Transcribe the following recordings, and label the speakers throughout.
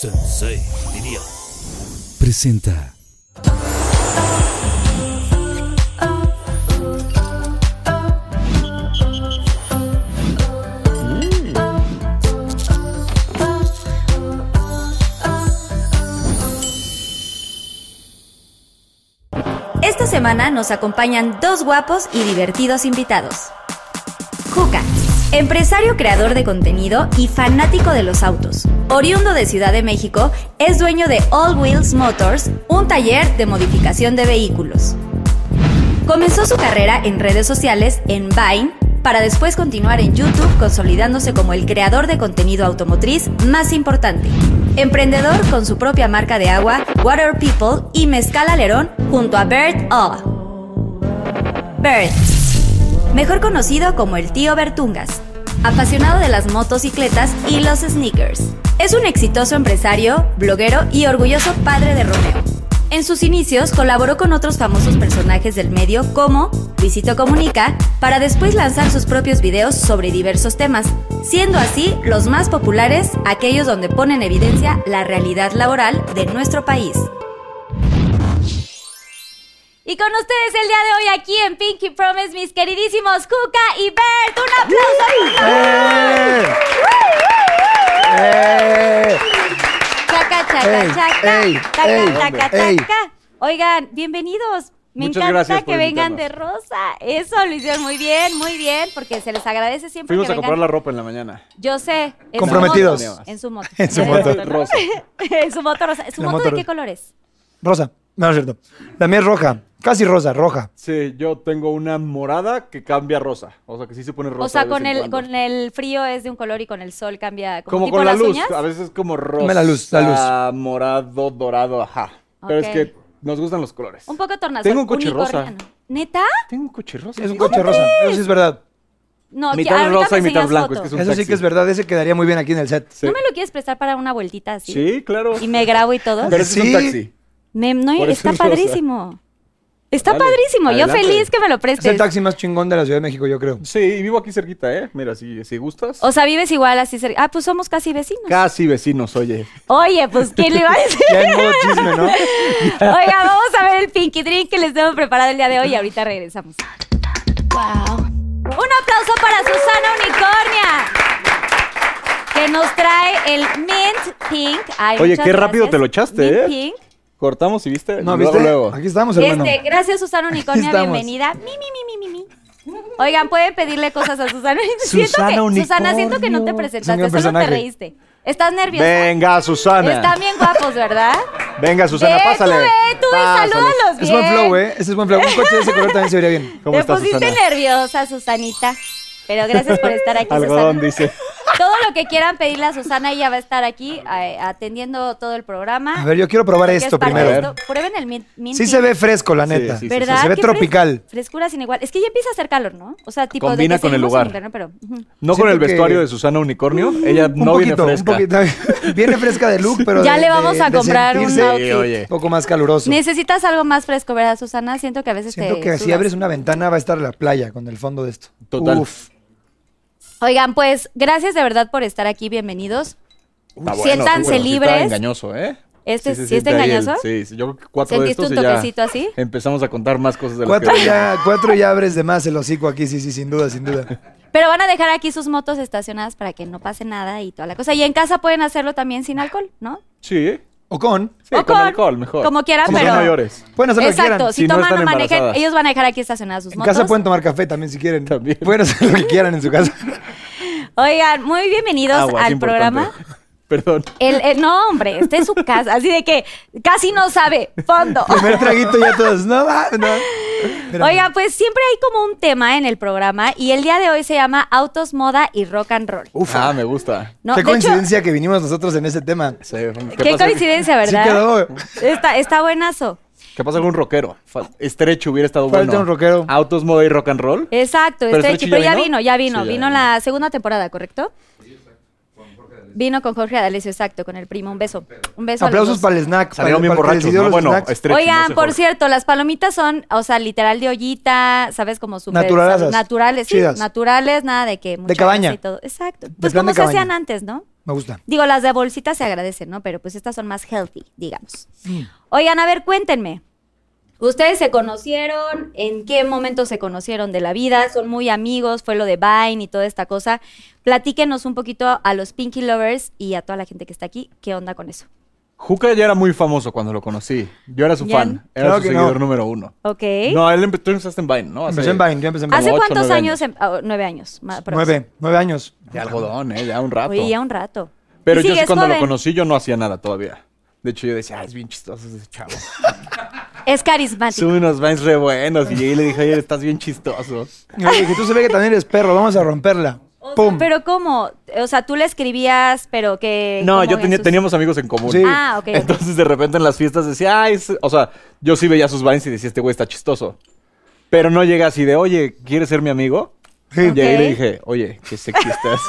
Speaker 1: Sensei, diría.
Speaker 2: presenta
Speaker 3: Esta semana nos acompañan dos guapos y divertidos invitados. Juca, empresario creador de contenido y fanático de los autos. Oriundo de Ciudad de México, es dueño de All Wheels Motors, un taller de modificación de vehículos. Comenzó su carrera en redes sociales en Vine para después continuar en YouTube consolidándose como el creador de contenido automotriz más importante. Emprendedor con su propia marca de agua, Water People y Mezcal Alerón junto a Bert Oa. Bert, mejor conocido como el tío Bertungas, apasionado de las motocicletas y los sneakers. Es un exitoso empresario, bloguero y orgulloso padre de Romeo. En sus inicios colaboró con otros famosos personajes del medio como Luisito Comunica para después lanzar sus propios videos sobre diversos temas, siendo así los más populares aquellos donde pone en evidencia la realidad laboral de nuestro país. Y con ustedes el día de hoy aquí en Pinky Promise, mis queridísimos Cuca y Bert. ¡Un aplauso, por
Speaker 4: ¡Eh!
Speaker 3: Chaca, chaca,
Speaker 5: Ey,
Speaker 3: chaca.
Speaker 5: ey,
Speaker 3: Taca,
Speaker 5: ey,
Speaker 3: taca,
Speaker 5: ey.
Speaker 3: taca. Oigan, bienvenidos. Me
Speaker 5: Muchas gracias
Speaker 3: encanta
Speaker 5: por
Speaker 3: que vengan de
Speaker 5: invitarnos.
Speaker 3: rosa. Eso lo hicieron muy bien, muy bien, porque se les agradece siempre
Speaker 5: Fuimos
Speaker 3: que
Speaker 5: a comprar
Speaker 3: vengan.
Speaker 5: la ropa en la mañana.
Speaker 3: Yo sé. en su
Speaker 4: Comprometidos.
Speaker 3: moto, En su moto.
Speaker 4: En su
Speaker 3: Ya
Speaker 4: moto.
Speaker 3: ves, ¿no?
Speaker 5: Rosa.
Speaker 3: en su moto rosa. ¿Su
Speaker 4: La
Speaker 3: moto de
Speaker 4: moto
Speaker 3: qué
Speaker 4: rosa.
Speaker 3: colores?
Speaker 4: Rosa, no es cierto. La mía es roja, casi rosa, roja.
Speaker 5: Sí, yo tengo una morada que cambia a rosa. O sea, que sí se pone rosa.
Speaker 3: o sea,
Speaker 5: de vez
Speaker 3: con
Speaker 5: en
Speaker 3: el,
Speaker 5: cuando.
Speaker 3: con el frío es de un color y con el sol cambia. Como,
Speaker 5: Como
Speaker 3: tipo
Speaker 5: con la
Speaker 3: las
Speaker 5: luz.
Speaker 3: uñas.
Speaker 5: A veces es como rosa.
Speaker 4: Dame la luz, la luz.
Speaker 5: Morado, dorado, ajá. Pero es
Speaker 3: Ok.
Speaker 5: que nos gustan los colores.
Speaker 3: Un poco tornasol.
Speaker 5: Tengo un coche rosa.
Speaker 3: unicorniano. ¿Neta?
Speaker 5: Tengo un coche rosa.
Speaker 4: Es un
Speaker 5: sí.
Speaker 4: coche rosa, eso sí es verdad.
Speaker 3: No, que-
Speaker 5: Mitad
Speaker 3: ahorita
Speaker 5: rosa
Speaker 3: me
Speaker 5: y mitad
Speaker 3: enseñas
Speaker 5: blanco, es que
Speaker 3: fotos.
Speaker 5: es un
Speaker 4: Eso sí
Speaker 5: taxi.
Speaker 4: que es verdad, ese quedaría muy bien aquí en el set.
Speaker 5: Sí.
Speaker 3: ¿No me lo quieres prestar para una vueltita así?
Speaker 5: Sí, claro.
Speaker 3: Y me grabo y todo.
Speaker 5: Pero ese es
Speaker 4: Sí.
Speaker 5: un taxi.
Speaker 3: Me- no,
Speaker 5: Por eso
Speaker 3: está
Speaker 5: es rosa.
Speaker 3: padrísimo. Está
Speaker 5: Dale,
Speaker 3: padrísimo.
Speaker 5: adelante.
Speaker 3: Yo feliz que me lo
Speaker 4: Es el
Speaker 3: prestes.
Speaker 4: taxi más chingón de la Ciudad de México, yo creo.
Speaker 5: Sí, y vivo aquí cerquita, ¿eh? Mira, si, si gustas.
Speaker 3: O sea, vives igual así cerca. Ah, pues somos casi vecinos.
Speaker 5: Casi vecinos, oye.
Speaker 3: Oye, pues, ¿quién le va a decir?
Speaker 4: Ya en modo chisme, ¿no?
Speaker 3: Oiga, vamos a ver el Pinky Drink que les tengo preparado el día de hoy y ahorita regresamos. Un aplauso para Susana Unicornia, que nos trae el Mint Pink. Ay,
Speaker 5: Oye,
Speaker 3: muchas
Speaker 5: qué rápido
Speaker 3: gracias.
Speaker 5: te lo echaste,
Speaker 3: Mint
Speaker 5: ¿eh?
Speaker 3: Pink.
Speaker 5: Cortamos y viste.
Speaker 4: No,
Speaker 5: Luego,
Speaker 4: ¿viste?
Speaker 5: luego.
Speaker 4: Aquí estamos, hermano.
Speaker 3: Este, gracias Susana Unicornia,
Speaker 4: Estamos.
Speaker 3: bienvenida. Mi, mi, mi, mi, mi, mi. Oigan, pueden pedirle cosas a Susana. Siento
Speaker 4: Susana
Speaker 3: que- Susana,
Speaker 4: Unicornio.
Speaker 3: siento que no te
Speaker 4: Es un
Speaker 3: presentaste, solo
Speaker 4: gran
Speaker 3: te
Speaker 4: personaje.
Speaker 3: reíste. ¿Estás nerviosa?
Speaker 5: Venga, Susana.
Speaker 3: Están bien guapos, ¿verdad?
Speaker 5: Venga, Susana,
Speaker 3: ve
Speaker 5: pásale.
Speaker 3: tú, ve tú y
Speaker 5: Pásale.
Speaker 3: salúdalos
Speaker 4: Es
Speaker 3: bien.
Speaker 4: buen flow, ¿eh? Ese es buen flow. Un coche de ese color también se vería bien.
Speaker 5: ¿Cómo
Speaker 3: te
Speaker 5: estás,
Speaker 3: pusiste
Speaker 5: Susana?
Speaker 3: nerviosa, Susanita. Pero gracias por estar aquí,
Speaker 5: Algodón,
Speaker 3: Susana.
Speaker 5: dice.
Speaker 3: Todo lo que quieran pedirle a Susana, ella va a estar aquí eh, atendiendo todo el programa.
Speaker 4: A ver, yo quiero probar
Speaker 3: porque es
Speaker 4: esto
Speaker 3: parte
Speaker 4: primero.
Speaker 3: de esto. Prueben el mint. mint
Speaker 4: Sí
Speaker 3: tea.
Speaker 4: se ve fresco, la
Speaker 5: Sí,
Speaker 4: neta.
Speaker 5: sí, sí, sí.
Speaker 3: ¿Verdad?
Speaker 4: Se ve
Speaker 3: Qué fres-
Speaker 4: tropical.
Speaker 3: Frescura sin igual. Es que ya empieza a hacer calor, ¿no? O sea, tipo
Speaker 5: Combina
Speaker 3: de que
Speaker 5: con el
Speaker 3: seguimos
Speaker 5: lugar.
Speaker 3: en invierno, pero, ujú.
Speaker 5: No
Speaker 4: Siento
Speaker 5: con el
Speaker 4: que-
Speaker 5: vestuario de Susana Unicornio.
Speaker 3: Mm,
Speaker 5: Ella
Speaker 4: Un
Speaker 5: no viene
Speaker 4: poquito, un
Speaker 5: fresca.
Speaker 4: poquito. Viene fresca de look, pero
Speaker 3: Ya
Speaker 4: de-
Speaker 3: le vamos
Speaker 4: de-
Speaker 3: a
Speaker 4: de
Speaker 3: comprar un
Speaker 4: sentirse
Speaker 3: outfit.
Speaker 5: oye.
Speaker 4: Un poco más caluroso.
Speaker 3: Necesitas algo más fresco, ¿verdad, Susana? Siento que a veces
Speaker 4: Siento
Speaker 3: te
Speaker 4: que si
Speaker 3: sudas.
Speaker 4: abres una ventana va a estar la playa con el fondo de esto.
Speaker 5: Total.
Speaker 4: Uf.
Speaker 3: Oigan, pues gracias de verdad por estar aquí, bienvenidos.
Speaker 5: Está bueno,
Speaker 3: Siéntanse
Speaker 5: está bueno. Sí
Speaker 3: libres.
Speaker 5: Está engañoso, ¿eh?
Speaker 3: Este
Speaker 5: se
Speaker 3: sí está
Speaker 5: siente ahí el-
Speaker 3: engañoso.
Speaker 5: sí, sí, yo creo que cuatro de
Speaker 3: ¿Sentiste
Speaker 5: estos
Speaker 3: un
Speaker 5: y ya
Speaker 3: toquecito así?
Speaker 5: Empezamos a contar más cosas de las
Speaker 4: Cuatro
Speaker 5: que-
Speaker 4: ya, cuatro ya abres de más el hocico aquí, sí, sí, sin duda, sin duda.
Speaker 3: Pero van a dejar aquí sus motos estacionadas para que no pase nada y toda la cosa. Y en casa pueden hacerlo también sin alcohol, ¿no?
Speaker 5: Sí,
Speaker 4: O con.
Speaker 5: sí,
Speaker 3: O
Speaker 5: con, alcohol, mejor.
Speaker 3: Como quieran,
Speaker 5: Si
Speaker 3: Ah, pero.
Speaker 5: son mayores.
Speaker 4: Pueden hacer lo que
Speaker 3: Exacto,
Speaker 4: quieran.
Speaker 3: si,
Speaker 5: si no
Speaker 3: toman
Speaker 5: están
Speaker 3: o manejan,
Speaker 5: embarazadas.
Speaker 3: ellos van a dejar aquí estacionadas sus
Speaker 4: En
Speaker 3: motos.
Speaker 4: casa pueden tomar café también si quieren.
Speaker 5: También.
Speaker 4: Pueden hacer lo que quieran en su casa.
Speaker 3: Oigan, muy bienvenidos
Speaker 5: Agua, es
Speaker 3: al
Speaker 5: importante.
Speaker 3: programa.
Speaker 5: Perdón.
Speaker 3: El, el- no, hombre, está en su casa, así de que casi no sabe fondo.
Speaker 4: Primer traguito ya todos. No, va, no. Espérame.
Speaker 3: Oigan, pues siempre hay como un tema en el programa y el día de hoy se llama Autos, Moda y Rock and Roll.
Speaker 5: Ah, me gusta.
Speaker 3: No,
Speaker 4: Uh,
Speaker 3: de
Speaker 4: Qué
Speaker 3: hecho,
Speaker 4: coincidencia que vinimos nosotros en ese tema.
Speaker 5: Sí, ¿Qué,
Speaker 3: Qué,
Speaker 5: pasa,
Speaker 3: coincidencia, ¿verdad?
Speaker 4: Sí quedó.
Speaker 3: Está, está buenazo.
Speaker 5: ¿Qué pasa con un rockero? Fal- Estrecho hubiera estado
Speaker 4: Falta
Speaker 5: bueno.
Speaker 4: un rockero.
Speaker 5: Autos, moda y rock and roll.
Speaker 3: Exacto,
Speaker 5: ¿Pero
Speaker 3: este
Speaker 5: Estrecho
Speaker 3: pero
Speaker 5: ya
Speaker 3: ya
Speaker 5: vino?
Speaker 3: vino, ya vino,
Speaker 5: Sí, ya
Speaker 3: vino
Speaker 5: vino.
Speaker 3: la segunda temporada, ¿correcto? Vino con Jorge D'Alessio, exacto, con el primo. Un beso. Un beso. a los
Speaker 4: Aplausos
Speaker 3: dos.
Speaker 4: para el snack. para
Speaker 5: Salieron
Speaker 4: el-
Speaker 5: bien
Speaker 4: para el
Speaker 5: borrachos,
Speaker 4: decidió
Speaker 5: ¿no?
Speaker 4: los
Speaker 5: Bueno,
Speaker 4: snacks.
Speaker 5: estrecho.
Speaker 3: Oigan, por
Speaker 5: cierto.
Speaker 3: cierto, las palomitas son, o sea, literal de ollita, ¿sabes? Como súper
Speaker 4: Naturalazas.
Speaker 3: naturales, sí,
Speaker 4: Chidas.
Speaker 3: naturales, nada de que mucha grasa
Speaker 4: cabaña.
Speaker 3: y todo. Exacto. Pues
Speaker 4: plan
Speaker 3: como
Speaker 4: de
Speaker 3: se hacían
Speaker 4: cabaña.
Speaker 3: antes, ¿no?
Speaker 4: Me gusta.
Speaker 3: Digo, las de bolsita se agradecen, ¿no? Pero pues estas son más healthy, digamos. Oigan, a ver, cuéntenme. ¿Ustedes se conocieron? ¿En qué momento se conocieron de la vida? ¿Son muy amigos? ¿Fue lo de Vine y toda esta cosa? Platíquenos un poquito a los Pinky Lovers y a toda la gente que está aquí. ¿Qué onda con eso?
Speaker 5: Juca ya era muy famoso cuando lo conocí. Yo era su
Speaker 3: Ya.
Speaker 5: fan. Era
Speaker 4: Claro
Speaker 5: su
Speaker 4: que no.
Speaker 5: seguidor número uno.
Speaker 3: ¿Ok?
Speaker 5: No, él empe- tú empezaste en Vine, ¿no? Hace-
Speaker 4: Empecé en Vine, yo empecé en Vine.
Speaker 3: ¿Hace
Speaker 5: ocho,
Speaker 3: cuántos
Speaker 5: nueve
Speaker 3: años? em- ah, nueve años. ma- aprox.
Speaker 4: Nueve, nueve años.
Speaker 5: De algodón, ¿eh? Ya un rato.
Speaker 3: Oye, ya un rato.
Speaker 5: Pero
Speaker 3: Y
Speaker 5: yo sí,
Speaker 3: sigues
Speaker 5: cuando lo
Speaker 3: joven.
Speaker 5: conocí yo no hacía nada todavía. De hecho, yo decía, "Ah, es bien chistoso ese chavo.
Speaker 3: Es carismático.
Speaker 5: Sube unos Vines re buenos. Y ahí le dije, oye, estás bien chistoso.
Speaker 4: Y le dije, tú se ve que también eres perro, vamos a romperla. ¡Pum!
Speaker 3: Pero ¿cómo? O sea, tú le escribías, pero que...
Speaker 5: No,
Speaker 3: como
Speaker 5: yo
Speaker 3: en
Speaker 5: tenía-
Speaker 3: sus-
Speaker 5: teníamos amigos en común.
Speaker 4: Sí.
Speaker 3: Ah, ok. ok.
Speaker 5: Entonces de repente en las fiestas decía, ay, es-". o sea, yo sí veía sus vines y decía, este güey está chistoso. Pero no llega así de, oye, ¿quieres ser mi amigo?
Speaker 4: Sí.
Speaker 5: Y ahí
Speaker 3: Ok.
Speaker 5: le dije, oye, qué sexy estás.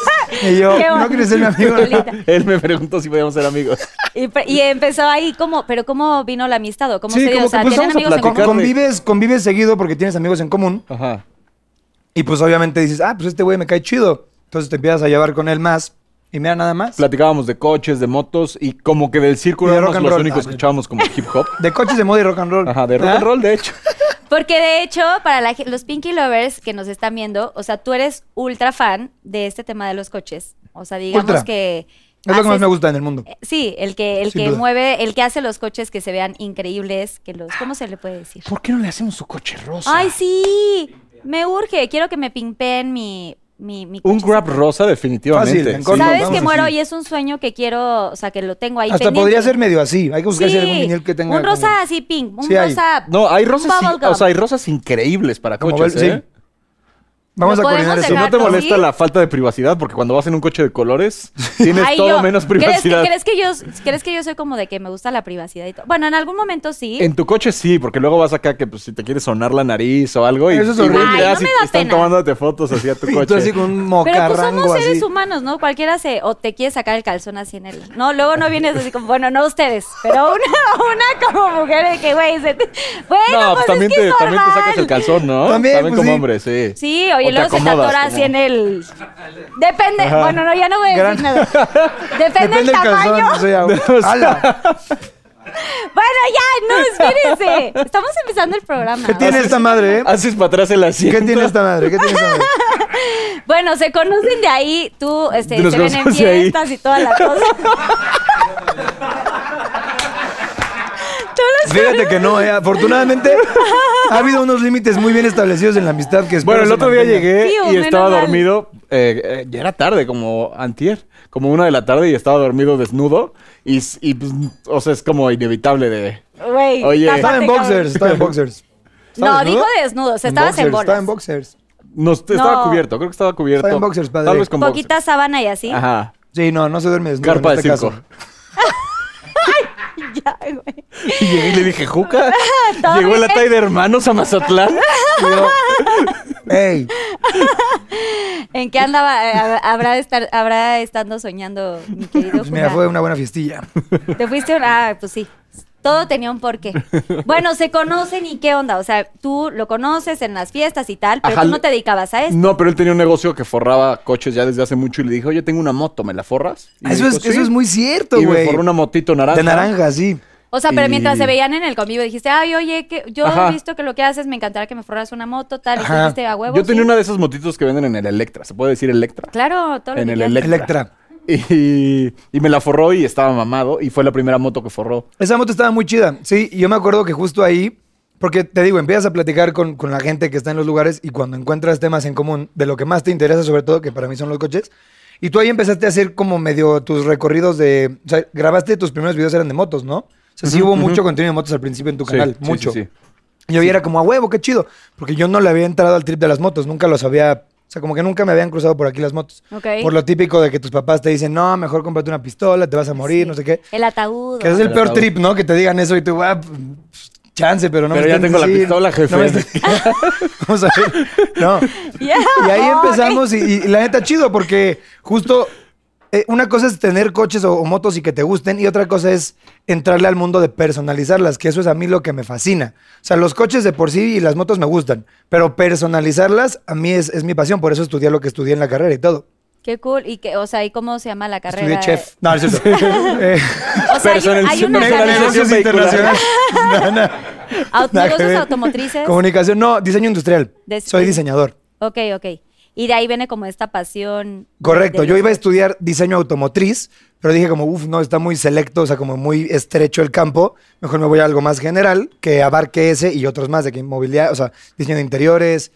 Speaker 4: Y yo,
Speaker 3: Qué
Speaker 4: ¿no quieres ser mi amigo?
Speaker 3: bonito.
Speaker 5: Él me preguntó si podíamos ser amigos.
Speaker 3: Y, pre- y empezó ahí, ¿cómo? ¿Pero cómo vino la amistad o cómo
Speaker 4: Sí,
Speaker 3: se dio?
Speaker 4: como
Speaker 3: O sea,
Speaker 4: que pues
Speaker 3: ¿tenían
Speaker 4: vamos a
Speaker 3: amigos en
Speaker 4: platicar.
Speaker 5: platicarle.
Speaker 3: común?
Speaker 4: Convives, convives seguido porque tienes amigos en común.
Speaker 5: Ajá.
Speaker 4: Y pues obviamente dices, ah, pues este güey me cae chido. Entonces te empiezas a llevar con él más. Y mira nada más.
Speaker 5: Platicábamos de coches, de motos y como que del círculo
Speaker 4: Y de
Speaker 5: éramos
Speaker 4: rock and
Speaker 5: los
Speaker 4: roll.
Speaker 5: únicos
Speaker 4: Ah,
Speaker 5: que echábamos como hip hop.
Speaker 4: De coches de moda y rock and roll.
Speaker 5: Ajá, de rock
Speaker 4: ¿Ah?
Speaker 5: and roll, de hecho.
Speaker 3: Porque de hecho, para la ge- los Pinky Lovers que nos están viendo, o sea, tú eres ultra fan de este tema de los coches. O sea, digamos
Speaker 4: Ultra.
Speaker 3: que...
Speaker 4: Es lo que más
Speaker 3: haces-
Speaker 4: me gusta en el mundo.
Speaker 3: Ah, Eh, Sí, el que, el
Speaker 4: Sin
Speaker 3: que
Speaker 4: duda.
Speaker 3: mueve, el que hace los coches que se vean increíbles, que los... ¿Cómo se le puede decir?
Speaker 5: ¿Por qué no le hacemos su coche rosa?
Speaker 3: ¡Ay, sí! Me urge, quiero que me pimpen mi... mi, mi
Speaker 5: Un
Speaker 3: cochecito.
Speaker 5: grab rosa definitivamente.
Speaker 4: Fácil, en corto,
Speaker 5: Sí.
Speaker 3: Sabes
Speaker 4: vamos
Speaker 3: que
Speaker 4: así.
Speaker 3: muero y es un sueño que quiero, o sea, que lo tengo ahí
Speaker 4: Hasta
Speaker 3: pendiente.
Speaker 4: podría ser medio así. Hay que buscar
Speaker 3: Sí,
Speaker 4: si hay algún vinil que tenga.
Speaker 3: un
Speaker 4: como-
Speaker 3: rosa así pink, un
Speaker 4: Sí hay.
Speaker 3: rosa...
Speaker 5: No, hay
Speaker 3: un
Speaker 5: rosas, in-
Speaker 3: bubblegum.
Speaker 5: o sea, hay rosas increíbles para
Speaker 4: como
Speaker 5: coches,
Speaker 4: vel-
Speaker 5: ¿eh?
Speaker 4: sí. Vamos
Speaker 3: ¿Lo
Speaker 4: a
Speaker 3: podemos
Speaker 4: coordinar eso.
Speaker 5: Si no te
Speaker 3: Gato,
Speaker 5: molesta
Speaker 3: ¿sí?
Speaker 5: la falta de privacidad, porque cuando vas en un coche de colores, tienes
Speaker 3: Ay,
Speaker 5: todo
Speaker 3: yo-
Speaker 5: menos
Speaker 3: ¿crees que-
Speaker 5: privacidad.
Speaker 3: ¿crees que, yo, ¿Crees que yo soy como de que me gusta la privacidad y todo? Bueno, en algún momento sí.
Speaker 5: En tu coche sí, porque luego vas acá que pues, si te quieres sonar la nariz o algo y,
Speaker 4: Eso es
Speaker 5: y
Speaker 4: horrible.
Speaker 3: Ay, no
Speaker 5: y
Speaker 3: me da
Speaker 5: están
Speaker 3: pena.
Speaker 5: tomándote fotos así a tu
Speaker 4: Y tú así
Speaker 5: coche.
Speaker 4: con un
Speaker 3: pero pues
Speaker 4: mocarrango
Speaker 3: somos seres
Speaker 4: así.
Speaker 3: humanos, ¿no? Cualquiera se... O te quiere sacar el calzón así en él. No, luego no vienes así como... Bueno, no ustedes. Pero una, una como mujer de que, güey, se te- Bueno, pues,
Speaker 5: No, pues
Speaker 3: es
Speaker 5: también,
Speaker 3: que
Speaker 5: te,
Speaker 3: es
Speaker 5: también te
Speaker 3: normal.
Speaker 5: sacas el calzón, ¿no?
Speaker 4: También, pues,
Speaker 5: como
Speaker 4: sí.
Speaker 5: hombre, sí.
Speaker 3: Sí,
Speaker 5: O
Speaker 3: oye,
Speaker 5: te
Speaker 3: luego se te
Speaker 5: acomodas,
Speaker 3: atora
Speaker 5: como-
Speaker 3: así en el... Depende...
Speaker 5: Ajá.
Speaker 3: Bueno, no, ya no voy a
Speaker 4: Gran-
Speaker 3: decir nada. Depende,
Speaker 4: Depende
Speaker 3: del
Speaker 4: del
Speaker 3: tamaño.
Speaker 4: calzón. sí,
Speaker 5: O sea,
Speaker 4: a- ala.
Speaker 3: Bueno, ya, no, espérense. Estamos empezando el programa.
Speaker 4: ¿Qué tiene esta madre, eh?
Speaker 5: Haces para atrás el asiento.
Speaker 4: ¿Qué tiene esta madre? ¿Qué tiene esta madre?
Speaker 3: Bueno, se conocen de ahí, tú, este,
Speaker 5: De los
Speaker 3: se ven en
Speaker 5: conozco de ahí.
Speaker 3: fiestas y toda la cosa. Tú los-
Speaker 4: Fíjate que no, eh. Afortunadamente ha habido unos límites muy bien establecidos en la amistad que espero
Speaker 5: Bueno, el
Speaker 4: se
Speaker 5: otro día
Speaker 4: mantengan.
Speaker 5: llegué
Speaker 3: Sí, o
Speaker 5: y
Speaker 3: menos
Speaker 5: estaba
Speaker 3: mal.
Speaker 5: dormido. eh, eh, ya era tarde, como antier, como una de la tarde y estaba dormido desnudo. Y, s- y, pues, o sea, es como inevitable de.
Speaker 3: Güey,
Speaker 5: Oye.
Speaker 3: tápate,
Speaker 4: Estaba en
Speaker 3: cabrón.
Speaker 4: boxers, estaba en boxers.
Speaker 3: No,
Speaker 4: ¿Estabas
Speaker 3: dijo
Speaker 4: desnudo?
Speaker 3: desnudos, estabas en
Speaker 4: boxers, Estaba
Speaker 3: bolas.
Speaker 4: en boxers.
Speaker 5: No,
Speaker 3: No.
Speaker 5: estaba cubierto, creo que estaba cubierto.
Speaker 4: Estaba en boxers, padre.
Speaker 5: Tal vez con
Speaker 3: Poquita
Speaker 5: boxers.
Speaker 3: sábana y así.
Speaker 5: Ajá.
Speaker 4: Sí, no, no se duerme desnudo
Speaker 5: Carpa
Speaker 4: en
Speaker 5: de
Speaker 4: este
Speaker 5: circo.
Speaker 4: caso.
Speaker 3: Ya, güey.
Speaker 5: Y llegué y le dije, Juca,
Speaker 3: Todo
Speaker 5: llegó el
Speaker 3: bien.
Speaker 5: atay de hermanos a Mazatlán.
Speaker 4: Ey,
Speaker 3: ¿En qué andaba? eh, hab- habrá, de estar, habrá estando soñando, mi querido
Speaker 4: pues mira,
Speaker 3: Julián?
Speaker 4: fue una buena fiestilla.
Speaker 3: Te fuiste a una- Ah, pues sí. Todo tenía un porqué. Bueno, se conocen y qué onda. O sea, tú lo conoces en las fiestas y tal, pero
Speaker 5: Ajá,
Speaker 3: tú
Speaker 5: le-
Speaker 3: no te dedicabas a esto.
Speaker 5: No, pero él tenía un negocio que forraba coches ya desde hace mucho y le dije, oye, tengo una moto, ¿me la forras? Y me
Speaker 4: Ah, Eso es,
Speaker 5: dijo,
Speaker 4: eso
Speaker 5: "Sí".
Speaker 4: es muy cierto,
Speaker 5: Y me
Speaker 4: güey.
Speaker 5: forró una motito naranja.
Speaker 4: De naranja, sí.
Speaker 3: O sea, pero
Speaker 5: Y-
Speaker 3: mientras se veían en el convivo, dijiste, ay, oye, que yo
Speaker 5: Ajá.
Speaker 3: he visto que lo que haces, me encantará que me forras una moto, tal, y tú
Speaker 4: Ajá.
Speaker 3: dijiste a huevo.
Speaker 5: Yo tenía
Speaker 3: sí".
Speaker 5: una de esas motitos que venden en el Electra, ¿se puede decir Electra?
Speaker 3: Claro, todo lo
Speaker 5: En
Speaker 3: que
Speaker 5: el
Speaker 3: quieras.
Speaker 5: Electra.
Speaker 4: Electra.
Speaker 5: Y, y me la forró y estaba mamado y fue la primera moto que forró.
Speaker 4: Esa moto estaba muy chida. Sí, y yo me acuerdo que justo ahí, porque te digo, empiezas a platicar con, con la gente que está en los lugares y cuando encuentras temas en común de lo que más te interesa, sobre todo, que para mí son los coches, y tú ahí empezaste a hacer como medio tus recorridos de. O sea, grabaste tus primeros videos eran de motos, ¿no? O sea, sí hubo mucho contenido de motos al principio en tu
Speaker 5: Sí,
Speaker 4: canal,
Speaker 5: sí,
Speaker 4: mucho.
Speaker 5: sí, sí.
Speaker 4: Y yo era como, a huevo, qué chido. Porque yo no le había entrado al trip de las motos, nunca los había. O sea, como que nunca me habían cruzado por aquí las motos.
Speaker 3: Ok.
Speaker 4: Por lo típico de que tus papás te dicen, no, mejor cómprate una pistola, te vas a morir, no sé qué.
Speaker 3: El ataúd.
Speaker 4: Que ese es el
Speaker 5: El
Speaker 4: peor
Speaker 5: ataúd.
Speaker 4: trip, ¿no? Que te digan eso y tú, ah, pues, chance, pero no
Speaker 5: Pero
Speaker 4: me
Speaker 5: ya
Speaker 4: estén-
Speaker 5: tengo la pistola, jefe.
Speaker 4: no me estén- Vamos a ver. No.
Speaker 3: Ya,
Speaker 4: Y ahí
Speaker 3: ok.
Speaker 4: empezamos y, y la neta chido porque justo eh, una cosa es tener coches o, o motos y que te gusten y otra cosa es entrarle al mundo de personalizarlas, que eso es a mí lo que me fascina. O sea, los coches de por sí y las motos me gustan, pero personalizarlas a mí es, es mi pasión, por eso estudié lo que estudié en la carrera y todo.
Speaker 3: Qué cool. Y que, o sea, ¿y cómo se llama la carrera?
Speaker 4: Estudié chef. No, no es cierto. Eh,
Speaker 3: O sea, hay,
Speaker 5: Personal-
Speaker 3: hay una
Speaker 5: personal-
Speaker 3: carrera.
Speaker 4: negocios
Speaker 5: vehicular.
Speaker 4: internacionales. No, no.
Speaker 3: Aut-
Speaker 4: Nada que
Speaker 3: negocios
Speaker 4: ver.
Speaker 3: automotrices.
Speaker 4: Comunicación. No, diseño industrial.
Speaker 3: Des-
Speaker 4: Soy diseñador.
Speaker 3: Ok, ok. Y de ahí viene como esta pasión. de-
Speaker 4: Correcto,
Speaker 3: de-
Speaker 4: yo iba a estudiar diseño automotriz, pero dije como, uff, no, está muy selecto, o sea, como muy estrecho el campo, mejor me voy a algo más general, que abarque ese y otros más, de que inmobiliario, o sea, diseño de interiores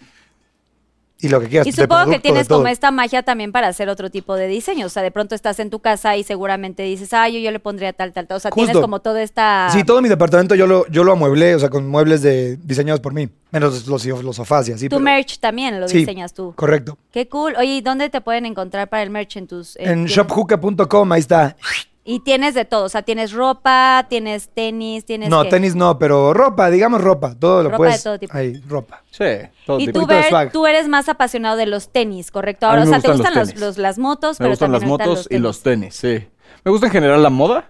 Speaker 4: y lo que quieras.
Speaker 3: Y
Speaker 4: de
Speaker 3: supongo que
Speaker 4: producto, de
Speaker 3: tienes como
Speaker 4: todo.
Speaker 3: esta magia también para hacer otro tipo de diseño. O sea, de pronto estás en tu casa y seguramente dices, ay, yo, yo le pondría tal, tal, tal. O sea, tienes
Speaker 4: Justo.
Speaker 3: como toda esta.
Speaker 4: Sí, todo mi departamento yo lo, yo lo amueblé, o sea, con muebles de, diseñados por mí, menos los, los, los sofás y así.
Speaker 3: tu
Speaker 4: pero-
Speaker 3: merch también lo
Speaker 4: Sí,
Speaker 3: diseñas tú.
Speaker 4: Correcto.
Speaker 3: Qué cool. Oye, ¿y dónde te pueden encontrar para el merch en tus.
Speaker 4: En
Speaker 3: tienes-
Speaker 4: shopjuca.com, ahí está.
Speaker 3: Y Este, Ah, tienes de todo. O sea, tienes ropa, tienes tenis, tienes.
Speaker 4: No,
Speaker 3: ¿qué?
Speaker 4: tenis no, pero ropa, digamos ropa, todo lo
Speaker 3: Ropa de
Speaker 4: puedes.
Speaker 3: todo tipo.
Speaker 4: Ahí, ropa.
Speaker 5: Sí, todo
Speaker 3: Y tú,
Speaker 5: tipo.
Speaker 4: poquito de
Speaker 3: Bert,
Speaker 4: swag.
Speaker 3: tú eres más apasionado de los tenis, ¿correcto?
Speaker 5: A
Speaker 3: Ahora, o
Speaker 5: mí me
Speaker 3: sea, te
Speaker 5: gustan
Speaker 3: gustan los-
Speaker 5: los tenis.
Speaker 3: los- las motos,
Speaker 5: Me
Speaker 3: pero
Speaker 5: gustan las
Speaker 3: también ahorita
Speaker 5: motos y
Speaker 3: tenis.
Speaker 5: los tenis, sí. Me gusta en general la moda,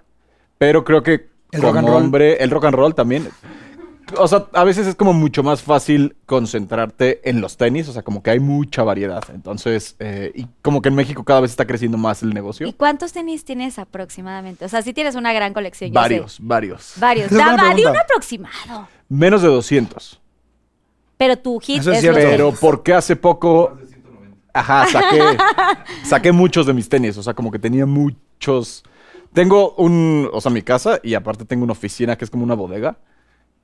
Speaker 5: pero creo que
Speaker 4: El
Speaker 5: como
Speaker 4: rock and roll.
Speaker 5: hombre, el rock and roll también. O sea, a veces es como mucho más fácil concentrarte en los tenis, o sea, como que hay mucha variedad. Entonces, eh, y como que en México cada vez está creciendo más el
Speaker 3: ¿Y
Speaker 5: negocio.
Speaker 3: cuántos tenis tienes aproximadamente? O sea, sí tienes una gran colección. yo sé.
Speaker 5: Varios, varios.
Speaker 3: Varios.
Speaker 4: Esa es buena
Speaker 3: Daba, di un
Speaker 4: pregunta.
Speaker 3: aproximado.
Speaker 5: Menos de 200.
Speaker 3: Pero tu hit
Speaker 4: Eso es
Speaker 3: es,
Speaker 4: cierto.
Speaker 3: los
Speaker 5: Pero
Speaker 3: tenis.
Speaker 5: porque hace poco. Ajá, saqué, saqué muchos de mis tenis. O sea, como que tenía muchos. Tengo un. O sea, mi casa y aparte tengo una oficina que es como una bodega.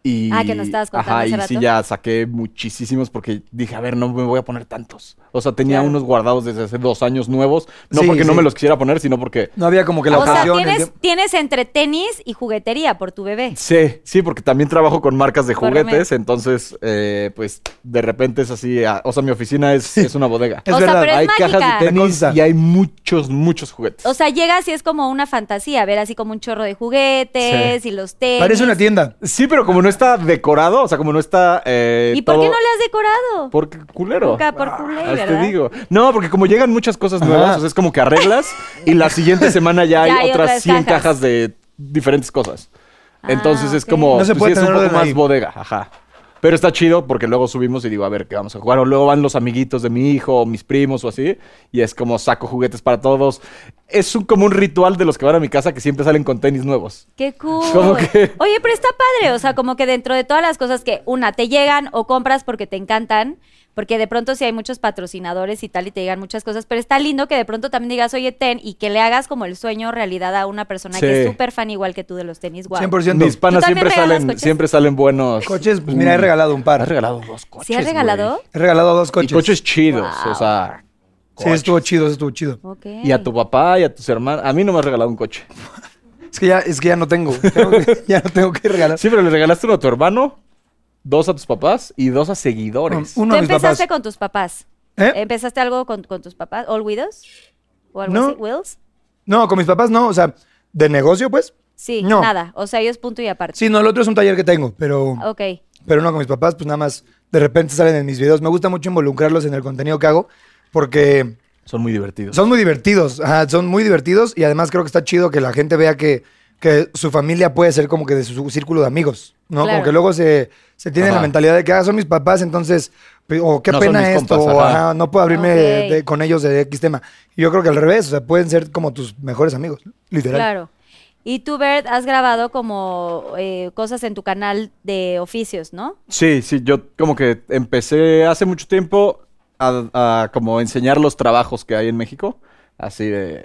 Speaker 5: Y,
Speaker 3: Ah, que nos estabas contando
Speaker 5: Ajá,
Speaker 3: hace
Speaker 5: y sí,
Speaker 3: rato.
Speaker 5: ya saqué muchísimos porque dije, a ver, no me voy a poner tantos. O sea, tenía
Speaker 3: Claro.
Speaker 5: unos guardados desde hace dos años nuevos. No
Speaker 4: Sí,
Speaker 5: porque no
Speaker 4: sí.
Speaker 5: me los quisiera poner, sino porque.
Speaker 4: No había como que la
Speaker 3: o sea,
Speaker 4: ocasión. el
Speaker 3: tienes,
Speaker 4: tiempo.
Speaker 3: tienes entre tenis y juguetería por tu bebé.
Speaker 5: Sí, sí, porque también trabajo con marcas de
Speaker 3: Córreme.
Speaker 5: juguetes. Entonces, eh, pues de repente es así. ah, O sea, mi oficina es, es una bodega.
Speaker 4: Es
Speaker 3: o sea,
Speaker 4: verdad,
Speaker 3: pero es
Speaker 5: hay
Speaker 3: mágica.
Speaker 5: cajas de
Speaker 4: Me
Speaker 5: tenis
Speaker 4: consta.
Speaker 5: y hay muchos, muchos juguetes.
Speaker 3: O sea, llegas y es como una fantasía, ver así como un chorro de juguetes y los tenis.
Speaker 4: Parece una tienda.
Speaker 5: sí, pero como no está decorado, o sea, como no está. eh,
Speaker 3: ¿Y por qué
Speaker 5: todo-
Speaker 3: no le has decorado?
Speaker 5: Porque culero.
Speaker 3: Nunca por culé,
Speaker 5: Ah,
Speaker 3: ¿verdad?
Speaker 5: te digo. No, porque como llegan muchas cosas nuevas,
Speaker 4: Ajá.
Speaker 5: o sea, es como que arreglas y la siguiente semana ya hay,
Speaker 3: Ya hay
Speaker 5: otras
Speaker 3: otras
Speaker 5: 100
Speaker 3: cajas.
Speaker 5: cajas. de diferentes cosas.
Speaker 3: Ah,
Speaker 5: Entonces es
Speaker 3: ok.
Speaker 5: como.
Speaker 4: No se
Speaker 5: pues, sí,
Speaker 4: puede
Speaker 5: es un
Speaker 4: tener
Speaker 5: poco
Speaker 4: orden
Speaker 5: más
Speaker 4: ahí.
Speaker 5: bodega, ajá. Pero está chido porque luego subimos y digo, a ver, ¿qué vamos a jugar? O luego van los amiguitos de mi hijo, o mis primos o así. Y es como saco juguetes para todos. Es un, como un ritual de los que van a mi casa que siempre salen con tenis nuevos.
Speaker 3: Qué cool.
Speaker 5: Como que-
Speaker 3: Oye, pero está padre, o sea, como que dentro de todas las cosas que una te llegan o compras porque te encantan, porque de pronto sí hay muchos patrocinadores y tal y te llegan muchas cosas, pero está lindo que de pronto también digas, oye, ten, y que le hagas como el sueño realidad a una persona que es
Speaker 5: Sí.
Speaker 3: súper fan igual que tú de los tenis, guau.
Speaker 4: 100%.
Speaker 5: Mis panas
Speaker 3: ¿Tú también
Speaker 5: siempre
Speaker 3: regalas
Speaker 5: salen,
Speaker 3: coches?
Speaker 5: siempre salen buenos.
Speaker 4: Coches, pues mira, he regalado un
Speaker 5: Has
Speaker 4: par.
Speaker 5: regalado dos coches.
Speaker 3: ¿Sí has regalado?
Speaker 4: He regalado dos
Speaker 5: güey. Y
Speaker 4: coches.
Speaker 5: coches chidos,
Speaker 3: Wow.
Speaker 5: o sea.
Speaker 4: Sí, estuvo chido, eso estuvo chido.
Speaker 3: Ok.
Speaker 5: Y a tu papá y a tus hermanos. A mí no me has regalado un coche.
Speaker 4: Es que ya, es que ya no tengo. tengo que- ya no tengo que regalar.
Speaker 5: Sí, pero le regalaste uno a tu hermano, dos a tus papás y dos a seguidores.
Speaker 4: uno
Speaker 3: ¿Tú
Speaker 4: de mis papás.
Speaker 3: empezaste con tus papás?
Speaker 4: ¿Eh?
Speaker 3: ¿Empezaste algo con, con tus papás? ¿All Widows? ¿O algo
Speaker 4: No.
Speaker 3: así? ¿Wills?
Speaker 4: No, con mis papás no, o sea, de negocio, pues.
Speaker 3: Sí,
Speaker 4: No.
Speaker 3: nada. O sea, ellos punto y aparte.
Speaker 4: Sí, no, el otro es un taller que tengo, pero,
Speaker 3: Ok.
Speaker 4: pero no con mis papás, pues nada más de repente salen en mis videos. Me gusta mucho involucrarlos en el contenido que hago porque
Speaker 5: Son muy divertidos.
Speaker 4: Son muy divertidos, ajá, son muy divertidos y además creo que está chido que la gente vea que, que su familia puede ser como que de su, su círculo de amigos, ¿no?
Speaker 3: Claro.
Speaker 4: Como que luego se, se tiene la
Speaker 5: Ajá.
Speaker 4: mentalidad de que, ah, son mis papás, entonces, pe- o qué
Speaker 5: No son
Speaker 4: pena
Speaker 5: mis
Speaker 4: esto,
Speaker 5: compas,
Speaker 4: o
Speaker 5: ajá.
Speaker 4: ajá, no puedo abrirme
Speaker 3: Ok.
Speaker 4: de- con ellos de X tema. Y yo creo que al revés, o sea, pueden ser como tus mejores amigos, literal.
Speaker 3: Claro. Y tú, Bert, has grabado como eh, cosas en tu canal de oficios, ¿no?
Speaker 5: Sí, sí, yo como que empecé hace mucho tiempo a, a como enseñar los trabajos que hay en México. Así de.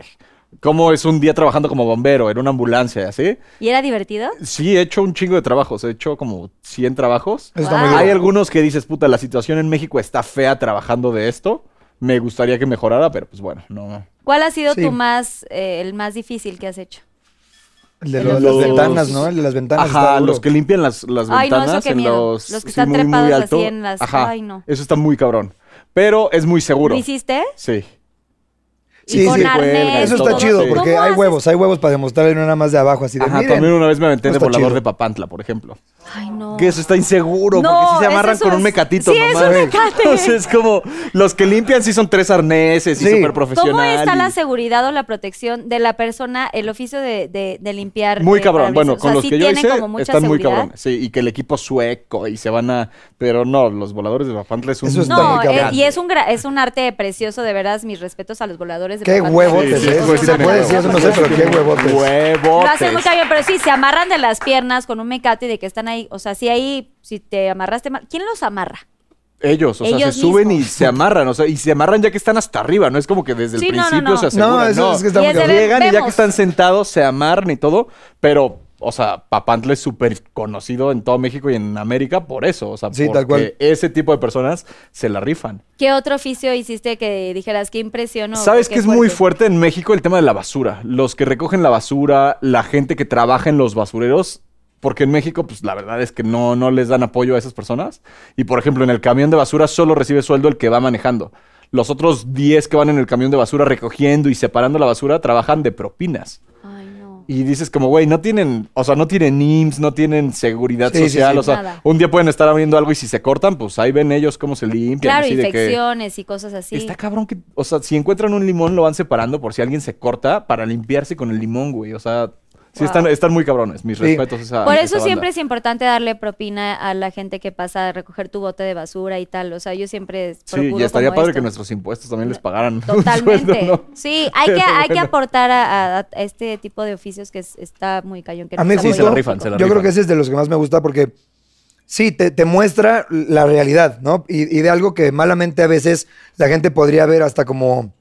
Speaker 5: ¿Cómo es un día trabajando como bombero en una ambulancia y así?
Speaker 3: ¿Y era divertido?
Speaker 5: Sí, he hecho un chingo de trabajos. He hecho como 100 trabajos.
Speaker 4: Eso está
Speaker 3: Wow.
Speaker 4: muy
Speaker 5: Hay
Speaker 4: duro.
Speaker 5: algunos que dices, puta, la situación en México está fea trabajando de esto. Me gustaría que mejorara, pero pues bueno, no.
Speaker 3: ¿Cuál ha sido
Speaker 4: Sí.
Speaker 3: tu más, eh, el más difícil que has hecho?
Speaker 4: El de lo-
Speaker 5: Los-
Speaker 4: las ventanas, ¿no? El de las ventanas. está
Speaker 5: Ajá,
Speaker 4: duro.
Speaker 5: los que limpian las, las
Speaker 3: Ay, no, eso
Speaker 5: ventanas
Speaker 3: qué
Speaker 5: en
Speaker 3: miedo.
Speaker 5: los...
Speaker 3: Los que
Speaker 5: sí,
Speaker 3: están
Speaker 5: muy, muy
Speaker 3: trepados así
Speaker 5: alto.
Speaker 3: en las-
Speaker 5: Ajá,
Speaker 3: ay, no.
Speaker 5: Eso está muy cabrón. Pero es muy seguro.
Speaker 3: ¿Lo hiciste?
Speaker 5: Sí.
Speaker 4: Sí,
Speaker 3: y con
Speaker 4: sí.
Speaker 3: arnés.
Speaker 4: Eso
Speaker 3: y
Speaker 4: está
Speaker 3: todo.
Speaker 4: chido,
Speaker 5: Sí.
Speaker 4: porque
Speaker 3: ¿Cómo
Speaker 4: hay
Speaker 3: haces?
Speaker 4: huevos, hay huevos para demostrar en una más de abajo, así de,
Speaker 5: Ajá,
Speaker 4: miren.
Speaker 5: también una vez me aventé
Speaker 4: no
Speaker 5: de
Speaker 4: está
Speaker 5: volador
Speaker 4: chido.
Speaker 5: de Papantla, por ejemplo.
Speaker 3: Ay, no.
Speaker 5: Que eso está inseguro,
Speaker 3: No,
Speaker 5: porque sí se
Speaker 3: ese
Speaker 5: amarran
Speaker 3: es
Speaker 5: con
Speaker 3: un-
Speaker 5: un mecatito
Speaker 3: sí, es
Speaker 5: nomás.
Speaker 3: un mecate.
Speaker 5: O sea, es como, los que limpian sí son tres arneses y
Speaker 4: Sí.
Speaker 5: súper profesional.
Speaker 3: ¿Cómo está
Speaker 5: y-
Speaker 3: la seguridad o la protección de la persona, el oficio de, de- de limpiar?
Speaker 5: Muy
Speaker 3: eh,
Speaker 5: cabrón. Bueno,
Speaker 3: parabrisas? O
Speaker 5: con
Speaker 3: sea,
Speaker 5: los
Speaker 3: sí
Speaker 5: que yo
Speaker 3: tienen
Speaker 5: hice,
Speaker 3: como mucha
Speaker 5: están muy
Speaker 3: seguridad.
Speaker 5: cabrones. Sí, y que el equipo sueco y se van a. Pero no, los voladores de Papantla es un.
Speaker 4: Eso está
Speaker 3: No,
Speaker 4: muy
Speaker 3: eh,
Speaker 4: cabrón.
Speaker 3: y es un, gra- es un arte precioso, de veras, mis respetos a los voladores jugadores de
Speaker 4: Qué
Speaker 3: papá.
Speaker 4: huevotes,
Speaker 5: Sí, sí,
Speaker 4: ¿eh?
Speaker 5: pues,
Speaker 4: Sí,
Speaker 5: sí
Speaker 4: se
Speaker 5: tiene
Speaker 4: puede decir eso, no sé, pero qué huevotes.
Speaker 5: Huevotes.
Speaker 3: Lo hacen muy bien, pero sí, se amarran de las piernas con un mecate de que están ahí. O sea, si ahí, si te amarraste mal, ¿quién los amarra?
Speaker 5: Ellos, o sea,
Speaker 3: Ellos
Speaker 5: se suben
Speaker 3: mismos.
Speaker 5: y se amarran, o sea, y se amarran ya que están hasta arriba, no es como que desde el
Speaker 3: Sí, no, no,
Speaker 5: principio
Speaker 3: no.
Speaker 5: se aseguran.
Speaker 4: No, eso es que está
Speaker 3: Y
Speaker 4: muy
Speaker 3: es de
Speaker 4: cabrón.
Speaker 3: ver-
Speaker 5: Llegan y ya
Speaker 3: vemos.
Speaker 5: que están sentados se amarran y todo, pero, o sea, Papantla es súper conocido en todo México y en América por eso, o sea,
Speaker 4: Sí,
Speaker 5: porque
Speaker 4: tal cual.
Speaker 5: ese tipo de personas se la rifan.
Speaker 3: ¿Qué otro oficio hiciste que dijeras qué impresionó?
Speaker 5: ¿Sabes
Speaker 3: qué
Speaker 5: que es muy fuerte en México el tema de la basura? Los que recogen la basura, la gente que trabaja en los basureros, porque en México, pues la verdad es que no, no les dan apoyo a esas personas. Y por ejemplo, en el camión de basura solo recibe sueldo el que va manejando. Los otros 10 que van en el camión de basura recogiendo y separando la basura trabajan de propinas.
Speaker 3: Ay, no.
Speaker 5: Y dices como, güey, no tienen, o sea, no tienen IMSS, no tienen seguridad
Speaker 4: Sí, sí,
Speaker 5: social,
Speaker 4: sí.
Speaker 5: o sea,
Speaker 3: Nada.
Speaker 5: un día pueden estar abriendo algo y si se cortan, pues ahí ven ellos cómo se limpian.
Speaker 3: Claro,
Speaker 5: así de que-
Speaker 3: infecciones y cosas así.
Speaker 5: Está cabrón que, o sea, si encuentran un limón lo van separando por si alguien se corta para limpiarse con el limón, güey. O sea, sí
Speaker 3: Wow.
Speaker 5: están, están muy cabrones. Mis
Speaker 4: Sí.
Speaker 5: respetos. a Esa,
Speaker 3: Por
Speaker 5: a
Speaker 3: eso
Speaker 5: esa
Speaker 3: siempre
Speaker 5: banda.
Speaker 3: es importante darle propina a la gente que pasa a recoger tu bote de basura y tal. O sea, yo siempre
Speaker 5: Sí,
Speaker 3: procuro
Speaker 5: y estaría
Speaker 3: como
Speaker 5: padre
Speaker 3: esto.
Speaker 5: que nuestros impuestos también les pagaran. un
Speaker 3: Totalmente.
Speaker 5: sueldo, ¿no?
Speaker 3: Sí, hay que,
Speaker 5: Pero
Speaker 3: hay que
Speaker 5: bueno.
Speaker 3: aportar a, a- a este tipo de oficios que es- está muy cañón. Que
Speaker 4: A mí
Speaker 3: está muy
Speaker 4: justo,
Speaker 5: Sí, se la rifan, se la
Speaker 4: yo creo
Speaker 5: rifan.
Speaker 4: que ese es de los que más me gusta porque sí, te, te muestra la realidad, ¿no? Y, y de algo que malamente a veces la gente podría ver hasta como,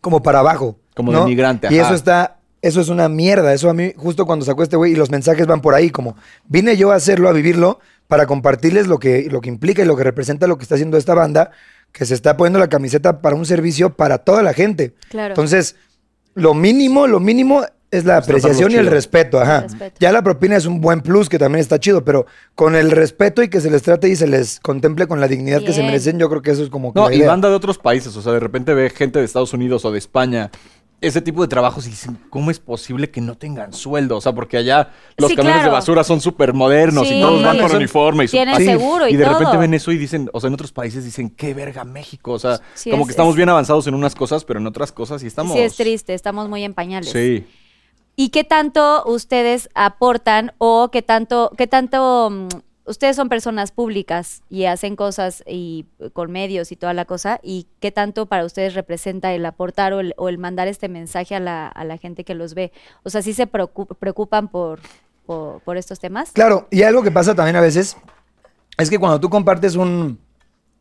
Speaker 4: como para abajo.
Speaker 5: Como
Speaker 4: ¿no?
Speaker 5: denigrante,
Speaker 4: Y
Speaker 5: ajá.
Speaker 4: eso está, eso es una mierda. Eso a mí, justo cuando sacó este güey y los mensajes van por ahí, como vine yo a hacerlo, a vivirlo, para compartirles lo que, lo que implica y lo que representa lo que está haciendo esta banda, que se está poniendo la camiseta para un servicio para toda la gente.
Speaker 3: Claro.
Speaker 4: Entonces, lo mínimo, lo mínimo es la
Speaker 5: tratarlos
Speaker 4: apreciación y el
Speaker 5: chido.
Speaker 4: respeto, ajá.
Speaker 3: Respeto.
Speaker 4: Ya la propina es un buen plus que también está chido, pero con el respeto y que se les trate y se les contemple con la dignidad que se
Speaker 3: Bien.
Speaker 4: merecen, yo creo que eso es como que
Speaker 5: No,
Speaker 4: la
Speaker 5: y
Speaker 4: idea.
Speaker 5: banda de otros países. O sea, de repente ve gente de Estados Unidos o de España. Ese tipo de trabajos y dicen, ¿cómo es posible que no tengan sueldo? O sea, porque allá los
Speaker 3: Sí,
Speaker 5: camiones de
Speaker 3: claro.
Speaker 5: basura son súper modernos
Speaker 3: Sí.
Speaker 5: y todos van con
Speaker 3: Son-
Speaker 5: uniforme y su
Speaker 3: Tienen
Speaker 4: Sí.
Speaker 3: seguro y,
Speaker 5: de
Speaker 3: todo.
Speaker 5: repente ven eso y dicen, o sea, en otros países dicen, qué verga México. O sea,
Speaker 3: Sí,
Speaker 5: como
Speaker 3: es-
Speaker 5: que estamos
Speaker 3: es-
Speaker 5: bien avanzados en unas cosas, pero en otras cosas sí estamos.
Speaker 3: Sí, es triste, estamos muy en pañales.
Speaker 5: Sí.
Speaker 3: ¿Y qué tanto ustedes aportan o qué tanto, qué tanto mm, ustedes son personas públicas y hacen cosas y eh, con medios y toda la cosa? ¿Y qué tanto para ustedes representa el aportar o el, o el mandar este mensaje a la, a la gente que los ve? O sea, ¿sí se preocu- preocupan por, por, por estos temas?
Speaker 4: Claro, y algo que pasa también a veces es que cuando tú compartes un,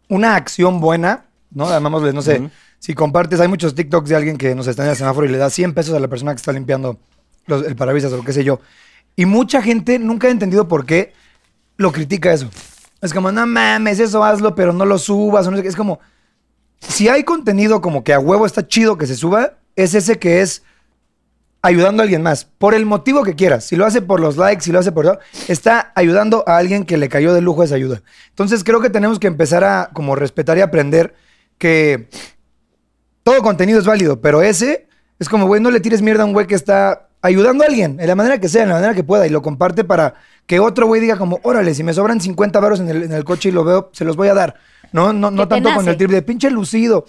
Speaker 4: una acción buena, ¿no? Llamámosle, no sé, si compartes, hay muchos TikToks de alguien que nos está en el semáforo y le da 100 pesos a la persona que está limpiando los- el parabrisas o qué sé yo. Y mucha gente nunca ha entendido por qué lo critica eso. Es como, no mames, eso hazlo, pero no lo subas. o no sé qué. Es como, si hay contenido como que a huevo está chido que se suba, es ese que es ayudando a alguien más, por el motivo que quieras. Si lo hace por los likes, si lo hace por todo, está ayudando a alguien que le cayó de lujo esa ayuda. Entonces creo que tenemos que empezar a como respetar y aprender que todo contenido es válido, pero ese es como, güey, no le tires mierda a un güey que está ayudando a alguien, de la manera que sea, de la manera que pueda, y lo comparte para que otro güey diga como, órale, si me sobran 50 varos en el, en el coche y lo veo, se los voy a dar. No, no,
Speaker 3: Que
Speaker 4: no
Speaker 3: te
Speaker 4: tanto con
Speaker 3: nace.
Speaker 4: el tip de pinche lucido.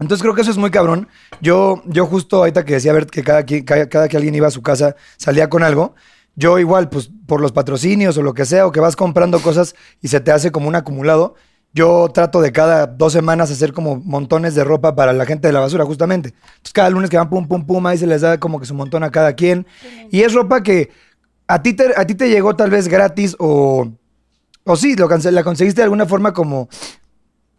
Speaker 4: Entonces creo que eso es muy cabrón. Yo, yo justo ahorita que decía, Bert, que cada, qui- cada, cada que alguien iba a su casa salía con algo, yo igual, pues por los patrocinios o lo que sea, o que vas comprando cosas y se te hace como un acumulado, yo trato de cada dos semanas hacer como montones de ropa para la gente de la basura, justamente. Entonces cada lunes que van pum, pum, pum, ahí se les da como que su montón a cada quien. Y es ropa que a ti te, a ti te llegó tal vez gratis o... O sí, lo canse- la conseguiste de alguna forma como,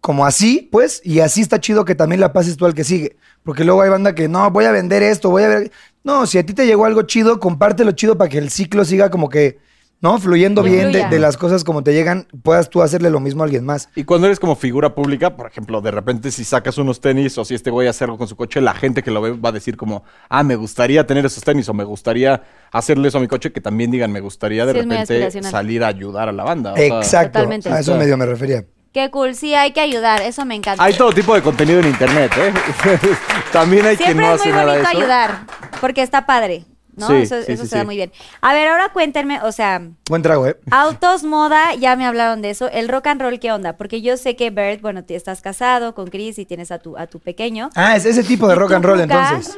Speaker 4: como así, pues, y así está chido que también la pases tú al que sigue. Porque luego hay banda que, no, voy a vender esto, voy a ver... No, si a ti te llegó algo chido, compártelo chido para que el ciclo siga como que, ¿no? Fluyendo
Speaker 3: Que
Speaker 4: bien de,
Speaker 3: fluya.
Speaker 4: de las cosas como te llegan, puedas tú hacerle lo mismo a alguien más.
Speaker 5: Y cuando eres como figura pública, por ejemplo, de repente si sacas unos tenis o si este güey hace algo con su coche, la gente que lo ve va a decir como, ah, me gustaría tener esos tenis o me gustaría hacerle eso a mi coche, que también digan, me gustaría de
Speaker 3: Sí, es muy
Speaker 5: repente
Speaker 3: aspiracional.
Speaker 5: salir a ayudar a la banda. o sea,
Speaker 4: Exacto,
Speaker 3: totalmente.
Speaker 4: a eso medio me refería.
Speaker 3: Qué cool, sí, hay que ayudar, eso me encanta.
Speaker 5: hay todo tipo de contenido en internet, ¿eh? también hay quien
Speaker 3: Siempre
Speaker 5: no
Speaker 3: es
Speaker 5: hace
Speaker 3: muy
Speaker 5: nada de
Speaker 3: bonito
Speaker 5: eso.
Speaker 3: ayudar, porque está padre, ¿no?
Speaker 5: Sí,
Speaker 3: eso
Speaker 5: sí,
Speaker 3: eso
Speaker 5: sí,
Speaker 3: se da
Speaker 5: sí.
Speaker 3: muy bien. A ver, ahora cuéntenme, o sea...
Speaker 4: Buen trago, ¿eh?
Speaker 3: Autos, moda, ya me hablaron de eso. El rock and roll, ¿qué onda? Porque yo sé que Bert, bueno, te- estás casado con Chris y tienes a tu, a tu pequeño.
Speaker 4: Ah, es ese tipo de
Speaker 3: ¿Y tú,
Speaker 4: rock and roll,
Speaker 3: Juca?
Speaker 4: entonces.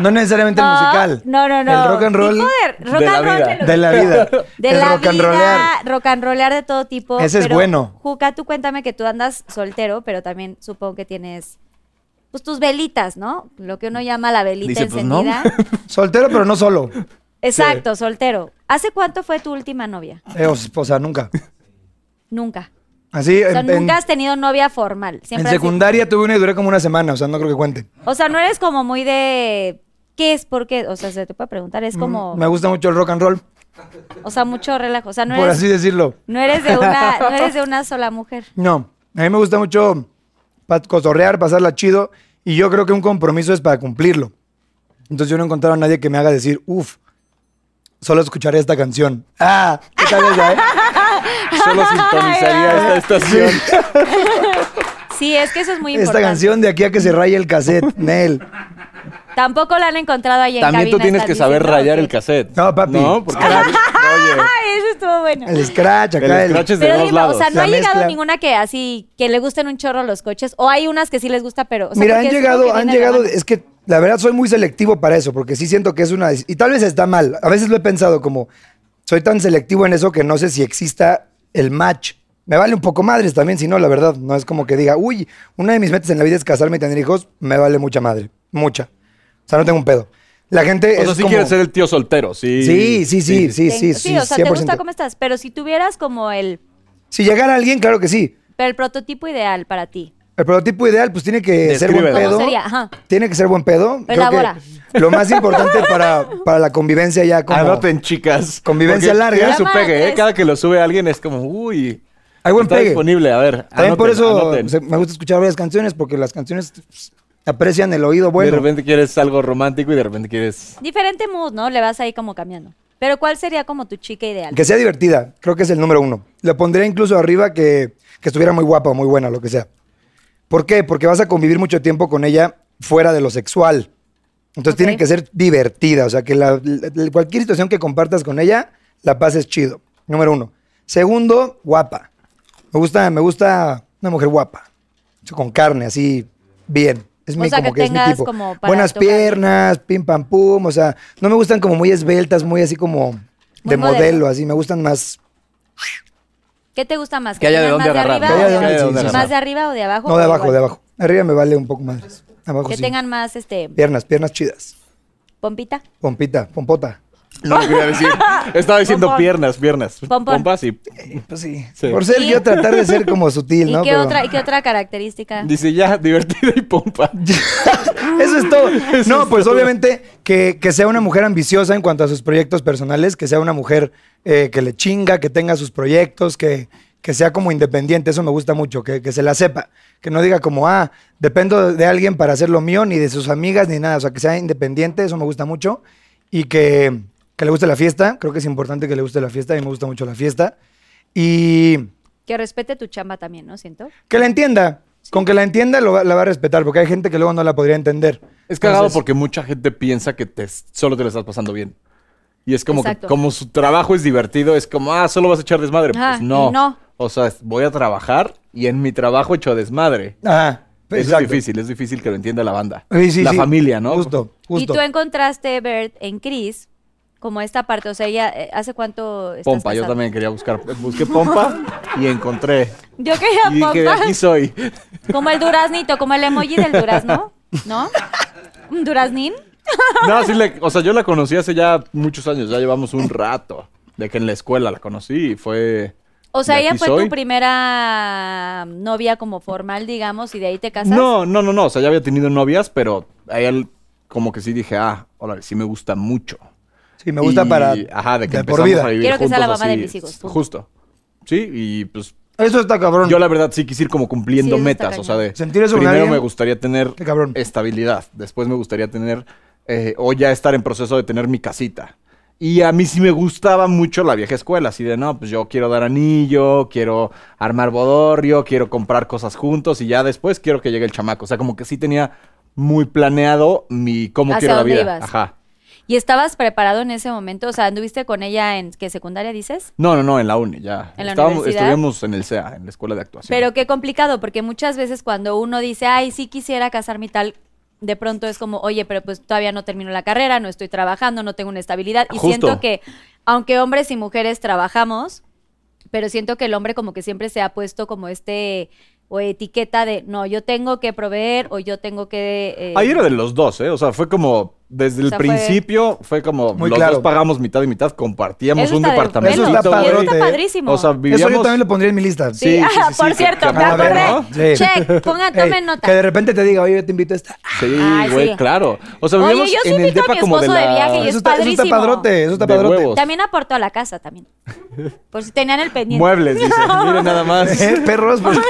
Speaker 4: No necesariamente el musical.
Speaker 3: No, no, no.
Speaker 4: El rock and roll
Speaker 3: Dijo de rock
Speaker 5: de la
Speaker 3: and roll
Speaker 5: vida.
Speaker 4: de la vida.
Speaker 3: De
Speaker 4: el
Speaker 3: la
Speaker 4: rock
Speaker 3: vida,
Speaker 4: and rollear.
Speaker 3: rock and rollear de todo tipo.
Speaker 4: Ese es
Speaker 3: pero,
Speaker 4: bueno.
Speaker 3: Juca, tú cuéntame que tú andas soltero, pero también supongo que tienes pues tus velitas, ¿no? Lo que uno llama la velita
Speaker 5: Dice, pues, ¿no?
Speaker 3: encendida.
Speaker 4: Soltero, pero no solo.
Speaker 3: Exacto, soltero. ¿Hace cuánto fue tu última novia?
Speaker 4: Eh, o, o sea, nunca.
Speaker 3: Nunca.
Speaker 4: Así,
Speaker 3: O sea,
Speaker 4: en, en-
Speaker 3: nunca has tenido novia formal.
Speaker 4: en
Speaker 3: Siempre has-
Speaker 4: secundaria tuve una y duré como una semana, o sea, no creo que cuente.
Speaker 3: O sea, no eres como muy de qué es, por qué. O sea, se te puede preguntar, es como,
Speaker 4: Mm, Me gusta mucho el rock and roll,
Speaker 3: o sea, mucho relajo. O sea, no
Speaker 4: por
Speaker 3: eres,
Speaker 4: así decirlo.
Speaker 3: no eres de una, no eres de una sola mujer.
Speaker 4: No, a mí me gusta mucho pa- cotorrear, pasarla chido, y yo creo que un compromiso es para cumplirlo. Entonces yo no he encontrado a nadie que me haga decir, uff, solo escucharé esta canción. Ah, ¿qué tal esa, eh?
Speaker 5: Solo sintonizaría esta estación.
Speaker 3: Sí, es que eso es muy
Speaker 4: Esta
Speaker 3: importante.
Speaker 4: canción de aquí a que se raye el cassette, Nel.
Speaker 3: Tampoco la han encontrado ahí en
Speaker 5: También tú
Speaker 3: cabina,
Speaker 5: tienes
Speaker 3: estás
Speaker 5: que saber
Speaker 3: diciendo,
Speaker 5: rayar
Speaker 3: ¿o
Speaker 5: el
Speaker 3: qué?
Speaker 5: cassette.
Speaker 4: No, papi.
Speaker 5: No, porque oye,
Speaker 3: Ay, Ah, eso estuvo bueno.
Speaker 4: El scratch
Speaker 5: el
Speaker 4: acá. El
Speaker 5: scratch es de
Speaker 3: Pero
Speaker 5: dos
Speaker 3: dime,
Speaker 5: lados.
Speaker 3: o sea, no
Speaker 4: La
Speaker 3: ha llegado
Speaker 4: mezcla.
Speaker 3: ninguna que así, que le gusten un chorro los coches, o hay unas que sí les gusta, pero... o sea,
Speaker 4: Mira,
Speaker 3: porque es
Speaker 4: han
Speaker 3: algo
Speaker 4: llegado,
Speaker 3: que
Speaker 4: han
Speaker 3: viene de la
Speaker 4: llegado,
Speaker 3: mano.
Speaker 4: es que la verdad soy muy selectivo para eso, porque sí siento que es una... Y tal vez está mal, a veces lo he pensado como, soy tan selectivo en eso que no sé si exista el match. Me vale un poco madres también, si no, la verdad, no es como que diga, uy, una de mis metas en la vida es casarme y tener hijos, me vale mucha madre, mucha. O sea, no tengo un pedo. La gente...
Speaker 5: O sea,
Speaker 4: es
Speaker 5: sí
Speaker 4: como-
Speaker 5: quieres ser el tío soltero, sí.
Speaker 4: Sí, sí, sí, sí,
Speaker 3: Te-
Speaker 4: sí, sí,
Speaker 3: o sea, te gusta
Speaker 4: 100%.
Speaker 3: cómo estás, pero si tuvieras como el,
Speaker 4: Si llegara alguien, claro que sí.
Speaker 3: pero el prototipo ideal para ti,
Speaker 4: El prototipo ideal, pues tiene que ser buen
Speaker 5: Descríbelo.
Speaker 4: pedo.
Speaker 3: ¿Cómo sería? Ajá.
Speaker 4: Tiene que ser buen pedo. Creo que
Speaker 3: Elabora.
Speaker 4: lo más importante para, para la convivencia ya como.
Speaker 5: Anoten, chicas.
Speaker 4: Convivencia
Speaker 5: Porque
Speaker 4: larga.
Speaker 5: Tiene su
Speaker 3: Llama
Speaker 5: pegue,
Speaker 3: tres.
Speaker 5: ¿eh? Cada que lo sube alguien es como, uy.
Speaker 4: Hay buen
Speaker 5: está
Speaker 4: pegue.
Speaker 5: disponible, a ver.
Speaker 4: También
Speaker 5: anoten,
Speaker 4: por eso
Speaker 5: anoten.
Speaker 4: se- me gusta escuchar varias canciones, porque las canciones pues, aprecian el oído
Speaker 5: De
Speaker 4: bueno.
Speaker 5: repente quieres algo romántico y de repente quieres.
Speaker 3: diferente mood, ¿no? Le vas ahí como cambiando. Pero ¿cuál sería como tu chica ideal?
Speaker 4: Que sea divertida, creo que es el número uno. Le pondría incluso arriba que, que estuviera muy guapa o muy buena, lo que sea. ¿Por qué? Porque vas a convivir mucho tiempo con ella fuera de lo sexual. Entonces
Speaker 3: Ok.
Speaker 4: tiene que ser divertida, o sea, que la- la- cualquier situación que compartas con ella, la pases chido. Número uno. Segundo, guapa. Me gusta, me gusta una mujer guapa, O sea, con carne, así, bien. Es
Speaker 3: O
Speaker 4: mi,
Speaker 3: sea,
Speaker 4: como
Speaker 3: que
Speaker 4: que, es mi
Speaker 3: tengas
Speaker 4: tipo.
Speaker 3: como para
Speaker 4: Buenas
Speaker 3: tocar.
Speaker 4: piernas, pim pam pum, o sea, no me gustan como muy esbeltas, muy así como de
Speaker 3: modelo.
Speaker 4: modelo, así, me gustan más,
Speaker 3: ¿Qué te gusta más?
Speaker 5: Que haya de
Speaker 3: tengan
Speaker 5: dónde
Speaker 3: más
Speaker 5: agarrar,
Speaker 3: arriba
Speaker 4: ¿no?
Speaker 3: o
Speaker 4: Que haya de dónde
Speaker 3: ¿Más
Speaker 4: agarrar.
Speaker 3: de arriba o de abajo?
Speaker 4: no
Speaker 3: o
Speaker 4: de abajo,
Speaker 3: igual?
Speaker 4: de abajo. Arriba me vale un poco más. Abajo
Speaker 3: Que
Speaker 4: sí.
Speaker 3: tengan más, este,
Speaker 4: piernas, piernas chidas.
Speaker 3: pompita.
Speaker 4: Pompita, pompota.
Speaker 5: No lo quería decir. Estaba diciendo
Speaker 3: Pompón.
Speaker 5: piernas, piernas.
Speaker 3: Pompón.
Speaker 5: Pompas y.
Speaker 4: Pues sí.
Speaker 5: Sí.
Speaker 4: Por ser
Speaker 3: Y-
Speaker 4: yo tratar de ser como sutil,
Speaker 3: ¿Y,
Speaker 4: ¿no?
Speaker 3: qué
Speaker 4: Pero-
Speaker 3: otra, ¿Y qué otra característica?
Speaker 5: Dice ya, divertida y pompa.
Speaker 4: Eso es todo. no, pues obviamente que, que sea una mujer ambiciosa en cuanto a sus proyectos personales, que sea una mujer eh, que le chinga, que tenga sus proyectos, que, que sea como independiente. Eso me gusta mucho, que, que se la sepa. Que no diga como, ah, dependo de alguien para hacer lo mío, ni de sus amigas, ni nada. O sea, que sea independiente, eso me gusta mucho. Y que, que le guste la fiesta. Creo que es importante que le guste la fiesta. A mí me gusta mucho la fiesta. Y
Speaker 3: Que respete tu chamba también, ¿no? Siento.
Speaker 4: que la entienda. Con que la entienda lo va- la va a respetar, porque hay gente que luego no la podría entender.
Speaker 5: Es cagado
Speaker 4: Entonces-
Speaker 5: porque mucha gente piensa que te, solo te lo estás pasando bien. Y es como
Speaker 3: Exacto.
Speaker 5: que como su trabajo es divertido, es como, ah, solo vas a echar desmadre.
Speaker 3: Ah,
Speaker 5: pues no.
Speaker 3: y no.
Speaker 5: O sea, es- voy a trabajar y en mi trabajo echo desmadre.
Speaker 4: Ajá.
Speaker 5: Eso
Speaker 4: exacto.
Speaker 5: es difícil, es difícil que lo entienda la banda.
Speaker 4: Sí, sí,
Speaker 5: la
Speaker 4: sí.
Speaker 5: familia, ¿no?
Speaker 4: Justo,
Speaker 3: Y tú
Speaker 4: justo.
Speaker 3: encontraste, Bert, en Chris, como esta parte. O sea, ella, eh, ¿hace cuánto estás
Speaker 5: Pompa, yo
Speaker 3: casado?
Speaker 5: también quería buscar, busqué pompa y encontré.
Speaker 3: Yo quería
Speaker 5: Y dije, de
Speaker 3: pompa.
Speaker 5: aquí soy.
Speaker 3: Como el duraznito, como el emoji del durazno, ¿no? ¿Un duraznín?
Speaker 5: No, sí, le- o sea, yo la conocí hace ya muchos años, ya llevamos un rato de que en la escuela la conocí y fue...
Speaker 3: O sea,
Speaker 5: de
Speaker 3: ella
Speaker 5: aquí
Speaker 3: fue
Speaker 5: soy.
Speaker 3: tu primera novia como formal, digamos, y de ahí te casas.
Speaker 5: No, no, no, no. O sea, ya había tenido novias, pero a él como que sí dije, ah, órale, sí me gusta mucho.
Speaker 4: Sí, me gusta
Speaker 5: Y-
Speaker 4: para.
Speaker 5: Ajá, de que
Speaker 4: por
Speaker 5: empezamos
Speaker 4: vida.
Speaker 5: a vivir
Speaker 3: Quiero que sea la
Speaker 5: juntos
Speaker 3: mamá de
Speaker 5: así,
Speaker 3: mis hijos, punto.
Speaker 5: Justo. Sí, y pues
Speaker 4: Eso está cabrón.
Speaker 5: yo la verdad sí quisiera ir como cumpliendo
Speaker 3: Sí, eso está
Speaker 5: metas. O sea, de
Speaker 4: Sentir eso con
Speaker 5: primero
Speaker 4: alguien,
Speaker 5: me gustaría tener
Speaker 4: qué cabrón.
Speaker 5: estabilidad. Después me gustaría tener, eh, o ya estar en proceso de tener mi casita. Y a mí sí me gustaba mucho la vieja escuela, así de, no, pues yo quiero dar anillo, quiero armar bodorrio, quiero comprar cosas juntos y ya después quiero que llegue el chamaco. O sea, como que sí tenía muy planeado mi cómo
Speaker 3: Hacia
Speaker 5: quiero la
Speaker 3: dónde
Speaker 5: vida.
Speaker 3: ibas.
Speaker 5: Ajá.
Speaker 3: ¿Y estabas preparado en ese momento? O sea, ¿anduviste con ella en qué secundaria dices?
Speaker 5: No, no, no, en la uni, ya.
Speaker 3: ¿En la
Speaker 5: Estábamos,
Speaker 3: universidad?
Speaker 5: estuvimos en el CEA, en la escuela de actuación.
Speaker 3: Pero qué complicado, porque muchas veces cuando uno dice, ay, sí quisiera casarme y tal, de pronto es como, oye, pero pues todavía no termino la carrera, no estoy trabajando, no tengo una estabilidad. Y
Speaker 5: Justo.
Speaker 3: siento que, aunque hombres y mujeres trabajamos, pero siento que el hombre como que siempre se ha puesto como este o etiqueta de no, yo tengo que proveer o yo tengo que. eh,
Speaker 5: Ahí era de los dos, ¿eh? O sea, fue como. Desde
Speaker 3: O
Speaker 5: el
Speaker 3: sea, fue-
Speaker 5: principio fue, como
Speaker 4: Muy
Speaker 5: los
Speaker 4: claro.
Speaker 5: dos pagamos mitad y mitad, compartíamos
Speaker 3: Eso
Speaker 5: un
Speaker 3: está de-
Speaker 5: departamento.
Speaker 4: bueno, Eso está
Speaker 3: y está
Speaker 4: padrote.
Speaker 3: padrísimo.
Speaker 5: O sea,
Speaker 4: Eso yo
Speaker 5: vivíamos
Speaker 4: también lo pondría en mi lista.
Speaker 3: Sí,
Speaker 5: sí, sí,
Speaker 3: ah,
Speaker 5: sí,
Speaker 3: por
Speaker 5: sí,
Speaker 3: cierto,
Speaker 5: claro.
Speaker 3: me
Speaker 4: A ver,
Speaker 3: acordé.
Speaker 4: ¿no? Sí.
Speaker 3: Check, pongan,
Speaker 4: Ey,
Speaker 3: tomen nota.
Speaker 4: Que de repente te diga, oye, yo te invito a esta.
Speaker 5: Sí,
Speaker 3: Ay,
Speaker 5: güey,
Speaker 3: Ah, sí.
Speaker 5: claro. O sea,
Speaker 3: Oye,
Speaker 5: vivíamos
Speaker 3: yo sí
Speaker 5: en el
Speaker 3: invito a
Speaker 5: depa
Speaker 3: mi
Speaker 5: como de
Speaker 3: esposo de
Speaker 5: la...
Speaker 3: viaje y es
Speaker 4: eso, está, eso está
Speaker 3: padrísimo.
Speaker 4: padrote, eso está
Speaker 5: De
Speaker 4: padrote.
Speaker 5: huevos.
Speaker 3: También aportó a la casa también. Por si tenían el pendiente.
Speaker 5: Muebles, dice. Miren nada más.
Speaker 4: Eh, Perros, pues,
Speaker 5: No,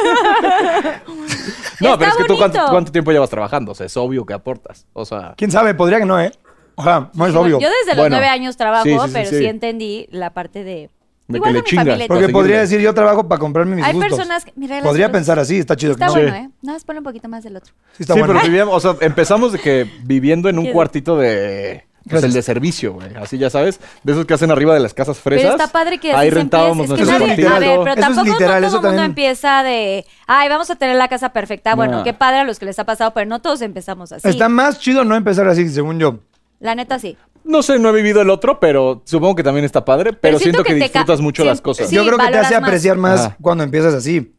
Speaker 3: Está
Speaker 5: pero es que tú ¿cuánto,
Speaker 3: bonito.
Speaker 5: cuánto tiempo llevas trabajando? O sea, es obvio que aportas. O sea,
Speaker 4: quién sabe, podría que no, ¿eh? Ojalá, no es obvio.
Speaker 3: Yo desde los
Speaker 5: Bueno.
Speaker 3: nueve años trabajo,
Speaker 5: Sí, sí, sí,
Speaker 3: pero
Speaker 5: sí.
Speaker 3: sí. entendí la parte de.
Speaker 5: De
Speaker 3: Igual
Speaker 5: que le
Speaker 3: con mi
Speaker 5: chingas,
Speaker 3: familia y
Speaker 4: Porque
Speaker 3: todo.
Speaker 5: Conseguirle.
Speaker 4: podría decir, yo trabajo para comprarme mis
Speaker 3: Hay
Speaker 4: gustos.
Speaker 3: personas que. mi regla
Speaker 4: podría
Speaker 3: son-
Speaker 4: pensar así, está chido que
Speaker 3: Está
Speaker 4: pues, no.
Speaker 3: bueno, ¿eh? Nada más ponle un poquito más del otro.
Speaker 4: Sí, está
Speaker 5: sí,
Speaker 4: bueno.
Speaker 5: pero vivíamos, o sea, empezamos de que viviendo en un
Speaker 3: Quiero.
Speaker 5: cuartito de. Pues
Speaker 4: Gracias.
Speaker 5: el de servicio, güey. Así ya sabes, de esos que hacen arriba de las casas fresas.
Speaker 3: Pero está padre que así
Speaker 5: Ahí
Speaker 3: se
Speaker 5: rentábamos
Speaker 3: empiece. Es que
Speaker 5: nuestros
Speaker 3: nadie-
Speaker 4: cuartitos.
Speaker 3: a ver, pero
Speaker 4: Eso es
Speaker 3: tampoco no
Speaker 4: literal,
Speaker 3: todo
Speaker 4: eso
Speaker 3: el mundo
Speaker 4: también-
Speaker 3: empieza de, ay, vamos a tener la casa perfecta. Bueno,
Speaker 5: No.
Speaker 3: qué padre a los que les ha pasado, pero no todos empezamos así.
Speaker 4: Está más chido no empezar así, según yo.
Speaker 3: La neta sí.
Speaker 5: No sé, no he vivido el otro, pero supongo que también está padre. Pero, siento, que,
Speaker 3: te ca-
Speaker 5: disfrutas mucho
Speaker 3: sí,
Speaker 5: las cosas.
Speaker 3: sí.
Speaker 4: yo creo que te
Speaker 3: valoras
Speaker 4: hace
Speaker 3: más.
Speaker 4: apreciar más
Speaker 5: Ajá.
Speaker 4: cuando empiezas así.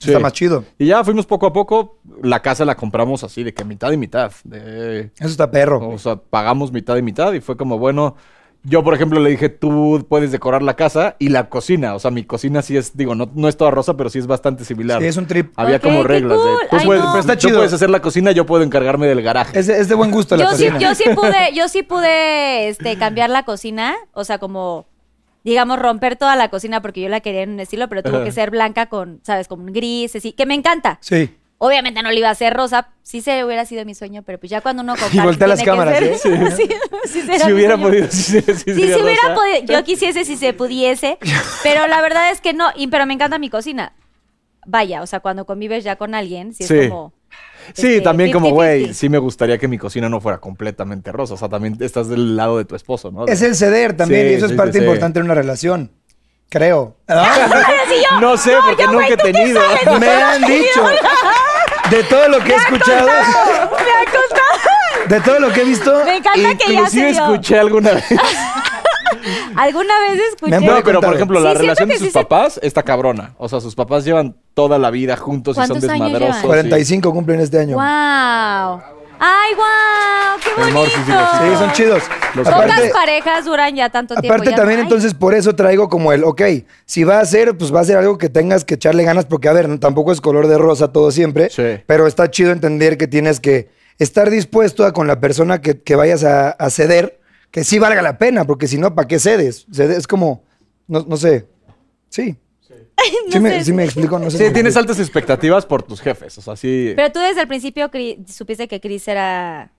Speaker 5: Sí.
Speaker 4: Está más chido.
Speaker 5: Y ya fuimos poco a poco. La casa la compramos así, de que mitad y mitad. De...
Speaker 4: Eso está perro.
Speaker 5: O sea, pagamos mitad y mitad y fue como, bueno, yo por ejemplo le dije, tú puedes decorar la casa y la cocina. O sea, mi cocina sí es, digo, no, no es toda rosa, pero sí es bastante similar.
Speaker 4: Sí, es un trip.
Speaker 5: Había
Speaker 3: Ok,
Speaker 5: como
Speaker 3: qué
Speaker 5: reglas de,
Speaker 3: cool.
Speaker 5: tú
Speaker 3: Ay,
Speaker 5: puedes,
Speaker 3: no.
Speaker 4: Pero está
Speaker 5: tú
Speaker 4: chido.
Speaker 5: puedes hacer la cocina, yo puedo encargarme del garaje.
Speaker 4: Es de, es de buen gusto la
Speaker 3: Yo sí,
Speaker 4: cocina.
Speaker 3: yo sí pude, yo sí pude este, cambiar la cocina, o sea, como digamos romper toda la cocina porque yo la quería en un estilo, pero tuvo
Speaker 5: Ajá.
Speaker 3: que ser blanca con, sabes, con gris, así, que me encanta.
Speaker 4: Sí.
Speaker 3: Obviamente no le iba a hacer rosa, sí se hubiera sido mi sueño, pero pues ya cuando uno comparte,
Speaker 4: voltea las
Speaker 3: tiene que
Speaker 4: cámaras,
Speaker 3: ser- sí, sí será
Speaker 5: ¿eh? si
Speaker 3: mi
Speaker 5: hubiera
Speaker 3: sueño.
Speaker 5: podido, sí, sí, sí,
Speaker 3: Sí, si
Speaker 5: sería
Speaker 3: hubiera
Speaker 5: rosa.
Speaker 3: podido, yo quisiese si se pudiese, pero la verdad es que no, y, pero me encanta mi cocina. Vaya, o sea, cuando convives ya con alguien, si
Speaker 5: Sí.
Speaker 3: es como...
Speaker 5: Sí,
Speaker 3: este,
Speaker 5: también como,
Speaker 3: 50-50.
Speaker 5: güey, sí me gustaría que mi cocina no fuera completamente rosa. O sea, también estás del lado de tu esposo, ¿no?
Speaker 4: Es el ceder también,
Speaker 5: Sí,
Speaker 4: y eso
Speaker 5: sí,
Speaker 4: es parte
Speaker 5: sí, sí.
Speaker 4: importante en una relación. Creo. Ah,
Speaker 5: No sé, porque nunca he tenido.
Speaker 4: Me han dicho. De todo lo que he escuchado. De todo lo que he visto.
Speaker 3: Me encanta que ya se
Speaker 5: Inclusive
Speaker 3: dio.
Speaker 5: escuché alguna vez.
Speaker 3: Alguna vez escuché.
Speaker 4: Me han
Speaker 5: No, pero por
Speaker 4: Cuéntame.
Speaker 5: ejemplo, la
Speaker 3: Sí, siento
Speaker 5: relación de
Speaker 3: que
Speaker 5: sus
Speaker 3: sí se-
Speaker 5: papás está cabrona. O sea, sus papás llevan toda la vida juntos y son
Speaker 3: ¿Cuántos años
Speaker 5: desmadrosos.
Speaker 3: llevan?
Speaker 5: y-
Speaker 4: 45 cumplen este año.
Speaker 3: ¡Wow! ¡Ay, wow! ¡Qué
Speaker 5: El amor
Speaker 3: bonito!
Speaker 5: sí, sí, lo
Speaker 4: Sí, son chidos.
Speaker 5: Los
Speaker 3: Pocas
Speaker 4: Aparte,
Speaker 3: parejas duran ya tanto tiempo.
Speaker 4: aparte
Speaker 3: ya
Speaker 4: también
Speaker 3: no hay.
Speaker 4: entonces por eso traigo como el, ok, si va a ser, pues va a ser algo que tengas que echarle ganas, porque a ver, no, tampoco es color de rosa todo siempre,
Speaker 5: Sí.
Speaker 4: pero está chido entender que tienes que estar dispuesto a con la persona que, que vayas a, a ceder, que sí valga la pena, porque si no, ¿para qué cedes? Cede- Es como, no, no sé, sí.
Speaker 3: No
Speaker 4: sí, me,
Speaker 3: sé.
Speaker 4: sí me explico, no sé. si
Speaker 5: Sí,
Speaker 4: me
Speaker 5: tienes
Speaker 4: explico.
Speaker 5: altas expectativas por tus jefes. O sea, sí.
Speaker 3: Pero tú desde el principio Cri- supiste que Chris era.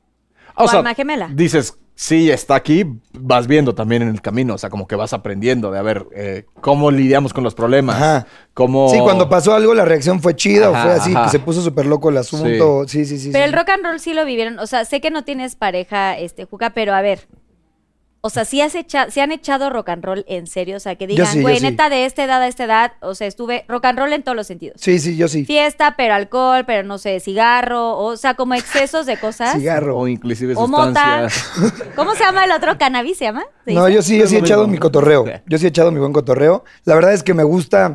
Speaker 5: o
Speaker 3: tu
Speaker 5: sea,
Speaker 3: alma gemela.
Speaker 5: dices, sí, está aquí, vas viendo también en el camino. O sea, como que vas aprendiendo de a ver eh, cómo lidiamos con los problemas.
Speaker 4: Ajá.
Speaker 5: Cómo.
Speaker 4: Sí, cuando pasó algo la reacción fue chida, o
Speaker 5: Ajá,
Speaker 4: fue así,
Speaker 5: ajá.
Speaker 4: que se puso súper loco el asunto. Sí, sí, sí.
Speaker 3: Pero
Speaker 4: sí.
Speaker 3: el rock and roll sí lo vivieron. O sea, sé que no tienes pareja, este, Juca, pero a ver. O sea, sí, has echa- sí han echado rock and roll en serio. O sea, que digan,
Speaker 4: sí, yo
Speaker 3: güey,
Speaker 4: sí.
Speaker 3: neta, de esta edad a esta edad, o sea, estuve rock and roll en todos los sentidos.
Speaker 4: Sí, sí, yo sí.
Speaker 3: Fiesta, pero alcohol, pero no sé, cigarro, o sea, como excesos de cosas.
Speaker 4: Cigarro.
Speaker 5: O inclusive
Speaker 3: O mota.
Speaker 5: sustancias.
Speaker 3: ¿Cómo se llama el otro? ¿Cannabis se llama? ¿Se
Speaker 4: No,
Speaker 3: dice?
Speaker 4: yo sí, yo
Speaker 5: Es
Speaker 4: sí he
Speaker 5: lo
Speaker 4: echado
Speaker 5: mismo.
Speaker 4: mi cotorreo.
Speaker 5: Sí.
Speaker 4: Yo sí he echado mi buen cotorreo. La verdad es que me gusta.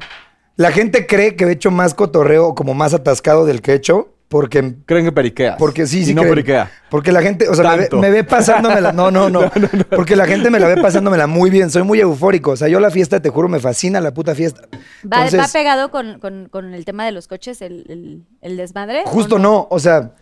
Speaker 4: La gente cree que he hecho más cotorreo, como más atascado del que he hecho, porque.
Speaker 5: Creen que periqueas.
Speaker 4: Porque sí, sí.
Speaker 5: Y no
Speaker 4: creen.
Speaker 5: periquea.
Speaker 4: Porque la gente, o sea, me ve,
Speaker 5: Tanto.
Speaker 4: me ve pasándomela. No no no. Porque la gente me la ve pasándomela muy bien. Soy muy eufórico. O sea, yo la fiesta, te juro, me fascina la puta fiesta.
Speaker 3: ¿Va, va
Speaker 4: Entonces,
Speaker 3: pegado con, con- con el tema de los coches, el, el- el desmadre?
Speaker 4: justo
Speaker 3: ¿o
Speaker 4: no. O sea,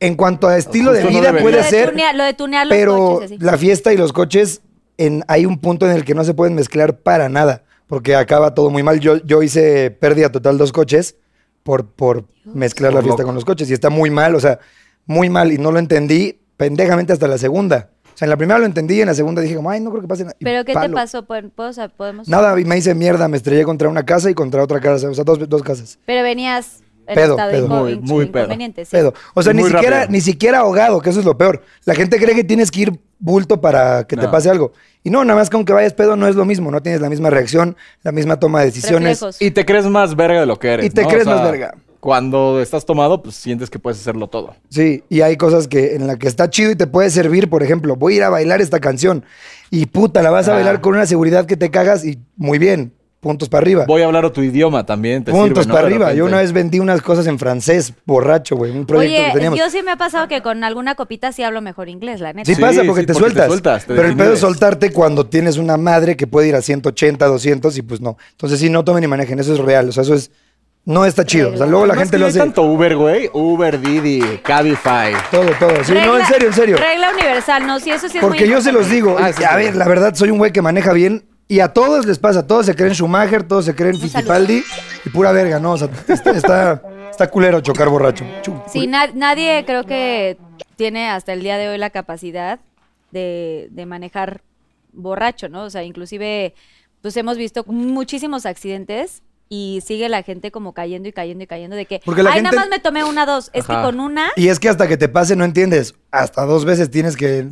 Speaker 4: en cuanto a estilo de
Speaker 5: Justo no
Speaker 4: vida,
Speaker 5: debería.
Speaker 4: puede
Speaker 3: Lo de
Speaker 4: ser.
Speaker 3: tunea- lo de tunear los
Speaker 4: pero
Speaker 3: coches, así.
Speaker 4: la fiesta y los coches, en, hay un punto en el que no se pueden mezclar para nada, porque acaba todo muy mal. Yo, yo hice pérdida total dos coches por, por mezclar la
Speaker 5: Por
Speaker 4: fiesta
Speaker 5: loco.
Speaker 4: con los coches y está muy mal, o sea, muy mal y no lo entendí pendejamente hasta la segunda. O sea, en la primera lo entendí y en la segunda dije como, ay, no creo que pase nada. Y
Speaker 3: ¿Pero qué te
Speaker 4: palo.
Speaker 3: pasó? ¿Pod- puedo sa- podemos...
Speaker 4: Nada, y me hice mierda, me estrellé contra una casa y contra otra casa, o sea, dos, dos casas.
Speaker 3: Pero venías en
Speaker 4: Pedo,
Speaker 3: estado
Speaker 4: pedo.
Speaker 3: inco-
Speaker 5: Muy,
Speaker 3: inco-
Speaker 5: muy pedo.
Speaker 3: inconveniente, sí.
Speaker 4: Pedo. O sea,
Speaker 5: Y
Speaker 4: ni
Speaker 5: muy
Speaker 4: siquiera,
Speaker 5: rápido.
Speaker 4: ni siquiera ahogado, que eso es lo peor. La gente cree que tienes que ir bulto para que te
Speaker 5: No.
Speaker 4: pase algo. Y no, nada más con que vayas pedo no es lo mismo. No tienes la misma reacción, la misma toma de decisiones.
Speaker 3: Reflejos.
Speaker 5: Y te crees más verga de lo que eres.
Speaker 4: Y te
Speaker 5: ¿no?
Speaker 4: crees más verga.
Speaker 5: Cuando estás tomado, pues sientes que puedes hacerlo todo.
Speaker 4: Sí, y hay cosas que en la que está chido y te puede servir. Por ejemplo, voy a ir a bailar esta canción y puta, la vas a
Speaker 5: Ah.
Speaker 4: bailar con una seguridad que te cagas y muy bien. puntos para arriba.
Speaker 5: Voy a hablar otro idioma también. te
Speaker 4: puntos
Speaker 5: sirve, ¿no?
Speaker 4: para
Speaker 5: De
Speaker 4: arriba. Yo
Speaker 5: repente.
Speaker 4: una vez vendí unas cosas en francés, borracho, güey. Un proyecto
Speaker 3: Oye,
Speaker 4: que teníamos.
Speaker 3: yo sí me ha pasado que con alguna copita sí hablo mejor inglés, la neta.
Speaker 4: Sí,
Speaker 5: Sí,
Speaker 4: pasa porque,
Speaker 5: sí, porque
Speaker 4: te,
Speaker 5: te
Speaker 4: sueltas.
Speaker 5: sueltas, te
Speaker 4: Pero el pedo
Speaker 5: desinhibes.
Speaker 4: es soltarte cuando tienes una madre que puede ir a 180, 200 y pues no. Entonces sí, no tomen y manejen. Eso es real. O sea, eso es... No está chido. O sea, luego la
Speaker 5: Además
Speaker 4: gente
Speaker 5: que
Speaker 4: lo
Speaker 5: hay
Speaker 4: hace...
Speaker 5: tanto Uber, güey. Uber, Didi, Cabify.
Speaker 4: Todo, todo. Sí, no, en
Speaker 3: Regla-
Speaker 4: serio, en serio.
Speaker 3: Regla universal, no, sí, eso sí es
Speaker 4: Porque
Speaker 3: muy
Speaker 4: yo se los
Speaker 3: importante.
Speaker 4: digo.
Speaker 5: Ah,
Speaker 4: y-
Speaker 5: sí,
Speaker 4: a
Speaker 5: sí.
Speaker 4: ver, la verdad, soy un güey que maneja bien. Y a todos les pasa. Todos se creen Schumacher, todos se creen Fittipaldi. Y pura verga, ¿no? O sea, está, está, está culero chocar borracho. Chu-
Speaker 3: Sí, na- nadie creo que tiene hasta el día de hoy la capacidad de, de manejar borracho, ¿no? O sea, inclusive, pues hemos visto muchísimos accidentes y sigue la gente como cayendo y cayendo y cayendo de que,
Speaker 4: Porque la
Speaker 3: ay,
Speaker 4: gente-
Speaker 3: nada más me tomé una, dos. Es que
Speaker 5: Ajá.
Speaker 3: con una...
Speaker 4: Y es que hasta que te pase no entiendes. Hasta dos veces tienes que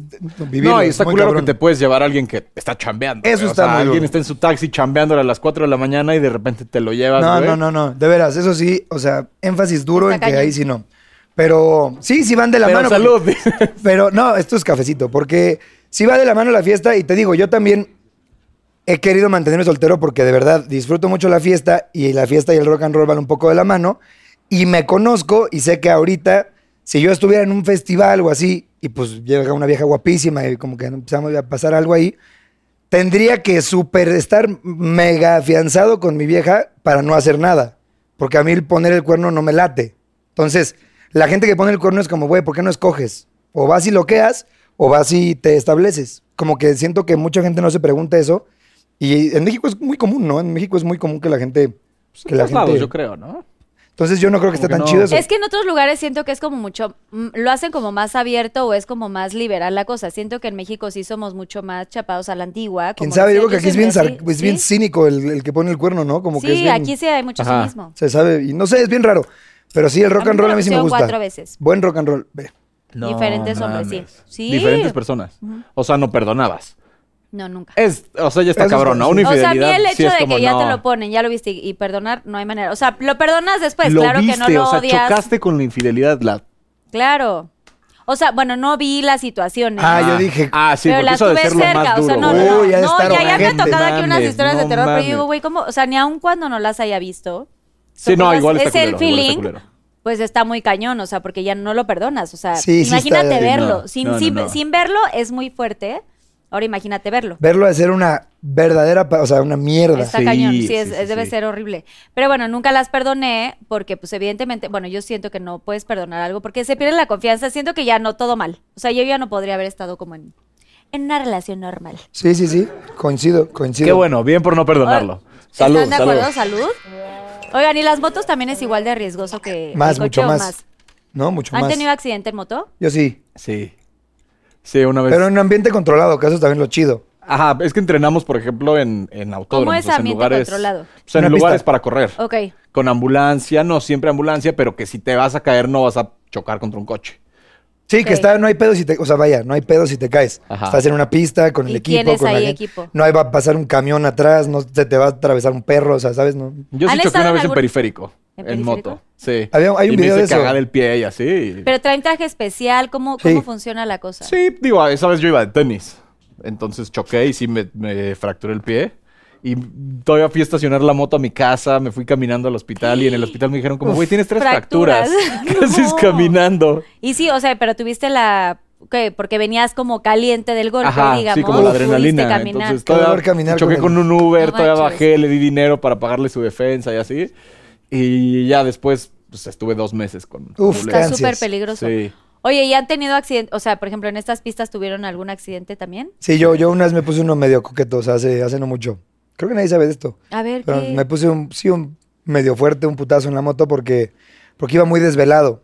Speaker 4: vivir.
Speaker 5: no, y está culero que te puedes llevar a alguien que está chambeando.
Speaker 4: Eso
Speaker 5: güey. O
Speaker 4: está
Speaker 5: sea,
Speaker 4: muy
Speaker 5: Alguien
Speaker 4: duro.
Speaker 5: está en su taxi chambeándole a las 4 de la mañana y de repente te lo llevas,
Speaker 4: No,
Speaker 5: güey.
Speaker 4: no, no, no. De veras, eso sí, o sea, énfasis duro
Speaker 3: Está
Speaker 4: en que
Speaker 3: cañón.
Speaker 4: ahí sí no. Pero sí, sí van de la
Speaker 5: Pero
Speaker 4: mano.
Speaker 5: salud.
Speaker 4: porque- pero no, esto es cafecito, porque sí va de la mano la fiesta y te digo, yo también he querido mantenerme soltero porque de verdad disfruto mucho la fiesta y la fiesta y el rock and roll van un poco de la mano y me conozco y sé que ahorita si yo estuviera en un festival o así y pues llega una vieja guapísima y como que empezamos a pasar algo ahí, tendría que super estar mega afianzado con mi vieja para no hacer nada. Porque a mí el poner el cuerno no me late. Entonces, la gente que pone el cuerno es como, güey, ¿por qué no escoges? O vas y loqueas, o vas y te estableces. Como que siento que mucha gente no se pregunta eso. Y en México es muy común, ¿no? En México es muy común que la gente... pues, que
Speaker 5: En
Speaker 4: la
Speaker 5: todos lados,
Speaker 4: gente...
Speaker 5: yo creo, ¿no?
Speaker 4: Entonces yo no creo que
Speaker 5: Como
Speaker 4: esté
Speaker 5: que
Speaker 4: tan
Speaker 5: no.
Speaker 4: chido eso.
Speaker 3: Es que en otros lugares siento que es como mucho, mm, lo hacen como más abierto o es como más liberal la cosa. Siento que en México sí somos mucho más chapados a la antigua.
Speaker 4: Quién
Speaker 3: como
Speaker 4: sabe,
Speaker 3: decía
Speaker 4: yo creo que aquí es bien,
Speaker 3: siempre,
Speaker 4: sar-
Speaker 3: ¿sí?
Speaker 4: es bien
Speaker 3: sí,
Speaker 4: cínico el, el que pone el cuerno, ¿no? Como que es
Speaker 3: Sí,
Speaker 4: bien-
Speaker 3: aquí sí hay mucho
Speaker 5: Ajá.
Speaker 3: cinismo.
Speaker 4: Se sabe, y no sé, es bien raro. Pero sí, el rock
Speaker 3: A mí
Speaker 4: and
Speaker 3: me
Speaker 4: roll
Speaker 3: lo
Speaker 4: a mí sí me
Speaker 3: pusieron
Speaker 4: gusta.
Speaker 3: cuatro veces.
Speaker 4: Buen rock and roll. Ve.
Speaker 3: Diferentes hombres, sí. Sí.
Speaker 5: Diferentes personas. O sea, no perdonabas.
Speaker 3: No,
Speaker 4: Eh,
Speaker 3: nunca.
Speaker 5: Es, o sea, ya está
Speaker 4: Eso es-
Speaker 5: cabrón, ¿no? Una
Speaker 3: O sea,
Speaker 5: infidelidad.
Speaker 3: a mí el hecho
Speaker 5: sí es
Speaker 3: de
Speaker 5: como,
Speaker 3: que ya te
Speaker 5: no.
Speaker 3: lo ponen, ya lo viste y, y perdonar, no hay manera. O sea, lo perdonas después,
Speaker 5: Lo
Speaker 3: pues, claro
Speaker 5: viste,
Speaker 3: que no lo
Speaker 5: o sea,
Speaker 3: odias.
Speaker 5: chocaste con la infidelidad. La...
Speaker 3: Claro. O sea, bueno, no vi las situaciones.
Speaker 4: Ah, yo dije.
Speaker 5: Ah, sí,
Speaker 3: pero
Speaker 5: porque
Speaker 3: las
Speaker 5: eso
Speaker 3: tuve
Speaker 5: de ser lo
Speaker 3: cerca,
Speaker 5: más
Speaker 3: o sea,
Speaker 5: duro.
Speaker 3: no,
Speaker 5: güey.
Speaker 3: no,
Speaker 4: Uy, ha de
Speaker 3: no,
Speaker 4: estar
Speaker 3: ya, ya me ha
Speaker 4: horrendo.
Speaker 3: tocado aquí unas
Speaker 5: Mames,
Speaker 3: historias de
Speaker 5: no
Speaker 3: terror, pero yo
Speaker 5: mames.
Speaker 3: digo, güey, ¿cómo? O sea, ni aun cuando no las haya visto.
Speaker 5: Sí, no,
Speaker 3: pues,
Speaker 5: igual
Speaker 3: es
Speaker 5: está
Speaker 3: el
Speaker 5: culero, igual está
Speaker 3: feeling,
Speaker 5: culero.
Speaker 3: pues está muy cañón, o sea, porque ya no lo perdonas, o sea,
Speaker 4: Sí, sí está-
Speaker 3: imagínate
Speaker 4: Sí,
Speaker 5: no,
Speaker 3: verlo,
Speaker 5: no,
Speaker 3: sin,
Speaker 5: no,
Speaker 3: sin,
Speaker 5: no.
Speaker 3: sin verlo es muy fuerte, ahora imagínate verlo.
Speaker 4: Verlo hacer una verdadera, pa- o sea, una mierda.
Speaker 3: Está
Speaker 5: Sí,
Speaker 3: cañón, sí,
Speaker 5: sí,
Speaker 3: es-
Speaker 5: sí,
Speaker 3: es- debe
Speaker 5: sí.
Speaker 3: ser horrible. Pero bueno, nunca las perdoné porque pues evidentemente, bueno, yo siento que no puedes perdonar algo porque se pierde la confianza, siento que ya no todo mal. O sea, yo ya no podría haber estado como en, en una relación normal.
Speaker 4: Sí, sí, sí. Coincido, coincido.
Speaker 5: Qué bueno, bien por no perdonarlo. Salud,
Speaker 3: ¿Están de
Speaker 5: salud.
Speaker 3: acuerdo? Salud. Oigan, y las motos también es igual de riesgoso que
Speaker 4: Más,
Speaker 3: el coche
Speaker 4: mucho
Speaker 3: o
Speaker 4: más. No, mucho
Speaker 3: ¿Han
Speaker 4: más.
Speaker 3: tenido accidente en moto?
Speaker 4: Yo sí.
Speaker 5: Sí. Sí, una vez.
Speaker 4: Pero en un ambiente controlado, que eso es también lo chido.
Speaker 5: Ajá, es que entrenamos, por ejemplo, en, en autódromos.
Speaker 3: ¿Cómo es
Speaker 5: o sea, en
Speaker 3: ambiente
Speaker 5: lugares,
Speaker 3: controlado? Oh.
Speaker 5: O sea, en
Speaker 4: Una
Speaker 5: lugares
Speaker 4: pista.
Speaker 5: para correr.
Speaker 3: Ok.
Speaker 5: Con ambulancia, no siempre ambulancia, pero que si te vas a caer no vas a chocar contra un coche.
Speaker 4: Sí,
Speaker 3: Ok.
Speaker 4: que está, no hay pedo si te, o sea, vaya, no hay pedo si te caes.
Speaker 5: Ajá.
Speaker 4: Estás en una pista con el
Speaker 3: ¿Y
Speaker 4: equipo,
Speaker 3: tienes
Speaker 4: con la
Speaker 3: ahí
Speaker 4: gente.
Speaker 3: equipo?
Speaker 4: No ahí va a pasar un camión atrás, no se te va a atravesar un perro, o sea, ¿sabes? No.
Speaker 5: Yo
Speaker 3: ¿Han
Speaker 5: sí choqué
Speaker 3: estado
Speaker 5: una
Speaker 3: en
Speaker 5: vez en
Speaker 3: algún-
Speaker 5: periférico,
Speaker 3: ¿En
Speaker 5: en,
Speaker 3: periférico?
Speaker 5: moto. Sí.
Speaker 4: Había- hay un
Speaker 5: y
Speaker 4: video
Speaker 5: me
Speaker 4: de
Speaker 5: hice
Speaker 4: eso.
Speaker 5: cagar el pie y así. y-
Speaker 3: Pero traen traje especial, ¿cómo,
Speaker 4: Sí.
Speaker 3: cómo funciona la cosa?
Speaker 5: Sí, digo, esa vez yo iba de tenis. Entonces choqué y sí me, me fracturé el pie. Y todavía fui a estacionar la moto a mi casa, me fui caminando al hospital y en el hospital me dijeron como, güey, tienes tres fracturas.
Speaker 3: fracturas.
Speaker 5: ¿Qué haces
Speaker 3: No.
Speaker 5: caminando?
Speaker 3: Y sí, o sea, pero tuviste la... ¿qué? Porque venías como caliente del golpe,
Speaker 5: Ajá,
Speaker 3: digamos.
Speaker 5: sí, como la
Speaker 3: pudiste
Speaker 5: adrenalina.
Speaker 3: caminar.
Speaker 5: Entonces
Speaker 4: Qué
Speaker 5: todavía
Speaker 4: dolor caminar
Speaker 5: choqué
Speaker 4: con
Speaker 5: con,
Speaker 4: el-
Speaker 5: un Uber,
Speaker 3: No
Speaker 5: todavía
Speaker 3: manches.
Speaker 5: bajé, le di dinero para pagarle su defensa y así. Y ya después pues, estuve dos meses con... con
Speaker 4: Uf,
Speaker 3: Está
Speaker 5: dolencias.
Speaker 3: súper
Speaker 4: Ansias.
Speaker 3: peligroso.
Speaker 5: Sí.
Speaker 3: Oye, ¿y han tenido accidente? O sea, por ejemplo, en estas pistas tuvieron algún accidente también.
Speaker 4: Sí, yo, yo una vez me puse uno medio coqueto, o sea, hace, hace no mucho. Creo que nadie sabe de esto.
Speaker 3: A ver,
Speaker 4: Pero
Speaker 3: ¿qué?
Speaker 4: me puse un, sí, un medio fuerte, un putazo en la moto porque, porque iba muy desvelado.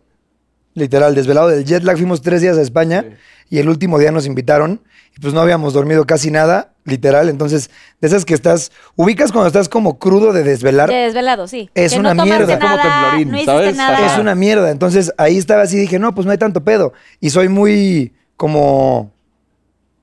Speaker 4: Literal, desvelado del jet lag. Fuimos tres días a España y el último día nos invitaron. Y pues no habíamos dormido casi nada, literal. Entonces, de esas que estás, ubicas cuando estás como crudo de desvelar.
Speaker 3: De desvelado, sí.
Speaker 4: Es
Speaker 3: Que
Speaker 4: una
Speaker 3: no tomaste
Speaker 4: mierda.
Speaker 5: Como
Speaker 3: Nada,
Speaker 5: temblorín,
Speaker 3: no hiciste
Speaker 5: ¿sabes?
Speaker 3: nada.
Speaker 4: Es una mierda. Entonces ahí estaba así, dije, no, pues no hay tanto pedo. Y soy muy como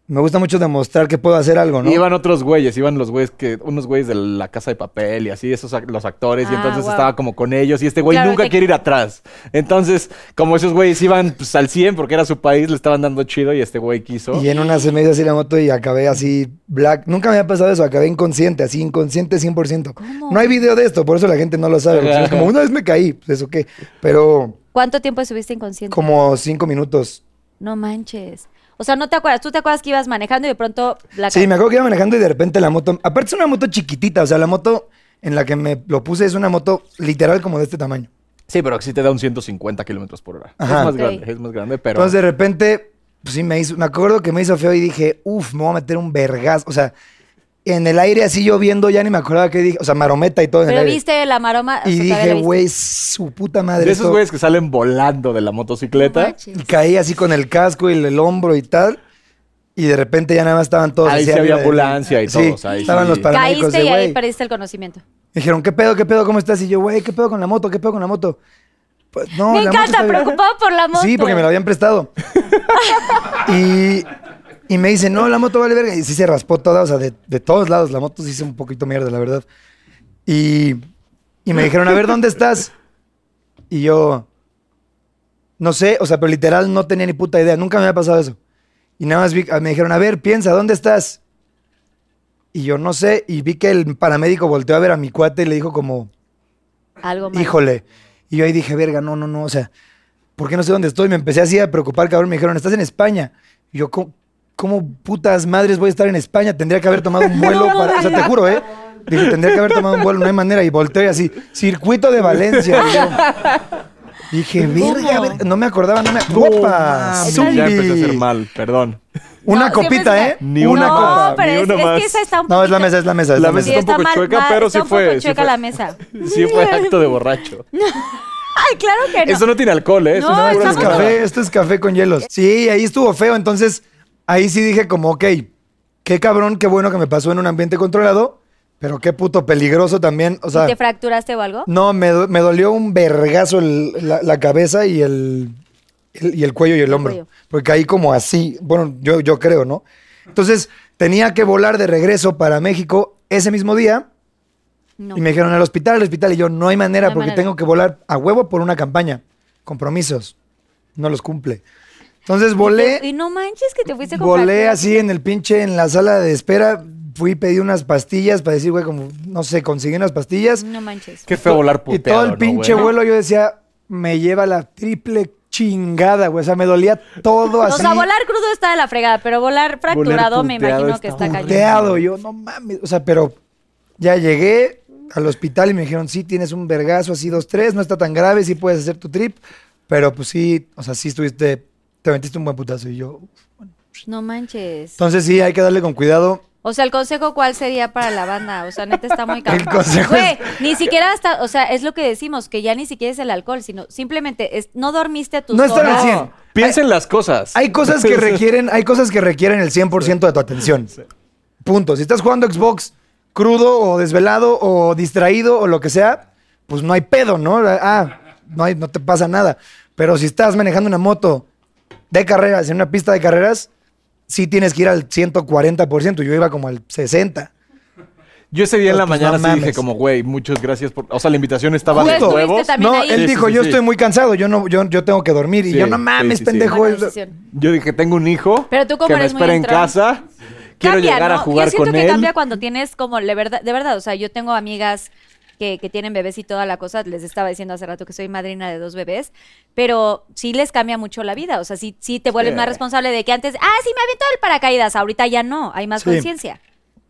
Speaker 4: Me gusta mucho demostrar que puedo hacer algo, ¿no?
Speaker 5: Y iban otros güeyes, iban los güeyes que, unos güeyes de la casa de papel y así, esos ac- los actores, y
Speaker 3: Ah,
Speaker 5: entonces
Speaker 3: guau.
Speaker 5: estaba como con ellos, y este güey
Speaker 3: Claro,
Speaker 5: nunca
Speaker 3: te-
Speaker 5: quiere ir atrás. Entonces, como esos güeyes iban pues, al 100 porque era su país, le estaban dando chido y este güey quiso.
Speaker 4: Y en una se me hizo así la moto y acabé así black. Nunca me había pasado eso, acabé inconsciente, así inconsciente 100%.
Speaker 3: ¿Cómo?
Speaker 4: No hay video de esto, por eso la gente no lo sabe. porque es como una vez me caí, pues eso qué. Pero
Speaker 3: ¿Cuánto tiempo estuviste inconsciente?
Speaker 4: como cinco minutos.
Speaker 3: No manches. O sea, no te acuerdas. Tú te acuerdas que ibas manejando y de pronto la
Speaker 4: Sí, me acuerdo que iba manejando y de repente la moto. Aparte es una moto chiquitita, o sea, la moto en la que me lo puse es una moto literal como de este tamaño.
Speaker 5: Sí, pero sí te da un 150 kilómetros por hora.
Speaker 4: Ajá.
Speaker 5: Es más
Speaker 3: Ok.
Speaker 5: grande, es más grande, pero.
Speaker 4: Entonces de repente, pues sí me hizo. Me acuerdo que me hizo feo y dije, uff, me voy a meter un vergazo. O sea, en el aire así lloviendo, ya ni me acordaba qué dije. O sea, marometa y todo en el
Speaker 3: Pero
Speaker 4: aire.
Speaker 3: viste la maroma. o
Speaker 4: Y
Speaker 3: sea, todavía la
Speaker 4: dije,
Speaker 3: viste.
Speaker 4: güey, su puta madre.
Speaker 5: de esos
Speaker 4: esto".
Speaker 5: güeyes que salen volando de la
Speaker 3: No
Speaker 5: motocicleta.
Speaker 3: manches.
Speaker 4: Y caí así con el casco y el, el hombro y tal. Y de repente ya nada más estaban todos.
Speaker 5: Ahí
Speaker 4: así
Speaker 5: sí había
Speaker 4: arriba de-
Speaker 5: ambulancia y
Speaker 4: Sí,
Speaker 5: todos, ahí
Speaker 4: estaban
Speaker 5: sí.
Speaker 4: los paramédicos
Speaker 3: Caíste
Speaker 4: de,
Speaker 3: y ahí
Speaker 4: güey.
Speaker 3: perdiste el conocimiento.
Speaker 4: Dijeron, ¿qué pedo, qué pedo, cómo estás? Y yo, güey, ¿qué pedo con la moto, qué pedo con la moto? Pues, no,
Speaker 3: me
Speaker 4: la moto está
Speaker 3: encanta,
Speaker 4: bien.
Speaker 3: preocupado por la moto.
Speaker 4: Sí, porque me la habían prestado. y, y me dicen, no, la moto vale verga. Y sí se raspó toda, o sea, de, de todos lados. La moto sí hizo un poquito mierda, la verdad. Y, y me dijeron, a ver, ¿dónde estás? Y yo, no sé, o sea, pero literal no tenía ni puta idea. Nunca me había pasado eso. Y nada más vi- me dijeron, a ver, piensa, ¿dónde estás? Y yo no sé, y vi que el paramédico volteó a ver a mi cuate y le dijo como,
Speaker 3: Algo mal.
Speaker 4: híjole. Y yo ahí dije, verga, no, no, no, o sea, ¿por qué no sé dónde estoy? Me empecé así a preocupar, cabrón. Me dijeron, estás en España. Y yo, ¿cómo, cómo putas madres voy a estar en España? Tendría que haber tomado un vuelo para. O sea, te juro, ¿eh? Dije, tendría que haber tomado un vuelo, no hay manera. Y volteé así, circuito de Valencia. Y yo, dije, verga, verga, no me acordaba, no me. ¡Opa!
Speaker 5: Ah,
Speaker 4: zumbi.
Speaker 5: Ya empecé a hacer mal, perdón.
Speaker 4: Una
Speaker 3: No, siempre
Speaker 4: copita,
Speaker 3: es
Speaker 4: ¿eh?
Speaker 3: una-
Speaker 5: Ni una
Speaker 3: no,
Speaker 5: copa,
Speaker 3: pero
Speaker 5: ni
Speaker 3: es,
Speaker 5: una
Speaker 3: es
Speaker 5: más.
Speaker 3: que esa está un
Speaker 4: No, es la
Speaker 3: poquito-
Speaker 4: mesa, es la mesa. Es
Speaker 5: La
Speaker 4: la
Speaker 5: mesa
Speaker 4: mesa.
Speaker 5: está un poco
Speaker 3: mal-
Speaker 5: chueca,
Speaker 3: mal-
Speaker 5: pero
Speaker 3: está
Speaker 5: sí
Speaker 3: un poco
Speaker 5: fue- sí
Speaker 3: chueca
Speaker 5: fue.
Speaker 3: la mesa.
Speaker 5: Sí, fue acto de borracho.
Speaker 3: Ay, claro que no.
Speaker 5: Eso no tiene alcohol, ¿eh? Eso
Speaker 3: No,
Speaker 5: es
Speaker 4: Esto
Speaker 5: pura
Speaker 4: es
Speaker 3: estamos-
Speaker 5: limonada.
Speaker 4: café, esto es café con hielos. Sí, ahí estuvo feo. Entonces, ahí sí dije como, ok, qué cabrón, qué bueno que me pasó en un ambiente controlado, pero qué puto peligroso también. O sea,
Speaker 3: ¿Te fracturaste o algo?
Speaker 4: no, me, do- me dolió un vergazo el- la, la cabeza y el, el- y el cuello y el hombro.
Speaker 3: cuello.
Speaker 4: Porque caí como así, bueno, yo, yo creo, ¿no? Entonces, tenía que volar de regreso para México ese mismo día.
Speaker 3: No.
Speaker 4: Y me dijeron al hospital, al hospital. Y yo, no hay manera,
Speaker 3: No hay
Speaker 4: porque
Speaker 3: manera.
Speaker 4: tengo que volar a huevo por una campaña. Compromisos. No los cumple. Entonces
Speaker 3: Y
Speaker 4: volé,
Speaker 3: no manches que te fuiste con
Speaker 4: volé
Speaker 3: fractura.
Speaker 4: así en el pinche, en la sala de espera. Fui, pedí unas pastillas para decir, güey, como, no sé, conseguí unas pastillas.
Speaker 3: No manches.
Speaker 5: Qué feo volar
Speaker 4: y
Speaker 5: puteado,
Speaker 4: todo el
Speaker 5: ¿no,
Speaker 4: pinche
Speaker 5: güey?
Speaker 4: vuelo yo decía, me lleva la triple chingada, güey. O sea, me dolía todo así.
Speaker 3: O sea, volar crudo está de la fregada, pero volar fracturado me
Speaker 5: puteado
Speaker 3: imagino
Speaker 5: está
Speaker 3: que está cañón.
Speaker 4: puteado. Yo, no mames. O sea, pero ya llegué al hospital y me dijeron, sí, tienes un vergazo así, dos, tres, no está tan grave, sí puedes hacer tu trip. Pero pues sí, o sea, sí estuviste, te metiste un buen putazo. Y yo,
Speaker 3: No manches.
Speaker 4: entonces sí, hay que darle con cuidado.
Speaker 3: O sea, el consejo cuál sería para la banda? O sea, neta está muy cabrón.
Speaker 4: El consejo
Speaker 3: Güey,
Speaker 4: es-
Speaker 3: ni siquiera hasta, o sea, es lo que decimos, que ya ni siquiera es el alcohol, sino simplemente es, no dormiste a tus
Speaker 4: No estar al
Speaker 3: horas.
Speaker 4: 100.
Speaker 5: Piensa en las cosas.
Speaker 4: Hay cosas que requieren, hay cosas que requieren el 100% de tu atención. Punto. Si estás jugando Xbox crudo o desvelado o distraído o lo que sea, pues no hay pedo, ¿no? Ah, no, hay- no te pasa nada. Pero si estás manejando una moto de carreras, en una pista de carreras, sí tienes que ir al 140%. Yo iba como al 60%.
Speaker 5: Yo ese día en la
Speaker 4: Pues,
Speaker 5: mañana
Speaker 4: no
Speaker 5: sí dije
Speaker 4: mames.
Speaker 5: como, güey, muchas gracias por... O sea, la invitación estaba
Speaker 3: Tú
Speaker 5: de
Speaker 3: estuviste
Speaker 5: huevos.
Speaker 3: también
Speaker 4: No,
Speaker 3: ahí.
Speaker 4: él
Speaker 5: Sí,
Speaker 4: dijo,
Speaker 5: sí,
Speaker 4: yo
Speaker 5: sí.
Speaker 4: estoy muy cansado, yo, no, yo, yo tengo que dormir.
Speaker 5: Sí,
Speaker 4: y yo, no
Speaker 5: sí,
Speaker 4: mames,
Speaker 5: sí, sí.
Speaker 4: pendejo.
Speaker 3: Buena decisión.
Speaker 5: Yo dije, tengo un hijo
Speaker 3: Pero tú como
Speaker 5: que me
Speaker 3: eres muy
Speaker 5: espera en
Speaker 3: entrón.
Speaker 5: casa. Quiero
Speaker 3: Cambia,
Speaker 5: llegar a
Speaker 3: ¿no?
Speaker 5: jugar
Speaker 3: Yo siento
Speaker 5: con
Speaker 3: que
Speaker 5: él.
Speaker 3: cambia cuando tienes como, de verdad, de verdad, o sea, yo tengo amigas que, que tienen bebés y toda la cosa, les estaba diciendo hace rato que soy madrina de dos bebés, pero sí les cambia mucho la vida, o sea, sí, sí te vuelves
Speaker 5: Sí.
Speaker 3: más responsable de que antes, ah, sí, me aviento el paracaídas, ahorita ya no, hay más
Speaker 4: Sí.
Speaker 3: conciencia.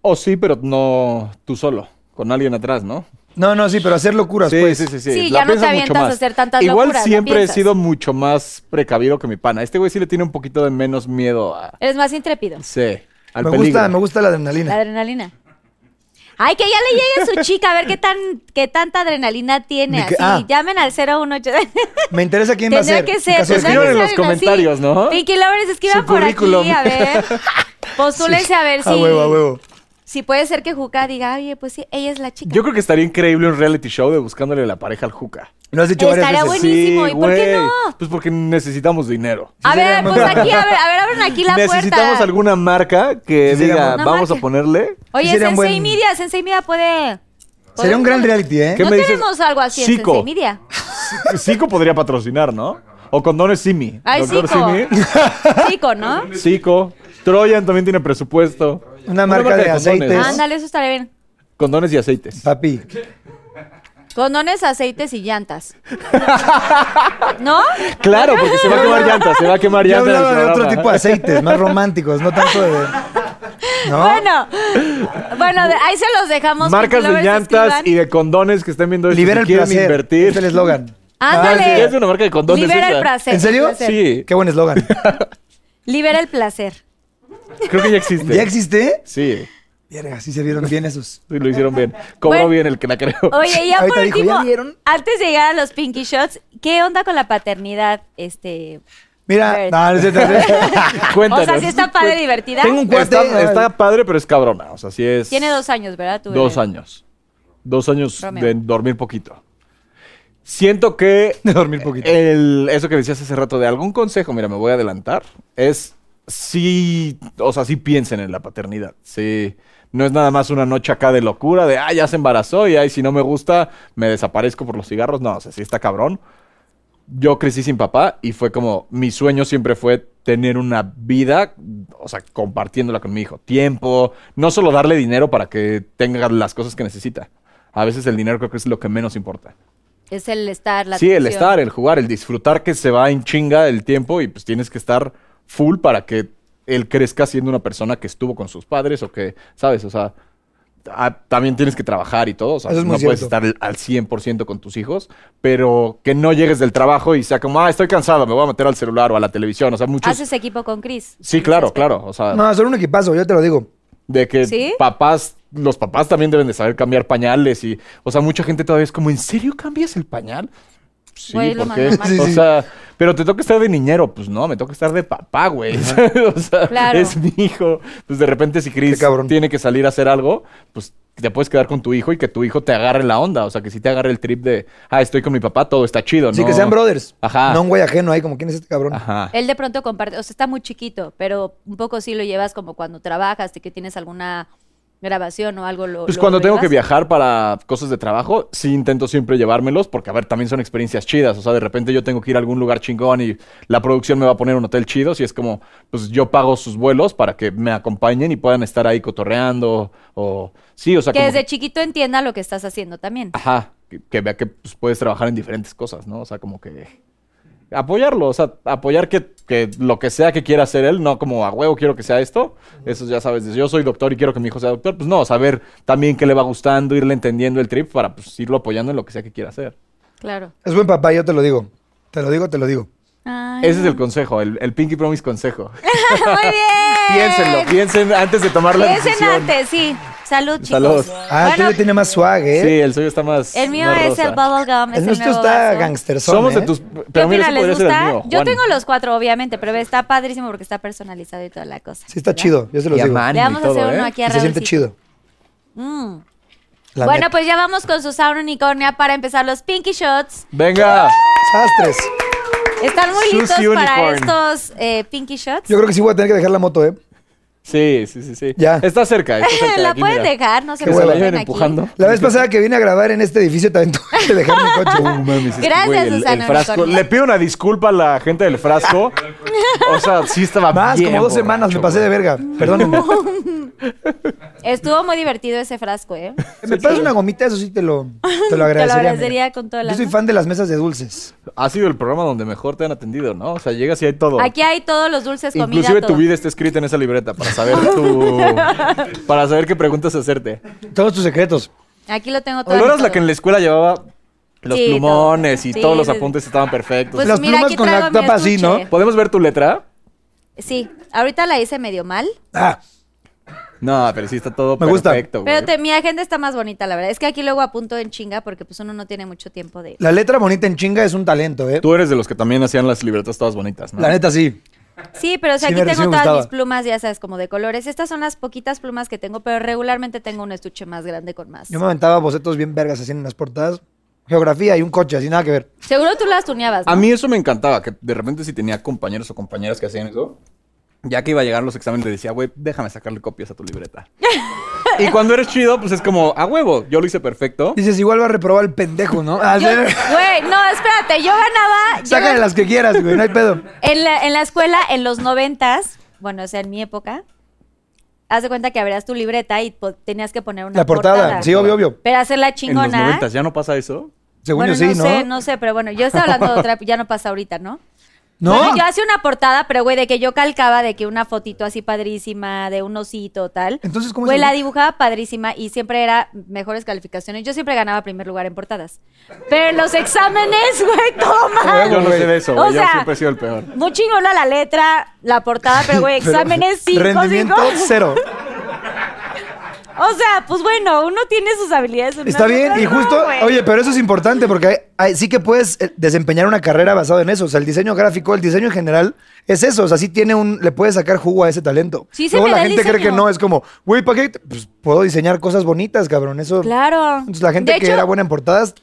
Speaker 5: O sí, pero no tú solo, con alguien atrás, ¿no?
Speaker 4: No, no, sí, pero hacer locuras,
Speaker 5: Sí,
Speaker 4: pues.
Speaker 5: sí, sí, sí.
Speaker 3: Sí,
Speaker 5: La
Speaker 3: ya no te
Speaker 5: piensas mucho
Speaker 3: avientas a
Speaker 5: más.
Speaker 3: hacer tantas
Speaker 5: Igual
Speaker 3: locuras, la
Speaker 5: siempre he
Speaker 3: piensas.
Speaker 5: sido mucho más precavido que mi pana. Este güey sí le tiene un poquito de menos miedo a...
Speaker 3: Eres más intrépido.
Speaker 5: Sí, al
Speaker 4: Me
Speaker 5: peligro.
Speaker 4: gusta, me gusta la adrenalina.
Speaker 3: La adrenalina. Ay, que ya le llegue a su chica, a ver qué tan qué tanta adrenalina tiene.
Speaker 4: Ni que-
Speaker 3: Así,
Speaker 4: ah.
Speaker 3: llamen al 018.
Speaker 4: Me interesa quién va a
Speaker 3: Tendrá
Speaker 4: ser.
Speaker 3: que
Speaker 4: en
Speaker 3: ser.
Speaker 4: caso de
Speaker 3: tendrá
Speaker 4: que
Speaker 3: que
Speaker 5: Escriban en
Speaker 3: ser
Speaker 5: los
Speaker 3: alguien así.
Speaker 5: comentarios, ¿no?
Speaker 3: Pinky Lovers, escriban
Speaker 5: Su
Speaker 3: por
Speaker 5: currículum.
Speaker 3: aquí, a ver. Postúlense a ver si.
Speaker 4: A huevo, a huevo.
Speaker 3: Si puede ser que Juca diga, oye, pues sí, ella es la chica.
Speaker 5: Yo creo que estaría increíble un reality show de buscándole la pareja al Juca.
Speaker 4: Lo has dicho varias
Speaker 3: Estaría
Speaker 4: veces.
Speaker 3: buenísimo. ¿y por qué
Speaker 5: güey.
Speaker 3: no?
Speaker 5: Pues porque necesitamos dinero.
Speaker 3: A
Speaker 4: sería
Speaker 3: ver,
Speaker 4: muy
Speaker 3: pues
Speaker 4: bueno.
Speaker 3: aquí, a ver, a ver, abren aquí la puerta.
Speaker 5: Necesitamos alguna marca que
Speaker 4: Sí, sería
Speaker 5: diga,
Speaker 4: bueno.
Speaker 3: Una
Speaker 5: vamos
Speaker 3: marca.
Speaker 5: a ponerle.
Speaker 3: Oye, Sensei
Speaker 4: sería un buen-
Speaker 3: Media, Sensei Media puede...
Speaker 4: Sería un gran reality, ¿eh?
Speaker 5: ¿Qué
Speaker 3: ¿No
Speaker 5: me dices?
Speaker 3: tenemos algo así en
Speaker 5: Zico.
Speaker 3: Sensei Media?
Speaker 5: Zico podría patrocinar, ¿no? O condones Simi.
Speaker 3: Ay,
Speaker 5: Doctor
Speaker 3: Zico.
Speaker 5: Simi.
Speaker 3: Chico, ¿no?
Speaker 5: Zico. Troyan también tiene presupuesto.
Speaker 4: Una marca de aceites.
Speaker 5: Condones.
Speaker 3: Ándale, eso estaría bien.
Speaker 5: Condones y aceites.
Speaker 4: Papi.
Speaker 3: Condones, aceites y llantas. ¿No?
Speaker 5: Claro, porque se va a quemar llantas, se va a quemar
Speaker 4: Yo
Speaker 5: llantas. en el
Speaker 4: hablaba de otro
Speaker 5: programa.
Speaker 4: tipo de aceites, más románticos, no tanto de. ¿No?
Speaker 3: Bueno, bueno, de- ahí se los dejamos.
Speaker 5: Marcas de
Speaker 3: Controlovers,
Speaker 5: llantas
Speaker 3: escriban.
Speaker 5: y de condones que estén viendo esto. si
Speaker 4: Libera el
Speaker 5: quieren
Speaker 4: placer.
Speaker 5: invertir.
Speaker 4: Es el eslogan.
Speaker 3: Ándale.
Speaker 5: Ah, sí, es una marca de condones
Speaker 3: Libera
Speaker 5: esa.
Speaker 3: el placer.
Speaker 4: ¿En serio?
Speaker 3: placer.
Speaker 5: Sí,
Speaker 4: Qué buen eslogan.
Speaker 3: Libera el placer.
Speaker 5: creo que ya existe.
Speaker 4: ¿Ya existe?
Speaker 5: Sí,
Speaker 4: Verga, sí se vieron bien esos.
Speaker 5: sí, lo hicieron bien. Cobró
Speaker 3: Bueno.
Speaker 5: bien el que la creo.
Speaker 3: Oye, y ya
Speaker 4: Ahorita
Speaker 3: por
Speaker 4: dijo,
Speaker 3: último,
Speaker 4: ¿ya vieron?
Speaker 3: antes de llegar a los Pinky Shots, ¿qué onda con la paternidad? Este,
Speaker 4: Mira,
Speaker 3: Bird.
Speaker 4: no, no es cierto.
Speaker 5: Cuéntanos.
Speaker 3: o sea, si está padre divertida.
Speaker 4: Tengo un cuate. eh,
Speaker 5: Está, está padre, pero es cabrona. O sea, sí es.
Speaker 3: Tiene dos años, ¿verdad? Tú,
Speaker 5: Dos
Speaker 3: Belén?
Speaker 5: años. Dos años
Speaker 3: Romeo.
Speaker 5: de dormir poquito. Siento que
Speaker 4: de dormir poquito.
Speaker 5: Eh, el, eso que decías hace rato de algún consejo, mira, me voy a adelantar, es sí, o sea, sí piensen en la paternidad. Sí, no es nada más una noche acá de locura, de, ah, ya se embarazó y, ay, si no me gusta, me desaparezco por los cigarros. No, o sea, sí está cabrón. Yo crecí sin papá y fue como, mi sueño siempre fue tener una vida, o sea, compartiéndola con mi hijo. Tiempo, no solo darle dinero para que tenga las cosas que necesita. A veces el dinero creo que es lo que menos importa.
Speaker 3: Es el estar, la
Speaker 5: Sí, el
Speaker 3: atención.
Speaker 5: estar, eh, el jugar, el disfrutar que se va en chinga el tiempo y pues tienes que estar full para que él crezca siendo una persona que estuvo con sus padres o que, ¿sabes? O sea, ah, también tienes que trabajar y todo. O sea,
Speaker 4: Eso es
Speaker 5: no
Speaker 4: muy
Speaker 5: puedes
Speaker 4: cierto.
Speaker 5: estar al al 100% con tus hijos, pero que no llegues del trabajo y sea como, ah, estoy cansado, me voy a meter al celular o a la televisión. O sea, muchos...
Speaker 3: Haces equipo con Chris.
Speaker 5: Sí, claro, claro. O sea,
Speaker 4: No, son un equipazo, yo te lo digo.
Speaker 5: de que
Speaker 3: ¿Sí?
Speaker 5: papás, los papás también deben de saber cambiar pañales y, o sea, mucha gente todavía es como, ¿en serio cambias el pañal? Sí,
Speaker 3: Güey, es lo
Speaker 5: porque,
Speaker 3: más normal.
Speaker 5: o
Speaker 4: Sí, sí.
Speaker 5: sea, pero te toca estar de niñero, pues no, me toca estar de papá, güey. o sea,
Speaker 3: Claro.
Speaker 5: es mi hijo. Pues de repente si Chris
Speaker 4: Qué cabrón.
Speaker 5: tiene que salir a hacer algo, pues te puedes quedar con tu hijo y que tu hijo te agarre la onda, o sea, que si te agarre el trip de, ah, estoy con mi papá, todo está chido, ¿no?
Speaker 4: Sí, que sean brothers.
Speaker 5: Ajá.
Speaker 4: No un güey ajeno ahí, como quién es este cabrón.
Speaker 5: Ajá.
Speaker 3: Él de pronto comparte, o sea, está muy chiquito, pero un poco sí lo llevas como cuando trabajas, de que tienes alguna grabación o algo. Lo,
Speaker 5: Pues
Speaker 3: lo-
Speaker 5: cuando
Speaker 3: lo
Speaker 5: tengo que
Speaker 3: llevas.
Speaker 5: viajar para cosas de trabajo, sí intento siempre llevármelos, porque a ver, también son experiencias chidas. O sea, de repente yo tengo que ir a algún lugar chingón y la producción me va a poner un hotel chido. Si es como, pues yo pago sus vuelos para que me acompañen y puedan estar ahí cotorreando. O sí, o sea,
Speaker 3: Que
Speaker 5: como Ah.
Speaker 3: desde chiquito entienda lo que estás haciendo también.
Speaker 5: Ajá, que, que vea que pues, puedes trabajar en diferentes cosas, ¿no? O sea, como que apoyarlo, o sea, apoyar que, que lo que sea que quiera hacer él, no como a huevo quiero que sea esto, eso ya sabes, yo soy doctor y quiero que mi hijo sea doctor, pues no, saber también qué le va gustando, irle entendiendo el trip para pues, irlo apoyando en lo que sea que quiera hacer.
Speaker 3: Claro.
Speaker 4: Es buen papá, yo te lo digo. Te lo digo, te lo digo.
Speaker 3: Ay,
Speaker 5: Ese es el consejo, el, el Pinky Promise consejo.
Speaker 3: Eh. muy bien.
Speaker 5: Piénsenlo, piensen antes de tomar la
Speaker 3: Piensen
Speaker 5: decisión.
Speaker 3: antes, sí. Salud, chicos.
Speaker 5: Salud.
Speaker 4: Ah, el
Speaker 3: Bueno,
Speaker 4: tuyo tiene más swag, ¿eh?
Speaker 5: Sí, el suyo está más
Speaker 3: el mío
Speaker 5: más
Speaker 3: es
Speaker 5: rosa.
Speaker 3: el bubblegum. Es
Speaker 4: El
Speaker 3: el
Speaker 4: nuestro
Speaker 3: nuevo
Speaker 4: está
Speaker 3: vaso.
Speaker 4: gangsterzón.
Speaker 5: Somos de
Speaker 4: ¿eh?
Speaker 5: tus...
Speaker 3: ¿Qué
Speaker 5: Pero mira,
Speaker 3: opinan?
Speaker 5: ese
Speaker 3: ¿Les
Speaker 5: podría ser el
Speaker 3: gusta?
Speaker 5: mío,
Speaker 3: Yo
Speaker 5: Juan.
Speaker 3: tengo los cuatro, obviamente, pero está padrísimo porque está personalizado y toda la cosa.
Speaker 4: Sí, está
Speaker 3: ¿verdad?
Speaker 4: chido, yo se los
Speaker 5: Y a
Speaker 4: digo.
Speaker 5: mano
Speaker 3: Le
Speaker 5: y
Speaker 3: vamos a
Speaker 5: todo,
Speaker 3: hacer uno
Speaker 5: ¿eh?
Speaker 3: aquí
Speaker 4: Y
Speaker 3: a
Speaker 4: se siente
Speaker 3: Raúlcito.
Speaker 4: chido.
Speaker 3: Mm.
Speaker 4: La
Speaker 3: Bueno,
Speaker 4: neta.
Speaker 3: pues ya vamos con su sauna unicornia para empezar los Pinky Shots.
Speaker 5: Venga.
Speaker 3: pues,
Speaker 4: Sastres.
Speaker 3: Están muy
Speaker 5: Susi
Speaker 3: listos para
Speaker 5: Unicorn.
Speaker 3: estos eh, Pinky Shots.
Speaker 4: Yo creo que sí voy a tener que dejar la moto, ¿eh?
Speaker 5: Sí, sí, sí, sí.
Speaker 4: Ya.
Speaker 5: Está cerca, está cerca de
Speaker 3: la
Speaker 5: aquí,
Speaker 3: pueden
Speaker 5: mira.
Speaker 3: dejar, no se
Speaker 5: Que se la
Speaker 3: preocupen
Speaker 5: lleven
Speaker 3: aquí.
Speaker 5: empujando.
Speaker 4: La vez pasada que vine a grabar en este edificio también tuve que dejar mi
Speaker 5: No
Speaker 4: coche.
Speaker 5: mames, es que,
Speaker 3: Gracias,
Speaker 5: güey, el- el,
Speaker 3: Susana
Speaker 5: frasco.
Speaker 3: Unicornia.
Speaker 5: Le pido una disculpa a la gente del frasco. O sea, sí estaba
Speaker 4: Más,
Speaker 5: bien
Speaker 4: como dos semanas me
Speaker 5: borracho,
Speaker 4: pasé de verga. Perdónenme.
Speaker 3: Estuvo muy divertido ese frasco, ¿eh?
Speaker 4: ¿Me pasas una gomita? Eso sí te lo, te lo agradecería.
Speaker 3: Te lo
Speaker 4: mira.
Speaker 3: agradecería con toda la
Speaker 4: Yo soy
Speaker 3: alma.
Speaker 4: fan de las mesas de dulces.
Speaker 5: güey. Ha sido el programa donde mejor te han atendido, ¿no? O sea, llegas y hay todo.
Speaker 3: Aquí hay todos los dulces, comida,
Speaker 5: Inclusive tu
Speaker 3: todo.
Speaker 5: vida está escrita en esa libreta para saber tu... para saber qué preguntas hacerte.
Speaker 4: Todos tus secretos.
Speaker 3: Aquí lo tengo todo.
Speaker 5: ¿No eras
Speaker 3: todo.
Speaker 5: la que en la escuela llevaba los
Speaker 3: Sí,
Speaker 5: plumones
Speaker 3: todo.
Speaker 5: y
Speaker 3: Sí,
Speaker 5: todos los
Speaker 3: sí, sí.
Speaker 5: apuntes estaban perfectos?
Speaker 3: Pues
Speaker 4: Las
Speaker 3: mira,
Speaker 4: plumas
Speaker 3: aquí
Speaker 4: con la
Speaker 3: traigo mi
Speaker 4: tapa así,
Speaker 3: estuche.
Speaker 4: ¿no?
Speaker 5: ¿Podemos ver tu letra?
Speaker 3: Sí, ahorita la hice medio mal,
Speaker 4: Ah,
Speaker 5: No, pero sí está todo
Speaker 4: Me gusta.
Speaker 5: perfecto, güey.
Speaker 3: pero te, mi agenda está más bonita, la verdad. Es que aquí luego apunto en chinga porque pues uno no tiene mucho tiempo de...
Speaker 4: la letra bonita en chinga es un talento, ¿eh?
Speaker 5: Tú eres de los que también hacían las libretas todas bonitas, ¿no?
Speaker 4: La neta sí.
Speaker 3: Sí, pero o sea,
Speaker 4: Sí,
Speaker 3: aquí
Speaker 4: me- sí
Speaker 3: tengo
Speaker 4: me
Speaker 3: todas
Speaker 4: gustaba.
Speaker 3: mis plumas, ya sabes, como de colores. Estas son las poquitas plumas que tengo, pero regularmente tengo un estuche más grande con más.
Speaker 4: Yo me aventaba bocetos bien vergas así en las portadas. geografía y un coche, así nada que ver.
Speaker 3: Seguro tú las tuneabas. ¿no?
Speaker 5: A mí eso me encantaba, que de repente si tenía compañeros o compañeras que hacían eso, ya que iba a llegar los exámenes, le decía, güey, déjame sacarle copias a tu libreta. y cuando eres chido, pues es como, a huevo, yo lo hice perfecto.
Speaker 4: Dices, igual va a reprobar el pendejo, ¿no? Ah,
Speaker 3: Yo- Güey, no, espérate, yo ganaba. yo
Speaker 4: Sácale
Speaker 3: gan-
Speaker 4: las que quieras, güey, no hay pedo.
Speaker 3: en, la, en la escuela, en los noventas, bueno, o sea, en mi época, haz de cuenta que abrías tu libreta y po- tenías que poner una
Speaker 4: La portada, sí, obvio, obvio.
Speaker 3: Pero hacer la chingona.
Speaker 5: En los 90 ya no pasa eso.
Speaker 4: Según
Speaker 3: bueno,
Speaker 4: yo sí,
Speaker 3: no,
Speaker 4: ¿no?
Speaker 3: sé, no sé, pero bueno, yo estaba hablando de otra, ya no pasa ahorita, ¿no?
Speaker 4: ¿No?
Speaker 3: Bueno, yo hacía una portada, pero güey, de que yo calcaba de que una fotito así padrísima, de un osito, tal.
Speaker 4: Entonces, ¿cómo
Speaker 3: Güey,
Speaker 4: se-
Speaker 3: la dibujaba padrísima y siempre era mejores calificaciones. Yo siempre ganaba primer lugar en portadas. Pero en los exámenes, Ah, güey, toma.
Speaker 5: Yo no sé de eso, güey,
Speaker 3: O
Speaker 5: yo
Speaker 3: sea,
Speaker 5: siempre he sido el peor.
Speaker 3: Muy chingona la letra, la portada, pero güey,
Speaker 4: Pero-
Speaker 3: exámenes cinco,
Speaker 4: Rendimiento
Speaker 3: cinco.
Speaker 4: cero.
Speaker 3: O sea, pues bueno, uno tiene sus habilidades. unas
Speaker 4: Está bien,
Speaker 3: otras
Speaker 4: y
Speaker 3: no,
Speaker 4: justo,
Speaker 3: güey.
Speaker 4: oye, pero eso es importante porque hay- hay- sí que puedes eh, desempeñar una carrera basada en eso. O sea, el diseño gráfico, el diseño en general, es eso. O sea, sí tiene un, le puedes sacar jugo a ese talento.
Speaker 3: Sí se
Speaker 4: Luego
Speaker 3: me
Speaker 4: la
Speaker 3: da el
Speaker 4: gente cree que
Speaker 3: diseño.
Speaker 4: no, es como, güey, ¿para qué? te- Pues puedo diseñar cosas bonitas, cabrón. Eso.
Speaker 3: Claro.
Speaker 4: Entonces pues, la gente
Speaker 3: De
Speaker 4: que
Speaker 3: hecho-
Speaker 4: era buena en portadas,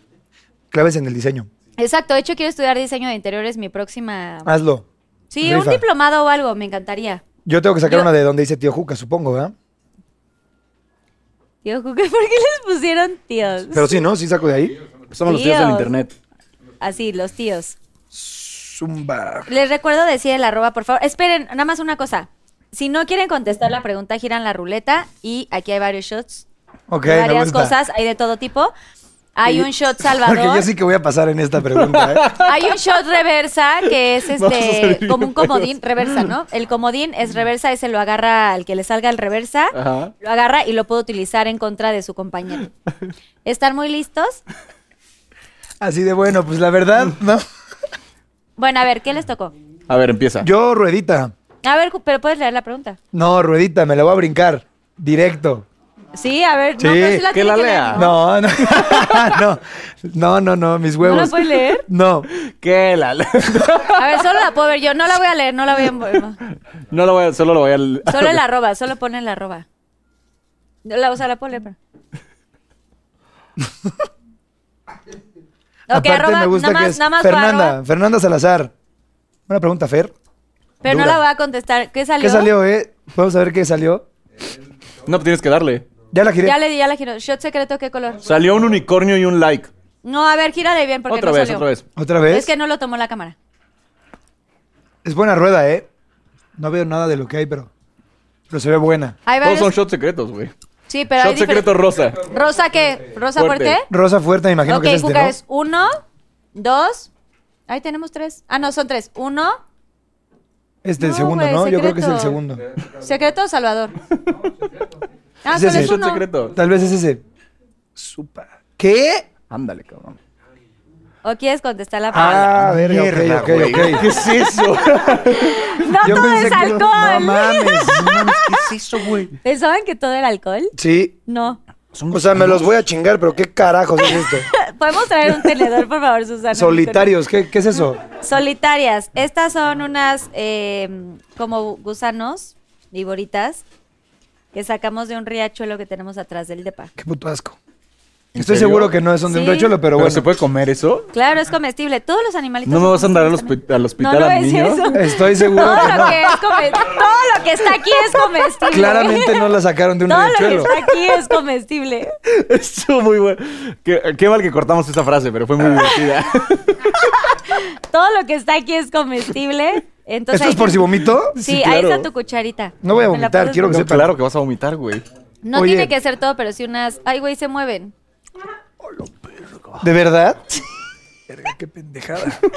Speaker 4: claves en el diseño.
Speaker 3: Exacto, de hecho quiero estudiar diseño de interiores, mi próxima.
Speaker 4: Hazlo.
Speaker 3: sí,
Speaker 4: Ah,
Speaker 3: un
Speaker 4: rifa.
Speaker 3: diplomado o algo, me encantaría.
Speaker 4: Yo tengo que sacar
Speaker 3: Yo-
Speaker 4: una de donde dice tío Juca, supongo, ¿verdad?
Speaker 3: Tío Juca, ¿por qué les pusieron tíos?
Speaker 4: Pero sí, ¿no? Sí saco de ahí.
Speaker 5: Somos los días del
Speaker 3: Tíos.
Speaker 5: internet.
Speaker 3: Así, los tíos.
Speaker 4: Zumba.
Speaker 3: Les recuerdo decir el arroba, por favor. Esperen, nada más una cosa. Si no quieren contestar la pregunta, giran la ruleta y aquí hay varios shots.
Speaker 4: Ok,
Speaker 3: de
Speaker 4: me
Speaker 3: varias
Speaker 4: gusta.
Speaker 3: cosas, hay de todo tipo. Hay un shot
Speaker 4: Porque yo
Speaker 3: salvador.
Speaker 4: sí que voy a pasar en esta pregunta, ¿eh?
Speaker 3: Hay un shot reversa que es
Speaker 5: Vamos a hacer
Speaker 3: este como un comodín reversa, ¿no? El comodín es reversa, ese lo agarra al que le salga el reversa,
Speaker 5: Ajá.
Speaker 3: lo agarra y lo puede utilizar en contra de su compañero. ¿Están muy listos?
Speaker 4: Así de bueno, pues la verdad, no.
Speaker 3: Bueno, a ver, ¿qué les tocó?
Speaker 5: A ver, empieza.
Speaker 4: Yo, ruedita.
Speaker 3: A ver, cu- pero puedes leer la pregunta.
Speaker 4: No, ruedita, me la voy a brincar. Directo.
Speaker 3: Sí, a ver,
Speaker 4: Sí,
Speaker 3: no, pero sí la
Speaker 5: que
Speaker 3: tiene
Speaker 5: la
Speaker 3: que leer,
Speaker 5: lea.
Speaker 3: ¿no?
Speaker 4: No, no. no. No, no, no, mis
Speaker 3: ¿No
Speaker 4: huevos.
Speaker 3: la puedes leer?
Speaker 4: No.
Speaker 5: ¿Qué la-
Speaker 3: A ver, solo la puedo ver yo, no la voy a leer, no la voy a no.
Speaker 5: No lo voy a, solo lo voy a.
Speaker 3: Solo el arroba, solo pone el arroba. No la, o sea, la puedo leer, pero... Ok,
Speaker 4: Aparte
Speaker 3: arroba,
Speaker 4: me gusta
Speaker 3: nada
Speaker 4: que
Speaker 3: más,
Speaker 4: es
Speaker 3: nada más fue
Speaker 4: Fernanda,
Speaker 3: arroba,
Speaker 4: Fernanda Salazar. Una pregunta, Fer.
Speaker 3: pero no
Speaker 4: Dura.
Speaker 3: la voy a contestar. ¿Qué salió?
Speaker 4: ¿Qué salió, eh? ¿Podemos saber qué salió?
Speaker 5: No, pues tienes que darle.
Speaker 4: Ya la giré.
Speaker 3: Ya le di, ya la giro. Shot secreto, ¿qué color?
Speaker 5: Salió un unicornio y un like.
Speaker 3: No, a ver, gírale bien porque
Speaker 5: Otra
Speaker 3: no
Speaker 5: vez,
Speaker 3: salió.
Speaker 5: otra vez.
Speaker 4: ¿Otra vez?
Speaker 3: Es que no lo tomó la cámara.
Speaker 4: Es buena rueda, eh. No veo nada de lo que hay, pero. Pero se ve buena.
Speaker 3: Hay
Speaker 5: Todos
Speaker 3: varios...
Speaker 5: son shots secretos, güey.
Speaker 3: Sí, pero hay
Speaker 5: Shot
Speaker 3: diferentes-
Speaker 5: secreto rosa.
Speaker 3: ¿Rosa qué? ¿Rosa
Speaker 5: Fuerte.
Speaker 3: fuerte?
Speaker 4: Rosa fuerte, me imagino
Speaker 3: Ok,
Speaker 4: que es este,
Speaker 3: Juca
Speaker 4: ¿no?
Speaker 3: es uno, dos... Ahí tenemos tres. Ah, no, son tres. Uno,
Speaker 4: Este, el
Speaker 3: No,
Speaker 4: segundo,
Speaker 3: güey,
Speaker 4: ¿no? Yo creo que es el
Speaker 3: secreto.
Speaker 4: segundo.
Speaker 3: secreto o Salvador. Ah, solo
Speaker 4: Ese es
Speaker 3: es
Speaker 4: el
Speaker 5: Shot
Speaker 3: uno.
Speaker 5: secreto.
Speaker 4: Tal vez es ese. Supa. ¿Qué?
Speaker 5: Ándale, cabrón.
Speaker 3: ¿O quieres contestar la palabra?
Speaker 4: Ah, verga,
Speaker 5: mierda,
Speaker 4: ok,
Speaker 5: güey.
Speaker 4: ok, ok.
Speaker 5: ¿Qué es eso?
Speaker 3: no todo es
Speaker 4: que- No
Speaker 3: alcohol.
Speaker 4: mames, no mames, ¿qué es eso, güey?
Speaker 3: ¿Pensaban que todo era alcohol?
Speaker 4: Sí.
Speaker 3: No.
Speaker 4: O sea, me los voy a chingar, pero ¿qué carajos es esto?
Speaker 3: ¿Podemos traer un tenedor, por favor, Susana?
Speaker 4: Solitarios, ¿qué, qué es eso?
Speaker 3: Solitarias. Estas son unas eh, como gusanos, viboritas, que sacamos de un riachuelo que tenemos atrás del depa.
Speaker 4: Qué puto asco. Estoy
Speaker 5: serio?
Speaker 4: seguro que no es un de un
Speaker 3: Sí.
Speaker 4: riachuelo,
Speaker 5: Pero
Speaker 4: pero bueno.
Speaker 5: se puede comer eso.
Speaker 3: Claro, es comestible. Todos los animalitos.
Speaker 5: ¿No me
Speaker 3: son
Speaker 5: vas a andar al,
Speaker 3: comestibles
Speaker 5: hospi- al
Speaker 3: también.
Speaker 5: hospital
Speaker 3: no, no
Speaker 5: al
Speaker 3: es
Speaker 5: niño?
Speaker 3: eso.
Speaker 4: Estoy seguro
Speaker 3: Todo
Speaker 4: que
Speaker 3: lo
Speaker 4: no.
Speaker 3: que es come- todo lo que está aquí es comestible.
Speaker 4: Claramente no la sacaron de un
Speaker 3: Todo lo que
Speaker 4: riachuelo.
Speaker 3: está aquí es comestible.
Speaker 5: Estuvo muy bueno. Qué, qué mal que cortamos esa frase, pero fue muy divertida.
Speaker 3: Todo lo que está aquí es comestible. Entonces,
Speaker 4: ¿Esto
Speaker 3: ahí-
Speaker 4: es por si vomito?
Speaker 3: Sí,
Speaker 5: Sí,
Speaker 3: ahí
Speaker 5: claro.
Speaker 3: está tu cucharita.
Speaker 4: No voy a
Speaker 3: Me la
Speaker 4: vomitar,
Speaker 3: puedes-
Speaker 4: quiero que
Speaker 5: No,
Speaker 4: sepan.
Speaker 5: claro que vas a vomitar, güey.
Speaker 3: No
Speaker 4: Oye.
Speaker 3: tiene que ser todo, pero sí unas. Ay, güey, se mueven.
Speaker 4: ¿De verdad? Verga, qué pendejada.
Speaker 3: Pero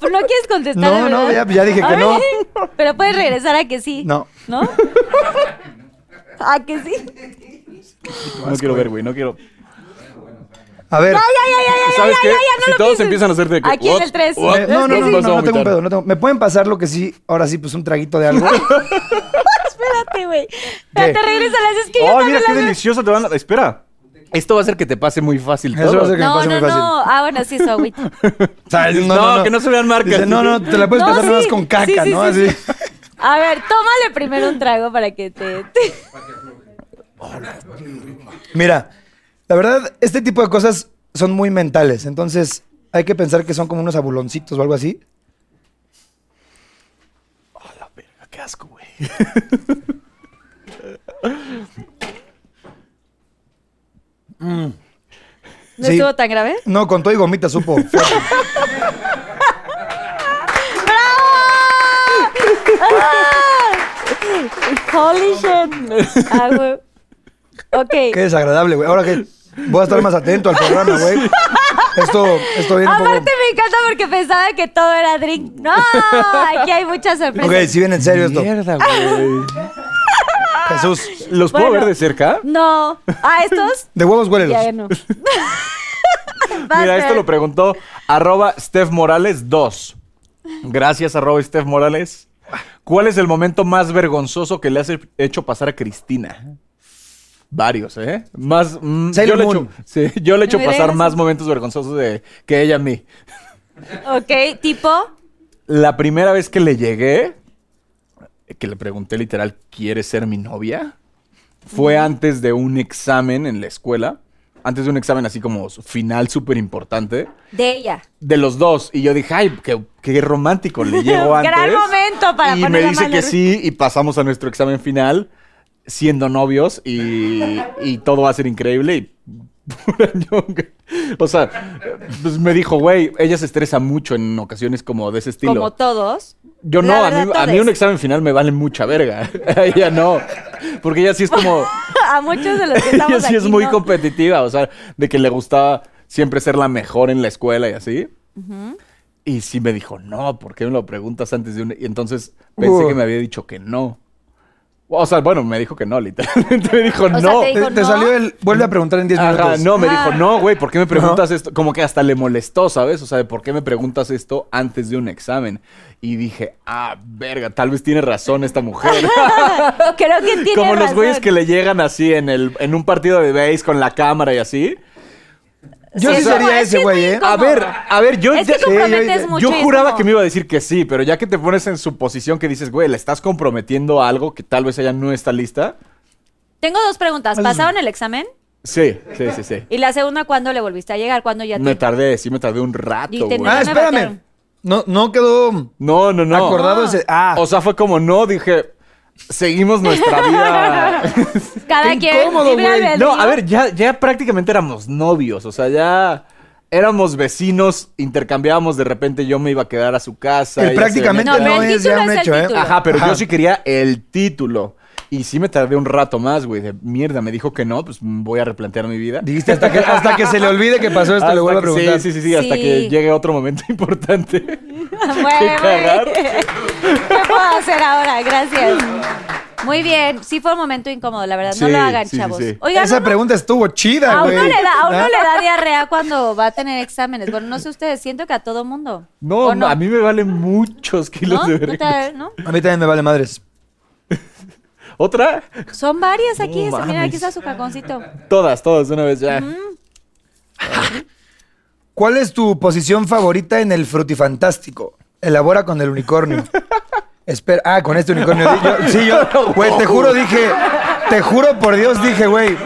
Speaker 3: Pues no quieres contestar.
Speaker 4: No,
Speaker 3: de
Speaker 4: no,
Speaker 3: verdad?
Speaker 4: ya- ya dije que no.
Speaker 3: Ay, Pero puedes regresar a que sí.
Speaker 4: No.
Speaker 3: ¿No? A que sí.
Speaker 5: No quiero ver, güey. No quiero.
Speaker 4: A ver.
Speaker 3: Ay, ay, ay, ay, ay,
Speaker 5: ¿Sabes
Speaker 3: ay,
Speaker 5: qué?
Speaker 3: ay, ay, no
Speaker 5: Si
Speaker 3: lo
Speaker 5: todos
Speaker 3: pienses.
Speaker 5: empiezan a hacer de que,
Speaker 3: Aquí en
Speaker 5: what?
Speaker 3: el 3.
Speaker 5: What?
Speaker 4: Eh, No, no,
Speaker 5: Es
Speaker 4: no,
Speaker 5: que
Speaker 4: no,
Speaker 5: sí.
Speaker 4: no tengo un
Speaker 5: Vomitar.
Speaker 4: pedo. No tengo... ¿Me pueden pasar lo que sí? Ahora sí, pues un traguito de algo.
Speaker 3: Espérate, güey. Espérate, regresa a las esquinas.
Speaker 5: ¡Oh, mira qué delicioso! Te van a- Espera. Esto va a hacer que te pase muy fácil
Speaker 4: Eso va a
Speaker 5: todo.
Speaker 4: hacer que me
Speaker 3: No,
Speaker 4: pase
Speaker 3: no,
Speaker 4: muy fácil.
Speaker 3: no. Ah, bueno, sí, su agüita.
Speaker 4: O sea,
Speaker 5: Dices, "No, que no se vean marcas".
Speaker 4: Dice, no, no, te la puedes
Speaker 3: No,
Speaker 4: pasar nada más
Speaker 3: sí.
Speaker 4: con caca,
Speaker 3: Sí, sí,
Speaker 4: ¿no?
Speaker 3: sí,
Speaker 4: Así.
Speaker 3: sí. A ver, tómale primero un trago para que te. te-
Speaker 4: Mira, la verdad, este tipo de cosas son muy mentales. Entonces, hay que pensar que son como unos abuloncitos o algo así.
Speaker 5: Ah, Qué asco, güey.
Speaker 3: ¿No
Speaker 4: Sí.
Speaker 3: estuvo tan grave?
Speaker 4: No, con todo y gomita supo. Fuerte.
Speaker 3: Holy shit. Ah, güey. Ok.
Speaker 4: Qué desagradable, güey. Ahora que voy a estar más atento al programa, güey. Esto, esto viene un poco...
Speaker 3: Aparte me encanta porque pensaba que todo era drink. No, aquí hay muchas sorpresas.
Speaker 4: Ok, si viene en serio esto.
Speaker 5: Mierda, güey.
Speaker 4: Jesús,
Speaker 5: ¿Los puedo
Speaker 3: Bueno.
Speaker 5: ver de cerca?
Speaker 3: No, a estos
Speaker 4: de huevos huélelos.
Speaker 3: ya no.
Speaker 5: Mira, esto lo preguntó arroba Steph Morales 2. Gracias, arroba Steph Morales. ¿Cuál es el momento más vergonzoso que le has he- hecho pasar a Cristina? Varios, ¿eh? Más. mm,
Speaker 4: Sailor
Speaker 5: yo, le
Speaker 4: Moon.
Speaker 5: echo, sí, yo le he hecho
Speaker 3: Me hubiera
Speaker 5: pasar
Speaker 3: ido
Speaker 5: más
Speaker 3: así.
Speaker 5: momentos vergonzosos de, que ella a mí.
Speaker 3: Ok, tipo.
Speaker 5: La primera vez que le llegué, que le pregunté literal, ¿quieres ser mi novia? Fue antes de un examen en la escuela. Antes de un examen así como final súper importante.
Speaker 3: De ella.
Speaker 5: De los dos. Y yo dije, ay, qué, qué romántico. Le llego antes.
Speaker 3: Gran momento para
Speaker 5: Y me
Speaker 3: poner la
Speaker 5: dice
Speaker 3: mano
Speaker 5: que
Speaker 3: en-
Speaker 5: sí y pasamos a nuestro examen final siendo novios y, y todo va a ser increíble y pura ñonga. O sea, pues me dijo, güey, ella se estresa mucho en ocasiones como de ese estilo.
Speaker 3: Como todos.
Speaker 5: Yo
Speaker 3: La
Speaker 5: no, a mí,
Speaker 3: verdad,
Speaker 5: a mí
Speaker 3: todes.
Speaker 5: un examen final me vale mucha verga. A ella no. Porque ella sí es como.
Speaker 3: a muchos de los que
Speaker 5: ella
Speaker 3: estamos
Speaker 5: sí es
Speaker 3: aquí,
Speaker 5: muy
Speaker 3: ¿no?
Speaker 5: competitiva. O sea, de que le gustaba siempre ser la mejor en la escuela y así. Y sí me dijo, no, ¿por qué me lo preguntas antes de un.? Y entonces pensé
Speaker 4: Uh.
Speaker 5: que me había dicho que no. O sea, bueno, me dijo que no, literalmente. Me dijo
Speaker 3: sea,
Speaker 5: no.
Speaker 3: te
Speaker 4: Te,
Speaker 3: Digo,
Speaker 4: te
Speaker 3: no.
Speaker 4: salió el... Vuelve a preguntar en 10 minutos.
Speaker 5: Ajá, no, me
Speaker 3: Ah.
Speaker 5: dijo, no, güey, ¿por qué me preguntas esto? Como que hasta le molestó, ¿sabes? O sea, de ¿por qué me preguntas esto antes de un examen? Y dije, ah, verga, tal vez tiene razón esta mujer.
Speaker 3: Creo que tiene
Speaker 5: Como los
Speaker 3: razón.
Speaker 5: güeyes que le llegan así en, el, en un partido de base con la cámara y así.
Speaker 4: Yo
Speaker 3: Sí,
Speaker 4: sí
Speaker 3: es como-
Speaker 4: sería
Speaker 3: es que
Speaker 4: ese
Speaker 3: es
Speaker 4: güey,
Speaker 3: muy
Speaker 4: ¿eh?
Speaker 3: incómodo.
Speaker 5: A ver, a ver, yo
Speaker 3: Es que
Speaker 5: ya- eh,
Speaker 3: comprometes
Speaker 4: yo-
Speaker 3: mucho.
Speaker 5: yo
Speaker 3: y es
Speaker 5: juraba
Speaker 3: como-
Speaker 5: que me iba a decir que sí, pero ya que te pones en su posición que dices, güey, le estás comprometiendo a algo que tal vez ella no está lista.
Speaker 3: Tengo dos preguntas. ¿Pasaron el examen?
Speaker 5: Sí, sí, sí, sí.
Speaker 3: Y la segunda, ¿cuándo le volviste a llegar? ¿Cuándo ya
Speaker 5: Me
Speaker 3: te...
Speaker 5: tardé, sí me tardé un rato,
Speaker 3: Y te-
Speaker 5: güey.
Speaker 4: Ah,
Speaker 3: me
Speaker 4: espérame.
Speaker 3: batearon.
Speaker 4: No, no quedó
Speaker 5: No, no, no.
Speaker 4: acordado
Speaker 3: Ah.
Speaker 4: ese... Ah,
Speaker 5: O sea, fue como no, dije, seguimos nuestra vida.
Speaker 3: Cada
Speaker 4: Qué
Speaker 3: quien...
Speaker 4: incómodo,
Speaker 3: libre
Speaker 4: güey.
Speaker 3: albedrío.
Speaker 5: no, a ver, ya, ya prácticamente éramos novios, o sea, ya éramos vecinos, intercambiábamos, de repente yo me iba a quedar a su casa.
Speaker 4: El
Speaker 5: ella se
Speaker 4: prácticamente
Speaker 3: No,
Speaker 4: no,
Speaker 5: venía a
Speaker 3: pero el
Speaker 4: es ya
Speaker 3: título
Speaker 4: un
Speaker 3: es el
Speaker 4: hecho, ¿eh?
Speaker 3: título.
Speaker 5: Ajá, pero
Speaker 4: Ajá.
Speaker 5: yo sí quería el título. Y sí me tardé un rato más, güey. De mierda, me dijo que no, pues mm, voy a replantear mi vida.
Speaker 4: Dijiste hasta que, hasta que se le olvide que pasó esto,
Speaker 5: Hasta
Speaker 4: le vuelvo a
Speaker 5: que-
Speaker 4: preguntar.
Speaker 5: Sí, sí, sí, sí, hasta
Speaker 3: Sí.
Speaker 5: que llegue otro momento importante.
Speaker 3: Güey,
Speaker 5: Qué
Speaker 3: güey.
Speaker 5: cagar.
Speaker 3: ¿Qué puedo hacer ahora? Gracias. Muy bien. Sí fue un momento incómodo, la verdad. No
Speaker 5: Sí,
Speaker 3: lo hagan,
Speaker 5: sí, sí,
Speaker 3: chavos.
Speaker 5: sí.
Speaker 3: Oigan,
Speaker 4: Esa
Speaker 3: uno-
Speaker 4: pregunta estuvo chida,
Speaker 3: a
Speaker 4: güey.
Speaker 3: uno, le da, a uno
Speaker 4: ¿Ah?
Speaker 3: le da diarrea cuando va a tener exámenes. Bueno, no sé ustedes, siento que a todo mundo.
Speaker 5: No,
Speaker 3: ¿O no?
Speaker 5: a mí me valen muchos kilos
Speaker 3: ¿No?
Speaker 5: de
Speaker 3: ¿No te
Speaker 5: verga.
Speaker 3: da- no?
Speaker 4: A mí también me vale madres.
Speaker 5: ¿Otra?
Speaker 3: Son varias aquí.
Speaker 5: No
Speaker 3: esa- mira, aquí
Speaker 5: mames.
Speaker 3: está su cajoncito.
Speaker 5: Todas, todas, de una vez ya.
Speaker 4: ¿Cuál es tu posición favorita en el frutifantástico? Elabora con el unicornio. Espera, ah, con este unicornio. Di- yo- sí, yo, güey, te juro, dije, te juro por Dios, dije, güey.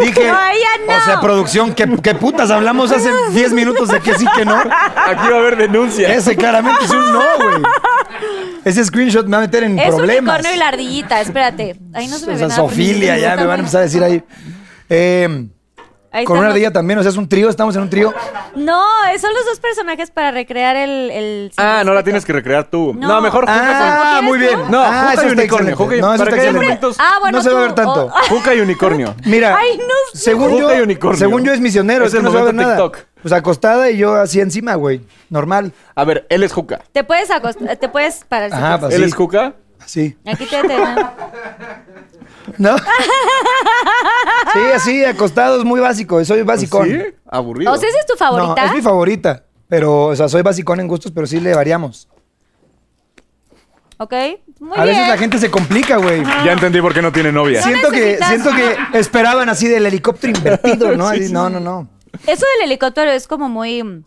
Speaker 4: Dije,
Speaker 3: No, ella no.
Speaker 4: o sea, producción, ¿qué, qué putas hablamos hace 10 minutos de que sí, que no?
Speaker 5: Aquí va a haber denuncia.
Speaker 4: Ese claramente es un no, güey. Ese screenshot me va a meter en
Speaker 3: Es
Speaker 4: problemas.
Speaker 3: unicornio y la ardillita, espérate. Ahí no se me
Speaker 4: o
Speaker 3: ve
Speaker 4: sea,
Speaker 3: nada.
Speaker 4: Sofilia, ya me van a empezar a decir ahí. Eh,
Speaker 3: Ahí
Speaker 4: con una
Speaker 3: están
Speaker 4: ardilla también, o sea, es un trío, estamos en un trío.
Speaker 3: los- No, eh, son los dos personajes para recrear el... el
Speaker 5: Ah, no la
Speaker 3: respeto.
Speaker 5: tienes que recrear tú.
Speaker 3: No.
Speaker 5: No, mejor juca
Speaker 4: Ah,
Speaker 3: ¿Lo
Speaker 4: muy
Speaker 3: quieres
Speaker 4: bien.
Speaker 3: tú?
Speaker 5: No,
Speaker 4: ah,
Speaker 5: juca y
Speaker 4: eso está
Speaker 5: unicornio,
Speaker 4: excelente.
Speaker 5: juca y-
Speaker 4: No, eso
Speaker 5: para
Speaker 4: está
Speaker 5: que haya
Speaker 4: excelente.
Speaker 5: momentos-
Speaker 3: Ah, bueno,
Speaker 4: no se va a
Speaker 3: tú,
Speaker 4: ver tanto.
Speaker 3: o-
Speaker 5: con- juca y unicornio.
Speaker 4: Mira,
Speaker 3: Ay, no sé.
Speaker 4: según, yo,
Speaker 5: Juca y unicornio.
Speaker 4: según yo es misionero,
Speaker 5: Es
Speaker 4: es que
Speaker 5: el
Speaker 4: no se va a ver
Speaker 5: momento
Speaker 4: nada.
Speaker 5: TikTok.
Speaker 4: Pues acostada y yo así encima, güey. Normal.
Speaker 5: A ver, él es juca.
Speaker 3: Te puedes acostar, te puedes parar. si
Speaker 4: Ajá,
Speaker 3: quieres.
Speaker 4: Así.
Speaker 5: Él es juca.
Speaker 4: Así.
Speaker 3: Aquí te tenemos.
Speaker 4: ¿No? sí, así, acostado es muy básico. Soy basicón.
Speaker 5: ¿Pues ¿Sí? Aburrido.
Speaker 3: O sea, ¿esa es tu
Speaker 4: No,
Speaker 3: favorita?
Speaker 4: es mi favorita. Pero, o sea, soy basicón en gustos, pero sí le variamos.
Speaker 3: ok, muy
Speaker 4: a
Speaker 3: bien.
Speaker 4: veces la gente se complica, güey.
Speaker 5: Ya entendí por qué no tiene novia.
Speaker 4: siento que,
Speaker 3: necesitas-
Speaker 4: siento que esperaban así del helicóptero invertido, ¿no? Así, no, no, no.
Speaker 3: Eso del helicóptero es como muy... mm,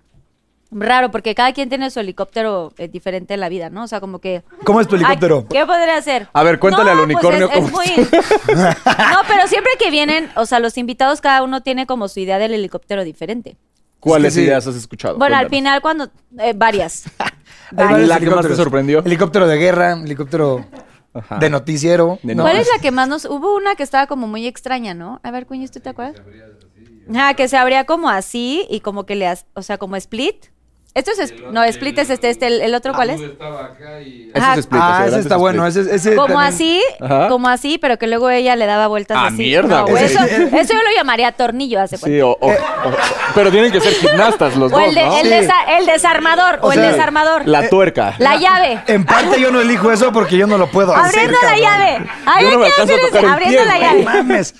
Speaker 3: raro, porque cada quien tiene su helicóptero eh, diferente en la vida, ¿no? O sea, como que...
Speaker 4: ¿Cómo es tu
Speaker 3: Ay,
Speaker 4: helicóptero?
Speaker 3: ¿Qué podría hacer?
Speaker 5: A ver, cuéntale al
Speaker 3: pues
Speaker 5: unicornio
Speaker 3: es- es
Speaker 5: cómo
Speaker 3: muy- No, pero siempre que vienen, o sea, los invitados, cada uno tiene como su idea del helicóptero diferente.
Speaker 5: ¿Cuáles
Speaker 4: sí.
Speaker 5: ideas has escuchado?
Speaker 3: Bueno, al
Speaker 5: Ah, Cuéntanos.
Speaker 3: final cuando... eh, varias.
Speaker 4: Hay
Speaker 5: Ay, la que
Speaker 4: varios
Speaker 5: más te
Speaker 4: helicópteros.
Speaker 5: sorprendió.
Speaker 4: Helicóptero de guerra, helicóptero
Speaker 5: Ajá.
Speaker 4: de noticiero.
Speaker 5: De
Speaker 4: ¿no?
Speaker 3: ¿Cuál es la que más nos.? Hubo una que estaba como muy extraña, ¿no? A ver, Cuñiz, ¿tú te acuerdas? Ah, que se abría como así y como que le. as- O sea, como split. Esto es. es- no, split es este, este. ¿El, el otro cuál es?
Speaker 5: Ese
Speaker 3: Ajá.
Speaker 5: es split,
Speaker 4: Ah,
Speaker 5: hacia
Speaker 4: ese
Speaker 5: adelante
Speaker 4: está
Speaker 5: es
Speaker 4: bueno.
Speaker 5: split.
Speaker 4: Ese, ese
Speaker 3: Como
Speaker 4: también-
Speaker 3: así,
Speaker 5: Ajá.
Speaker 3: como así, pero que luego ella le daba vueltas
Speaker 5: Ah,
Speaker 3: así.
Speaker 5: mierda,
Speaker 3: No,
Speaker 5: güey.
Speaker 3: Eso, eso yo lo llamaría tornillo, hace
Speaker 5: Sí,
Speaker 3: cuenta.
Speaker 5: o, o- o- pero tienen que ser gimnastas los
Speaker 3: o el,
Speaker 5: dos,
Speaker 3: de-
Speaker 5: ¿no?
Speaker 3: el,
Speaker 4: Sí.
Speaker 3: desa- el desarmador, o,
Speaker 4: O
Speaker 3: el
Speaker 4: sea,
Speaker 3: desarmador. La,
Speaker 5: La tuerca.
Speaker 3: llave.
Speaker 4: En parte yo no elijo eso porque yo no lo puedo hacer.
Speaker 3: Abriendo la
Speaker 4: cabrón.
Speaker 3: llave. Ahí
Speaker 5: Yo no me
Speaker 3: hay que
Speaker 5: alcanzo a
Speaker 3: hacer ese-
Speaker 5: tocar el
Speaker 3: Abriendo
Speaker 5: pie,
Speaker 3: la
Speaker 5: güey.
Speaker 4: No
Speaker 3: llave.
Speaker 4: mames.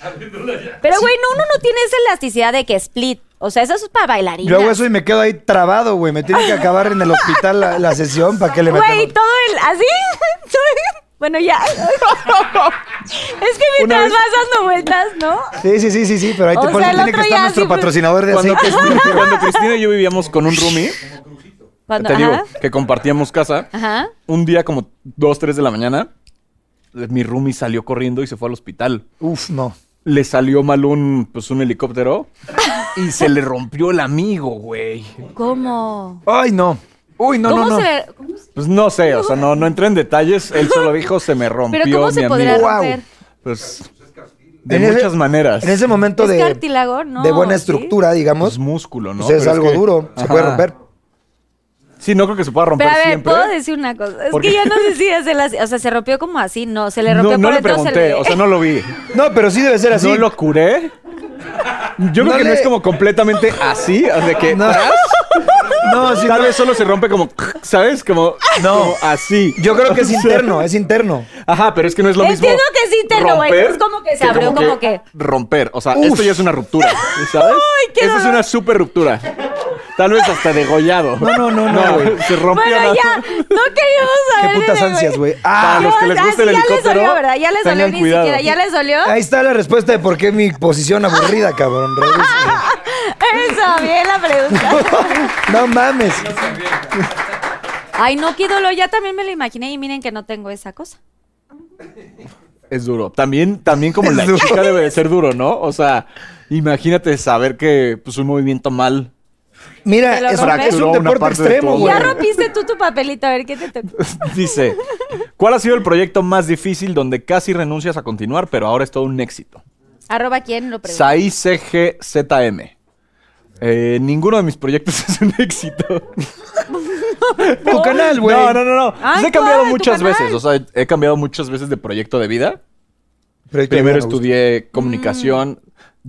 Speaker 3: Pero, güey, no, uno no tiene esa elasticidad de que split. O sea, eso es para bailarines.
Speaker 4: Yo hago eso y me quedo ahí trabado, güey. Me tiene que acabar en el hospital la, la sesión para que le
Speaker 3: Güey,
Speaker 4: metan.
Speaker 3: todo el. ¿Así? todo- Bueno, ya. es que mientras
Speaker 5: vez-
Speaker 3: vas dando vueltas, ¿no?
Speaker 4: Sí, sí, sí, sí, sí, pero ahí te
Speaker 3: O
Speaker 4: por
Speaker 3: sea,
Speaker 4: eso
Speaker 3: el
Speaker 4: tiene que
Speaker 3: otro
Speaker 4: estar
Speaker 3: ya
Speaker 4: nuestro
Speaker 3: sí, pues-
Speaker 4: patrocinador de
Speaker 5: Cuando,
Speaker 4: aceite.
Speaker 5: Cristina- cuando Cristina y yo vivíamos con un roomie,
Speaker 3: Cuando-
Speaker 5: te digo,
Speaker 3: ajá.
Speaker 5: que compartíamos casa,
Speaker 3: Ajá.
Speaker 5: un día como 2, 3 de la mañana, mi roomie salió corriendo y se fue al hospital.
Speaker 4: Uf, no.
Speaker 5: Le salió mal un, pues, un helicóptero y se le rompió el amigo, güey.
Speaker 3: ¿Cómo?
Speaker 4: Ay, no. Uy, no,
Speaker 3: ¿Cómo
Speaker 4: no, no.
Speaker 3: se le-
Speaker 5: Pues no sé, o sea, no, no entré en detalles. Él solo dijo, se me rompió
Speaker 3: ¿Pero cómo se
Speaker 5: mi
Speaker 3: podría
Speaker 5: amigo.
Speaker 4: Guau.
Speaker 3: romper?
Speaker 5: Pues de
Speaker 4: En ese-
Speaker 5: muchas maneras.
Speaker 4: En ese momento
Speaker 3: ¿Es
Speaker 4: de,
Speaker 3: cartílago? No,
Speaker 4: de buena
Speaker 3: ¿sí?
Speaker 4: estructura, digamos,
Speaker 5: Pues músculo, ¿no?
Speaker 4: pues es
Speaker 5: Pero
Speaker 4: algo
Speaker 5: que-
Speaker 4: duro. Se
Speaker 5: Ajá.
Speaker 4: puede romper.
Speaker 5: Sí, no creo que se pueda romper
Speaker 3: Pero a ver,
Speaker 5: siempre. ¿eh?
Speaker 3: puedo decir una cosa. Es
Speaker 5: ¿Por
Speaker 3: que
Speaker 5: qué?
Speaker 3: yo no sé si es el as- O sea, se rompió como así, no. Se le
Speaker 5: no,
Speaker 3: rompió
Speaker 5: no
Speaker 3: por
Speaker 5: le
Speaker 3: dentro, se
Speaker 5: pregunté,
Speaker 3: le-
Speaker 5: o sea, no lo vi.
Speaker 4: No, pero sí debe ser así.
Speaker 5: ¿No lo curé? Yo
Speaker 4: No
Speaker 5: creo que no
Speaker 4: le-
Speaker 5: es como completamente así, o sea que
Speaker 4: No. No, sí,
Speaker 5: tal
Speaker 4: no.
Speaker 5: vez solo se rompe como, ¿sabes? Como,
Speaker 4: No.
Speaker 5: como así.
Speaker 4: Yo creo que es
Speaker 5: O sea,
Speaker 4: interno, es interno.
Speaker 5: Ajá, pero es que no es lo mismo.
Speaker 3: Entiendo que es interno, güey,
Speaker 5: romper
Speaker 3: es como que se abrió, como que-
Speaker 5: Romper, o sea,
Speaker 4: Uf.
Speaker 5: esto ya es una ruptura, ¿sabes?
Speaker 3: Ay, qué
Speaker 5: Esa es
Speaker 3: dolor.
Speaker 5: una super ruptura. Tal vez hasta degollado.
Speaker 4: No, no, no, no, güey.
Speaker 5: se rompió
Speaker 3: Bueno,
Speaker 5: la-
Speaker 3: ya. No queríamos
Speaker 4: Qué
Speaker 3: saber.
Speaker 4: putas
Speaker 3: de-
Speaker 4: ansias, güey.
Speaker 5: Para
Speaker 4: Ah,
Speaker 5: los que les
Speaker 3: Ah,
Speaker 5: gusta
Speaker 3: sí,
Speaker 5: el
Speaker 3: Ya les
Speaker 5: helicóptero,
Speaker 3: dolió, ¿verdad? Ya les dolió
Speaker 5: tengan
Speaker 3: ni
Speaker 5: cuidado.
Speaker 3: siquiera. Ya les dolió.
Speaker 4: ahí está la respuesta de por qué mi posición aburrida, cabrón. Regresa.
Speaker 3: Eso, bien la pregunta.
Speaker 4: No mames.
Speaker 3: Ay, no, qué dolor. Ya también me lo imaginé y miren que no tengo esa cosa.
Speaker 5: Es duro. También, también como
Speaker 4: Es
Speaker 5: la
Speaker 4: duro.
Speaker 5: chica debe de ser duro, ¿no? O sea, imagínate saber que pues, un movimiento mal.
Speaker 4: Mira,
Speaker 3: Te lo
Speaker 4: es, es
Speaker 3: rompes.
Speaker 4: un
Speaker 5: Una
Speaker 4: deporte
Speaker 5: parte de
Speaker 4: extremo,
Speaker 5: tu
Speaker 4: güey.
Speaker 3: Ya rompiste tú tu papelito, a ver qué te tocó.
Speaker 5: Dice, ¿cuál ha sido el proyecto más difícil donde casi renuncias a continuar, pero ahora es todo un éxito?
Speaker 3: Arroba quién lo pregunta.
Speaker 5: Sai CGZM. Eh, ninguno de mis proyectos es un éxito.
Speaker 4: Tu canal, güey.
Speaker 5: No, no, no, no.
Speaker 3: Ay,
Speaker 5: Pues he cambiado
Speaker 3: ¿cuál? ¿Tu
Speaker 5: muchas
Speaker 3: canal?
Speaker 5: veces. O sea, he cambiado muchas veces de proyecto de vida.
Speaker 4: Pero ahí todavía
Speaker 5: Primero
Speaker 4: me gusta.
Speaker 5: estudié
Speaker 3: Mm.
Speaker 5: comunicación.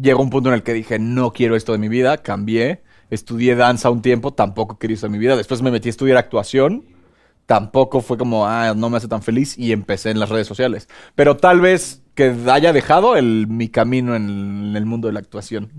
Speaker 5: Llegó un punto en el que dije, no quiero esto de mi vida. Cambié. Estudié danza un tiempo. Tampoco quería esto de mi vida. Después me metí a estudiar actuación. Tampoco fue como, ah, no me hace tan feliz. Y empecé en las redes sociales. Pero tal vez que haya dejado el, mi camino en el, en el mundo de la actuación.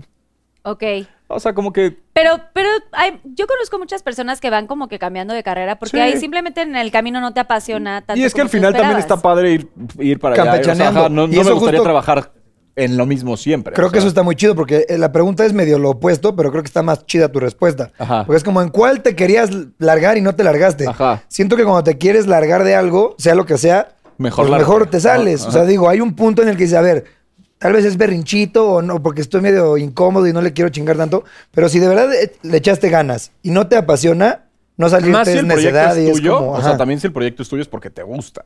Speaker 3: Ok.
Speaker 5: O sea, como que.
Speaker 3: Pero, pero hay- yo conozco muchas personas que van como que cambiando de carrera porque
Speaker 5: Sí.
Speaker 3: ahí simplemente en el camino no te apasiona tanto.
Speaker 5: y es que
Speaker 3: como
Speaker 5: al
Speaker 3: tú
Speaker 5: final también está
Speaker 3: esperabas.
Speaker 5: padre ir, ir para allá. O sea,
Speaker 4: Campechaneando.
Speaker 5: ajá, no
Speaker 4: Y
Speaker 5: no me
Speaker 4: eso
Speaker 5: gustaría
Speaker 4: justo-
Speaker 5: trabajar en lo mismo siempre.
Speaker 4: Creo
Speaker 5: o
Speaker 4: que eso
Speaker 5: sea.
Speaker 4: está muy chido porque eh, la pregunta es medio lo opuesto, pero creo que está más chida tu respuesta.
Speaker 5: Ajá.
Speaker 4: Porque es como en cuál te querías largar y no te largaste.
Speaker 5: Ajá.
Speaker 4: Siento que cuando te quieres largar de algo, sea lo que sea,
Speaker 5: Mejor
Speaker 4: pues
Speaker 5: largo.
Speaker 4: mejor te sales.
Speaker 5: Ajá.
Speaker 4: O sea, digo, hay un punto en el que dices, a ver, tal vez es berrinchito o no, porque estoy medio incómodo y no le quiero chingar tanto, pero si de verdad eh, le echaste ganas y no te apasiona, no
Speaker 5: Más
Speaker 4: salirte
Speaker 5: si
Speaker 4: es
Speaker 5: el proyecto
Speaker 4: necedad y
Speaker 5: es
Speaker 4: es
Speaker 5: tuyo,
Speaker 4: como,
Speaker 5: o
Speaker 4: ajá.
Speaker 5: sea, también si el proyecto es tuyo es porque te gusta.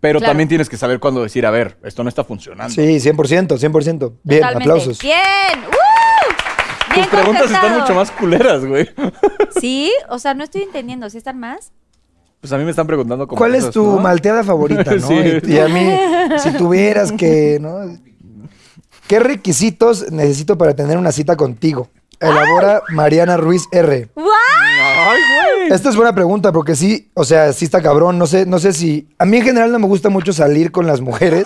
Speaker 5: Pero
Speaker 3: Claro.
Speaker 5: también tienes que saber cuándo decir, a ver, esto no está funcionando.
Speaker 4: Sí, 100%, 100%. Bien,
Speaker 3: Totalmente.
Speaker 4: aplausos.
Speaker 3: Bien. ¡Uh!
Speaker 5: Tus
Speaker 3: Bien
Speaker 5: preguntas
Speaker 3: contestado.
Speaker 5: están mucho más culeras, güey.
Speaker 3: Sí, o sea, no estoy entendiendo. ¿Sí están más?
Speaker 5: Pues a mí me están preguntando como
Speaker 4: ¿Cuál es
Speaker 5: cosas,
Speaker 4: tu
Speaker 5: ¿no?
Speaker 4: malteada favorita, no?
Speaker 5: Sí.
Speaker 4: Y, y a mí, si tuvieras que, ¿no? ¿Qué requisitos necesito para tener una cita contigo? Elabora Mariana Ruiz R.
Speaker 3: ¡Wow!
Speaker 5: Ay, güey.
Speaker 4: Esta es buena pregunta porque sí, o sea, sí está cabrón. No sé, no sé si. A mí en general no me gusta mucho salir con las mujeres.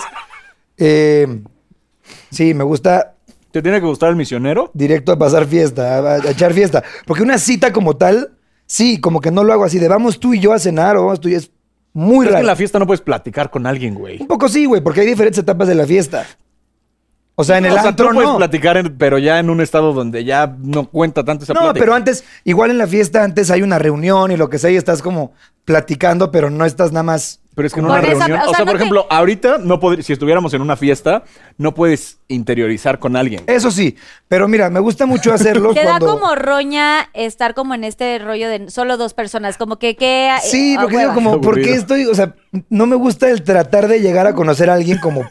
Speaker 4: Eh, sí, me gusta
Speaker 5: ¿Te tiene que gustar el misionero?
Speaker 4: directo a pasar fiesta, a, a- a echar fiesta. Porque una cita como tal, sí, como que no lo hago así de vamos tú y yo a cenar o vamos tú y yo. Es
Speaker 5: Pero
Speaker 4: muy
Speaker 5: es
Speaker 4: raro.
Speaker 5: que en la fiesta no puedes platicar con alguien, güey.
Speaker 4: Un poco sí, güey, porque hay diferentes etapas de la fiesta. O O sea, en el
Speaker 5: o sea,
Speaker 4: antro
Speaker 5: tú puedes
Speaker 4: no.
Speaker 5: platicar, en- pero ya en un estado donde ya no cuenta tanto esa
Speaker 4: No,
Speaker 5: plática.
Speaker 4: pero antes, igual en la fiesta, antes hay una reunión y lo que sea, y estás como platicando, pero no estás nada más.
Speaker 5: Pero es que en
Speaker 3: Por
Speaker 5: una
Speaker 3: esa-
Speaker 5: reunión.
Speaker 3: o
Speaker 5: o sea,
Speaker 3: sea, no
Speaker 5: por
Speaker 3: te-
Speaker 5: ejemplo, ahorita, no podri- si estuviéramos en una fiesta, no puedes interiorizar con alguien.
Speaker 4: Eso sí, pero mira, me gusta mucho hacerlo
Speaker 3: Te da
Speaker 4: cuando.
Speaker 3: como roña estar como en este rollo de solo dos personas, como que eh, oh, qué
Speaker 4: Sí, porque digo,
Speaker 5: Qué
Speaker 4: como, ¿por qué
Speaker 5: aburrido.
Speaker 4: estoy? O sea, no me gusta el tratar de llegar a conocer a alguien como.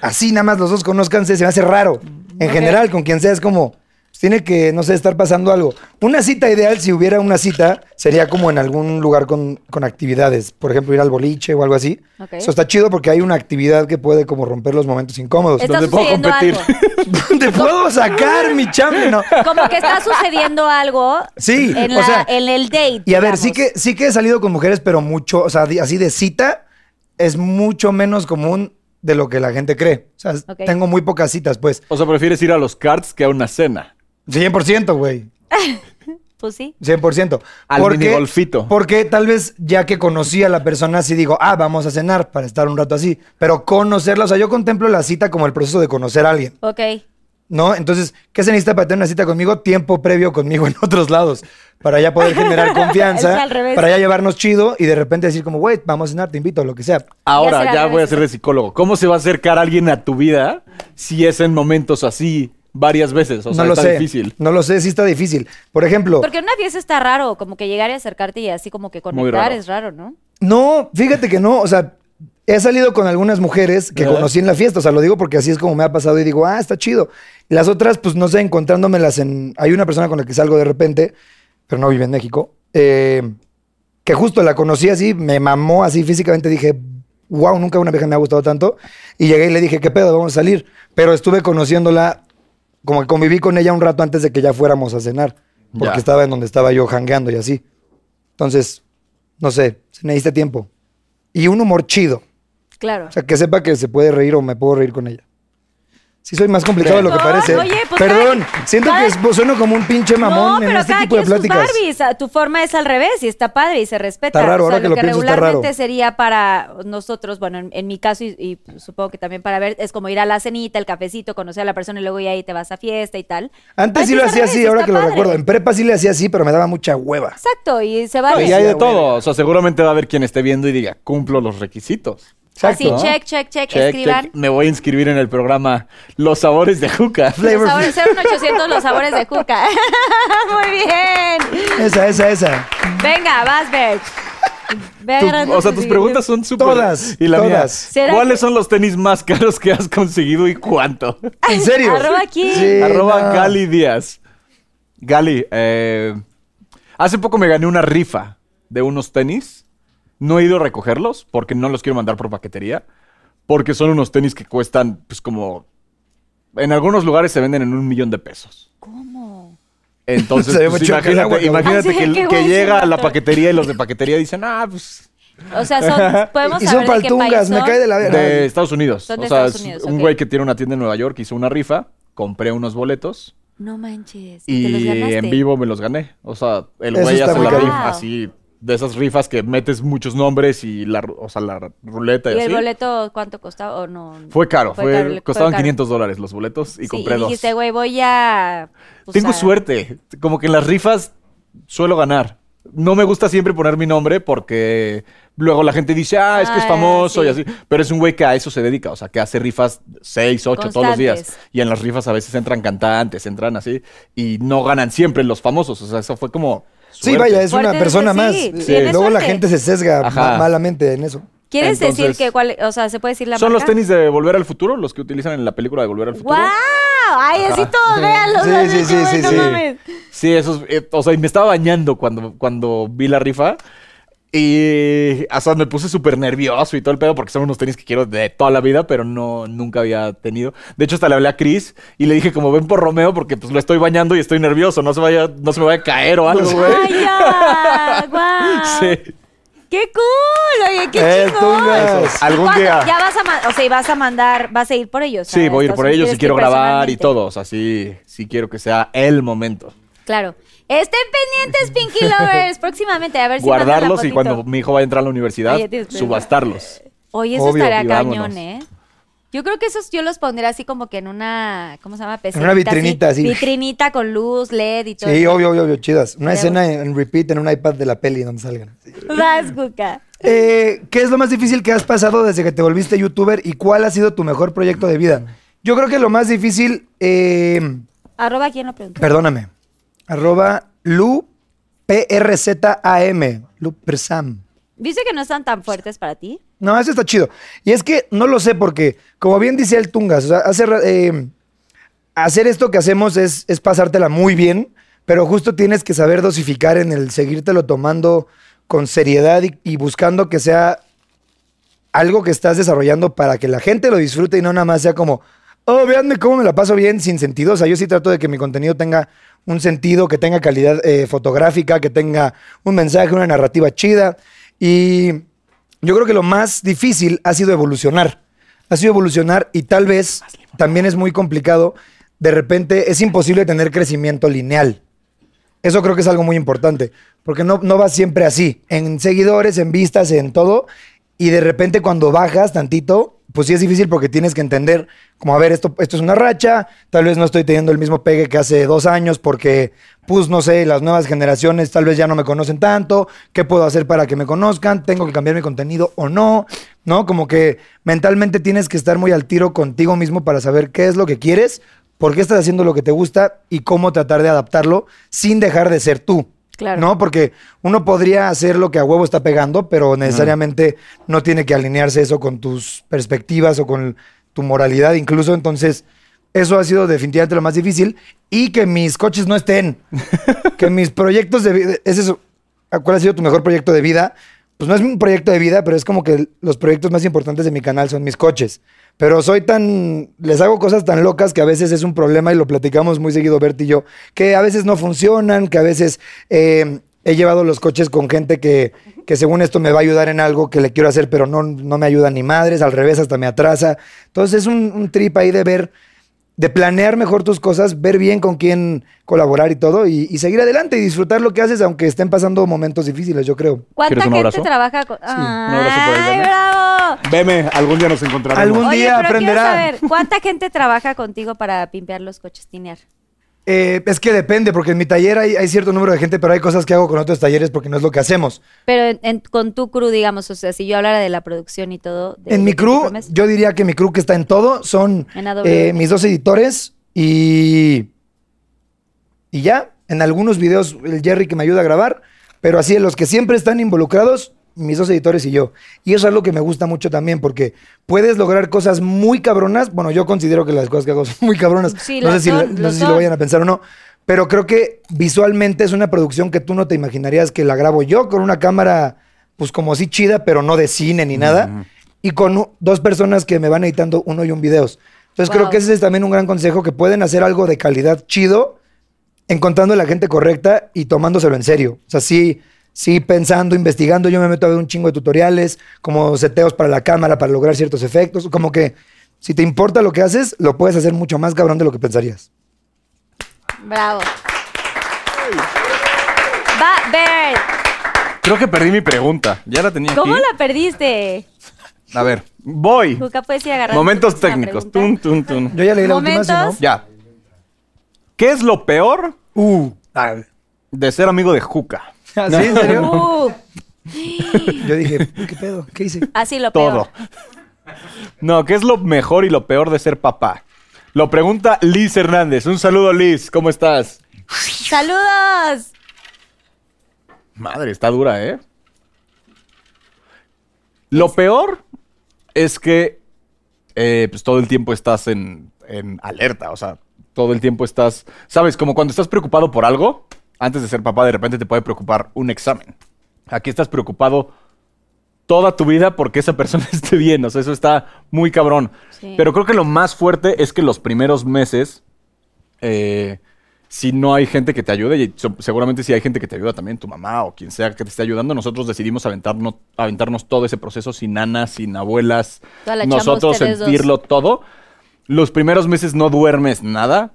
Speaker 4: Así nada más los dos conozcanse, se me hace raro. En general, con quien sea, es como. pues, Tiene que, no sé, estar pasando algo. Una cita ideal, si hubiera una cita, sería como en algún lugar con, con actividades. Por ejemplo, ir al boliche o algo así.
Speaker 3: Ok.
Speaker 4: Eso está chido porque hay una actividad que puede como romper los momentos incómodos.
Speaker 3: está
Speaker 5: donde puedo
Speaker 3: sucediendo
Speaker 5: competir.
Speaker 3: algo.
Speaker 4: ¿Dónde puedo sacar mi chambre? No.
Speaker 3: Como que está sucediendo algo
Speaker 4: Sí,
Speaker 3: en,
Speaker 4: o
Speaker 3: la-
Speaker 4: sea,
Speaker 3: en el date.
Speaker 4: Y a ver,
Speaker 3: digamos.
Speaker 4: sí que, sí que he salido con mujeres, pero mucho, o sea, di- así de cita, es mucho menos común de lo que la gente cree. O sea, es-
Speaker 3: Ok.
Speaker 4: tengo muy pocas citas, pues.
Speaker 5: O sea, prefieres ir a los cards que a una cena.
Speaker 4: 100%, güey.
Speaker 3: Pues sí.
Speaker 4: 100%.
Speaker 5: Al minigolfito.
Speaker 4: Porque tal vez ya que conocí a la persona, sí digo, ah, vamos a cenar para estar un rato así. Pero conocerla, o sea, yo contemplo la cita como el proceso de conocer a alguien.
Speaker 3: Ok.
Speaker 4: ¿No? Entonces, ¿qué se necesita para tener una cita conmigo? Tiempo previo conmigo en otros lados. Para ya poder generar
Speaker 3: Es
Speaker 4: confianza.
Speaker 3: al revés.
Speaker 4: Para ya llevarnos chido y de repente decir como, güey, vamos a cenar, te invito, lo que sea.
Speaker 3: Ya
Speaker 5: Ahora,
Speaker 3: será
Speaker 5: ya
Speaker 3: al
Speaker 5: voy a
Speaker 3: revés.
Speaker 5: ser de psicólogo. ¿Cómo se va a acercar alguien a tu vida si es en momentos así varias veces? O sea,
Speaker 4: no lo
Speaker 5: está
Speaker 4: sé.
Speaker 5: difícil.
Speaker 4: No lo sé, sí está difícil. Por ejemplo,
Speaker 3: Porque en una fiesta está raro, como que llegar y acercarte y así como que
Speaker 5: Muy
Speaker 3: conectar
Speaker 5: raro.
Speaker 3: es raro, ¿no?
Speaker 4: no, fíjate que no, o sea, he salido con algunas mujeres que
Speaker 5: ¿Verdad?
Speaker 4: conocí en la fiesta, o sea, lo digo porque así es como me ha pasado y digo, ah, está chido. Y las otras, pues no sé, encontrándomelas en... Hay una persona con la que salgo de repente, pero no vive en México, eh, que justo la conocí así, me mamó así físicamente, dije, wow, nunca una vieja me ha gustado tanto. Y llegué y le dije, ¿qué pedo? Vamos a salir. Pero estuve conociéndola, como que conviví con ella un rato antes de que ya fuéramos a cenar, porque
Speaker 5: Ya.
Speaker 4: estaba en donde estaba yo jangueando y así. Entonces, no sé, se necesita tiempo. Y un humor chido,
Speaker 3: Claro.
Speaker 4: o sea, que sepa que se puede reír o me puedo reír con ella. Sí, soy más complicado de lo que
Speaker 3: Perdón,
Speaker 4: parece.
Speaker 3: oye, pues
Speaker 4: Perdón,
Speaker 3: cada-
Speaker 4: siento
Speaker 3: cada-
Speaker 4: que es- sueno como un pinche mamón en este tipo
Speaker 3: quien
Speaker 4: de
Speaker 3: sus
Speaker 4: pláticas.
Speaker 3: Barbies. Ah, Tu forma es al revés y está padre y se respeta.
Speaker 4: Está raro,
Speaker 3: O sea,
Speaker 4: ahora que lo pienso, está raro.
Speaker 3: regularmente sería para nosotros, bueno, en, en mi caso y, y supongo que también para ver, es como ir a la cenita, el cafecito, conocer a la persona y luego ya ahí te vas a fiesta y tal.
Speaker 4: Antes
Speaker 3: Ay,
Speaker 4: sí lo
Speaker 3: al
Speaker 4: hacía
Speaker 3: revés,
Speaker 4: así, ahora
Speaker 3: está
Speaker 4: que lo
Speaker 3: padre.
Speaker 4: recuerdo. En prepa sí le hacía así, pero me daba mucha hueva.
Speaker 3: Exacto, y se
Speaker 5: No,
Speaker 3: vale.
Speaker 5: y hay de
Speaker 4: güey.
Speaker 5: todo. O sea, seguramente va a haber quien esté viendo y diga, cumplo los requisitos.
Speaker 3: Así,
Speaker 5: Exacto.
Speaker 3: check, check, check,
Speaker 5: Check,
Speaker 3: escriban.
Speaker 5: check. Me voy a inscribir en el programa Los Sabores de Juca.
Speaker 4: Flavor-
Speaker 3: Los sabores, 01800, los sabores de Cuca. Muy bien.
Speaker 4: Esa, esa, esa.
Speaker 3: Venga, vas, Bert. Ve
Speaker 5: Tu-
Speaker 3: agarrando
Speaker 5: o sea, tus
Speaker 3: tus-
Speaker 5: preguntas son súper...
Speaker 4: Todas,
Speaker 5: Y la mía,
Speaker 4: todas.
Speaker 3: ¿Será
Speaker 5: ¿Cuáles
Speaker 3: que-
Speaker 5: son los tenis más caros que has conseguido y cuánto?
Speaker 4: ¿En serio?
Speaker 3: Arroba aquí.
Speaker 4: Sí,
Speaker 5: Arroba
Speaker 4: no.
Speaker 5: Gali Díaz. Gali, eh, hace poco me gané una rifa de unos tenis. No he ido a recogerlos porque no los quiero mandar por paquetería. Porque son unos tenis que cuestan, pues como... En algunos lugares se venden en un millón de pesos.
Speaker 3: ¿Cómo?
Speaker 5: Entonces,
Speaker 4: Se ve
Speaker 5: pues,
Speaker 4: mucho que el agua,
Speaker 5: imagínate, imagínate
Speaker 4: cabrón.
Speaker 3: Así de
Speaker 5: que,
Speaker 3: que,
Speaker 5: que
Speaker 3: güey,
Speaker 5: llega
Speaker 3: sí,
Speaker 5: a la
Speaker 3: no.
Speaker 5: paquetería y los de paquetería dicen, ah, pues
Speaker 3: O sea, son, podemos
Speaker 4: Y son
Speaker 3: saber de qué país
Speaker 4: paltungas, me
Speaker 3: son?
Speaker 4: cae de la verga.
Speaker 5: de Estados Unidos.
Speaker 3: Son de
Speaker 5: o sea,
Speaker 3: Estados
Speaker 5: es
Speaker 3: Unidos,
Speaker 5: un
Speaker 3: ok.
Speaker 5: güey que tiene una tienda en Nueva York hizo una rifa, compré unos boletos
Speaker 3: No manches. ¿te los
Speaker 5: y
Speaker 3: ganaste?
Speaker 5: en vivo me los gané. O sea, el
Speaker 4: Eso
Speaker 5: güey
Speaker 4: está
Speaker 5: hace
Speaker 4: muy
Speaker 5: la
Speaker 3: cabrón.
Speaker 5: rifa
Speaker 3: Wow.
Speaker 5: así, de esas rifas que metes muchos nombres y la, ru- o sea, la ruleta y,
Speaker 3: ¿Y el
Speaker 5: así.
Speaker 3: boleto cuánto costaba o no?
Speaker 5: Fue caro,
Speaker 3: Fue
Speaker 5: fue-
Speaker 3: caro, fue
Speaker 5: costaban
Speaker 3: caro.
Speaker 5: 500 dólares los boletos y
Speaker 3: Sí,
Speaker 5: compré dos.
Speaker 3: dijiste, güey, voy a... pues,
Speaker 5: Tengo
Speaker 3: a-
Speaker 5: suerte. Como que en las rifas suelo ganar. No me gusta siempre poner mi nombre porque luego la gente dice, ah, es que es
Speaker 3: Ah,
Speaker 5: famoso
Speaker 3: sí.
Speaker 5: y así. Pero es un güey que a eso se dedica, o sea, que hace rifas seis, ocho todos los días.
Speaker 3: Constantes.
Speaker 5: Y en las rifas a veces entran cantantes, entran así y no ganan siempre los famosos. O sea, eso fue como.
Speaker 4: Sí,
Speaker 5: suerte.
Speaker 4: vaya, es una
Speaker 3: Suerte,
Speaker 4: persona
Speaker 3: sí,
Speaker 4: más. eh,
Speaker 3: sí,
Speaker 5: tienes
Speaker 4: Luego la
Speaker 3: suerte.
Speaker 4: gente se sesga
Speaker 5: Ajá.
Speaker 4: ma- malamente en eso.
Speaker 3: ¿Quieres decir
Speaker 5: Entonces-
Speaker 3: que cuál... O sea, ¿se puede decir la
Speaker 5: Son los
Speaker 3: marca?
Speaker 5: tenis de Volver al Futuro, los que utilizan en la película de Volver al Futuro.
Speaker 3: ¡Wow! ¡Ay, así todos véanlos!
Speaker 4: Sí,
Speaker 3: así
Speaker 4: sí,
Speaker 3: que,
Speaker 4: sí,
Speaker 3: güey,
Speaker 4: sí,
Speaker 3: no
Speaker 4: sí.
Speaker 3: mames.
Speaker 5: Sí, eso es, eh, o sea, y me estaba bañando cuando, cuando vi la rifa. Y o sea, me puse súper nervioso y todo el pedo porque son unos tenis que quiero de toda la vida, pero no, nunca había tenido. De hecho, hasta le hablé a Chris y le dije como ven por Romeo porque pues lo estoy bañando y estoy nervioso, no se vaya, no se me vaya a caer o algo, güey.
Speaker 3: ¡Ay, ya! ¡Guau!
Speaker 5: Sí.
Speaker 3: ¡Qué cool! Oye, qué
Speaker 4: Eh,
Speaker 3: chingón.
Speaker 4: tungas.
Speaker 5: Eso, algún
Speaker 3: ¿Cuándo?
Speaker 5: día.
Speaker 3: Ya vas a, ma- o sea, y vas a mandar, vas a ir por ellos.
Speaker 5: Sí,
Speaker 3: a
Speaker 5: voy a ir por
Speaker 3: Estados
Speaker 5: ellos
Speaker 3: Unidos,
Speaker 5: y quiero
Speaker 3: que
Speaker 5: grabar y
Speaker 3: personalmente.
Speaker 5: todo. O sea, sí, sí quiero que sea el momento.
Speaker 3: Claro. Estén pendientes, Pinky Lovers, próximamente. A ver si mandan la
Speaker 5: Guardarlos y
Speaker 3: fotito.
Speaker 5: cuando mi hijo vaya a entrar a la universidad,
Speaker 3: Ay, ya tienes que-
Speaker 5: subastarlos.
Speaker 3: Oye, eso
Speaker 4: Obvio,
Speaker 3: estaría
Speaker 5: y
Speaker 3: cañón,
Speaker 5: vámonos.
Speaker 3: ¿eh? Yo creo que esos yo los pondría así como que en una, ¿cómo se llama?
Speaker 4: En una vitrinita, así.
Speaker 3: Vitrinita con luz, LED y todo.
Speaker 4: Sí, obvio, obvio, obvio, chidas. Una
Speaker 3: Pero-
Speaker 4: escena en, en repeat en un iPad de la peli donde salgan.
Speaker 3: Vas, Cuca.
Speaker 4: Eh, ¿Qué es lo más difícil que has pasado desde que te volviste youtuber y cuál ha sido tu mejor proyecto de vida? Yo creo que lo más difícil, eh,
Speaker 3: Arroba, ¿quién lo preguntó?
Speaker 4: perdóname, arroba LuPRZAM, LuPersam.
Speaker 3: ¿Viste que no están tan fuertes para ti?
Speaker 4: No, eso está chido. Y es que no lo sé porque, como bien dice el Tungas, o sea, hacer, eh, hacer esto que hacemos es, es pasártela muy bien, pero justo tienes que saber dosificar en el seguírtelo tomando con seriedad y, y buscando que sea algo que estás desarrollando para que la gente lo disfrute y no nada más sea como, oh, véanme cómo me la paso bien sin sentido. O sea, yo sí trato de que mi contenido tenga un sentido, que tenga calidad eh, fotográfica, que tenga un mensaje, una narrativa chida. Y yo creo que lo más difícil ha sido evolucionar. Ha sido evolucionar y tal vez también es muy complicado. De repente es imposible tener crecimiento lineal. Eso creo que es algo muy importante, porque no, no va siempre así, en seguidores, en vistas, en todo, y de repente cuando bajas tantito, pues sí es difícil porque tienes que entender, como a ver, esto, esto es una racha, tal vez no estoy teniendo el mismo pegue que hace dos años porque, pues no sé, las nuevas generaciones tal vez ya no me conocen tanto, ¿qué puedo hacer para que me conozcan? ¿Tengo que cambiar mi contenido o no? ¿No? Como que mentalmente tienes que estar muy al tiro contigo mismo para saber qué es lo que quieres, por qué estás haciendo lo que te gusta y cómo tratar de adaptarlo sin dejar de ser tú.
Speaker 3: Claro.
Speaker 4: ¿No? Porque uno podría hacer lo que a huevo está pegando, pero necesariamente no tiene que alinearse eso con tus perspectivas o con tu moralidad, incluso. Entonces, eso ha sido definitivamente lo más difícil. Y que mis coches no estén. que mis proyectos de vida. Es eso. ¿Cuál ha sido tu mejor proyecto de vida? Pues no es un proyecto de vida, pero es como que los proyectos más importantes de mi canal son mis coches. Pero soy tan. Les hago cosas tan locas que a veces es un problema y lo platicamos muy seguido, Bert y yo, que a veces no funcionan, que a veces eh, he llevado los coches con gente que, que según esto me va a ayudar en algo que le quiero hacer, pero no, no me ayuda ni madres, al revés, hasta me atrasa. Entonces es un, un trip ahí de ver de planear mejor tus cosas, ver bien con quién colaborar y todo, y, y seguir adelante y disfrutar lo que haces, aunque estén pasando momentos difíciles, yo creo.
Speaker 3: ¿Cuánta
Speaker 5: ¿Quieres un
Speaker 3: gente
Speaker 5: abrazo?
Speaker 3: trabaja con.?
Speaker 5: abrazo por ahí,
Speaker 3: ¡Ay,
Speaker 5: dale.
Speaker 3: bravo!
Speaker 5: Veme, algún día nos encontraremos.
Speaker 4: Algún- Un
Speaker 3: Oye,
Speaker 4: día
Speaker 3: pero
Speaker 4: aprenderá.
Speaker 3: quiero saber, ¿cuánta gente trabaja contigo para pimpear los coches, tinear?
Speaker 4: Eh, es que depende, porque en mi taller hay, hay cierto número de gente, pero hay cosas que hago con otros talleres porque no es lo que hacemos.
Speaker 3: Pero en- en- con tu crew, digamos, o sea, si yo hablara de la producción y todo. de-
Speaker 4: en mi
Speaker 3: de tu
Speaker 4: crew,
Speaker 3: promesa.
Speaker 4: yo diría que mi crew que está en todo son
Speaker 3: En Adobe.
Speaker 4: eh, mis dos editores y. Y ya, en algunos videos el Jerry que me ayuda a grabar, pero así en los que siempre están involucrados, mis dos editores y yo. Y eso es algo que me gusta mucho también, porque puedes lograr cosas muy cabronas. Bueno, yo considero que las cosas que hago son muy cabronas.
Speaker 3: Sí,
Speaker 4: no
Speaker 3: lo
Speaker 4: sé, si,
Speaker 3: son,
Speaker 4: no
Speaker 3: lo
Speaker 4: sé si
Speaker 3: son.
Speaker 4: lo vayan a pensar o no. Pero creo que visualmente es una producción que tú no te imaginarías que la grabo yo con una cámara, pues como así chida, pero no de cine ni nada. Y con u- dos personas que me van editando uno y un videos. Entonces creo
Speaker 3: Wow.
Speaker 4: que ese es también un gran consejo, que pueden hacer algo de calidad chido, encontrando a la gente correcta y tomándoselo en serio. O sea, sí, sí pensando, investigando. Yo me meto a ver un chingo de tutoriales, como seteos para la cámara, para lograr ciertos efectos. Como que si te importa lo que haces, lo puedes hacer mucho más cabrón de lo que pensarías.
Speaker 3: Bravo. Va, Bert,
Speaker 5: Creo que perdí mi pregunta. Ya la tenía
Speaker 3: ¿cómo
Speaker 5: aquí.
Speaker 3: la perdiste?
Speaker 5: A ver, voy.
Speaker 3: Cuca, puedes ir agarrando.
Speaker 5: Momentos
Speaker 3: tu próxima
Speaker 5: técnicos. Tun,
Speaker 3: pregunta.
Speaker 5: tun, tun.
Speaker 4: Yo ya leí la última, si no.
Speaker 3: Momentos.
Speaker 5: Ya. ¿Qué es lo peor
Speaker 4: Uh,
Speaker 5: de ser amigo de Juca?
Speaker 4: ¿ah, ¿sí? ¿En serio?
Speaker 3: Uh,
Speaker 4: Yo dije, "Uy, ¿qué pedo? ¿Qué hice?
Speaker 3: así lo
Speaker 5: Todo.
Speaker 3: peor.
Speaker 5: No, ¿qué es lo mejor y lo peor de ser papá? Lo pregunta Liz Hernández. Un saludo, Liz. ¿Cómo estás?
Speaker 3: ¡Saludos!
Speaker 5: Madre, está dura, ¿eh? Lo peor es que eh, pues todo el tiempo estás en, en alerta, o sea, todo el tiempo estás, ¿sabes? Como cuando estás preocupado por algo, antes de ser papá de repente te puede preocupar un examen. Aquí estás preocupado toda tu vida porque esa persona esté bien, o sea, eso está muy cabrón.
Speaker 3: Sí.
Speaker 5: Pero creo que lo más fuerte es que los primeros meses eh, si no hay gente que te ayude, y so- seguramente si hay gente que te ayuda también, tu mamá o quien sea que te esté ayudando, nosotros decidimos aventarnos, aventarnos todo ese proceso sin nanas, sin abuelas,
Speaker 3: Toda la chamba
Speaker 5: nosotros
Speaker 3: ustedes dos.
Speaker 5: sentirlo todo. Los primeros meses no duermes nada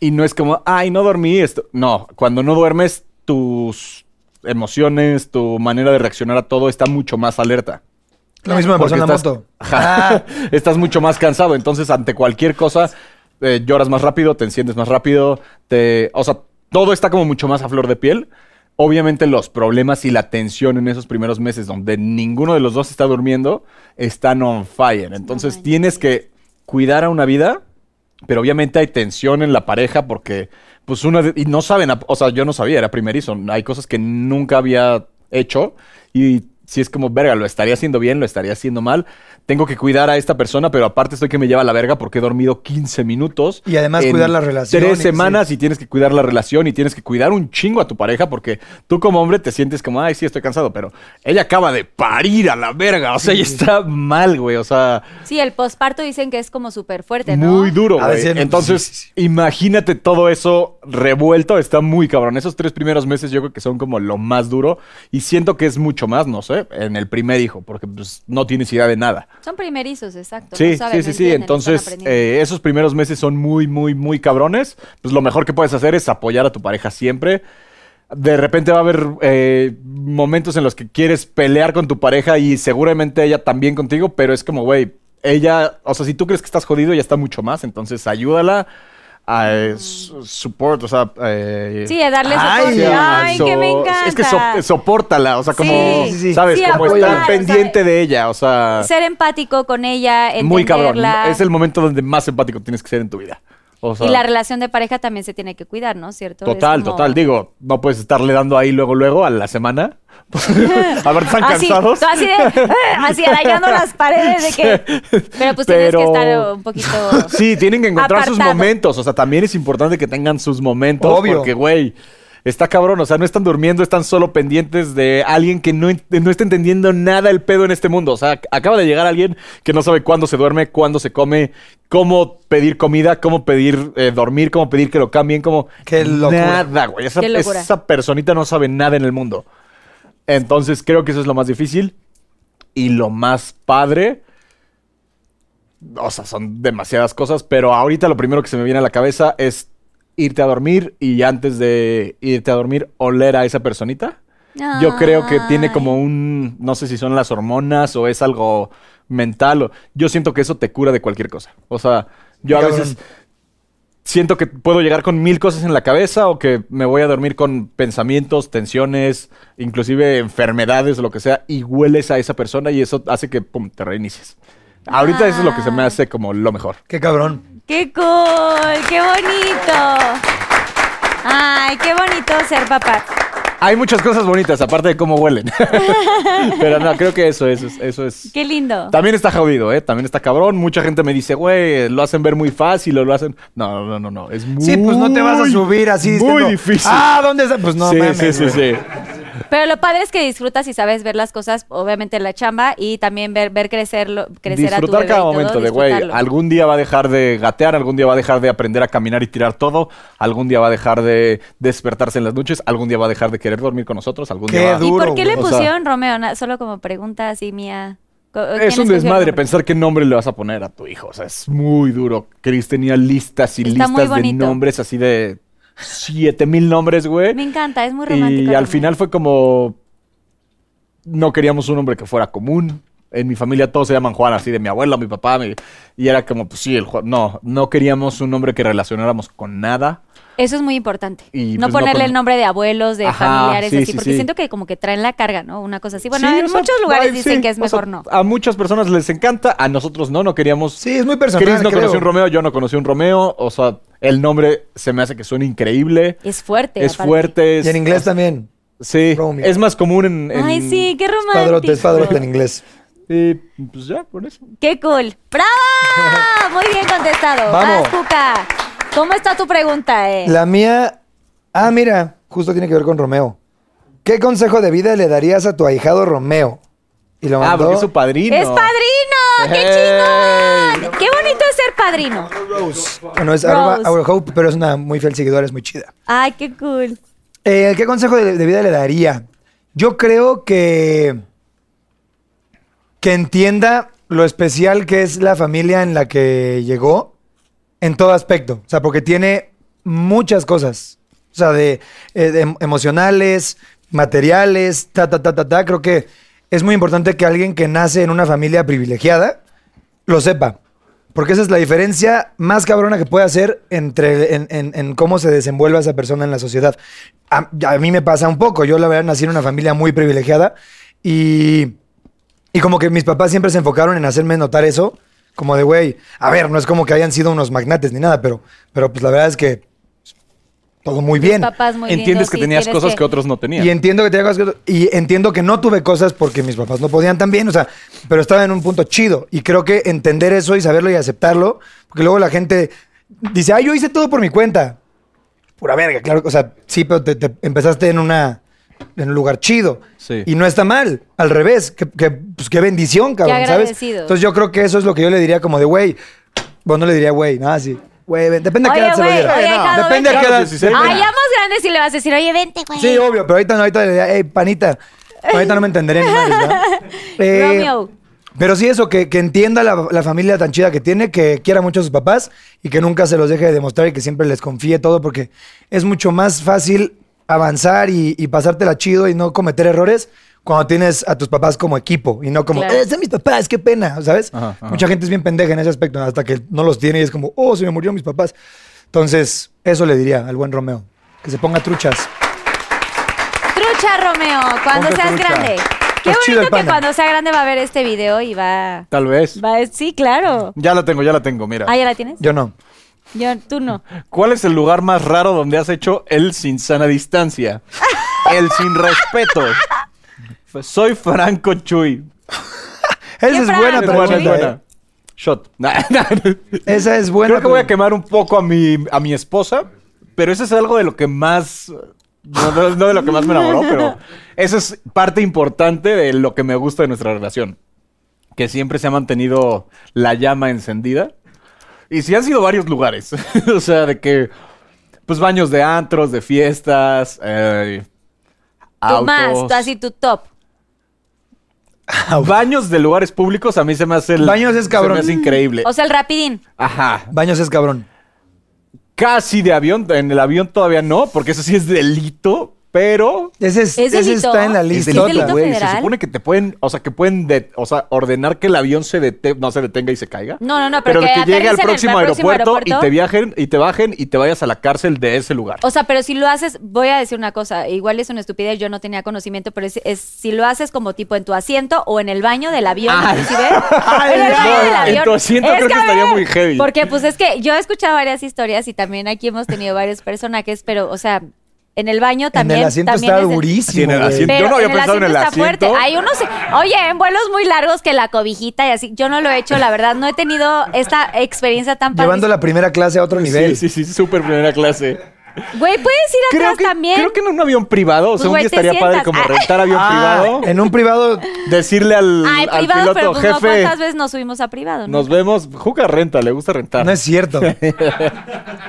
Speaker 5: y no es como, ay, no dormí esto. No, cuando no duermes, tus emociones, tu manera de reaccionar a todo está mucho más alerta.
Speaker 4: Lo mismo me pasó
Speaker 5: Porque
Speaker 4: en la
Speaker 5: estás-
Speaker 4: moto. Ah.
Speaker 5: Ajá. estás mucho más cansado. Entonces, ante cualquier cosa, eh, lloras más rápido, te enciendes más rápido, te. O sea, todo está como mucho más a flor de piel. Obviamente, los problemas y la tensión en esos primeros meses, donde ninguno de los dos está durmiendo, están on fire. Entonces,
Speaker 3: manches.
Speaker 5: tienes que cuidar a una vida, pero obviamente hay tensión en la pareja porque, pues, una. de- Y no saben, ap- o sea, yo no sabía, era primerizo. Hay cosas que nunca había hecho y si es como, verga, lo estaría haciendo bien, lo estaría haciendo mal. Tengo que cuidar a esta persona, pero aparte estoy que me lleva a la verga porque he dormido 15 minutos.
Speaker 4: Y además
Speaker 5: en
Speaker 4: cuidar la relación, y
Speaker 5: Tres
Speaker 4: que
Speaker 5: semanas y tienes que cuidar la relación y tienes que cuidar un chingo a tu pareja porque tú como hombre te sientes como, ay, sí, estoy cansado, pero ella acaba de parir a la verga. O sea, ella está mal, güey. O sea,
Speaker 3: Sí, el posparto dicen que es como súper fuerte, ¿no?
Speaker 5: muy duro,
Speaker 4: Ha de
Speaker 5: güey.
Speaker 4: ser-
Speaker 5: Entonces,
Speaker 4: sí, sí,
Speaker 5: imagínate todo eso revuelto. Está muy cabrón. Esos tres primeros meses yo creo que son como lo más duro. Y siento que es mucho más, no sé, en el primer hijo, porque pues, no tienes idea de nada.
Speaker 3: Son primerizos, exacto.
Speaker 5: Sí,
Speaker 3: no saben,
Speaker 5: sí, sí,
Speaker 3: no
Speaker 5: sí.
Speaker 3: entienden, están
Speaker 5: Entonces,
Speaker 3: aprendiendo.
Speaker 5: eh, esos primeros meses son muy, muy, muy cabrones. Pues lo mejor que puedes hacer es apoyar a tu pareja siempre. De repente va a haber eh, momentos en los que quieres pelear con tu pareja y seguramente ella también contigo, pero es como, güey, ella, o sea, si tú crees que estás jodido, ya está mucho más, entonces ayúdala a eh, su- support, o sea... eh,
Speaker 3: Mm. Sí, de darle
Speaker 4: Ay,
Speaker 3: soporte.
Speaker 5: a-
Speaker 3: Ay, que me
Speaker 5: so-
Speaker 3: encanta.
Speaker 5: Es que so- sopórtala, o sea, como,
Speaker 3: Sí, sí,
Speaker 4: sí.
Speaker 5: ¿sabes?
Speaker 3: Sí,
Speaker 5: como
Speaker 3: apoyar,
Speaker 5: estar
Speaker 3: o sea,
Speaker 5: pendiente de ella, o sea...
Speaker 3: ser empático con ella, entenderla.
Speaker 5: eh, Muy cabrón. Es el momento donde más empático tienes que ser en tu vida. O sea,
Speaker 3: y la relación de pareja también se tiene que cuidar, ¿no? ¿Cierto? Es
Speaker 5: total,
Speaker 3: como-
Speaker 5: total. Digo, no puedes estarle dando ahí luego, luego a la semana. a ver, están
Speaker 3: Así,
Speaker 5: cansados.
Speaker 3: tú así de, eh, así arañando las paredes de que... Pero pues tienes que
Speaker 5: Pero-
Speaker 3: estar un poquito...
Speaker 5: Sí, tienen que encontrar sus
Speaker 3: Apartado.
Speaker 5: momentos. O sea, también es importante que tengan sus momentos.
Speaker 4: Obvio.
Speaker 5: Porque, güey, está cabrón. O sea, no están durmiendo, están solo pendientes de alguien que no, en- no está entendiendo nada el pedo en este mundo. O sea, ac- acaba de llegar alguien que no sabe cuándo se duerme, cuándo se come, cómo pedir comida, cómo pedir eh, dormir, cómo pedir que lo cambien, cómo.
Speaker 4: Qué locura.
Speaker 5: Nada, güey. Esa,
Speaker 3: Qué locura.
Speaker 5: esa personita no sabe nada en el mundo. Entonces, creo que eso es lo más difícil. Y lo más padre. O sea, son demasiadas cosas, pero ahorita lo primero que se me viene a la cabeza es irte a dormir y antes de irte a dormir, oler a esa personita.
Speaker 3: Ah,
Speaker 5: Yo creo que tiene como un. No sé si son las hormonas o es algo mental. o- yo siento que eso te cura de cualquier cosa. O sea, yo a
Speaker 4: Cabrón.
Speaker 5: veces siento que puedo llegar con mil cosas en la cabeza o que me voy a dormir con pensamientos, tensiones, inclusive enfermedades o lo que sea, y hueles a esa persona y eso hace que pum, te reinicies. Ahorita eso es lo que se me hace como lo mejor.
Speaker 4: Qué cabrón.
Speaker 3: ¡Qué cool! ¡Qué bonito! ¡Ay, qué bonito ser papá!
Speaker 5: Hay muchas cosas bonitas, aparte de cómo huelen. Pero no, creo que eso es, eso es.
Speaker 3: ¡Qué lindo!
Speaker 5: También está jodido, ¿eh? También está cabrón. Mucha gente me dice, güey, lo hacen ver muy fácil o lo hacen... No, no, no, no. Es muy...
Speaker 4: Sí, pues no te vas a subir así.
Speaker 5: Muy
Speaker 4: diciendo,
Speaker 5: difícil.
Speaker 4: Ah, ¿dónde está? Pues no,
Speaker 5: sí,
Speaker 4: mames,
Speaker 5: sí, sí,
Speaker 4: güey.
Speaker 5: sí.
Speaker 3: Pero lo padre es que disfrutas y sabes ver las cosas, obviamente en la chamba, y también ver, ver crecerlo, crecer a tu
Speaker 5: disfrutar
Speaker 3: bebé y
Speaker 5: cada
Speaker 3: todo,
Speaker 5: momento de güey.
Speaker 3: disfrutarlo.
Speaker 5: Algún día va a dejar de gatear, algún día va a dejar de aprender a caminar y tirar todo, algún día va a dejar de despertarse en las noches, algún día va a dejar de querer dormir con nosotros, algún
Speaker 4: Qué
Speaker 5: día va-
Speaker 3: ¿Y
Speaker 4: duro,
Speaker 3: por qué le
Speaker 5: güey. O sea-
Speaker 3: pusieron Romeo? Na- Solo como pregunta así mía. Co- ¿quién
Speaker 5: Es un
Speaker 3: escogió el
Speaker 5: desmadre
Speaker 3: nombre?
Speaker 5: pensar qué nombre le vas a poner a tu hijo. O sea, es muy duro. Chris tenía listas y
Speaker 3: Está muy
Speaker 5: listas de
Speaker 3: bonito.
Speaker 5: nombres así de 7000 nombres, güey.
Speaker 3: Me encanta, es muy romántico.
Speaker 5: Y al
Speaker 3: Romeo.
Speaker 5: final fue como. No queríamos un hombre que fuera común. En mi familia todos se llaman Juan, así de mi abuela, mi papá. mi- Y era como, pues sí, el Juan. No, no queríamos un hombre que relacionáramos con nada.
Speaker 3: Eso es muy importante.
Speaker 5: Y,
Speaker 3: no
Speaker 5: pues, no
Speaker 3: ponerle
Speaker 5: con-
Speaker 3: el nombre de abuelos, de
Speaker 5: Ajá,
Speaker 3: familiares,
Speaker 5: sí,
Speaker 3: así,
Speaker 5: sí,
Speaker 3: porque
Speaker 5: sí.
Speaker 3: siento que como que traen la carga, ¿no? Una cosa así. Bueno,
Speaker 5: Sí,
Speaker 3: en
Speaker 5: o sea,
Speaker 3: muchos lugares
Speaker 5: ay,
Speaker 3: dicen
Speaker 5: sí,
Speaker 3: que es
Speaker 5: o sea,
Speaker 3: mejor no.
Speaker 5: A muchas personas les encanta, a nosotros no, no queríamos.
Speaker 4: Sí, es muy personal,
Speaker 5: Chris no
Speaker 4: creo.
Speaker 5: conoció un Romeo, yo no conocí un Romeo. O sea, el nombre se me hace que suena increíble.
Speaker 3: Es fuerte.
Speaker 5: Es
Speaker 3: aparte.
Speaker 5: fuerte. es- ah,
Speaker 4: Y en inglés también.
Speaker 5: Sí.
Speaker 4: Romeo.
Speaker 5: Es más común en. en-
Speaker 3: Ay, sí, qué romántico.
Speaker 4: Padrote, es padrote en inglés.
Speaker 5: Y pues ya, por eso.
Speaker 3: Qué cool. ¡Bravo! Muy bien contestado.
Speaker 4: Vamos.
Speaker 3: Vas, Cuca. ¿Cómo está tu pregunta? Eh?
Speaker 4: La mía. Ah, mira, justo tiene que ver con Romeo. ¿Qué consejo de vida le darías a tu ahijado Romeo? Y lo
Speaker 5: Ah,
Speaker 4: mandó.
Speaker 5: porque es su padrino.
Speaker 3: ¡Es padrino! ¡Qué
Speaker 5: Hey.
Speaker 3: chingón! ¡Qué bonito es ser padrino!
Speaker 4: Bueno, es
Speaker 3: Rose.
Speaker 4: arroba Our Hope, pero es una muy fiel seguidora, es muy chida.
Speaker 3: ¡Ay, qué cool!
Speaker 4: Eh, ¿Qué consejo de, de vida le daría? Yo creo que. que entienda lo especial que es la familia en la que llegó en todo aspecto. O sea, porque tiene muchas cosas. O sea, de, eh, de em- emocionales, materiales, ta, ta, ta, ta, ta. Creo que es muy importante que alguien que nace en una familia privilegiada lo sepa. Porque esa es la diferencia más cabrona que puede hacer entre, en, en- en cómo se desenvuelva esa persona en la sociedad. A, a mí me pasa un poco. Yo, la verdad, nací en una familia muy privilegiada y, y como que mis papás siempre se enfocaron en hacerme notar eso. Como de, güey, a ver, no es como que hayan sido unos magnates ni nada, pero, pero pues la verdad es que todo muy bien.
Speaker 3: Papás muy bien,
Speaker 5: Entiendes
Speaker 3: ¿no?
Speaker 5: que
Speaker 3: Sí,
Speaker 5: tenías
Speaker 3: tienes
Speaker 5: cosas que... otros no tenían.
Speaker 4: Y entiendo que tenía cosas que- Y entiendo que no tuve cosas porque mis papás no podían también. O sea, pero estaba en un punto chido. Y creo que entender eso y saberlo y aceptarlo. Porque luego la gente dice, ah, yo hice todo por mi cuenta. Pura verga, claro. O sea, sí, pero te, te empezaste en una. En un lugar chido.
Speaker 5: Sí.
Speaker 4: Y no está mal. Al revés. Que, que, pues, qué bendición, cabrón, ¿sabes?
Speaker 3: agradecido.
Speaker 4: Entonces yo creo que eso es lo que yo le diría como de, güey. Vos no le diría, güey, nada así. Güey, ven". depende a qué
Speaker 3: Oye,
Speaker 4: edad se lo
Speaker 3: güey,
Speaker 4: diera.
Speaker 3: oye, Jado,
Speaker 4: Depende
Speaker 3: vente.
Speaker 4: a qué edad.
Speaker 5: Claro, 16.
Speaker 4: depende.
Speaker 3: Ah, ya más grande si le vas a decir, oye, vente, güey.
Speaker 4: Sí, obvio, pero ahorita, no, ahorita le diría, hey, panita, ahorita no me entenderé ni madres, ¿verdad? Eh,
Speaker 3: Romeo.
Speaker 4: Pero sí eso, que, que entienda la, la familia tan chida que tiene, que quiera mucho a sus papás y que nunca se los deje de demostrar y que siempre les confíe todo porque es mucho más fácil avanzar y, y pasártela chido y no cometer errores cuando tienes a tus papás como equipo y no como,
Speaker 3: Claro.
Speaker 4: "Eh, son mis papás, qué pena, ¿sabes?
Speaker 5: Ajá, ajá.
Speaker 4: Mucha gente es bien pendeja en ese aspecto hasta que no los tiene y es como, oh, se me murieron mis papás. Entonces, eso le diría al buen Romeo, que se ponga truchas.
Speaker 3: Trucha, Romeo, cuando
Speaker 5: Ponte
Speaker 3: seas
Speaker 5: trucha.
Speaker 3: grande. Qué
Speaker 4: Está chido
Speaker 3: bonito
Speaker 4: el
Speaker 3: que
Speaker 4: panda.
Speaker 3: cuando sea grande va a ver este video y va.
Speaker 5: Tal vez.
Speaker 3: va a- sí, claro.
Speaker 5: Ya la tengo, ya la tengo, mira.
Speaker 3: Ah, ¿ya la tienes?
Speaker 4: Yo no.
Speaker 3: Yo, tú no.
Speaker 5: ¿Cuál es el lugar más raro donde has hecho el sin sana distancia? El sin respeto. F- Soy Franco Chuy.
Speaker 4: Esa
Speaker 3: ¿Qué
Speaker 4: es
Speaker 3: Fran?
Speaker 4: buena
Speaker 3: Es
Speaker 4: pregunta.
Speaker 3: buena,
Speaker 5: es buena.
Speaker 4: eh.
Speaker 5: Shot. Nah, nah.
Speaker 4: Esa es buena.
Speaker 5: Creo que voy a
Speaker 4: pregunta.
Speaker 5: quemar un poco a mi, a mi esposa, pero eso es algo de lo que más... No, no- no de lo que más me enamoró, pero eso es parte importante de lo que me gusta de nuestra relación. Que siempre se ha mantenido la llama encendida. Y sí han sido varios lugares. o sea, de que... Pues baños de antros, de fiestas, eh,
Speaker 3: Tú más, tú así tu top.
Speaker 5: Baños de lugares públicos a mí se me hace... el-
Speaker 4: Baños es cabrón.
Speaker 5: Se me hace increíble.
Speaker 3: O sea, el rapidín.
Speaker 5: Ajá.
Speaker 4: Baños es cabrón.
Speaker 5: casi de avión. En el avión todavía no, porque eso sí es delito, pero.
Speaker 4: Ese, es-
Speaker 3: ¿Es
Speaker 4: ese
Speaker 3: delito?
Speaker 4: está en la
Speaker 3: ¿Es
Speaker 4: lista.
Speaker 3: delito? ¿Es delito?
Speaker 5: güey. Se
Speaker 3: federal?
Speaker 5: supone que te pueden, o sea, que pueden de- o sea, ordenar que el avión se dete- no se detenga y se caiga.
Speaker 3: No, no, no, pero
Speaker 5: de
Speaker 3: que
Speaker 5: que llegue al
Speaker 3: aterrice en el
Speaker 5: próximo,
Speaker 3: próximo
Speaker 5: aeropuerto,
Speaker 3: aeropuerto.
Speaker 5: y te viajen y te bajen y te vayas a la cárcel de ese lugar.
Speaker 3: O sea, pero si lo haces, voy a decir una cosa, igual es una estupidez, yo no tenía conocimiento, pero es, es si lo haces como tipo en tu asiento o en el baño del avión,
Speaker 5: Ah.
Speaker 3: inclusive.
Speaker 5: Ay,
Speaker 3: en el baño
Speaker 5: no,
Speaker 3: del
Speaker 5: en
Speaker 3: avión.
Speaker 5: tu asiento creo que
Speaker 3: a
Speaker 5: estaría
Speaker 3: ver,
Speaker 5: muy heavy.
Speaker 3: Porque pues es que yo he escuchado varias historias y también aquí hemos tenido varios personajes, pero o sea, en el baño también
Speaker 4: en el asiento
Speaker 3: también
Speaker 4: está
Speaker 3: es el-
Speaker 4: durísimo.
Speaker 5: Sí, en el
Speaker 4: güey.
Speaker 5: asiento. Yo no había pensado en el asiento.
Speaker 3: fuerte. Hay unos, oye, en vuelos muy largos que la cobijita y así. Yo no lo he hecho, la verdad. No he tenido esta experiencia tan
Speaker 4: Llevando la primera clase a otro nivel.
Speaker 5: Sí, sí, sí, súper primera clase.
Speaker 3: Güey, puedes ir
Speaker 5: Creo
Speaker 3: atrás
Speaker 5: que,
Speaker 3: también.
Speaker 5: creo que en un avión privado, o sea,
Speaker 3: Pues,
Speaker 5: un
Speaker 3: güey,
Speaker 5: día
Speaker 3: te
Speaker 5: estaría padre
Speaker 3: sientas.
Speaker 5: como
Speaker 3: Ah.
Speaker 5: rentar avión
Speaker 4: Ah,
Speaker 5: privado,
Speaker 4: En un privado.
Speaker 5: decirle al,
Speaker 3: Ay,
Speaker 5: al
Speaker 3: privado,
Speaker 5: piloto,
Speaker 3: pero pues no,
Speaker 5: jefe,
Speaker 3: ¿cuántas veces nos subimos a privado? no?
Speaker 5: nos vemos, Juca renta, le gusta rentar.
Speaker 4: No es cierto.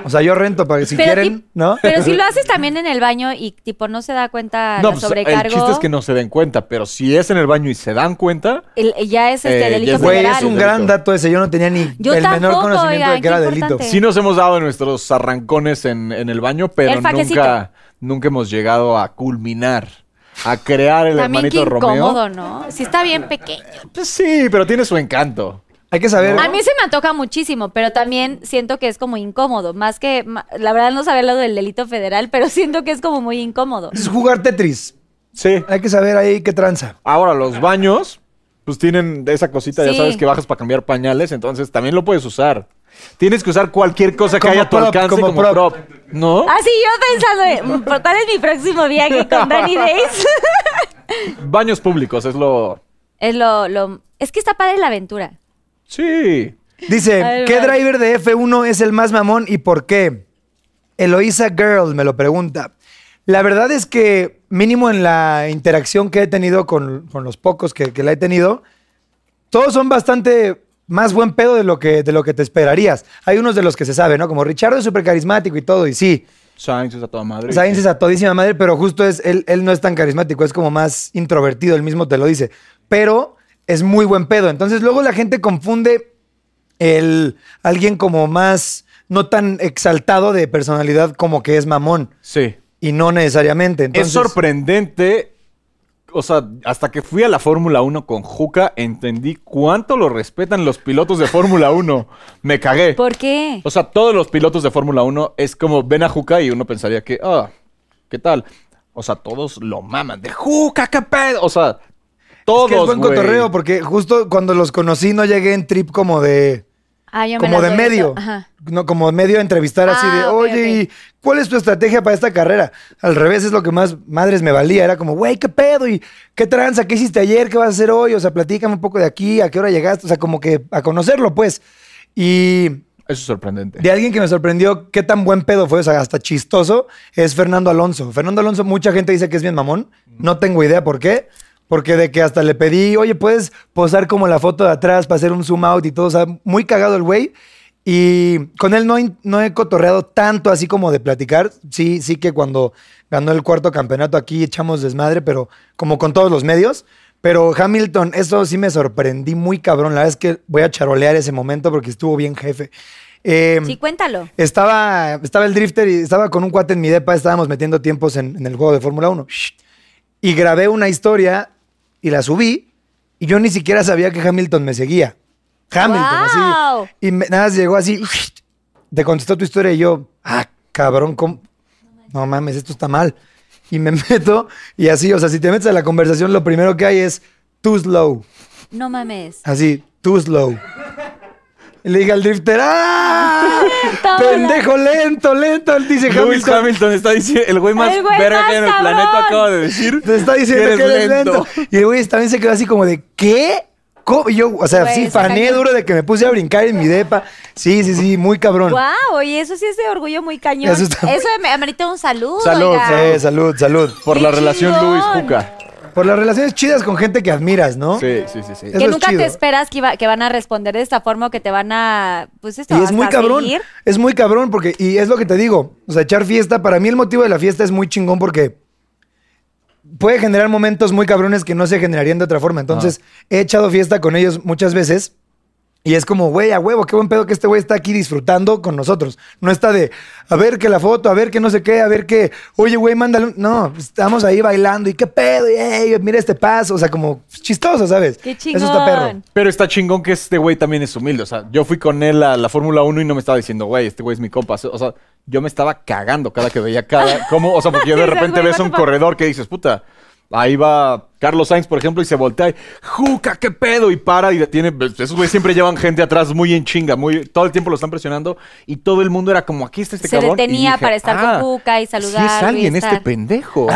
Speaker 4: O sea, yo rento para que si quieren,
Speaker 3: ti-
Speaker 4: ¿no?
Speaker 3: pero si lo haces también en el baño y tipo no se da cuenta
Speaker 5: No,
Speaker 3: la
Speaker 5: pues,
Speaker 3: sobrecargo.
Speaker 5: el chiste es que no se den cuenta, pero si es en el baño y se dan cuenta,
Speaker 3: el- ya es
Speaker 5: Eh,
Speaker 3: este
Speaker 5: ya
Speaker 3: delito
Speaker 5: es
Speaker 4: Güey,
Speaker 3: federal.
Speaker 4: es un
Speaker 5: Delito.
Speaker 4: gran dato ese. Yo no tenía ni
Speaker 3: Yo
Speaker 4: el menor
Speaker 3: tampoco,
Speaker 4: conocimiento
Speaker 3: oigan,
Speaker 4: de que era
Speaker 3: qué
Speaker 4: delito.
Speaker 3: importante.
Speaker 5: sí nos hemos dado nuestros arrancones en, en el baño, pero
Speaker 3: El fajecito.
Speaker 5: nunca, nunca hemos llegado a culminar, a crear el
Speaker 3: También qué
Speaker 5: hermanito Romeo.
Speaker 3: incómodo, ¿no? Si está bien pequeño.
Speaker 5: Pues sí, pero tiene su encanto.
Speaker 4: Hay que saber.
Speaker 3: A mí se me antoja muchísimo, pero también siento que es como incómodo. Más que, ma- la verdad no sabía lo del delito federal, pero siento que es como muy incómodo.
Speaker 4: Es jugar Tetris.
Speaker 5: Sí.
Speaker 4: Hay que saber ahí qué tranza.
Speaker 5: Ahora, los baños, pues tienen esa cosita, ya
Speaker 3: Sí.
Speaker 5: sabes que bajas para cambiar pañales, entonces también lo puedes usar. Tienes que usar cualquier cosa que
Speaker 4: Como
Speaker 5: haya a tu
Speaker 4: prop,
Speaker 5: alcance
Speaker 4: como
Speaker 5: como,
Speaker 4: prop.
Speaker 5: prop. ¿No?
Speaker 3: Así Ah, yo pensando, de, "Mm, ¿cuál es mi próximo viaje con Danny Days?
Speaker 5: Baños públicos, es lo.
Speaker 3: es lo, lo- es que está padre la aventura.
Speaker 5: Sí.
Speaker 4: Dice,
Speaker 3: A ver,
Speaker 4: ¿qué
Speaker 3: va.
Speaker 4: driver de F1 es el más mamón y por qué? Eloisa Girl me lo pregunta. La verdad es que, mínimo en la interacción que he tenido con, con los pocos que, que la he tenido, todos son bastante más buen pedo de lo, que, de lo que te esperarías. Hay unos de los que se sabe, ¿no? Como Richardo es súper carismático y todo, y sí.
Speaker 5: Sainz es a toda madre.
Speaker 4: Sainz es a todísima madre, pero justo es, él, él no es tan carismático, es como más introvertido, él mismo te lo dice. Pero es muy buen pedo. Entonces luego la gente confunde el alguien como más, no tan exaltado de personalidad como que es mamón.
Speaker 5: Sí.
Speaker 4: Y no necesariamente. Entonces,
Speaker 5: es sorprendente o sea, hasta que fui a la Fórmula 1 con Juca, entendí cuánto lo respetan los pilotos de Fórmula 1. Me cagué.
Speaker 3: ¿Por qué?
Speaker 5: O sea, todos los pilotos de Fórmula 1 es como ven a Juca y uno pensaría que, ah, ¿qué tal? O sea, todos lo maman de Juca, qué pedo. O sea, todos.
Speaker 4: que es buen
Speaker 5: güey.
Speaker 4: cotorreo porque justo cuando los conocí no llegué en trip como de
Speaker 3: Ah, yo me
Speaker 4: como
Speaker 3: las doy
Speaker 4: de medio,
Speaker 3: to- Ajá.
Speaker 4: no como medio a entrevistar así
Speaker 3: Ah,
Speaker 4: de,
Speaker 3: ok,
Speaker 4: "Oye,
Speaker 3: ok.
Speaker 4: ¿y ¿cuál es tu estrategia para esta carrera?" Al revés es lo que más madres me valía, era como, "Güey, qué pedo y qué tranza, qué hiciste ayer, qué vas a hacer hoy, o sea, platícame un poco de aquí, a qué hora llegaste, o sea, como que a conocerlo, pues." Y
Speaker 5: Eso es sorprendente.
Speaker 4: de alguien que me sorprendió qué tan buen pedo fue, o sea, hasta chistoso, es Fernando Alonso. Fernando Alonso, mucha gente dice que es bien mamón. No tengo idea por qué. Porque de que hasta le pedí, oye, puedes posar como la foto de atrás para hacer un zoom out y todo. O sea, muy cagado el güey. Y con él no, he- no he cotorreado tanto así como de platicar. Sí, sí que cuando ganó el cuarto campeonato aquí echamos desmadre, pero como con todos los medios. Pero Hamilton, eso sí me sorprendí muy cabrón. La verdad es que voy a charolear ese momento porque estuvo bien jefe. Eh,
Speaker 3: Sí, cuéntalo.
Speaker 4: estaba, estaba el drifter y estaba con un cuate en mi depa, estábamos metiendo tiempos en, en el juego de Fórmula 1. Y grabé una historia y la subí y yo ni siquiera sabía que Hamilton me seguía. Hamilton,
Speaker 3: ¡Guau!
Speaker 4: así. Y me- nada, más llegó así, te contestó tu historia y yo, ah, cabrón, ¿cómo? no mames, esto está mal. Y me meto y así, o sea, si te metes a la conversación, lo primero que hay es too slow.
Speaker 3: No mames.
Speaker 4: Así, too slow. Y le dije al drifter, ¡ah!
Speaker 3: Tómala.
Speaker 4: ¡Pendejo lento, lento! Él dice
Speaker 5: Lewis
Speaker 4: Hamilton.
Speaker 5: Hamilton está diciendo, el güey más
Speaker 3: El güey
Speaker 5: verga
Speaker 3: más
Speaker 5: que en el
Speaker 3: cabrón.
Speaker 5: planeta acaba de decir.
Speaker 4: Te está diciendo que eres lento. Y el güey también se quedó así como de, ¿qué? ¿Cómo? Y yo, o sea,
Speaker 3: Güey,
Speaker 4: sí,
Speaker 3: está
Speaker 4: faneé
Speaker 3: cañón.
Speaker 4: duro de que me puse a brincar en mi depa. Sí, sí, sí, muy cabrón.
Speaker 3: Wow, y eso sí es de orgullo muy cañón.
Speaker 4: Mm. Eso
Speaker 3: Eso,
Speaker 4: está muy-
Speaker 3: me amerita un saludo.
Speaker 5: Salud,
Speaker 3: oiga.
Speaker 4: Sí, salud, salud.
Speaker 5: Por la
Speaker 3: ¡Qué
Speaker 5: relación
Speaker 3: chingón!
Speaker 5: Lewis Juca.
Speaker 4: Por las relaciones chidas con gente que admiras, ¿no?
Speaker 5: Sí, sí, sí, sí.
Speaker 4: Eso
Speaker 3: que
Speaker 4: es
Speaker 3: nunca
Speaker 4: chido.
Speaker 3: te esperas que, iba- que van a responder de esta forma o que te van a. Pues esto
Speaker 4: Y es muy
Speaker 3: hasta
Speaker 4: cabrón.
Speaker 3: seguir.
Speaker 4: Es muy cabrón porque, y es lo que te digo, o sea, echar fiesta, para mí el motivo de la fiesta es muy chingón porque puede generar momentos muy cabrones que no se generarían de otra forma. Entonces,
Speaker 3: Ah.
Speaker 4: he echado fiesta con ellos muchas veces. Y es como, güey, a huevo, qué buen pedo que este güey está aquí disfrutando con nosotros. No está de, a ver que la foto, a ver que no sé qué, a ver que, oye, güey, mándale. un-". No, estamos ahí bailando y qué pedo, y, "Ey, mira este paso. O sea, como chistoso, ¿sabes?
Speaker 3: Qué chingón.
Speaker 4: Eso está perro.
Speaker 5: Pero está chingón que este güey también es humilde. O sea, yo fui con él a la Fórmula 1 y no me estaba diciendo, güey, este güey es mi compa. O sea, yo me estaba cagando cada que veía cada. ¿Cómo? O sea, porque yo de
Speaker 3: Sí,
Speaker 5: repente
Speaker 3: güey,
Speaker 5: ves
Speaker 3: what
Speaker 5: un
Speaker 3: the fuck.
Speaker 5: corredor que dices, puta. Ahí va Carlos Sainz, por ejemplo, y se voltea y ¡Juca, qué pedo! Y para y detiene. Esos güeyes siempre llevan gente atrás muy en chinga, muy, todo el tiempo lo están presionando y todo el mundo era como, aquí está este
Speaker 3: Se
Speaker 5: cabrón. Y "Ah,
Speaker 3: detenía para estar con Juca y
Speaker 5: sí es
Speaker 3: saludarlo y
Speaker 5: alguien este
Speaker 3: estar.
Speaker 5: pendejo.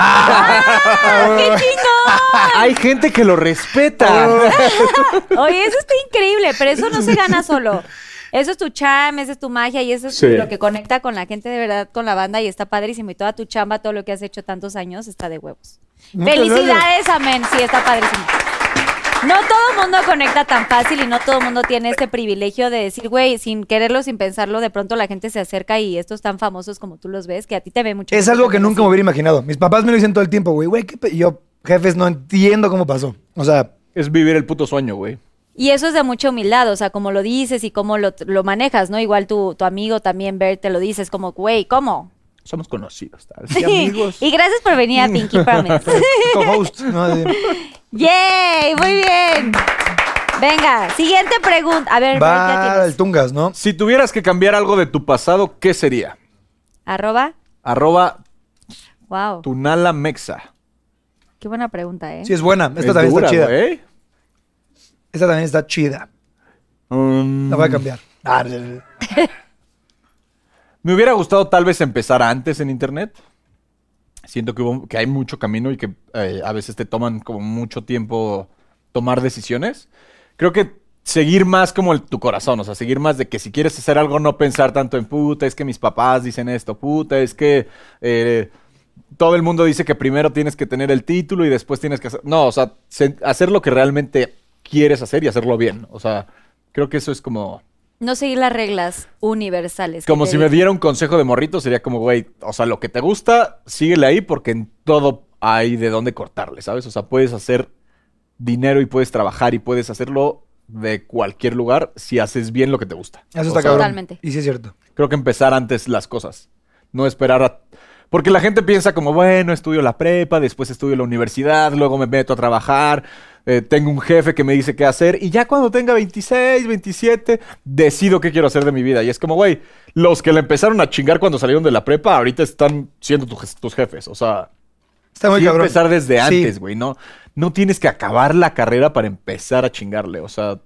Speaker 3: ¡Ah, ¡Qué chingón!
Speaker 5: Hay gente que lo respeta.
Speaker 3: Oye, eso está increíble, pero eso no se gana solo. Eso es tu cham, esa es tu magia y eso es
Speaker 5: Sí.
Speaker 3: lo que conecta con la gente de verdad, con la banda y está padrísimo. Y toda tu chamba, todo lo que has hecho tantos años, está de huevos.
Speaker 4: Muchas
Speaker 3: Felicidades, amén. Sí, está padrísimo. No todo mundo conecta tan fácil y no todo mundo tiene este privilegio de decir, güey, sin quererlo, sin pensarlo, de pronto la gente se acerca y estos tan famosos como tú los ves, que a ti te ve mucho.
Speaker 4: Es algo que nunca me hubiera imaginado. Mis papás me lo dicen todo el tiempo, güey, güey, qué pe- y yo, jefes, no entiendo cómo pasó. O sea,
Speaker 5: Es vivir el puto sueño, güey.
Speaker 3: Y eso es de mucha humildad, o sea, como lo dices y cómo lo, lo manejas, ¿no? Igual tu, tu amigo también, Bert, te lo dices como, güey, ¿cómo?
Speaker 5: Somos conocidos, tal.
Speaker 3: y gracias por venir a Pinky Promise.
Speaker 4: co-host, ¿no? Así.
Speaker 3: ¡Yay! Muy bien. Venga, siguiente pregunta. A ver, Bert, ya
Speaker 4: Va
Speaker 3: tienes.
Speaker 4: al Tungas, ¿no?
Speaker 5: Si tuvieras que cambiar algo de tu pasado, ¿qué sería?
Speaker 3: Arroba.
Speaker 5: Arroba
Speaker 3: Wow.
Speaker 5: Tunala Mexa.
Speaker 3: Qué buena pregunta, ¿eh?
Speaker 4: Sí, es buena. Esta también está chida.
Speaker 5: güey.
Speaker 4: Esta también está chida.
Speaker 5: Mm,
Speaker 4: La voy a cambiar. Ah,
Speaker 5: me hubiera gustado tal vez empezar antes en internet. Siento que, hubo- que hay mucho camino y que eh, a veces te toman como mucho tiempo tomar decisiones. Creo que seguir más como el- tu corazón, o sea, seguir más de que si quieres hacer algo no pensar tanto en puta, es que mis papás dicen esto, puta, es que... eh, todo el mundo dice que primero tienes que tener el título y después tienes que hacer. No, o sea, se- hacer lo que realmente quieres hacer y hacerlo bien. O sea, creo que eso es como.
Speaker 3: No seguir las reglas universales. que
Speaker 5: Como
Speaker 3: te
Speaker 5: si me
Speaker 3: dicen.
Speaker 5: diera un consejo de morrito, sería como, güey, o sea, lo que te gusta, síguele ahí porque en todo hay de dónde cortarle, ¿sabes? O sea, puedes hacer dinero y puedes trabajar y puedes hacerlo de cualquier lugar si haces bien lo que te gusta. O
Speaker 4: Eso está
Speaker 5: sea,
Speaker 4: cabrón.
Speaker 3: Totalmente.
Speaker 4: Y sí es cierto.
Speaker 5: Creo que empezar antes las cosas. No esperar a. Porque la gente piensa como, bueno, estudio la prepa, después estudio la universidad, luego me meto a trabajar, eh, tengo un jefe que me dice qué hacer y ya cuando tenga 26, 27, decido qué quiero hacer de mi vida. Y es como, güey, los que le empezaron a chingar cuando salieron de la prepa, ahorita están siendo tu je- tus jefes. O sea,
Speaker 4: Está muy
Speaker 5: sí
Speaker 4: cabrón.
Speaker 5: empezar desde
Speaker 4: Sí.
Speaker 5: antes, güey. No, no tienes que acabar la carrera para empezar a chingarle. O sea,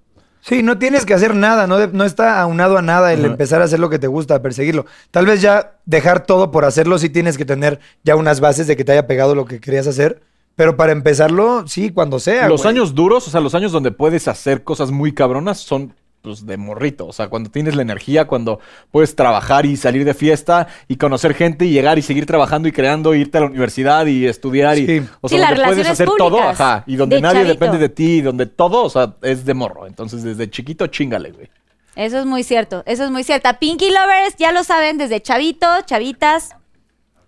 Speaker 4: Sí, no tienes que hacer nada, no, de- no está aunado a nada el
Speaker 5: Ajá.
Speaker 4: empezar a hacer lo que te gusta, a perseguirlo. Tal vez ya dejar todo por hacerlo sí tienes que tener ya unas bases de que te haya pegado lo que querías hacer, pero para empezarlo, sí, cuando sea.
Speaker 5: los
Speaker 4: güey.
Speaker 5: años duros, o sea, los años donde puedes hacer cosas muy cabronas son pues de morrito, o sea, cuando tienes la energía, cuando puedes trabajar y salir de fiesta y conocer gente y llegar y seguir trabajando y creando, irte a la universidad y estudiar y
Speaker 4: Sí.
Speaker 5: o
Speaker 3: Sí, las
Speaker 5: sea, donde puedes
Speaker 3: relaciones
Speaker 5: hacer todo,
Speaker 3: públicas,
Speaker 5: ajá, y donde
Speaker 3: de
Speaker 5: nadie
Speaker 3: chavito.
Speaker 5: depende de ti, y donde todo, o sea, es de morro, entonces desde chiquito chingale, güey.
Speaker 3: Eso es muy cierto, eso es muy cierto. Pinky Lovers, ya lo saben, desde chavitos, chavitas,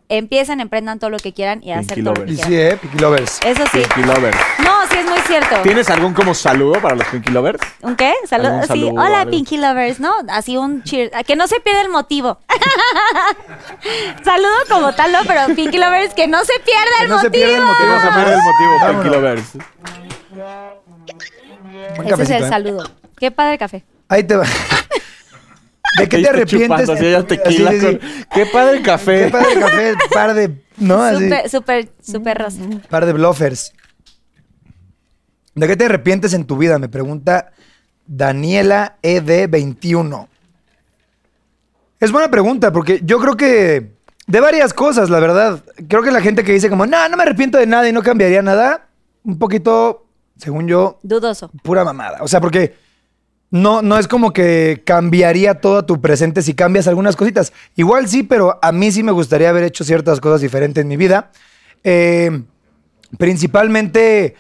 Speaker 3: empiecen, emprendan todo lo que quieran y a hacer todo lo que
Speaker 4: Y
Speaker 5: Lovers.
Speaker 4: sí,
Speaker 3: quieran.
Speaker 4: eh, Picky Lovers.
Speaker 3: Eso sí.
Speaker 5: Pinky Lovers.
Speaker 3: No, sí es muy cierto.
Speaker 5: ¿Tienes algún como saludo para los Pinky Lovers?
Speaker 3: ¿Un qué? Salud.
Speaker 5: ¿Algún
Speaker 3: sí,
Speaker 5: saludo,
Speaker 3: hola
Speaker 5: algo?
Speaker 3: Pinky Lovers, ¿no? Así un cheer. a Que no se pierda el motivo. Saludo como tal, no, pero Pinky Lovers, que no se pierda
Speaker 4: Que
Speaker 3: el
Speaker 4: no se
Speaker 3: motivo.
Speaker 4: pierda el
Speaker 3: Ah.
Speaker 5: Que no se pierda el motivo, Pinky Lovers.
Speaker 4: Buen
Speaker 3: Ese es
Speaker 4: cafecito,
Speaker 3: el
Speaker 4: eh.
Speaker 3: saludo. Qué padre café.
Speaker 4: Ahí te va. ¿De qué te
Speaker 5: Ahí está
Speaker 4: arrepientes?
Speaker 5: chupando así, ella tequila
Speaker 4: Así, sí, sí.
Speaker 5: con- Qué padre el café.
Speaker 4: Qué padre café, par de, ¿no? Así,
Speaker 3: Súper, súper, súper rosa.
Speaker 4: par de bluffers. ¿De qué te arrepientes en tu vida? Me pregunta Daniela ED21. Es buena pregunta, porque yo creo que de varias cosas, la verdad. Creo que la gente que dice como, no, no me arrepiento de nada y no cambiaría nada, un poquito, según yo,
Speaker 3: Dudoso.
Speaker 4: pura mamada. O sea, porque no, no es como que cambiaría todo tu presente si cambias algunas cositas. Igual sí, pero a mí sí me gustaría haber hecho ciertas cosas diferentes en mi vida. Eh, principalmente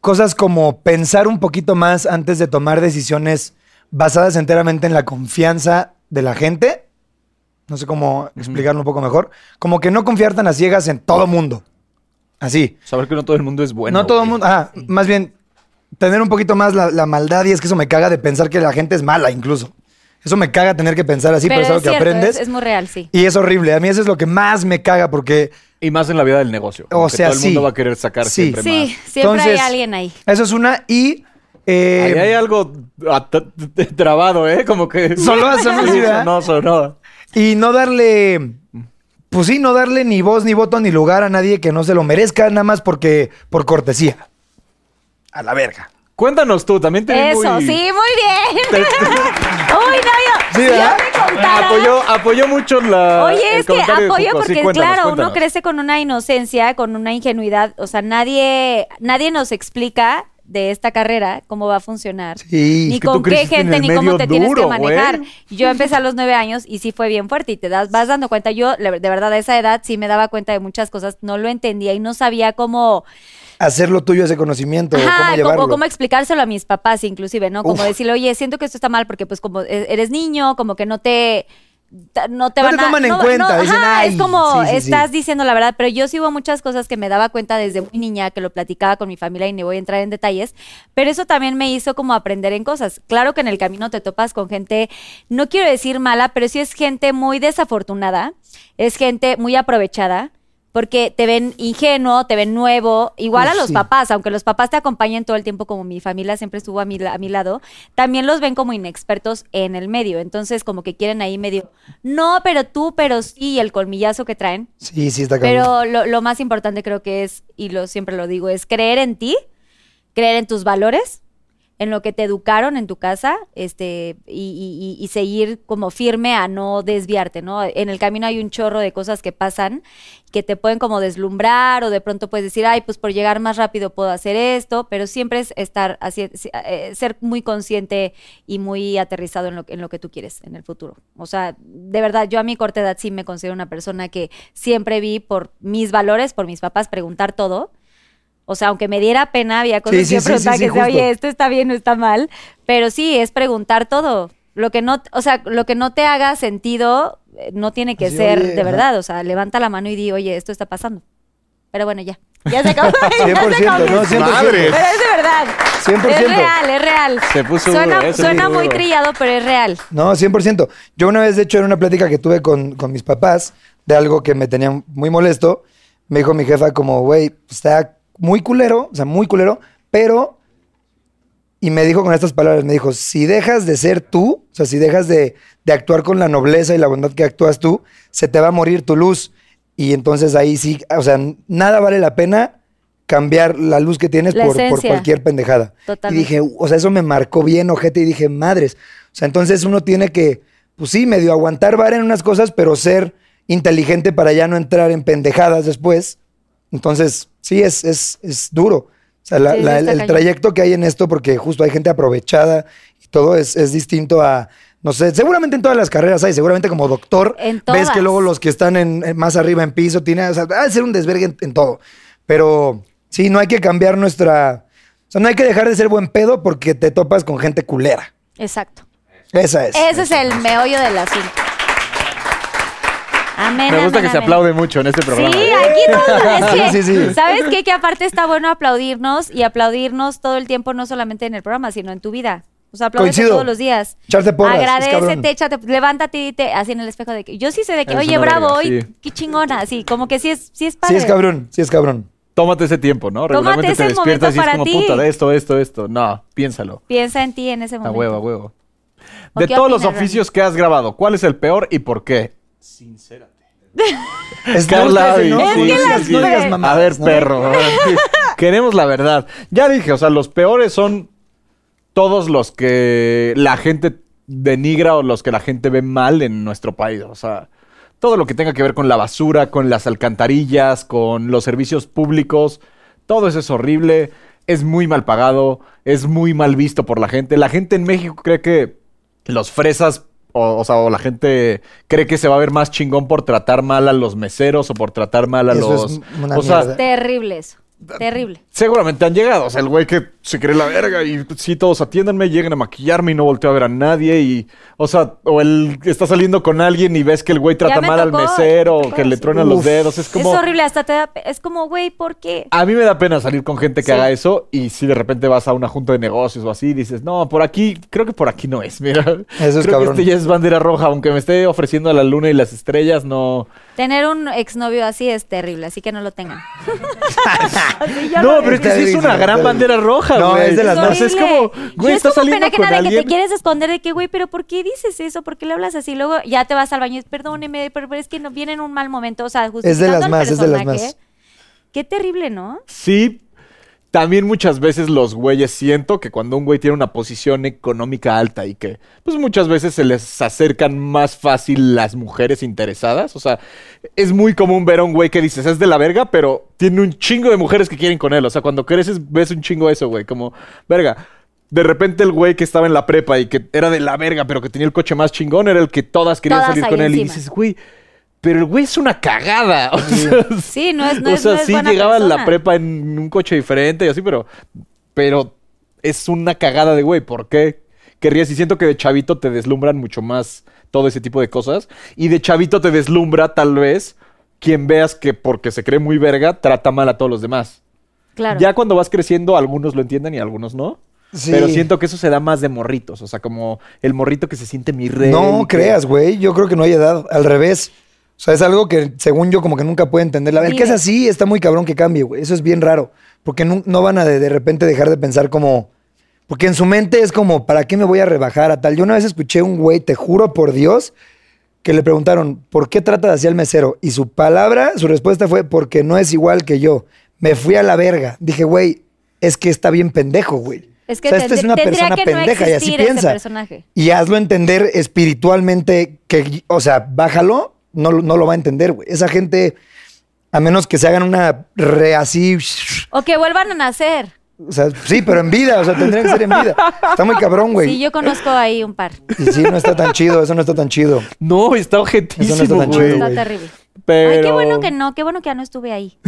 Speaker 4: cosas como pensar un poquito más antes de tomar decisiones basadas enteramente en la confianza de la gente. No sé cómo explicarlo un poco mejor. Como que no confiar tan a ciegas en todo mundo. Así.
Speaker 5: Saber que no todo el mundo es bueno.
Speaker 4: No todo el
Speaker 5: güey.
Speaker 4: mundo. Ah, más bien, tener un poquito más la, la maldad y es que eso me caga de pensar que la gente es mala, incluso. Eso me caga tener que pensar así, pero, es algo que
Speaker 3: cierto,
Speaker 4: aprendes.
Speaker 3: Es, es muy real, sí.
Speaker 4: Y es horrible. A mí eso es lo que más me caga porque.
Speaker 5: Y más en la vida del negocio. como
Speaker 4: O
Speaker 5: que
Speaker 4: sea,
Speaker 5: todo el mundo
Speaker 4: sí.
Speaker 5: va a querer sacar
Speaker 4: Sí.
Speaker 5: siempre
Speaker 3: Sí,
Speaker 5: más.
Speaker 3: siempre hay
Speaker 4: Entonces,
Speaker 3: alguien ahí.
Speaker 4: Eso es una. Y. eh,
Speaker 5: Ahí hay algo at- trabado, ¿eh? Como que.
Speaker 4: Solo hace una
Speaker 5: Sí,
Speaker 4: idea.
Speaker 5: No, sonó.
Speaker 4: Y no darle. Pues sí, no darle ni voz, ni voto, ni lugar a nadie que no se lo merezca, nada más porque. por cortesía. A la verga.
Speaker 5: Cuéntanos tú, también te vi
Speaker 3: Eso,
Speaker 5: muy-
Speaker 3: sí, muy bien. Uy, no, yo,
Speaker 4: Sí,
Speaker 3: si yo
Speaker 4: ¿verdad?
Speaker 3: te contara.
Speaker 5: Ah, Apoyó, apoyó mucho la.
Speaker 3: Oye,
Speaker 5: el
Speaker 3: es que
Speaker 5: comentario de
Speaker 3: apoyo
Speaker 5: Cuco. Sí,
Speaker 3: porque,
Speaker 5: cuéntanos,
Speaker 3: claro, uno
Speaker 5: cuéntanos.
Speaker 3: crece con una inocencia, con una ingenuidad. O sea, nadie, nadie nos explica de esta carrera cómo va a funcionar.
Speaker 4: Sí.
Speaker 3: ni
Speaker 5: que tú
Speaker 3: con qué
Speaker 5: creciste en
Speaker 3: gente,
Speaker 5: el
Speaker 3: ni cómo
Speaker 5: medio
Speaker 3: te tienes que
Speaker 5: duro,
Speaker 3: manejar.
Speaker 5: güey.
Speaker 3: Yo empecé a los nueve años y sí fue bien fuerte y te das, vas dando cuenta. Yo, la- de verdad, a esa edad sí me daba cuenta de muchas cosas, no lo entendía y no sabía cómo,
Speaker 4: Hacer lo tuyo ese conocimiento,
Speaker 3: Ajá,
Speaker 4: cómo
Speaker 3: como-
Speaker 4: llevarlo.
Speaker 3: como explicárselo a mis papás, inclusive, ¿no? Como
Speaker 4: Uf.
Speaker 3: decirle, oye, siento que esto está mal porque, pues, como e- eres niño, como que no te. ta- No te
Speaker 4: No
Speaker 3: van
Speaker 4: te
Speaker 3: a-
Speaker 4: toman en
Speaker 3: no-
Speaker 4: cuenta,
Speaker 3: no,
Speaker 4: dicen,
Speaker 3: ajá, es
Speaker 4: "Ay".
Speaker 3: como
Speaker 4: Sí, sí, sí.
Speaker 3: estás diciendo la verdad, pero yo sí hubo muchas cosas que me daba cuenta desde muy niña, que lo platicaba con mi familia y ni voy a entrar en detalles, pero eso también me hizo como aprender en cosas. Claro que en el camino te topas con gente, no quiero decir mala, pero sí es gente muy desafortunada, es gente muy aprovechada, porque te ven ingenuo, te ven nuevo, igual
Speaker 4: Uf,
Speaker 3: a los
Speaker 4: sí.
Speaker 3: papás, aunque los papás te acompañen todo el tiempo, como mi familia siempre estuvo a mi, la- a mi lado, también los ven como inexpertos en el medio, entonces como que quieren ahí medio, no, pero tú, pero sí, y el colmillazo que traen.
Speaker 4: Sí, sí, está cabrón.
Speaker 3: Pero lo, lo más importante creo que es, y lo siempre lo digo, es creer en ti, creer en tus valores, en lo que te educaron en tu casa, este, y, y- y- y seguir como firme a no desviarte, ¿no? En el camino hay un chorro de cosas que pasan que te pueden como deslumbrar, o de pronto puedes decir, ay, pues por llegar más rápido puedo hacer esto, pero siempre es estar así, eh, ser muy consciente y muy aterrizado en lo, en lo que tú quieres en el futuro. O sea, de verdad, yo a mi corta edad sí me considero una persona que siempre vi por mis valores, por mis papás, preguntar todo. O sea, aunque me diera pena, había cosas
Speaker 4: Sí, sí,
Speaker 3: que yo
Speaker 4: sí,
Speaker 3: preguntaba
Speaker 4: sí, sí,
Speaker 3: que decía,
Speaker 4: justo.
Speaker 3: oye, esto está bien o está mal. Pero sí, es preguntar todo. Lo que no, o sea, lo que no te haga sentido eh, no tiene que
Speaker 4: Así,
Speaker 3: ser
Speaker 4: oye,
Speaker 3: de
Speaker 4: ajá.
Speaker 3: verdad. O sea, levanta la mano y di, oye, esto está pasando. Pero bueno, ya. Ya se acabó. ya se
Speaker 4: 100%,
Speaker 3: acabó.
Speaker 4: ¿no? 100%.
Speaker 5: Madre.
Speaker 3: Pero es de verdad.
Speaker 4: 100%.
Speaker 3: Es real, es real.
Speaker 5: Se puso
Speaker 3: suena
Speaker 5: duro, eh, se
Speaker 3: suena
Speaker 5: puso
Speaker 3: muy
Speaker 5: duro.
Speaker 3: trillado, pero es real.
Speaker 4: No, 100%. Yo una vez, de hecho, en una plática que tuve con, con mis papás, de algo que me tenía muy molesto. Me dijo mi jefa como, güey, está muy culero, o sea, muy culero, pero... Y me dijo con estas palabras, me dijo, si dejas de ser tú, o sea, si dejas de, de actuar con la nobleza y la bondad que actúas tú, se te va a morir tu luz. Y entonces ahí sí, o sea, nada vale la pena cambiar la luz que tienes
Speaker 3: La
Speaker 4: por, por
Speaker 3: esencia.
Speaker 4: cualquier pendejada.
Speaker 3: Totalmente.
Speaker 4: Y dije, o sea, eso me marcó bien, ojete, y dije, madres. O sea, entonces uno tiene que, pues sí, medio aguantar vara en unas cosas, pero ser inteligente para ya no entrar en pendejadas después. Entonces, sí, es, es, es duro. O sea, la-
Speaker 3: Sí,
Speaker 4: la-
Speaker 3: está
Speaker 4: el
Speaker 3: cañón.
Speaker 4: trayecto que hay en esto, porque justo hay gente aprovechada y todo es, es distinto a, no sé, seguramente en todas las carreras hay, seguramente como doctor,
Speaker 3: En
Speaker 4: ves que
Speaker 3: todas.
Speaker 4: luego los que están en, en- más arriba en piso tienen, o sea, ha de ser un desvergue en, en todo. Pero sí, no hay que cambiar nuestra, o sea, no hay que dejar de ser buen pedo porque te topas con gente culera.
Speaker 3: Exacto.
Speaker 4: Esa es.
Speaker 3: Ese es el meollo del asunto. Amén.
Speaker 5: Me gusta
Speaker 3: amén,
Speaker 5: que se
Speaker 3: amén.
Speaker 5: aplaude mucho en este programa.
Speaker 3: Sí, aquí todo es
Speaker 4: Sí,
Speaker 3: que,
Speaker 4: sí, sí.
Speaker 3: ¿Sabes qué? Que aparte está bueno aplaudirnos y aplaudirnos todo el tiempo, no solamente en el programa, sino en tu vida. O sea, aplaudes
Speaker 4: Coincido.
Speaker 3: todos los días.
Speaker 4: Echarte porras, es cabrón.
Speaker 3: Agradecete, échate, levántate y te, así en el espejo de que yo sí sé de que,
Speaker 5: Eres
Speaker 3: oye,
Speaker 5: una
Speaker 3: bravo,
Speaker 5: verga,
Speaker 3: hoy,
Speaker 5: sí.
Speaker 3: qué chingona, así, como que sí es, sí es
Speaker 4: Sí
Speaker 3: padre.
Speaker 4: es cabrón, sí es cabrón.
Speaker 5: Tómate ese tiempo, ¿no?
Speaker 3: Tómate
Speaker 5: Regularmente
Speaker 3: ese
Speaker 5: te
Speaker 3: momento
Speaker 5: despiertas y es
Speaker 3: para
Speaker 5: como,
Speaker 3: ti.
Speaker 5: puta, de esto, esto, esto. No, piénsalo.
Speaker 3: Piensa en ti en ese
Speaker 5: A
Speaker 3: momento.
Speaker 5: huevo, a huevo.
Speaker 3: ¿O
Speaker 5: De
Speaker 3: qué
Speaker 5: todos los
Speaker 3: opinas,
Speaker 5: oficios que has grabado, ¿cuál es el peor y por qué?
Speaker 4: Es
Speaker 5: Carla,
Speaker 4: no,
Speaker 5: sí,
Speaker 4: no
Speaker 5: sí,
Speaker 4: digas-
Speaker 5: sí.
Speaker 4: no digas
Speaker 5: A ver,
Speaker 4: mamadas, ¿no?
Speaker 5: perro. a ver, sí. Queremos la verdad. Ya dije, o sea, los peores son todos los que la gente denigra o los que la gente ve mal en nuestro país. O sea, todo lo que tenga que ver con la basura, con las alcantarillas, con los servicios públicos, todo eso es horrible, es muy mal pagado, es muy mal visto por la gente. La gente en México cree que los fresas, o, o sea, o la gente cree que se va a ver más chingón por tratar mal a los meseros o por tratar mal a
Speaker 4: Eso
Speaker 5: los...
Speaker 4: es una
Speaker 5: o sea,
Speaker 4: mierda.
Speaker 3: Terrible eso. Terrible.
Speaker 5: Seguramente han llegado. O sea, el güey que se cree la verga y sí, todos atiéndanme, llegan a maquillarme y no volteo a ver a nadie. Y, o sea, o él está saliendo con alguien y ves que el güey trata
Speaker 3: Ya me
Speaker 5: mal al
Speaker 3: tocó,
Speaker 5: mesero,
Speaker 3: me tocó,
Speaker 5: que le
Speaker 3: sí.
Speaker 5: truenan los
Speaker 4: Uf.
Speaker 5: dedos. Es como.
Speaker 3: Es horrible, hasta te da, es como, güey, ¿por qué?
Speaker 5: A mí me da pena salir con gente que
Speaker 3: Sí.
Speaker 5: haga eso y si de repente vas a una junta de negocios o así y dices, no, por aquí, creo que por aquí no es, mira.
Speaker 4: Eso es
Speaker 5: creo que
Speaker 4: cabrón.
Speaker 5: este ya es bandera roja, aunque me esté ofreciendo a la luna y las estrellas, no.
Speaker 3: Tener un exnovio así es terrible, así que no lo tengan.
Speaker 5: No, pero es que
Speaker 4: Está
Speaker 5: sí es
Speaker 4: bien,
Speaker 5: una
Speaker 4: está
Speaker 5: gran
Speaker 4: bien.
Speaker 5: bandera roja,
Speaker 4: No,
Speaker 5: güey.
Speaker 4: es de las
Speaker 5: O sea,
Speaker 4: más-
Speaker 5: Es como, güey,
Speaker 3: Yo
Speaker 5: estás
Speaker 3: es como
Speaker 5: saliendo
Speaker 3: pena
Speaker 5: con
Speaker 3: ajena de que
Speaker 5: alguien.
Speaker 3: te quieres esconder de que, güey, pero ¿por qué dices eso? ¿Por qué le hablas así? Luego ya te vas al baño y perdóneme, pero pero es que no, viene en un mal momento. O sea,
Speaker 4: las
Speaker 3: justificando al
Speaker 4: más, es de las
Speaker 3: personaje.
Speaker 4: más.
Speaker 3: Qué terrible, ¿no?
Speaker 5: Sí. También muchas veces los güeyes siento que cuando un güey tiene una posición económica alta y que pues muchas veces se les acercan más fácil las mujeres interesadas, o sea, es muy común ver a un güey que dices es de la verga, pero tiene un chingo de mujeres que quieren con él, o sea, cuando creces ves un chingo eso, güey, como verga. De repente el güey que estaba en la prepa y que era de la verga, pero que tenía el coche más chingón, era el que todas querían
Speaker 3: Todas
Speaker 5: salir
Speaker 3: ahí
Speaker 5: con él y
Speaker 3: encima.
Speaker 5: dices, güey, pero el güey es una cagada. O sea,
Speaker 3: Sí, no es- no
Speaker 5: o
Speaker 3: es-
Speaker 5: sea,
Speaker 3: no es
Speaker 5: sí
Speaker 3: buena
Speaker 5: llegaba a la
Speaker 3: persona.
Speaker 5: prepa en un coche diferente y así, pero, pero es una cagada de güey. ¿Por qué? Querrías y siento que de chavito te deslumbran mucho más todo ese tipo de cosas. Y de chavito te deslumbra tal vez quien veas que porque se cree muy verga trata mal a todos los demás.
Speaker 3: Claro.
Speaker 5: Ya cuando vas creciendo, algunos lo entienden y algunos no.
Speaker 4: Sí.
Speaker 5: Pero siento que eso se da más de morritos. O sea, como el morrito que se siente mi rey. y
Speaker 4: No
Speaker 5: que-
Speaker 4: creas, güey. Yo creo que no hay edad. Al revés. O sea, es algo que, según yo, como que nunca puede entender. El que es
Speaker 3: Vive.
Speaker 4: así está muy cabrón que cambie, güey. Eso es bien raro. Porque nu- no, van a de, de repente dejar de pensar como. Porque en su mente es como, ¿para qué me voy a rebajar a tal? Yo una vez escuché un güey, te juro por Dios, que le preguntaron, ¿por qué trata de así al mesero? Y su palabra, su respuesta fue, porque no es igual que yo. Me fui a la verga. Dije, güey, es que está bien pendejo, güey.
Speaker 3: Es que
Speaker 4: O sea, esta
Speaker 3: tendr-
Speaker 4: es una
Speaker 3: tendría
Speaker 4: persona
Speaker 3: que no
Speaker 4: pendeja y así
Speaker 3: existir ese
Speaker 4: piensa.
Speaker 3: personaje.
Speaker 4: Y hazlo entender espiritualmente que, o sea, bájalo, no, lo- no lo va a entender, güey. Esa gente, a menos que se hagan una re así,
Speaker 3: O que vuelvan a nacer.
Speaker 4: o sea, sí, pero en vida, o sea, tendrían que ser en vida. Está muy cabrón, güey.
Speaker 3: Sí, yo conozco ahí un par.
Speaker 4: Y sí, no está tan chido, eso no está tan chido.
Speaker 5: No, está objetísimo,
Speaker 4: Eso no está tan chido,
Speaker 5: güey.
Speaker 3: Está
Speaker 4: güey.
Speaker 3: terrible.
Speaker 5: Pero...
Speaker 3: Ay, qué bueno que no, qué bueno que ya no estuve ahí.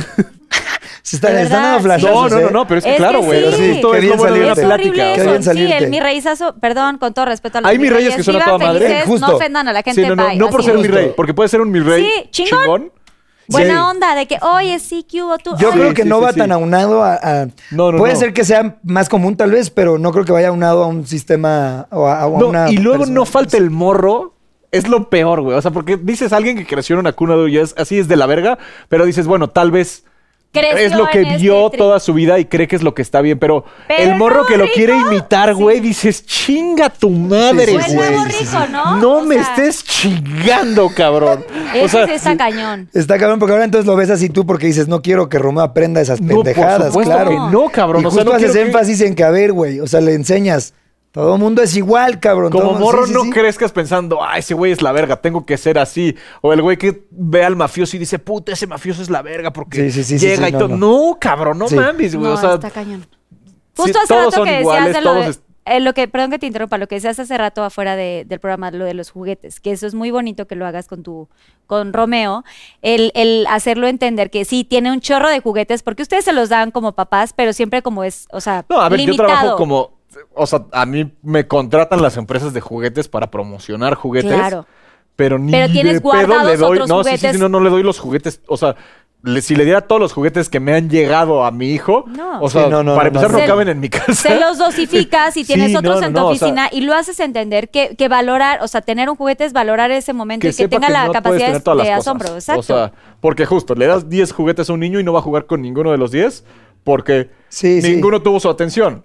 Speaker 4: Se está,
Speaker 3: De verdad,
Speaker 4: están dando
Speaker 3: sí.
Speaker 5: No,
Speaker 4: flashazos,
Speaker 5: no, no,
Speaker 4: ¿eh?
Speaker 5: no, pero es que
Speaker 3: Es que
Speaker 5: claro, güey.
Speaker 3: sí.
Speaker 5: o sea, Justo
Speaker 4: Qué
Speaker 5: es lo
Speaker 4: bien
Speaker 5: bueno de una
Speaker 3: Es
Speaker 4: salirte.
Speaker 5: plática.
Speaker 3: horrible
Speaker 4: Qué
Speaker 3: eso.
Speaker 4: bien
Speaker 3: sí,
Speaker 4: salirte.
Speaker 3: el mi reizazo, perdón, con todo respeto a los
Speaker 5: Hay mi reyes que son a
Speaker 3: vivan
Speaker 5: toda madre.
Speaker 3: felices,
Speaker 4: Sí, justo.
Speaker 3: No ofendan a la gente
Speaker 5: Sí, no, no,
Speaker 3: bye,
Speaker 5: no por
Speaker 3: así.
Speaker 5: ser mi rey, porque puede ser un mi rey
Speaker 3: Sí,
Speaker 5: chingón.
Speaker 3: chingón.
Speaker 4: Sí.
Speaker 3: Buena onda de que, oye, sí, que hubo tú.
Speaker 4: Yo
Speaker 3: Oye,
Speaker 4: creo que
Speaker 5: sí,
Speaker 4: no
Speaker 5: sí,
Speaker 4: va
Speaker 5: sí.
Speaker 4: tan aunado a... a-
Speaker 5: No, no,
Speaker 4: Puede
Speaker 5: no.
Speaker 4: ser que sea más común tal vez, pero no creo que vaya aunado a un sistema o a, a
Speaker 5: No,
Speaker 4: una
Speaker 5: y luego no
Speaker 4: persona.
Speaker 5: falta el morro Es lo peor, güey. O sea, porque dices a alguien que creció en una cuna de y es así es de la verga, pero dices, bueno, tal vez
Speaker 3: Creció
Speaker 5: es lo que
Speaker 3: en este
Speaker 5: vio
Speaker 3: tri-
Speaker 5: toda su vida y cree que es lo que está bien, pero,
Speaker 3: Pero
Speaker 5: el morro
Speaker 3: no,
Speaker 5: que lo
Speaker 3: rico.
Speaker 5: quiere imitar, güey, dices, chinga tu madre,
Speaker 4: Sí,
Speaker 3: Pues
Speaker 4: sí,
Speaker 5: güey.
Speaker 3: nuevo
Speaker 4: sí, sí,
Speaker 3: rico, ¿no?
Speaker 5: No,
Speaker 3: O
Speaker 5: me
Speaker 3: sea,
Speaker 5: estés chingando, cabrón.
Speaker 3: Ese
Speaker 5: o sea,
Speaker 3: es esa cañón.
Speaker 4: Está cabrón, porque ahora entonces lo ves así tú porque dices, no quiero que Romeo aprenda esas
Speaker 5: No, por
Speaker 4: pendejadas,
Speaker 5: supuesto
Speaker 4: claro.
Speaker 5: que no, cabrón.
Speaker 4: Y
Speaker 5: O sea,
Speaker 4: justo
Speaker 5: no
Speaker 4: haces
Speaker 5: quiero que-
Speaker 4: énfasis en que, a ver, güey, o sea, le enseñas. Todo el mundo es igual, cabrón.
Speaker 5: Como
Speaker 4: todo-
Speaker 5: morro
Speaker 4: sí, sí,
Speaker 5: no
Speaker 4: sí.
Speaker 5: crezcas pensando, ah, ese güey es la verga, tengo que ser así. O el güey que ve al mafioso y dice, puta, ese mafioso es la verga porque
Speaker 4: Sí, sí, sí, sí,
Speaker 5: llega
Speaker 4: sí,
Speaker 5: y
Speaker 4: no,
Speaker 5: todo.
Speaker 4: no.
Speaker 5: No. cabrón, no
Speaker 4: Sí.
Speaker 5: mames, güey.
Speaker 3: No,
Speaker 5: o sea,
Speaker 3: está cañón.
Speaker 5: sí,
Speaker 3: Justo hace
Speaker 5: todos
Speaker 3: rato
Speaker 5: son
Speaker 3: que
Speaker 5: iguales,
Speaker 3: decías de lo,
Speaker 5: todos
Speaker 3: de-
Speaker 5: es-
Speaker 3: eh, lo que, perdón que te interrumpa, lo que decías hace rato afuera de- del programa, lo de los juguetes, que eso es muy bonito que lo hagas con tu, con Romeo, el, el hacerlo entender que sí, tiene un chorro de juguetes, porque ustedes se los dan como papás, pero siempre como es, o sea,
Speaker 5: No, a ver,
Speaker 3: limitado.
Speaker 5: yo trabajo como. O sea, a mí me contratan las empresas de juguetes para promocionar juguetes.
Speaker 3: Claro.
Speaker 5: Pero ni
Speaker 3: Pero tienes
Speaker 5: de pedo
Speaker 3: guardados
Speaker 5: le doy.
Speaker 3: otros
Speaker 5: no, sí, sí,
Speaker 3: juguetes.
Speaker 5: sí, no, no le doy los juguetes. O sea, le- si le diera todos los juguetes que me han llegado a mi hijo,
Speaker 3: No.
Speaker 5: o sea,
Speaker 4: Sí, no, no,
Speaker 5: para
Speaker 4: no,
Speaker 5: empezar
Speaker 4: no,
Speaker 5: no,
Speaker 3: no.
Speaker 5: caben en mi casa.
Speaker 3: Se los dosificas y
Speaker 5: Sí,
Speaker 3: tienes
Speaker 5: no,
Speaker 3: otros
Speaker 5: no,
Speaker 3: en tu
Speaker 5: no, o sea,
Speaker 3: oficina y lo haces entender que, que valorar, o sea, tener un juguete es valorar ese momento y que
Speaker 5: sepa
Speaker 3: tenga la
Speaker 5: no puedes
Speaker 3: capacidad
Speaker 5: tener todas
Speaker 3: de
Speaker 5: las cosas.
Speaker 3: asombro. Exacto.
Speaker 5: O sea, porque justo le das 10 juguetes a un niño y no va a jugar con ninguno de los 10 porque
Speaker 4: Sí, sí.
Speaker 5: ninguno tuvo su atención.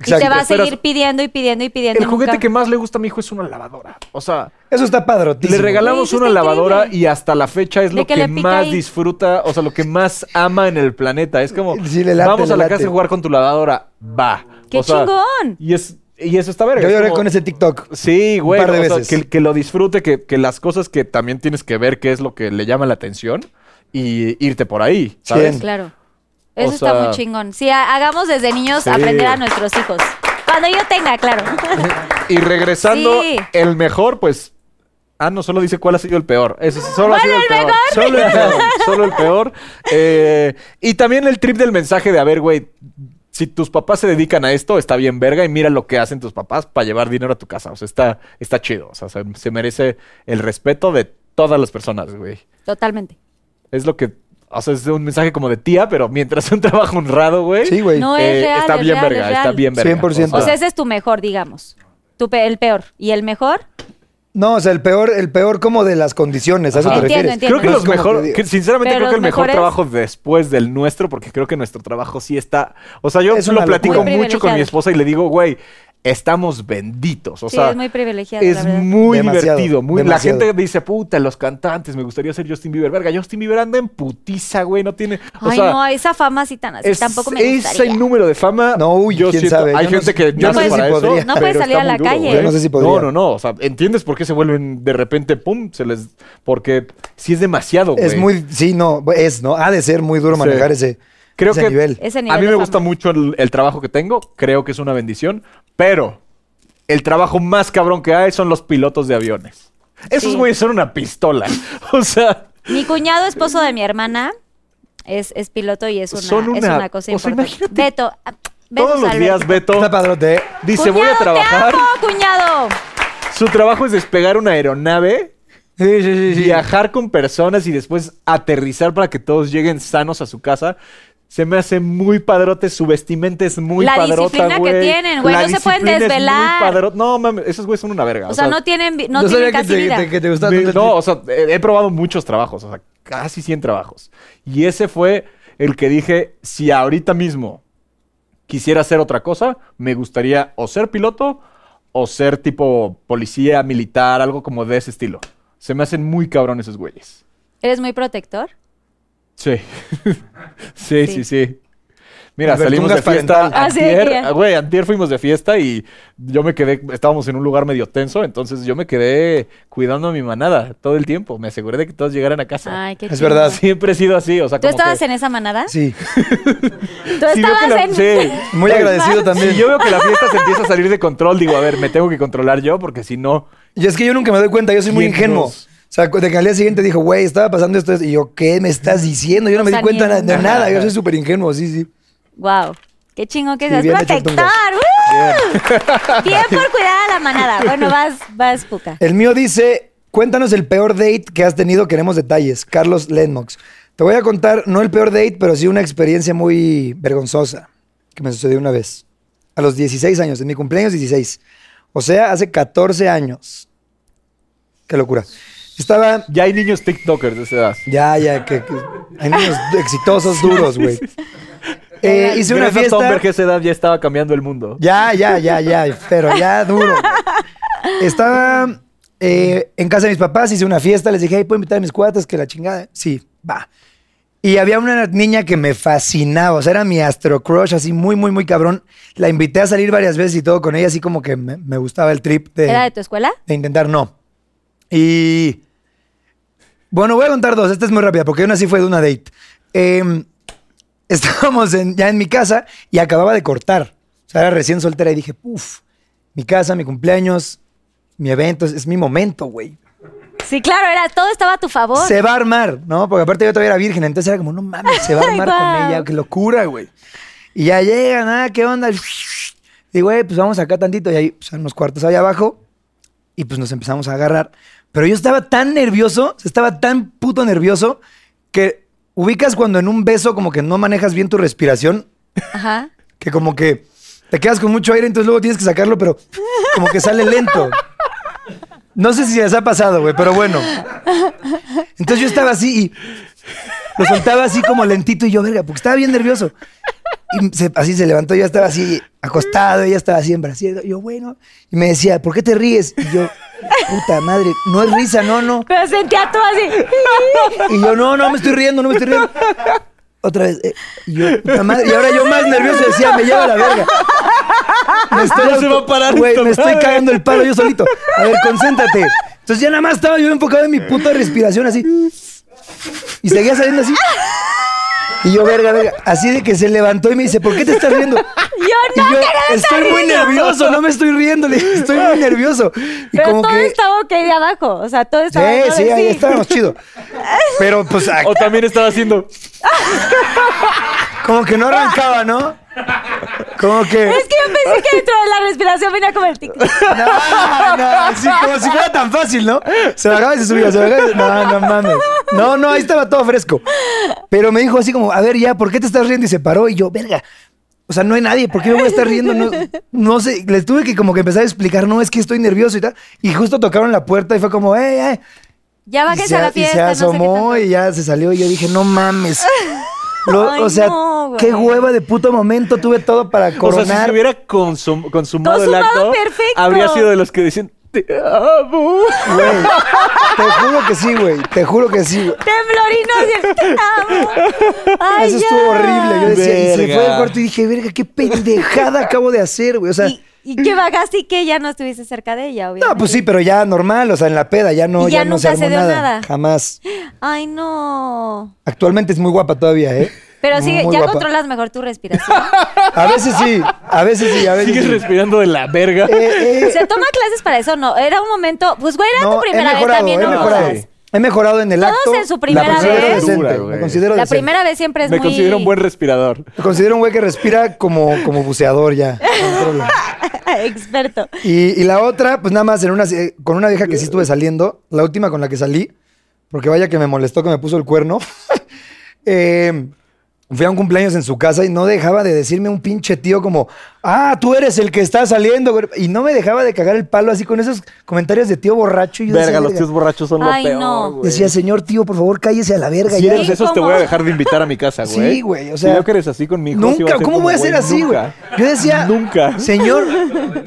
Speaker 3: y te va a
Speaker 5: Exacto.
Speaker 3: seguir
Speaker 5: Esperas-
Speaker 3: pidiendo y pidiendo y pidiendo.
Speaker 5: El
Speaker 3: y
Speaker 5: juguete
Speaker 3: nunca-
Speaker 5: que más le gusta a mi hijo es una lavadora. O sea,
Speaker 4: Eso está padrotísimo.
Speaker 5: le regalamos
Speaker 3: Eso está
Speaker 5: una lavadora
Speaker 3: increíble.
Speaker 5: y hasta la fecha es
Speaker 3: De
Speaker 5: lo
Speaker 3: que
Speaker 5: que,
Speaker 3: le pica
Speaker 5: más
Speaker 3: ahí.
Speaker 5: disfruta, o sea, lo que más ama en el planeta. Es como,
Speaker 4: Sí, le late,
Speaker 5: vamos
Speaker 4: le
Speaker 5: a la
Speaker 4: late.
Speaker 5: casa y jugar con tu lavadora. Va.
Speaker 3: ¡Qué
Speaker 5: O sea, mm.
Speaker 3: chingón!
Speaker 5: Y, es, y eso está verga.
Speaker 4: Yo
Speaker 5: Es
Speaker 4: lloré
Speaker 5: como-
Speaker 4: con ese TikTok.
Speaker 5: Sí,
Speaker 4: Un
Speaker 5: güey.
Speaker 4: par de
Speaker 5: o sea,
Speaker 4: veces.
Speaker 5: que, que lo disfrute, que, que las cosas que también tienes que ver, qué es lo que le llama la atención y irte por ahí, ¿sabes?
Speaker 4: Cien.
Speaker 3: Claro. Eso
Speaker 5: O
Speaker 3: está
Speaker 5: sea-
Speaker 3: muy chingón. Sí, ha- hagamos desde niños
Speaker 5: Sí.
Speaker 3: aprender a nuestros hijos. Cuando yo tenga, claro.
Speaker 5: Y regresando,
Speaker 3: Sí.
Speaker 5: el mejor, pues. Ah, no, solo dice cuál ha sido el peor. Eso sí, solo ha sido el peor. Solo el peor. Solo el peor. Eh, y también el trip del mensaje de: a ver, güey, si tus papás se dedican a esto, está bien verga y mira lo que hacen tus papás para llevar dinero a tu casa. O sea, está, está chido. O sea, se, se merece el respeto de todas las personas, güey.
Speaker 3: Totalmente.
Speaker 5: Es lo que. O sea, es un mensaje como de tía, pero mientras un trabajo honrado, güey. eh,
Speaker 4: Sí, güey.
Speaker 3: No es real,
Speaker 5: Está
Speaker 3: es
Speaker 5: bien
Speaker 3: real,
Speaker 5: verga,
Speaker 3: es
Speaker 5: está
Speaker 3: real.
Speaker 5: bien verga.
Speaker 4: 100%.
Speaker 3: O sea, ese es tu mejor, digamos. Tu pe- el peor. ¿Y el mejor?
Speaker 4: No, o sea, el peor, el peor como de las condiciones, a eso te
Speaker 5: Ajá.
Speaker 3: Entiendo,
Speaker 4: refieres.
Speaker 3: entiendo.
Speaker 5: Creo que
Speaker 4: No
Speaker 5: los
Speaker 4: es como
Speaker 5: mejor,
Speaker 4: que diga-
Speaker 5: que- sinceramente
Speaker 3: Pero
Speaker 5: creo que
Speaker 3: los
Speaker 5: el mejor
Speaker 3: mejores-
Speaker 5: trabajo después del nuestro, porque creo que nuestro trabajo sí está, o sea, yo
Speaker 4: Es una
Speaker 5: lo platico
Speaker 4: locura.
Speaker 3: Muy
Speaker 5: mucho con mi
Speaker 3: privilegiado.
Speaker 5: esposa y le digo, güey, estamos benditos, o
Speaker 3: Sí,
Speaker 5: sea,
Speaker 3: es muy privilegiado,
Speaker 5: es
Speaker 3: la verdad.
Speaker 5: muy
Speaker 4: Demasiado,
Speaker 5: divertido, muy
Speaker 4: demasiado.
Speaker 5: la gente dice, "Puta, los cantantes, me gustaría ser Justin Bieber." Verga, Justin Bieber anda en putiza, güey, no tiene, o
Speaker 3: Ay,
Speaker 5: sea,
Speaker 3: no, esa fama sí tan así.
Speaker 5: es-
Speaker 3: Tampoco me
Speaker 5: ese
Speaker 3: gustaría.
Speaker 5: número de fama.
Speaker 4: No, uy,
Speaker 5: yo
Speaker 4: quién
Speaker 5: siento-
Speaker 4: sabe,
Speaker 5: Hay
Speaker 4: yo no
Speaker 5: gente
Speaker 4: sé-
Speaker 5: que
Speaker 4: yo
Speaker 3: no
Speaker 5: nace
Speaker 3: sé si
Speaker 5: para eso,
Speaker 4: podría. No
Speaker 5: pero
Speaker 3: puedes salir
Speaker 5: está
Speaker 3: a la
Speaker 5: muy duro,
Speaker 3: calle.
Speaker 5: güey.
Speaker 4: Yo no sé si podría.
Speaker 5: No, no, no. O sea, entiendes por qué se vuelven de repente, pum, se les. Porque sí es demasiado, güey.
Speaker 4: Es muy, sí, no, es, ¿no? Ha de ser muy duro
Speaker 5: Sí.
Speaker 4: manejar ese,
Speaker 5: Creo
Speaker 4: ese
Speaker 5: que
Speaker 4: nivel.
Speaker 3: Ese
Speaker 5: a
Speaker 3: nivel
Speaker 5: mí
Speaker 3: de
Speaker 5: me gusta
Speaker 3: fama.
Speaker 5: mucho el, el trabajo que tengo, creo que es una bendición, pero el trabajo más cabrón que hay son los pilotos de aviones. Esos
Speaker 3: Sí.
Speaker 5: güeyes son una pistola. O sea,
Speaker 3: Mi cuñado, esposo de mi hermana, es, es piloto y es una,
Speaker 5: Son
Speaker 3: es
Speaker 5: una-
Speaker 3: una cosa
Speaker 5: o sea,
Speaker 3: importante.
Speaker 5: imagínate,
Speaker 3: Beto. ah,
Speaker 5: todos
Speaker 3: besos
Speaker 5: los
Speaker 3: al
Speaker 5: días
Speaker 3: Beto.
Speaker 5: Beto
Speaker 4: Está padrote. ¿eh?
Speaker 5: dice, voy a
Speaker 3: ¡Cuñado,
Speaker 5: trabajar.
Speaker 3: Te amo, cuñado.
Speaker 5: Su trabajo es despegar una aeronave,
Speaker 4: Sí, sí, sí. sí.
Speaker 5: viajar con personas y después aterrizar para que todos lleguen sanos a su casa. Se me hace muy padrote, su vestimenta es muy
Speaker 3: La
Speaker 5: padrota,
Speaker 3: disciplina que
Speaker 5: güey.
Speaker 3: tienen, güey,
Speaker 5: La
Speaker 3: no se pueden
Speaker 5: disciplina es muy
Speaker 3: desvelar.
Speaker 5: padro- No, mames, esos güeyes son una verga.
Speaker 3: O sea, no tienen, vi- no
Speaker 4: Yo
Speaker 3: tienen
Speaker 4: sabía que
Speaker 3: casi
Speaker 4: te,
Speaker 3: vida.
Speaker 4: te- que te gustaba
Speaker 5: Me-
Speaker 4: tanto el
Speaker 5: no, o sea, he, he probado muchos trabajos, o sea, casi 100 trabajos. Y ese fue el que dije, si ahorita mismo quisiera hacer otra cosa, me gustaría o ser piloto o ser tipo policía, militar, algo como de ese estilo. Se me hacen muy cabrón esos güeyes.
Speaker 3: ¿Eres muy protector?
Speaker 5: Sí.
Speaker 3: Sí.
Speaker 5: sí, sí, sí, Mira, salimos
Speaker 4: Albertungas
Speaker 5: de fiesta.
Speaker 4: parental.
Speaker 3: Así de
Speaker 5: Antier,
Speaker 3: que-
Speaker 5: ah, güey, antier fuimos de fiesta y yo me quedé, estábamos en un lugar medio tenso, entonces yo me quedé cuidando a mi manada todo el tiempo. Me aseguré de que todos llegaran a casa.
Speaker 3: Ay, qué
Speaker 4: Es
Speaker 3: chido.
Speaker 4: verdad.
Speaker 5: Siempre he sido así, o sea,
Speaker 3: ¿Tú
Speaker 5: como
Speaker 3: estabas
Speaker 5: que-
Speaker 3: en esa manada?
Speaker 4: Sí,
Speaker 3: Tú
Speaker 5: si veo
Speaker 3: estabas
Speaker 5: que la-
Speaker 3: en...
Speaker 5: sí.
Speaker 4: muy agradecido
Speaker 5: Si
Speaker 4: también.
Speaker 5: yo veo que la fiesta se empieza a salir de control, digo, a ver, me tengo que controlar yo porque si no...
Speaker 4: Y es que yo nunca me doy cuenta, yo soy muy
Speaker 5: Bien,
Speaker 4: ingenuo.
Speaker 5: Dios.
Speaker 4: O sea, cu- de que al día siguiente dijo, güey, estaba pasando esto, esto", y yo, ¿qué me estás diciendo? Yo no
Speaker 3: O
Speaker 4: me
Speaker 3: sea,
Speaker 4: di cuenta
Speaker 3: ni
Speaker 4: na-
Speaker 3: en-
Speaker 4: de
Speaker 5: Ajá,
Speaker 4: nada, yo
Speaker 5: ajá.
Speaker 4: soy súper ingenuo, sí, sí.
Speaker 3: Wow. Qué chingo que
Speaker 4: Sí,
Speaker 3: seas
Speaker 4: bien hecho,
Speaker 3: protector. ¡Uh! Bien por cuidar a la manada. Bueno, vas, vas, Puka.
Speaker 4: El mío dice, cuéntanos el peor date que has tenido, queremos detalles. Carlos Lennox. Te voy a contar, no el peor date, pero sí una experiencia muy vergonzosa que me sucedió una vez. A los 16 años, en mi cumpleaños 16. O sea, hace 14 años. Qué locura. Estaba.
Speaker 5: Ya hay niños TikTokers de esa edad.
Speaker 4: Ya, ya, que, que- hay niños exitosos duros, güey. Eh, hice una
Speaker 5: Greta
Speaker 4: fiesta.
Speaker 5: Thunberg que a esa edad ya estaba cambiando el mundo.
Speaker 4: Ya, ya, ya, ya, pero ya duro. güey. Estaba eh, en casa de mis papás, hice una fiesta, les dije, hey, ¿puedo invitar a mis cuates? Que la chingada. Sí, va. Y había una niña que me fascinaba, o sea, era mi astro crush, así muy, muy, muy cabrón. La invité a salir varias veces y todo con ella, así como que me, me gustaba el trip de
Speaker 3: ¿Era de tu escuela?
Speaker 4: de intentar no. Y. Bueno, voy a contar dos. Esta es muy rápida porque una sí fue de una date. Eh, estábamos en- ya en mi casa y acababa de cortar. O sea, era recién soltera y dije, uff, mi casa, mi cumpleaños, mi evento, es, es mi momento, güey.
Speaker 3: Sí, claro, era todo estaba a tu favor.
Speaker 4: Se va a armar, ¿no? Porque aparte yo todavía era virgen, entonces era como, no mames, se va a
Speaker 3: Ay,
Speaker 4: armar
Speaker 3: guau.
Speaker 4: con ella, qué locura, güey. Y ya llegan, ah, ¿qué onda? Digo, güey, pues vamos acá tantito. Y ahí, pues, hay unos cuartos allá abajo. Y pues nos empezamos a agarrar. Pero yo estaba tan nervioso, estaba tan puto nervioso, que ubicas cuando en un beso como que no manejas bien tu respiración,
Speaker 3: Ajá.
Speaker 4: que como que te quedas con mucho aire, entonces luego tienes que sacarlo, pero como que sale lento. No sé si les ha pasado, güey, pero bueno. Entonces yo estaba así y lo soltaba así como lentito y yo, verga, porque estaba bien nervioso. Y se- así se levantó, yo estaba así acostado, ella estaba así en brasier, yo, bueno. Y me decía, ¿por qué te ríes? Y yo, puta madre, no es risa, no, no.
Speaker 3: Pero sentía todo así.
Speaker 4: Y yo, no, no me estoy riendo, no me estoy riendo. Otra vez. eh, y yo, puta madre. Y ahora yo más nervioso decía, me lleva la verga. Me estoy
Speaker 5: No se va a parar
Speaker 4: Güey,
Speaker 5: esta
Speaker 4: me estoy
Speaker 5: madre.
Speaker 4: cagando el palo yo solito. A ver, concéntrate. Entonces ya nada más estaba yo enfocado en mi puta respiración así. Y seguía saliendo así. Y yo, verga, verga. Así de que se levantó y me dice, ¿por qué te estás riendo?
Speaker 3: Yo
Speaker 4: Y
Speaker 3: no,
Speaker 4: yo,
Speaker 3: que no me
Speaker 4: estoy
Speaker 3: estoy
Speaker 4: muy
Speaker 3: riendo".
Speaker 4: nervioso, no me estoy riendo. Le dije, estoy muy nervioso. Y
Speaker 3: Pero todo estaba ok de abajo. O sea, todo
Speaker 4: Sí,
Speaker 3: estaba no
Speaker 4: sí, ahí
Speaker 3: decir.
Speaker 4: estábamos chido. Pero pues a-
Speaker 5: O también estaba haciendo.
Speaker 4: Como que no arrancaba, ¿no? Como que.
Speaker 3: Es que yo pensé que dentro de la respiración venía como el tic.
Speaker 4: No, "Ah, no, así como si fuera tan fácil, ¿no? Se bajaba y se subía, se bajaba y se- No, no mames. No, no, ahí estaba todo fresco. Pero me dijo así como, a ver, ya, ¿por qué te estás riendo? Y se paró y yo, verga. O sea, no hay nadie, ¿por qué me voy a estar riendo? No, no sé, les tuve que como que empezar a explicar, no, es que estoy nervioso y tal. Y justo tocaron la puerta y fue como, eh, eh.
Speaker 3: Ya
Speaker 4: Y
Speaker 3: bájese
Speaker 4: se,
Speaker 3: a la
Speaker 4: y se
Speaker 3: fiesta. no sé qué
Speaker 4: asomó
Speaker 3: tanto.
Speaker 4: y ya se salió y yo dije, no mames. Lo-
Speaker 3: Ay,
Speaker 4: o sea,
Speaker 3: no, güey.
Speaker 4: qué hueva de puto momento tuve todo para
Speaker 5: O sea,
Speaker 4: coronar.
Speaker 5: si se hubiera consum- consumado, el
Speaker 3: Consumado
Speaker 5: acto,
Speaker 3: perfecto.
Speaker 5: habría sido de los que dicen: Te amo.
Speaker 4: Güey, te juro que sí, güey. Te juro que sí, güey.
Speaker 3: Temblorinos y el "Te amo". Ay,
Speaker 4: Eso
Speaker 3: ya.
Speaker 4: estuvo horrible. Yo decía, y se
Speaker 5: Verga.
Speaker 4: fue del cuarto y dije, verga, qué pendejada acabo de hacer, güey. O sea,
Speaker 3: ¿Y, y qué bagaste y que ya no estuviste cerca de ella, obviamente.
Speaker 4: no, pues sí, pero ya normal, o sea, en la peda, ya no,
Speaker 3: Y ya
Speaker 4: ya, no se
Speaker 3: nunca se
Speaker 4: armó
Speaker 3: dio
Speaker 4: nada.
Speaker 3: nada.
Speaker 4: Jamás.
Speaker 3: Ay, no.
Speaker 4: Actualmente es muy guapa todavía, ¿eh?
Speaker 3: Pero sí,
Speaker 4: Muy
Speaker 3: ya
Speaker 4: guapa.
Speaker 3: controlas mejor tu respiración.
Speaker 4: A veces sí, a veces sí, a veces
Speaker 5: Sigues
Speaker 4: sí.
Speaker 5: respirando de la verga.
Speaker 4: Eh, eh,
Speaker 3: ¿Se toma clases para eso? No, era un momento. Pues, güey, era
Speaker 4: no,
Speaker 3: tu primera vez
Speaker 4: he mejorado,
Speaker 3: también,
Speaker 4: he
Speaker 3: no
Speaker 4: mejorado.
Speaker 3: jodas.
Speaker 4: He mejorado en el
Speaker 3: Todos
Speaker 4: acto.
Speaker 3: en su primera
Speaker 4: la considero
Speaker 3: vez.
Speaker 4: decente,
Speaker 5: Dura, güey.
Speaker 4: la considero
Speaker 3: La
Speaker 4: decente.
Speaker 3: primera vez siempre es
Speaker 5: Me
Speaker 3: muy...
Speaker 5: considero un buen respirador.
Speaker 4: Me considero un güey que respira como, como buceador ya. sin problema.
Speaker 3: Experto.
Speaker 4: Y, y la otra, pues nada más, en una, eh, con una vieja que sí estuve saliendo, la última con la que salí, porque vaya que me molestó que me puso el cuerno. Eh, fui a un cumpleaños en su casa y no dejaba de decirme un pinche tío como, ah, tú eres el que está saliendo. güey". Y no me dejaba de cagar el palo así con esos comentarios de tío borracho. Y yo
Speaker 5: Verga,
Speaker 4: decía,
Speaker 5: los
Speaker 4: "Verga".
Speaker 5: tíos borrachos son lo
Speaker 3: Ay,
Speaker 5: peor.
Speaker 3: no.
Speaker 5: güey.
Speaker 4: Decía, señor tío, por favor, cállese a la verga.
Speaker 5: Si
Speaker 4: ya".
Speaker 5: eres de esos, te
Speaker 3: ¿Cómo?
Speaker 5: voy a dejar de invitar a mi casa, güey.
Speaker 4: Sí, güey, o sea,
Speaker 5: Si yo que eres así conmigo.
Speaker 4: Nunca, ¿cómo voy a ser así, güey? Yo decía,
Speaker 5: Nunca.
Speaker 4: Señor,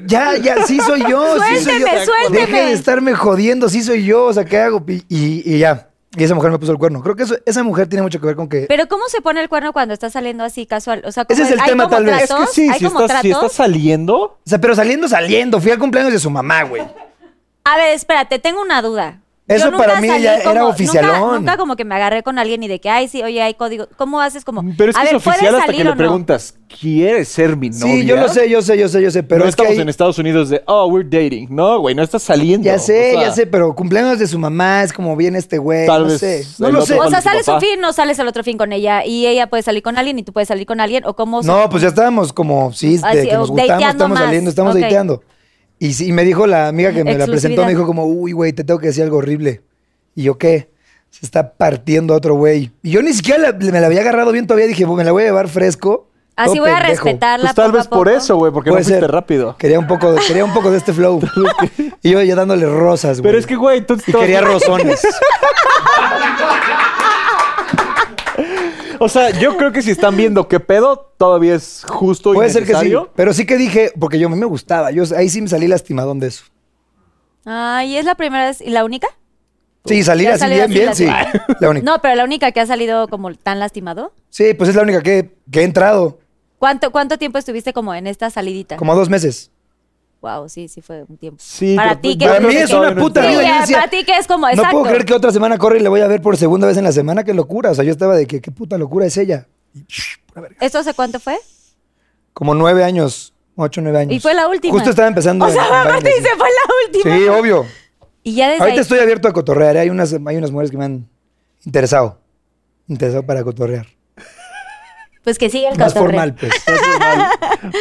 Speaker 4: ya, ya, sí soy yo. sí soy yo.
Speaker 3: Suélteme, suélteme.
Speaker 4: Deje de estarme jodiendo, sí soy yo, o sea, ¿qué hago? Y, y- y ya. Y esa mujer me puso el cuerno. Creo que eso- esa mujer tiene mucho que ver con que.
Speaker 3: Pero ¿cómo se pone el cuerno cuando está saliendo así casual? O sea, ¿cómo
Speaker 4: Ese es el
Speaker 3: ¿Hay
Speaker 4: tema,
Speaker 3: como
Speaker 4: tal vez. Es
Speaker 5: Es que
Speaker 3: tratos?
Speaker 5: sí,
Speaker 3: ¿Hay
Speaker 5: si
Speaker 3: como
Speaker 5: estás, si
Speaker 3: tratos?
Speaker 5: estás saliendo.
Speaker 4: O sea, pero saliendo, saliendo. Fui al cumpleaños de su mamá, güey.
Speaker 3: A ver, espérate, tengo una duda.
Speaker 4: Eso
Speaker 3: nunca
Speaker 4: para mí
Speaker 3: salí
Speaker 4: ya era oficialón.
Speaker 3: Nunca, nunca como que me agarré con alguien y de que, ay, sí, oye, hay código. ¿Cómo haces como?
Speaker 5: Mm, Pero es que
Speaker 3: a
Speaker 5: es
Speaker 3: ver, ¿puedes
Speaker 5: oficial hasta
Speaker 3: salir
Speaker 5: que
Speaker 3: o
Speaker 5: le
Speaker 3: no?
Speaker 5: preguntas, ¿quieres ser mi novia?
Speaker 4: Sí, yo lo sé, yo sé, yo sé, yo sé. Pero
Speaker 5: no
Speaker 4: es que
Speaker 5: estamos
Speaker 4: ahí-
Speaker 5: en Estados Unidos de, oh, we're dating. No, güey, no estás saliendo.
Speaker 4: Ya sé,
Speaker 5: O sea,
Speaker 4: ya sé, pero cumpleaños de su mamá es como bien este güey.
Speaker 5: Tal
Speaker 4: no
Speaker 5: vez
Speaker 4: sé. No
Speaker 5: el
Speaker 4: lo
Speaker 5: otro
Speaker 4: sé.
Speaker 3: O sea,
Speaker 5: tu
Speaker 3: sales un
Speaker 5: papá.
Speaker 3: fin, no sales al otro fin con ella. Y ella puede salir con alguien y tú puedes salir con alguien. ¿O cómo? se-
Speaker 4: No, pues ya estábamos como, sí, de
Speaker 3: Así,
Speaker 4: que nos
Speaker 3: o
Speaker 4: gustamos,
Speaker 3: dateando
Speaker 4: estamos
Speaker 3: más.
Speaker 4: saliendo, estamos
Speaker 3: Ok.
Speaker 4: dateando. Y, sí, y me dijo la amiga que me la presentó,
Speaker 3: Exclusividad.
Speaker 4: me dijo como, uy, güey, te tengo que decir algo horrible. Y yo, ¿qué? Se está partiendo a otro güey. Y yo ni siquiera la- me la había agarrado bien todavía, dije, "Bu, me la voy a llevar fresco.
Speaker 3: Así Ah, voy a
Speaker 4: pendejo.
Speaker 3: respetarla.
Speaker 5: Pues tal
Speaker 3: poco a
Speaker 5: vez por
Speaker 3: poco.
Speaker 5: eso, güey, porque no
Speaker 4: Puede
Speaker 5: fuiste
Speaker 4: ser.
Speaker 5: rápido.
Speaker 4: Quería un poco de, quería un poco de este flow. y yo ya dándole rosas, güey.
Speaker 5: Pero es que, güey, tú...
Speaker 4: Y quería rosones.
Speaker 5: O sea, yo creo que si están viendo qué pedo, todavía es justo y
Speaker 4: Puede ser que sí.
Speaker 5: necesario.
Speaker 4: Pero sí que dije, porque yo a mí me gustaba. Yo ahí sí me salí lastimadón de eso.
Speaker 3: Ay, ¿es la primera vez y la única?
Speaker 4: Sí, salir
Speaker 3: Ya
Speaker 4: así
Speaker 3: salió
Speaker 4: bien, bien,
Speaker 3: así,
Speaker 4: sí. La única.
Speaker 3: No, pero la única que ha salido como tan lastimado.
Speaker 4: Sí, pues es la única que, que he entrado.
Speaker 3: ¿Cuánto, ¿Cuánto tiempo estuviste como en esta salidita?
Speaker 4: Como dos meses.
Speaker 3: Wow, sí, sí fue un tiempo.
Speaker 5: Sí, pues
Speaker 3: para
Speaker 5: creo-
Speaker 3: ti que
Speaker 5: yo
Speaker 4: Para
Speaker 5: creo
Speaker 4: mí
Speaker 5: que
Speaker 4: es una
Speaker 5: todavía no
Speaker 4: puta
Speaker 3: Sí,
Speaker 5: entraba.
Speaker 4: vida. Yo
Speaker 3: ya,
Speaker 4: decía,
Speaker 3: para ti que es como,
Speaker 4: No
Speaker 3: exacto.
Speaker 4: puedo creer que otra semana corre y le voy a ver por segunda vez en la semana que locura. O sea, yo estaba de que qué puta locura es ella.
Speaker 3: ¿Esto hace cuánto fue?
Speaker 4: Como nueve años, ocho, nueve años.
Speaker 3: Y fue la última.
Speaker 4: Justo estaba empezando.
Speaker 3: O sea,
Speaker 4: en- en
Speaker 3: aparte
Speaker 4: baile,
Speaker 3: dice, fue la
Speaker 4: sí.
Speaker 3: última.
Speaker 4: Sí, obvio.
Speaker 3: Y ya desde ahí,
Speaker 4: Ahorita estoy abierto a cotorrear. ¿eh? Hay unas, hay unas mujeres que me han interesado. Interesado para cotorrear.
Speaker 3: pues que sigue el
Speaker 4: Más
Speaker 3: cotorreo.
Speaker 4: formal, pues.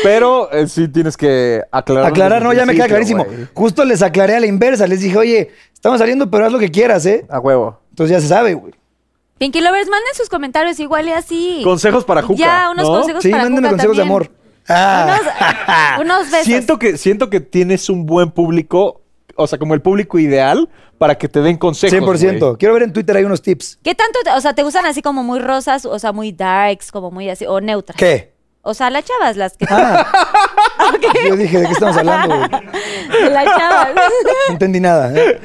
Speaker 5: Pero eh, sí tienes que aclarar.
Speaker 4: Aclarar, no, ya me queda clarísimo. Justo les aclaré a la inversa. Les dije, oye, estamos saliendo, pero haz lo que quieras, ¿eh?
Speaker 5: A huevo.
Speaker 4: Entonces ya se sabe, güey.
Speaker 3: Pinky Lovers, manden sus comentarios igual y así.
Speaker 5: Consejos para Juca.
Speaker 3: Ya, unos
Speaker 5: ¿no?
Speaker 3: consejos
Speaker 4: Sí,
Speaker 3: para
Speaker 4: mándenme
Speaker 3: Cuca
Speaker 4: consejos de
Speaker 3: también.
Speaker 4: amor. Ah.
Speaker 3: Unos, unos besos.
Speaker 5: Siento que, siento que tienes un buen público, o sea, como el público ideal para que te den consejos.
Speaker 4: 100%.
Speaker 5: güey.
Speaker 4: Quiero ver en Twitter hay unos tips.
Speaker 3: ¿Qué tanto, te- o sea, te gustan así como muy rosas, o sea, muy darks, como muy así, o neutras?
Speaker 4: ¿Qué? Ah.
Speaker 3: O sea, las chavas, las que...
Speaker 4: Yo dije, ¿de qué estamos hablando, güey? No
Speaker 3: las chavas.
Speaker 4: entendí nada. ¿eh?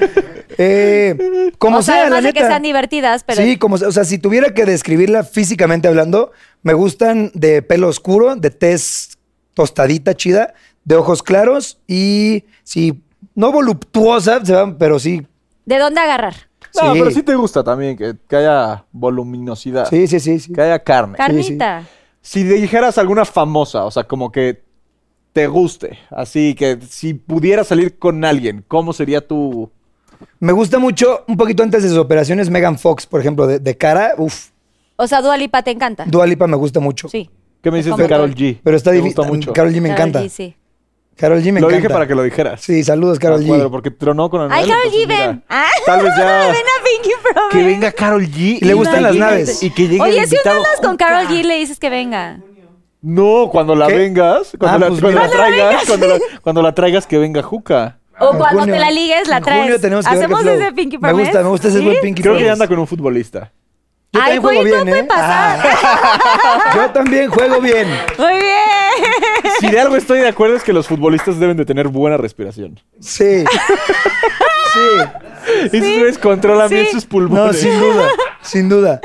Speaker 4: Eh, como
Speaker 3: o sea,
Speaker 4: sea, la
Speaker 3: además de
Speaker 4: neta.
Speaker 3: que sean divertidas, pero...
Speaker 4: Sí, como, o sea, si tuviera que describirla físicamente hablando, me gustan de pelo oscuro, de tez tostadita chida, de ojos claros y, sí, no voluptuosa, se van, pero sí.
Speaker 3: ¿De dónde agarrar?
Speaker 5: No,
Speaker 4: sí.
Speaker 5: pero sí te gusta también que, que haya voluminosidad.
Speaker 4: Sí, sí, sí. sí.
Speaker 5: Que haya carne.
Speaker 3: Carnita.
Speaker 5: si dijeras alguna famosa, o sea, como que te guste, así que si pudieras salir con alguien, ¿cómo sería tu...?
Speaker 4: Me gusta mucho, un poquito antes de sus operaciones, Megan Fox, por ejemplo, de, de cara, uff,
Speaker 3: O sea, Dua Lipa te encanta.
Speaker 4: Dua Lipa me gusta mucho.
Speaker 3: sí.
Speaker 5: ¿Qué me dices
Speaker 3: Como
Speaker 5: de Carol
Speaker 3: todo.
Speaker 5: G?
Speaker 4: Pero está
Speaker 5: Me
Speaker 4: difícil.
Speaker 5: gusta mucho.
Speaker 4: Karol G me
Speaker 3: Karol
Speaker 4: encanta.
Speaker 3: G, sí.
Speaker 4: Carol G me
Speaker 5: lo
Speaker 4: encanta.
Speaker 5: dije para que lo dijeras.
Speaker 4: Sí, saludos, Carol
Speaker 5: Al cuadro,
Speaker 4: G.
Speaker 5: Porque tronó con Anuel.
Speaker 3: Ay, Carol
Speaker 5: entonces,
Speaker 3: G,
Speaker 5: mira,
Speaker 3: ven. Ah,
Speaker 5: Tal vez ya...
Speaker 3: Ven a Pinky Promise.
Speaker 5: que venga Carol G.
Speaker 4: Y le
Speaker 5: y-
Speaker 4: gustan las
Speaker 5: Imagínate.
Speaker 4: naves.
Speaker 5: Y que llegue el
Speaker 3: Oye, si
Speaker 5: invitado.
Speaker 3: uno andas con Carol G, le dices que venga.
Speaker 5: No, cuando la
Speaker 4: ¿Qué?
Speaker 5: vengas, cuando,
Speaker 4: Ah,
Speaker 5: la,
Speaker 4: pues
Speaker 5: cuando la
Speaker 4: mira.
Speaker 5: traigas, cuando la, cuando la traigas que venga Juca.
Speaker 3: O
Speaker 4: En
Speaker 3: cuando
Speaker 4: junio-
Speaker 3: te la ligues, la
Speaker 4: en junio
Speaker 3: traes.
Speaker 4: tenemos que ver
Speaker 3: Hacemos
Speaker 4: qué flow.
Speaker 3: ese Pinky
Speaker 4: Me
Speaker 3: Promise.
Speaker 4: gusta, me gusta ese
Speaker 3: ¿Sí?
Speaker 4: buen Pinky
Speaker 5: Creo que ya
Speaker 4: Promise.
Speaker 5: anda con un futbolista.
Speaker 4: Yo
Speaker 3: Ay,
Speaker 4: también juego
Speaker 3: güey, todo
Speaker 4: bien,
Speaker 3: puede
Speaker 4: ¿eh?
Speaker 3: pasar.
Speaker 4: Ah. Yo también juego bien.
Speaker 3: Muy bien.
Speaker 5: Si de algo estoy de acuerdo es que los futbolistas deben de tener buena respiración.
Speaker 4: Sí. Sí.
Speaker 5: Y sus güeyes controlan
Speaker 3: Sí.
Speaker 5: bien sus
Speaker 4: No,
Speaker 5: pulmones.
Speaker 4: sin duda. Sin duda.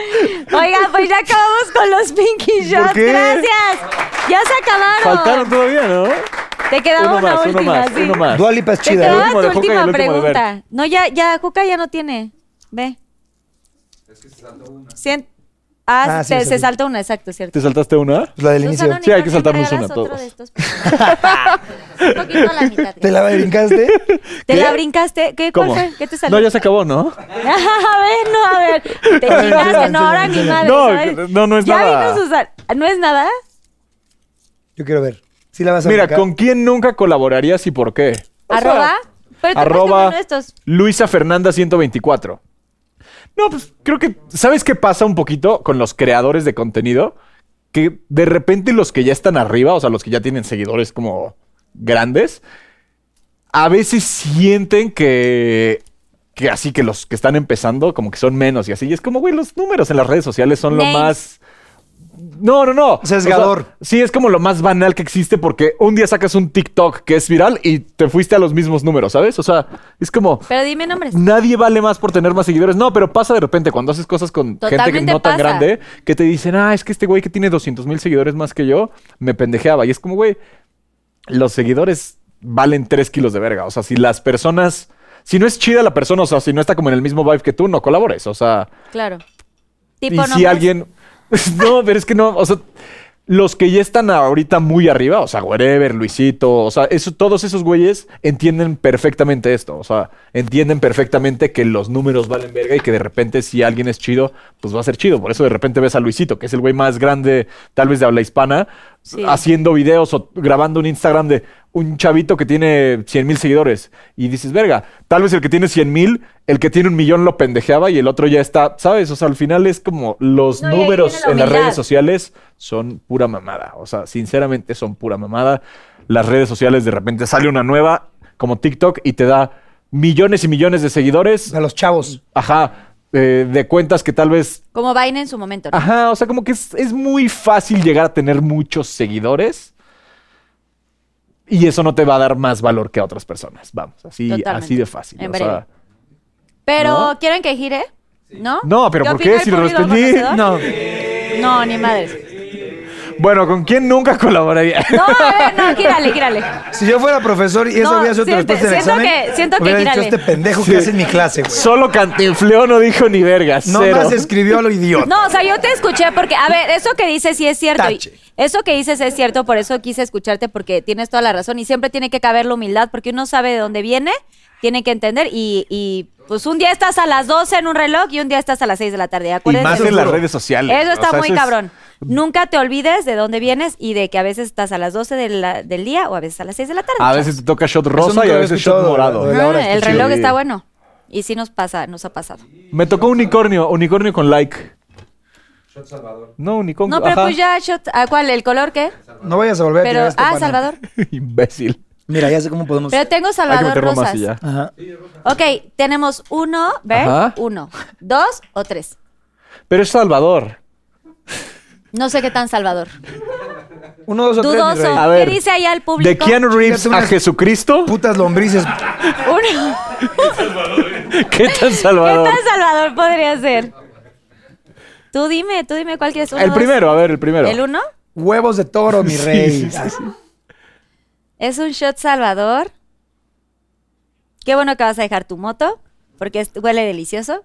Speaker 3: Oiga, pues ya acabamos con los Pinky Shots.
Speaker 5: qué?
Speaker 3: Gracias. Ya se acabaron.
Speaker 5: Faltaron todavía, ¿no?
Speaker 3: Te quedaba
Speaker 5: Uno
Speaker 3: una
Speaker 5: más, uno
Speaker 3: última.
Speaker 5: más,
Speaker 3: sí.
Speaker 5: uno más.
Speaker 4: Dua Lipa es
Speaker 3: Te
Speaker 4: chida.
Speaker 3: quedaba
Speaker 4: ¿eh?
Speaker 5: último
Speaker 3: tu
Speaker 5: de Juca y el
Speaker 3: última
Speaker 5: último de Bert.
Speaker 3: pregunta. No, ya, ya, Juca ya no tiene. Ve. Es que se saltó una. Ah,
Speaker 4: Ah, sí,
Speaker 3: se,
Speaker 4: me
Speaker 3: se
Speaker 4: saltó.
Speaker 3: saltó una, exacto, cierto.
Speaker 5: ¿Te saltaste una?
Speaker 4: Pues la del inicio.
Speaker 3: Susana,
Speaker 5: Sí, hay que
Speaker 3: ¿por qué
Speaker 5: saltarnos
Speaker 3: me regalas
Speaker 5: una,
Speaker 3: otro
Speaker 5: todos.
Speaker 3: de estos? Un poquito a la mitad.
Speaker 4: ¿Te la brincaste?
Speaker 3: ¿Te la brincaste? ¿Qué, cuál fue? ¿Qué te salió?
Speaker 5: No, ya se acabó, ¿no?
Speaker 3: a ver, no, a ver. Te
Speaker 4: A ver,
Speaker 3: chingaste, no,
Speaker 4: enséñala,
Speaker 3: ahora ni
Speaker 4: enséñala.
Speaker 3: madre.
Speaker 5: No,
Speaker 3: ¿sabes?
Speaker 5: no, no es
Speaker 3: ya
Speaker 5: nada.
Speaker 3: Ya vino Susana. ¿No es nada?
Speaker 4: Yo quiero ver. Sí la vas a
Speaker 5: Mira,
Speaker 4: brincar.
Speaker 5: ¿con quién nunca colaborarías y por qué? O sea,
Speaker 3: Arroba. Pero te
Speaker 5: arroba
Speaker 3: puedes tomar uno de estos.
Speaker 5: Luisa Fernanda 124. No, pues creo que, ¿sabes qué pasa un poquito con los creadores de contenido? Que de repente los que ya están arriba, o sea, los que ya tienen seguidores como grandes, a veces sienten que, que así que los que están empezando como que son menos y así. Y es como, güey, los números en las redes sociales son
Speaker 3: Names.
Speaker 5: lo más... No, no, no.
Speaker 4: Sesgador.
Speaker 5: O sea, sí, es como lo más banal que existe porque un día sacas un TikTok que es viral y te fuiste a los mismos números, ¿sabes? O sea, es como
Speaker 3: Pero dime nombres.
Speaker 5: nadie vale más por tener más seguidores. No, pero pasa de repente cuando haces cosas con gente que
Speaker 3: Totalmente
Speaker 5: no tan
Speaker 3: pasa.
Speaker 5: grande que te dicen, ah, es que este güey que tiene 200 mil seguidores más que yo me pendejeaba. Y es como, güey, los seguidores valen 3 kilos de verga. O sea, si las personas. Si no es chida la persona, o sea, si no está como en el mismo vibe que tú, no colabores. O sea,
Speaker 3: Claro.
Speaker 5: y
Speaker 3: Tipo
Speaker 5: si
Speaker 3: nombres.
Speaker 5: alguien. No, pero es que no. O sea, los que ya están ahorita muy arriba, o sea, Wherever, Luisito, o sea, eso, todos esos güeyes entienden perfectamente esto. O sea, entienden perfectamente que los números valen verga y que de repente si alguien es chido, pues va a ser chido. Por eso de repente ves a Luisito, que es el güey más grande, tal vez de habla hispana,
Speaker 3: Sí.
Speaker 5: haciendo videos o grabando un Instagram de. un chavito que tiene 100 mil seguidores y dices, verga, tal vez el que tiene 100 mil, el que tiene un millón lo pendejeaba y el otro ya está, ¿sabes? O sea, al final es como los
Speaker 3: No, y ahí
Speaker 5: números
Speaker 3: viene la
Speaker 5: en las
Speaker 3: humildad.
Speaker 5: redes sociales son pura mamada. O sea, sinceramente son pura mamada. Las redes sociales de repente sale una nueva como TikTok y te da millones y millones de seguidores.
Speaker 4: A los chavos.
Speaker 5: Ajá, eh, de cuentas que tal vez
Speaker 3: Como Vine en su momento. ¿no?
Speaker 5: Ajá, o sea, como que es, es muy fácil llegar a tener muchos seguidores. Y eso no te va a dar más valor que a otras personas. Vamos, así,
Speaker 3: Totalmente.
Speaker 5: así de fácil.
Speaker 3: En
Speaker 5: o
Speaker 3: breve.
Speaker 5: sea.
Speaker 3: Pero,
Speaker 5: ¿no?
Speaker 3: ¿quieren que gire? ¿No?
Speaker 5: No, pero ¿por
Speaker 3: opina
Speaker 5: qué?
Speaker 3: el
Speaker 5: Si lo
Speaker 3: público
Speaker 5: respondí.
Speaker 3: conocedor?
Speaker 4: No.
Speaker 3: No, ni madres.
Speaker 5: bueno, ¿con quién nunca colaboraría?
Speaker 3: No, a ver, no, gírale, gírale.
Speaker 4: Si yo fuera profesor y eso
Speaker 3: No,
Speaker 4: había sido tu
Speaker 3: siento-
Speaker 4: respuesta en el
Speaker 3: siento
Speaker 4: examen,
Speaker 3: que- siento que
Speaker 4: hubiera dicho
Speaker 3: gírale.
Speaker 4: este pendejo
Speaker 5: Sí.
Speaker 4: que hace en mi clase, güey.
Speaker 5: Solo cantinfleo no dijo ni verga.
Speaker 4: No
Speaker 5: cero.
Speaker 4: más escribió a lo idiota.
Speaker 3: No, o sea, yo te escuché porque, a ver, eso que dices sí es cierto. y-
Speaker 4: Tache.
Speaker 3: Eso que dices es cierto, por eso quise escucharte porque tienes toda la razón y siempre tiene que caber la humildad porque uno sabe de dónde viene, tiene que entender y, y, pues un día estás a las 12 en un reloj y un día estás a las 6 de la tarde.
Speaker 5: Y
Speaker 3: Acuérdense
Speaker 5: más
Speaker 3: de
Speaker 5: en las
Speaker 3: eso.
Speaker 5: redes sociales.
Speaker 3: Eso está
Speaker 5: O sea,
Speaker 3: muy
Speaker 5: es-
Speaker 3: cabrón. Nunca te olvides de dónde vienes y de que a veces estás a las 12 de la- del día o a veces a las 6 de la tarde.
Speaker 5: A
Speaker 3: chavos.
Speaker 5: veces te toca shot
Speaker 4: nunca
Speaker 5: rosa y
Speaker 4: lo
Speaker 5: a
Speaker 4: había
Speaker 5: veces
Speaker 4: escuchado,
Speaker 5: shot morado.
Speaker 4: lo de la
Speaker 3: Ah,
Speaker 4: hora está
Speaker 3: el reloj
Speaker 5: Sí.
Speaker 3: está bueno. Y sí nos pasa, nos ha pasado.
Speaker 5: Me tocó unicornio, unicornio con like. Shot Salvador. No, unicornio.
Speaker 3: No, pero
Speaker 5: ajá.
Speaker 3: pues ya, shot- ¿a cuál? ¿El color qué?
Speaker 4: No vayas a volver a tirar
Speaker 3: Pero,
Speaker 4: este
Speaker 3: ah,
Speaker 4: pana.
Speaker 3: Salvador.
Speaker 5: Imbécil.
Speaker 4: Mira, ya sé cómo podemos.
Speaker 3: Pero tengo
Speaker 5: Pues, Hay
Speaker 3: Salvador
Speaker 5: que meterlo
Speaker 3: Rosas.
Speaker 5: más y ya.
Speaker 4: Ajá.
Speaker 3: Ok, tenemos uno, ver,
Speaker 5: Ajá.
Speaker 3: uno, dos o tres.
Speaker 5: Pero es Salvador.
Speaker 3: No sé qué tan Salvador.
Speaker 4: Uno, dos o tres. mi
Speaker 3: Dudoso.
Speaker 4: rey.
Speaker 5: A ver,
Speaker 3: ¿Qué dice allá el público?
Speaker 5: De Keanu Reeves
Speaker 4: Chingate
Speaker 5: a
Speaker 4: unas-
Speaker 5: Jesucristo.
Speaker 4: Putas lombrices.
Speaker 3: Uno.
Speaker 5: ¿Qué tan
Speaker 3: ¿Qué
Speaker 5: Salvador?
Speaker 3: tan Salvador podría ser? Tú dime, tú dime cuál quieres. Uno,
Speaker 5: El
Speaker 3: dos.
Speaker 5: primero, a ver, el primero.
Speaker 3: ¿El uno?
Speaker 4: Huevos de toro, mi rey. Ah,
Speaker 3: Es un shot Salvador. Qué bueno que vas a dejar tu moto, porque es- huele delicioso.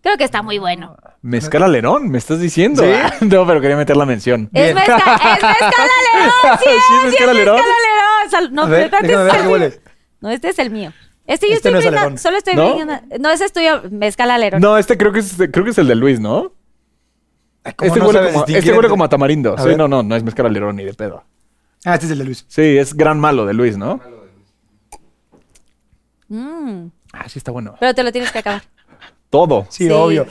Speaker 3: Creo que está muy bueno.
Speaker 5: Mezcal alerón, me estás diciendo.
Speaker 4: ¿Sí?
Speaker 5: No, pero quería meter la mención.
Speaker 3: Es mezcal, es mezcal alerón, sí,
Speaker 5: ¿Sí
Speaker 3: es,
Speaker 5: es
Speaker 3: sí es mezcal
Speaker 5: mezcal alerón?
Speaker 3: alerón. Sal- no,
Speaker 4: A ver,
Speaker 3: espérate,
Speaker 4: déjame ver
Speaker 3: sal-
Speaker 4: qué huele.
Speaker 3: No, este es el mío. Este yo
Speaker 4: Este
Speaker 3: estoy
Speaker 4: no es
Speaker 3: brindando-
Speaker 4: alerón.
Speaker 3: solo estoy
Speaker 5: ¿No?
Speaker 3: brindando- No, ese es tuyo, mezcal alerón.
Speaker 5: No, este creo que es, creo que es el de Luis, ¿no?
Speaker 4: Ay, ¿cómo
Speaker 5: Este,
Speaker 4: no
Speaker 5: huele
Speaker 4: sabes
Speaker 5: como,
Speaker 4: distinguir
Speaker 5: este huele
Speaker 4: entre-
Speaker 5: como a tamarindo.
Speaker 4: A
Speaker 5: sí,
Speaker 4: ver.
Speaker 5: no, no, no es mezcal alerón ni de pedo.
Speaker 4: Ah, este es el de Luis.
Speaker 5: Sí, es gran malo de Luis, ¿no?
Speaker 3: Mm,
Speaker 5: Ah, sí, está bueno.
Speaker 3: pero te lo tienes que acabar.
Speaker 5: Todo.
Speaker 4: Sí,
Speaker 3: Sí.
Speaker 4: obvio.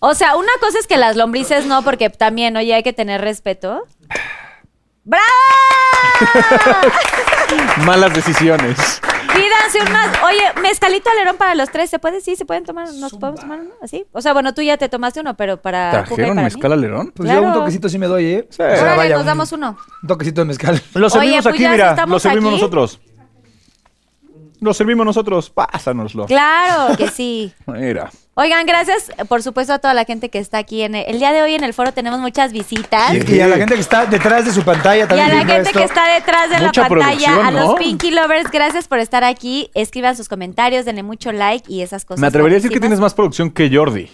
Speaker 3: O sea, una cosa es que las lombrices no, porque también, oye, hay que tener respeto. ¡Bravo!
Speaker 5: Malas decisiones.
Speaker 3: Pídanse unas. Oye, mezcalito alerón para los tres. ¿Se puede? Sí, se pueden tomar. ¿Nos podemos tomar uno? ¿Así? O sea, bueno, tú ya te tomaste uno, pero para. Cuca y
Speaker 5: ¿Trajeron
Speaker 3: Ah, para mí.
Speaker 5: mezcal alerón?
Speaker 4: Pues yo
Speaker 3: Claro.
Speaker 4: un toquecito sí me doy, ¿eh? O sea,
Speaker 3: Órale,
Speaker 4: vaya,
Speaker 3: nos
Speaker 4: un-
Speaker 3: damos uno.
Speaker 4: Un toquecito de mezcal.
Speaker 5: Lo
Speaker 3: Oye,
Speaker 5: servimos
Speaker 3: pues
Speaker 5: aquí,
Speaker 3: ya si
Speaker 5: mira.
Speaker 3: estamos
Speaker 5: Lo servimos
Speaker 3: aquí.
Speaker 5: nosotros. Lo servimos nosotros. Pásanoslo.
Speaker 3: Claro que sí.
Speaker 5: Mira.
Speaker 3: Oigan, gracias por supuesto a toda la gente que está aquí. En el, el día de hoy en el foro tenemos muchas visitas.
Speaker 4: Y, y a la gente que está detrás de su pantalla
Speaker 3: Y a
Speaker 4: también.
Speaker 3: la
Speaker 4: viendo
Speaker 3: gente
Speaker 4: esto.
Speaker 3: que está detrás de
Speaker 5: Mucha
Speaker 3: la pantalla,
Speaker 5: producción,
Speaker 3: a los
Speaker 5: ¿no?
Speaker 3: Pinky Lovers, gracias por estar aquí. Escriban sus comentarios, denle mucho like y esas cosas.
Speaker 5: Me atrevería a decir que tienes
Speaker 3: buenísimas.
Speaker 5: más producción que Jordi.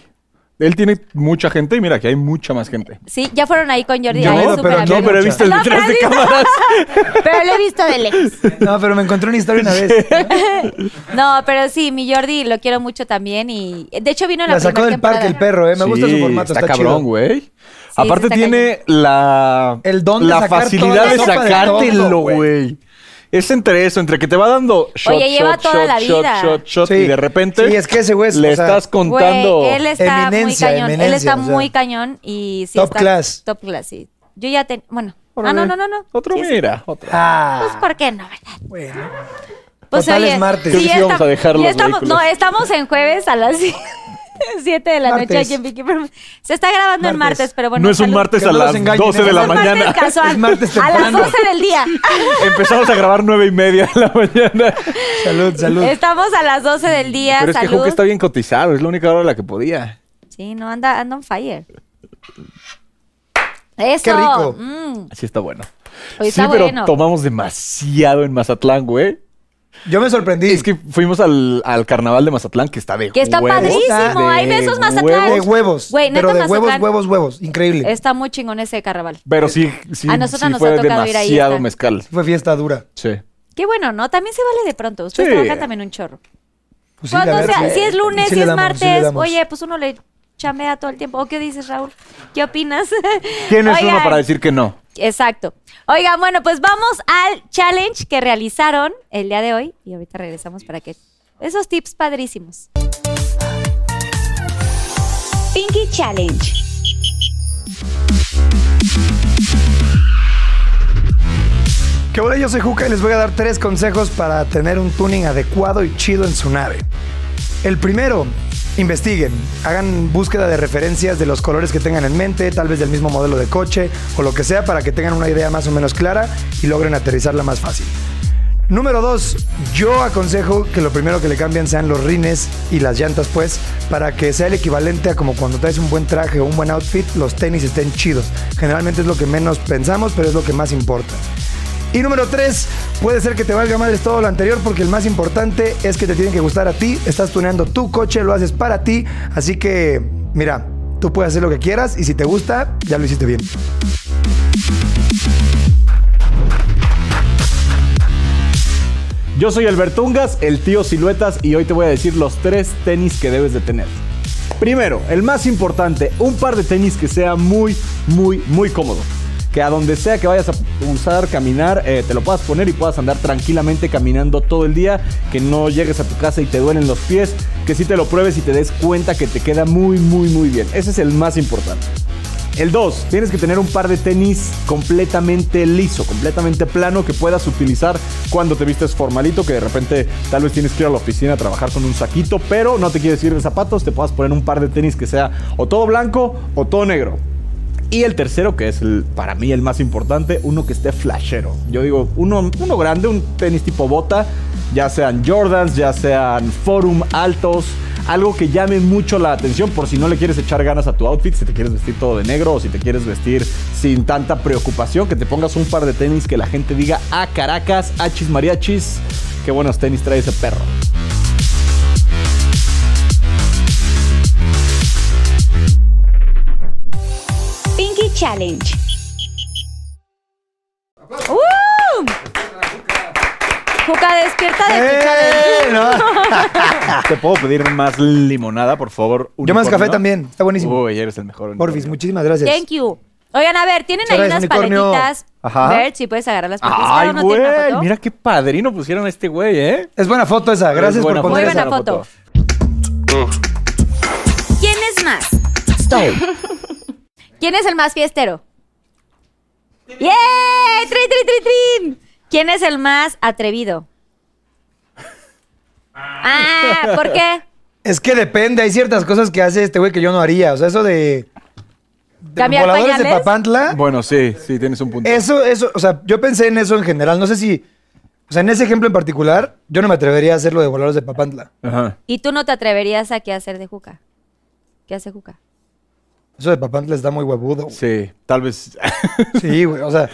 Speaker 5: Él tiene mucha gente y mira que hay mucha más gente.
Speaker 3: Sí, ya fueron ahí con Jordi.
Speaker 4: Yo,
Speaker 3: ahí,
Speaker 4: pero
Speaker 3: súper
Speaker 4: no,
Speaker 3: amigos.
Speaker 4: pero he
Speaker 5: visto el
Speaker 3: No,
Speaker 5: detrás
Speaker 3: pero
Speaker 5: de
Speaker 3: he visto-
Speaker 5: cámaras.
Speaker 3: pero lo he visto de lejos.
Speaker 4: No, pero me encontré una historia una vez.
Speaker 3: No, pero sí, mi Jordi lo quiero mucho también y de hecho vino en pues la,
Speaker 4: La sacó
Speaker 3: primera
Speaker 4: del parque el
Speaker 3: temporada.
Speaker 4: perro, ¿eh? Me gusta su formato, está,
Speaker 5: está, cabrón,
Speaker 4: chido.
Speaker 5: güey. Aparte
Speaker 3: está
Speaker 5: tiene la,
Speaker 4: El don de
Speaker 5: la
Speaker 4: sacar toda
Speaker 5: facilidad
Speaker 4: la
Speaker 5: de
Speaker 4: sopa de todo,
Speaker 5: sacártelo,
Speaker 4: güey.
Speaker 5: güey. Es entre eso, entre que te va dando shot,
Speaker 3: Oye, lleva
Speaker 5: shot,
Speaker 3: toda
Speaker 5: shot,
Speaker 3: la
Speaker 5: shot,
Speaker 3: vida.
Speaker 5: shot, shot,
Speaker 4: Sí.
Speaker 5: y de repente
Speaker 4: Sí, es que ese güey es,
Speaker 5: le
Speaker 4: o sea,
Speaker 5: estás contando.
Speaker 3: Güey, él está
Speaker 4: Eminencia,
Speaker 3: muy cañón. Él
Speaker 4: eminencia,
Speaker 3: está
Speaker 4: o sea.
Speaker 3: muy cañón y sí
Speaker 4: Top
Speaker 3: está-
Speaker 4: class.
Speaker 3: Top class, sí. Yo ya ten, bueno, ah
Speaker 4: Órale.
Speaker 3: no, no, no, no.
Speaker 5: Otro,
Speaker 3: Sí, sí.
Speaker 5: mira, otro.
Speaker 3: Pues
Speaker 4: Ah,
Speaker 3: por qué no, ¿verdad?
Speaker 4: bueno.
Speaker 3: Pues
Speaker 4: Total
Speaker 3: oye,
Speaker 4: es martes.
Speaker 5: Creo que
Speaker 3: ya
Speaker 5: sí vamos
Speaker 3: está-
Speaker 5: a dejar
Speaker 3: ya
Speaker 5: los
Speaker 3: estamos,
Speaker 5: vehículos.
Speaker 3: No, estamos en jueves a las 7 de la noche
Speaker 4: Martes.
Speaker 3: aquí en Vicky Perm- Se está grabando en
Speaker 4: Martes.
Speaker 3: martes, pero bueno.
Speaker 5: no es un
Speaker 3: salud.
Speaker 5: martes
Speaker 4: Que
Speaker 5: a
Speaker 4: no los
Speaker 5: las
Speaker 4: engañen,
Speaker 5: 12 de
Speaker 4: es
Speaker 5: la
Speaker 3: Es martes
Speaker 5: mañana.
Speaker 3: casual.
Speaker 4: Es martes
Speaker 3: a las
Speaker 4: temprano.
Speaker 3: 12 del día.
Speaker 5: Empezamos a grabar nueve y media de la mañana.
Speaker 4: Salud, salud.
Speaker 3: Estamos a las 12 del día.
Speaker 5: Pero es que
Speaker 3: salud.
Speaker 5: Juca está bien cotizado, es la única hora en la que podía.
Speaker 3: Sí, no, anda, anda on fire. Eso.
Speaker 4: Qué rico.
Speaker 3: mm.
Speaker 5: Así está bueno.
Speaker 3: Oye,
Speaker 5: sí,
Speaker 3: Pues está
Speaker 5: pero
Speaker 3: bueno.
Speaker 5: tomamos demasiado en Mazatlán, güey.
Speaker 4: Yo me sorprendí.
Speaker 5: Es que fuimos al, al carnaval de Mazatlán, que está de
Speaker 3: Que está
Speaker 5: huevos.
Speaker 3: padrísimo,
Speaker 5: De
Speaker 3: hay besos Mazatlán.
Speaker 4: de
Speaker 5: huevos.
Speaker 4: huevos.
Speaker 3: Güey, neta,
Speaker 4: pero de huevos,
Speaker 3: Mazatlán-
Speaker 4: huevos, huevos. Increíble.
Speaker 3: Está muy chingón ese carnaval.
Speaker 5: Pero sí, sí,
Speaker 3: A nosotras
Speaker 5: sí
Speaker 3: nos
Speaker 5: fue
Speaker 3: ha tocado ir ahí,
Speaker 5: demasiado
Speaker 3: está.
Speaker 5: mezcal.
Speaker 4: Fue fiesta dura.
Speaker 5: Sí.
Speaker 3: Qué bueno, ¿no? También se vale de pronto. Ustedes
Speaker 5: Sí.
Speaker 3: trabajan también un chorro.
Speaker 4: Pues sí, la
Speaker 3: Cuando
Speaker 4: verdad,
Speaker 3: sea,
Speaker 4: sí.
Speaker 3: si es lunes,
Speaker 4: Sí
Speaker 3: si
Speaker 4: le
Speaker 3: es
Speaker 4: damos, sí le
Speaker 3: martes,
Speaker 4: damos.
Speaker 3: oye, pues uno le chambea todo el tiempo. ¿O qué dices, Raúl? ¿Qué opinas?
Speaker 5: ¿Quién es uno
Speaker 3: Oigan,
Speaker 5: para decir que no?
Speaker 3: Exacto. Oigan, bueno, pues vamos al challenge que realizaron el día de hoy y ahorita regresamos para que esos tips padrísimos.
Speaker 6: Pinky Challenge.
Speaker 4: Que hola, yo soy Juca y les voy a dar tres consejos para tener un tuning adecuado y chido en su nave. El primero, investiguen, hagan búsqueda de referencias de los colores que tengan en mente, tal vez del mismo modelo de coche o lo que sea para que tengan una idea más o menos clara y logren aterrizarla más fácil. Número dos, yo aconsejo que lo primero que le cambian sean los rines y las llantas, pues, para que sea el equivalente a como cuando traes un buen traje o un buen outfit, los tenis estén chidos. Generalmente es lo que menos pensamos, pero es lo que más importa. Y número 3, puede ser que te valga madres todo lo anterior porque el más importante es que te tienen que gustar a ti, estás tuneando tu coche, lo haces para ti, así que mira, tú puedes hacer lo que quieras y si te gusta, ya lo hiciste bien.
Speaker 5: Yo soy Albertungas, el tío Siluetas, y hoy te voy a decir los tres tenis que debes de tener. Primero, el más importante, un par de tenis que sea muy, muy, muy cómodo. Que a donde sea que vayas a usar, caminar, eh, te lo puedas poner y puedas andar tranquilamente caminando todo el día. Que no llegues a tu casa y te duelen los pies. Que si te lo pruebes y te des cuenta que te queda muy, muy, muy bien. Ese es el más importante. El 2, tienes que tener un par de tenis completamente liso, completamente plano que puedas utilizar cuando te vistes formalito, que de repente tal vez tienes que ir a la oficina a trabajar con un saquito, pero no te quieres ir de zapatos, te puedas poner un par de tenis que sea o todo blanco o todo negro. Y el tercero, que es el- para mí el más importante, uno que esté flashero. Yo digo, uno, uno grande, un tenis tipo bota, ya sean Jordans, ya sean Forum Altos, algo que llame mucho la atención por si no le quieres echar ganas a tu outfit, si te quieres vestir todo de negro o si te quieres vestir sin tanta preocupación, que te pongas un par de tenis que la gente diga, ah, Caracas, achis mariachis, qué buenos tenis trae ese perro.
Speaker 6: Pinky Challenge.
Speaker 3: ¡Uh! Juca, despierta de tu challenge.
Speaker 4: ¡Eh! No.
Speaker 5: ¿Te puedo pedir más limonada, por favor?
Speaker 4: Yo más
Speaker 5: unicornio?
Speaker 4: café también, está buenísimo.
Speaker 5: Uy, eres el mejor.
Speaker 4: Orfis,
Speaker 5: unicornio.
Speaker 4: muchísimas gracias.
Speaker 3: Thank you. Oigan, a ver, tienen ahí
Speaker 4: Gracias,
Speaker 3: unas
Speaker 4: unicornio.
Speaker 3: paletitas.
Speaker 5: Ajá.
Speaker 3: Bert, si puedes agarrarlas porque es
Speaker 5: Ay,
Speaker 3: cada uno tiene una
Speaker 5: güey,
Speaker 3: foto.
Speaker 5: mira qué padrino pusieron a este güey, ¿eh?
Speaker 4: Es buena foto esa, gracias
Speaker 5: Es
Speaker 4: por
Speaker 5: buena
Speaker 4: poner
Speaker 3: Muy
Speaker 4: esa.
Speaker 3: buena foto.
Speaker 6: ¿Quién es más?
Speaker 3: ¿Quién es el más fiestero? ¡Yay! ¡Trin, trin, trin, trin! ¿Quién es el más atrevido? Ah, ¿por qué?
Speaker 4: Es que depende, hay ciertas cosas que hace este güey que yo no haría. O sea, eso de. de
Speaker 3: ¿Cambiar
Speaker 4: voladores de
Speaker 3: pañales?
Speaker 4: Papantla.
Speaker 5: Bueno, sí, sí, tienes un punto.
Speaker 4: Eso, eso, o sea, yo pensé en eso en general. No sé si. O sea, en ese ejemplo en particular, yo no me atrevería a hacer lo de voladores de Papantla.
Speaker 5: Ajá.
Speaker 3: ¿Y tú no te atreverías a qué hacer de Juca? ¿Qué hace Juca?
Speaker 4: Eso de Papantla está muy huevudo. güey.
Speaker 5: Sí, tal vez.
Speaker 4: Sí, güey, o sea.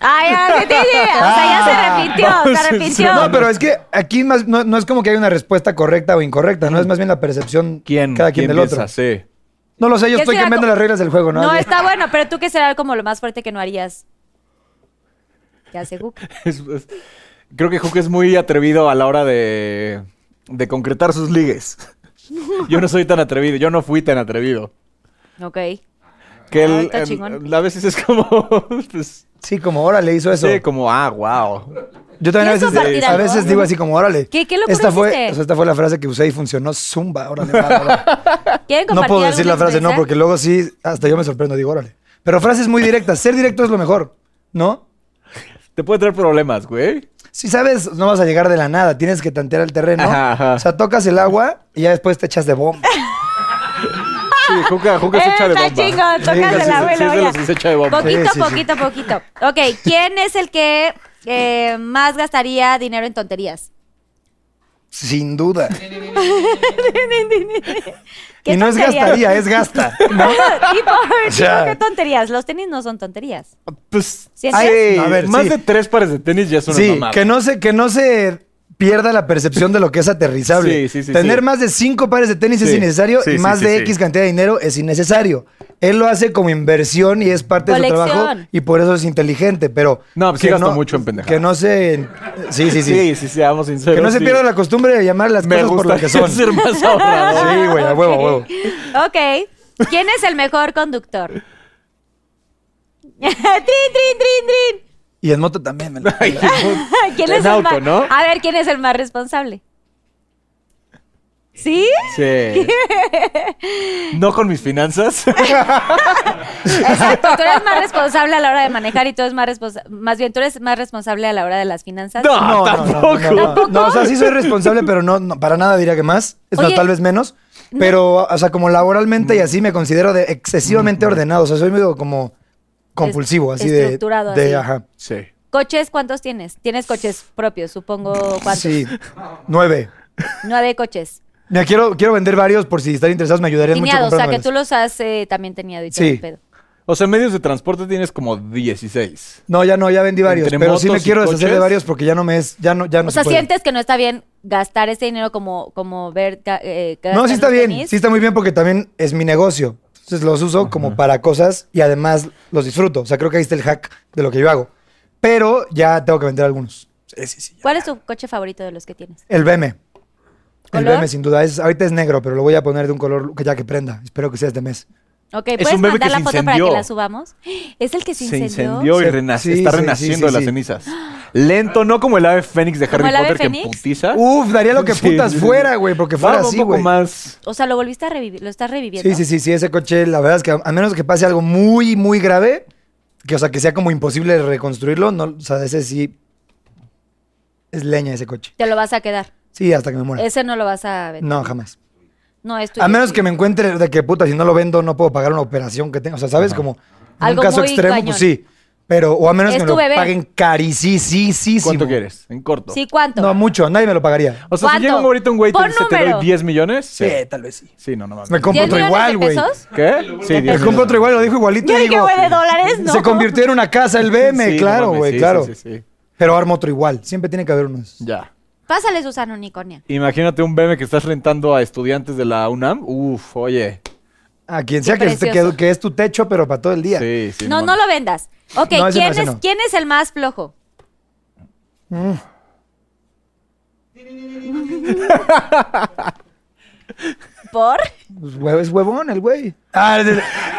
Speaker 3: ¡Ay, ah, ya te dije! O sea, ya se arrepintió, se arrepintió.
Speaker 4: Ah. No, pero es que aquí más, no, no es como que hay una respuesta correcta o incorrecta, ¿no? Es más bien la percepción
Speaker 5: ¿Quién?
Speaker 4: cada quien del
Speaker 5: piensa?
Speaker 4: otro.
Speaker 5: Sí.
Speaker 4: No lo sé, yo
Speaker 3: ¿Qué
Speaker 4: estoy
Speaker 3: será
Speaker 4: cambiando
Speaker 3: co-
Speaker 4: las reglas del juego, ¿no?
Speaker 3: No,
Speaker 4: Alguien-
Speaker 3: está bueno, pero tú qué será como lo más fuerte que no harías. ¿Qué hace Juca?
Speaker 5: Es- es- creo que Juke es muy atrevido a la hora de, de concretar sus ligues. Yo no soy tan atrevido, yo no fui tan atrevido.
Speaker 3: Ok.
Speaker 5: Que él,
Speaker 3: Ah, está
Speaker 5: em,
Speaker 3: chingón.
Speaker 5: a veces es como, pues,
Speaker 4: Sí, como órale, hizo eso.
Speaker 5: sí, como, ah, wow.
Speaker 4: Yo también a
Speaker 3: ¿Y eso
Speaker 4: veces,
Speaker 3: partida,
Speaker 4: a
Speaker 3: no?
Speaker 4: veces digo así como órale.
Speaker 3: ¿Qué- qué locura
Speaker 4: esta fue,
Speaker 3: hiciste?
Speaker 4: o sea, esta fue la frase que usé y funcionó zumba, órale. va, va, va.
Speaker 3: ¿Quieren
Speaker 4: No
Speaker 3: compartir
Speaker 4: puedo
Speaker 3: alguna
Speaker 4: decir la frase, no,
Speaker 3: experiencia?
Speaker 4: porque luego sí, hasta yo me sorprendo, digo, órale. Pero frases muy directas, ser directo es lo mejor, ¿no?
Speaker 5: Te puede traer problemas, güey.
Speaker 4: Si sabes, no vas a llegar de la nada, tienes que tantear el terreno.
Speaker 5: Ajá, ajá.
Speaker 4: O sea, tocas el agua y ya después te echas de bomba.
Speaker 5: Sí, Juca, Juca se
Speaker 3: Eh,
Speaker 5: echa de
Speaker 3: está
Speaker 5: bomba.
Speaker 3: chingón, tocas
Speaker 4: Sí,
Speaker 3: el
Speaker 4: sí,
Speaker 3: abuelo,
Speaker 5: sí, es de
Speaker 3: oiga.
Speaker 5: los que se echa de bomba.
Speaker 3: Poquito,
Speaker 4: Sí, sí,
Speaker 3: poquito, poquito. Ok, ¿quién es el que eh, más gastaría dinero en tonterías?
Speaker 4: Sin duda.
Speaker 3: ¿Qué
Speaker 4: Y no es
Speaker 3: tonterías?
Speaker 4: gastaría, es gasta. ¿no?
Speaker 3: tipo,
Speaker 4: sea-
Speaker 3: tipo, ¿qué tonterías? Los tenis no son tonterías.
Speaker 5: Pues, sí,
Speaker 3: ¿Sientes?
Speaker 4: A ver,
Speaker 5: más
Speaker 4: sí.
Speaker 5: de tres pares de tenis ya es una
Speaker 4: Sí,
Speaker 5: mamada.
Speaker 4: que no, se, que no se pierda la percepción de lo que es aterrizable.
Speaker 5: Sí, sí, sí,
Speaker 4: Tener
Speaker 5: sí.
Speaker 4: más de cinco pares de tenis es
Speaker 5: Sí,
Speaker 4: innecesario
Speaker 5: sí,
Speaker 4: y
Speaker 5: sí,
Speaker 4: más
Speaker 5: sí,
Speaker 4: de
Speaker 5: sí.
Speaker 4: X cantidad de dinero es innecesario. Él lo hace como inversión y es parte de su
Speaker 3: Colección.
Speaker 4: trabajo y por eso es inteligente, pero...
Speaker 5: No, pues sí
Speaker 4: que
Speaker 5: gasto mucho en pendejadas.
Speaker 4: Que no se... Sí, sí, sí.
Speaker 5: Sí, sí, seamos sinceros.
Speaker 4: que no se
Speaker 5: sí.
Speaker 4: pierda la costumbre de llamar las
Speaker 5: Me
Speaker 4: cosas por lo
Speaker 5: gusta
Speaker 4: que son.
Speaker 5: ser más ahorrador.
Speaker 4: Sí, güey, a huevo, a huevo.
Speaker 3: Ok. ¿Quién es el mejor conductor? trin, trin, trin, trin.
Speaker 4: Y en moto también. Me lo-
Speaker 3: ¿Quién
Speaker 5: En
Speaker 3: es el
Speaker 5: auto,
Speaker 3: más?
Speaker 5: ¿no?
Speaker 3: A ver, ¿quién es el más responsable? ¿Sí?
Speaker 5: Sí. No con mis finanzas.
Speaker 3: Exacto, tú eres más responsable a la hora de manejar y tú eres más responsable, más bien tú eres más responsable a la hora de las finanzas.
Speaker 5: No,
Speaker 4: No, no, no,
Speaker 5: tampoco.
Speaker 4: No, no, no. No, o sea, sí soy responsable, pero no, no, para nada diría que más. Es más,
Speaker 3: Oye,
Speaker 4: tal vez menos. Pero, o sea, como laboralmente
Speaker 5: Mm.
Speaker 4: y así me considero de excesivamente ordenado. O sea, soy medio como compulsivo, así de.
Speaker 3: estructurado,
Speaker 4: de-
Speaker 3: así.
Speaker 4: ajá.
Speaker 5: Sí.
Speaker 3: ¿Coches cuántos tienes? Tienes coches propios, supongo cuántos.
Speaker 4: Sí. Nueve.
Speaker 3: Nueve coches.
Speaker 4: Mira, quiero, quiero vender varios por si están interesados, me ayudarían mucho.
Speaker 3: Tineados, o sea que
Speaker 4: comprándomelos.
Speaker 3: tú los has eh, también tenido y todo
Speaker 4: Sí.
Speaker 3: el pedo.
Speaker 5: O sea, medios de transporte tienes como 16.
Speaker 4: No, ya no, ya vendí varios.
Speaker 5: Entre
Speaker 4: Pero sí me
Speaker 5: motos y
Speaker 4: quiero deshacer de
Speaker 5: coches.
Speaker 4: varios porque ya no me es. Ya no, ya no
Speaker 3: O
Speaker 4: se
Speaker 3: sea,
Speaker 4: puede.
Speaker 3: sientes que no está bien gastar ese dinero como, como ver. ca- eh, gastar
Speaker 4: No, sí está
Speaker 3: en
Speaker 4: bien,
Speaker 3: tenis?
Speaker 4: sí está muy bien porque también es mi negocio. Entonces los uso como para cosas y además los disfruto. O sea, creo que ahí está el hack de lo que yo hago. Pero ya tengo que vender algunos. Sí, sí, sí.
Speaker 3: ¿Cuál es tu coche favorito de los que tienes?
Speaker 4: El BM. El
Speaker 3: ¿Color?
Speaker 4: BM, sin duda. Es, ahorita es negro, pero lo voy a poner de un color que ya que prenda. Espero que sea este mes.
Speaker 3: Ok,
Speaker 5: Es
Speaker 3: ¿puedes
Speaker 5: un bebé
Speaker 3: mandar
Speaker 5: que
Speaker 3: la
Speaker 5: se
Speaker 3: foto para que
Speaker 5: incendió.
Speaker 3: la subamos? Es el que se
Speaker 5: Se
Speaker 3: incendió.
Speaker 5: incendió y
Speaker 4: Se-
Speaker 5: rena-
Speaker 4: sí,
Speaker 5: está
Speaker 4: sí,
Speaker 5: renaciendo
Speaker 4: sí,
Speaker 5: de las
Speaker 4: sí.
Speaker 5: cenizas. Lento, no como el ave fénix de Harry
Speaker 3: ¿Como el ave
Speaker 5: Potter que
Speaker 3: fénix?
Speaker 5: putiza.
Speaker 4: Uf, daría Uh, lo que
Speaker 5: Sí,
Speaker 4: putas
Speaker 5: sí, sí.
Speaker 4: fuera, güey, porque fuera
Speaker 5: Va un
Speaker 4: así,
Speaker 5: poco
Speaker 4: güey.
Speaker 5: más.
Speaker 3: O sea, lo volviste a revivir, lo estás reviviendo.
Speaker 4: Sí, sí, sí, sí, ese coche, la verdad es que a- a menos que pase algo muy, muy grave, que o sea, que sea como imposible reconstruirlo, no, o sea, ese sí es leña ese coche.
Speaker 3: Te lo vas a quedar.
Speaker 4: Sí, hasta que me muera.
Speaker 3: Ese no lo vas a vender.
Speaker 4: No, jamás.
Speaker 3: No, es tuyo.
Speaker 4: A menos que me encuentre de que puta, si no lo vendo, no puedo pagar una operación que tengo. O sea, ¿sabes? Como en
Speaker 3: Algo
Speaker 4: un caso
Speaker 3: muy
Speaker 4: extremo,
Speaker 3: cañón.
Speaker 4: pues sí. Pero, o a menos
Speaker 3: Es
Speaker 4: que me
Speaker 3: tu
Speaker 4: lo
Speaker 3: bebé.
Speaker 4: paguen carísimo.
Speaker 5: ¿Cuánto quieres? En corto.
Speaker 3: Sí, ¿cuánto?
Speaker 4: No, mucho, nadie me lo pagaría.
Speaker 5: O sea,
Speaker 3: ¿Cuánto?
Speaker 5: si llega un ahorita un güey y te
Speaker 3: Pon
Speaker 5: dice, te
Speaker 3: número.
Speaker 5: doy 10 millones. Sí.
Speaker 4: tal vez sí.
Speaker 5: Sí, no, no mames.
Speaker 4: Me compro
Speaker 3: ¿Diez
Speaker 4: otro
Speaker 3: millones
Speaker 4: igual,
Speaker 3: de
Speaker 4: güey.
Speaker 3: pesos?
Speaker 5: ¿Qué? Sí, 10
Speaker 4: Me compro otro igual, lo dijo igualito.
Speaker 3: Yo
Speaker 4: y
Speaker 3: dije,
Speaker 4: digo,
Speaker 3: güey, de dólares, no.
Speaker 4: Se convirtió en una casa el BM,
Speaker 5: Sí,
Speaker 4: claro,
Speaker 5: no mames,
Speaker 4: güey,
Speaker 5: sí,
Speaker 4: claro.
Speaker 5: sí, sí, sí.
Speaker 4: Pero armo otro igual. Siempre tiene que haber unos.
Speaker 5: Ya.
Speaker 3: Pásale Susana Unicornia.
Speaker 5: Imagínate un BM que estás rentando a estudiantes de la UNAM. Uf, oye.
Speaker 4: A quien sea
Speaker 3: Qué
Speaker 4: que, esté- que,
Speaker 3: precioso.
Speaker 4: que es tu techo, pero para todo el día.
Speaker 5: Sí, sí.
Speaker 3: No, no
Speaker 5: mames.
Speaker 3: lo vendas. Ok,
Speaker 4: No, ese no,
Speaker 3: ¿quién,
Speaker 4: ese
Speaker 3: es,
Speaker 4: no. Mm.
Speaker 3: ¿quién es el más flojo? ¿Por?
Speaker 4: Pues, hue- es huevón el güey. Ah,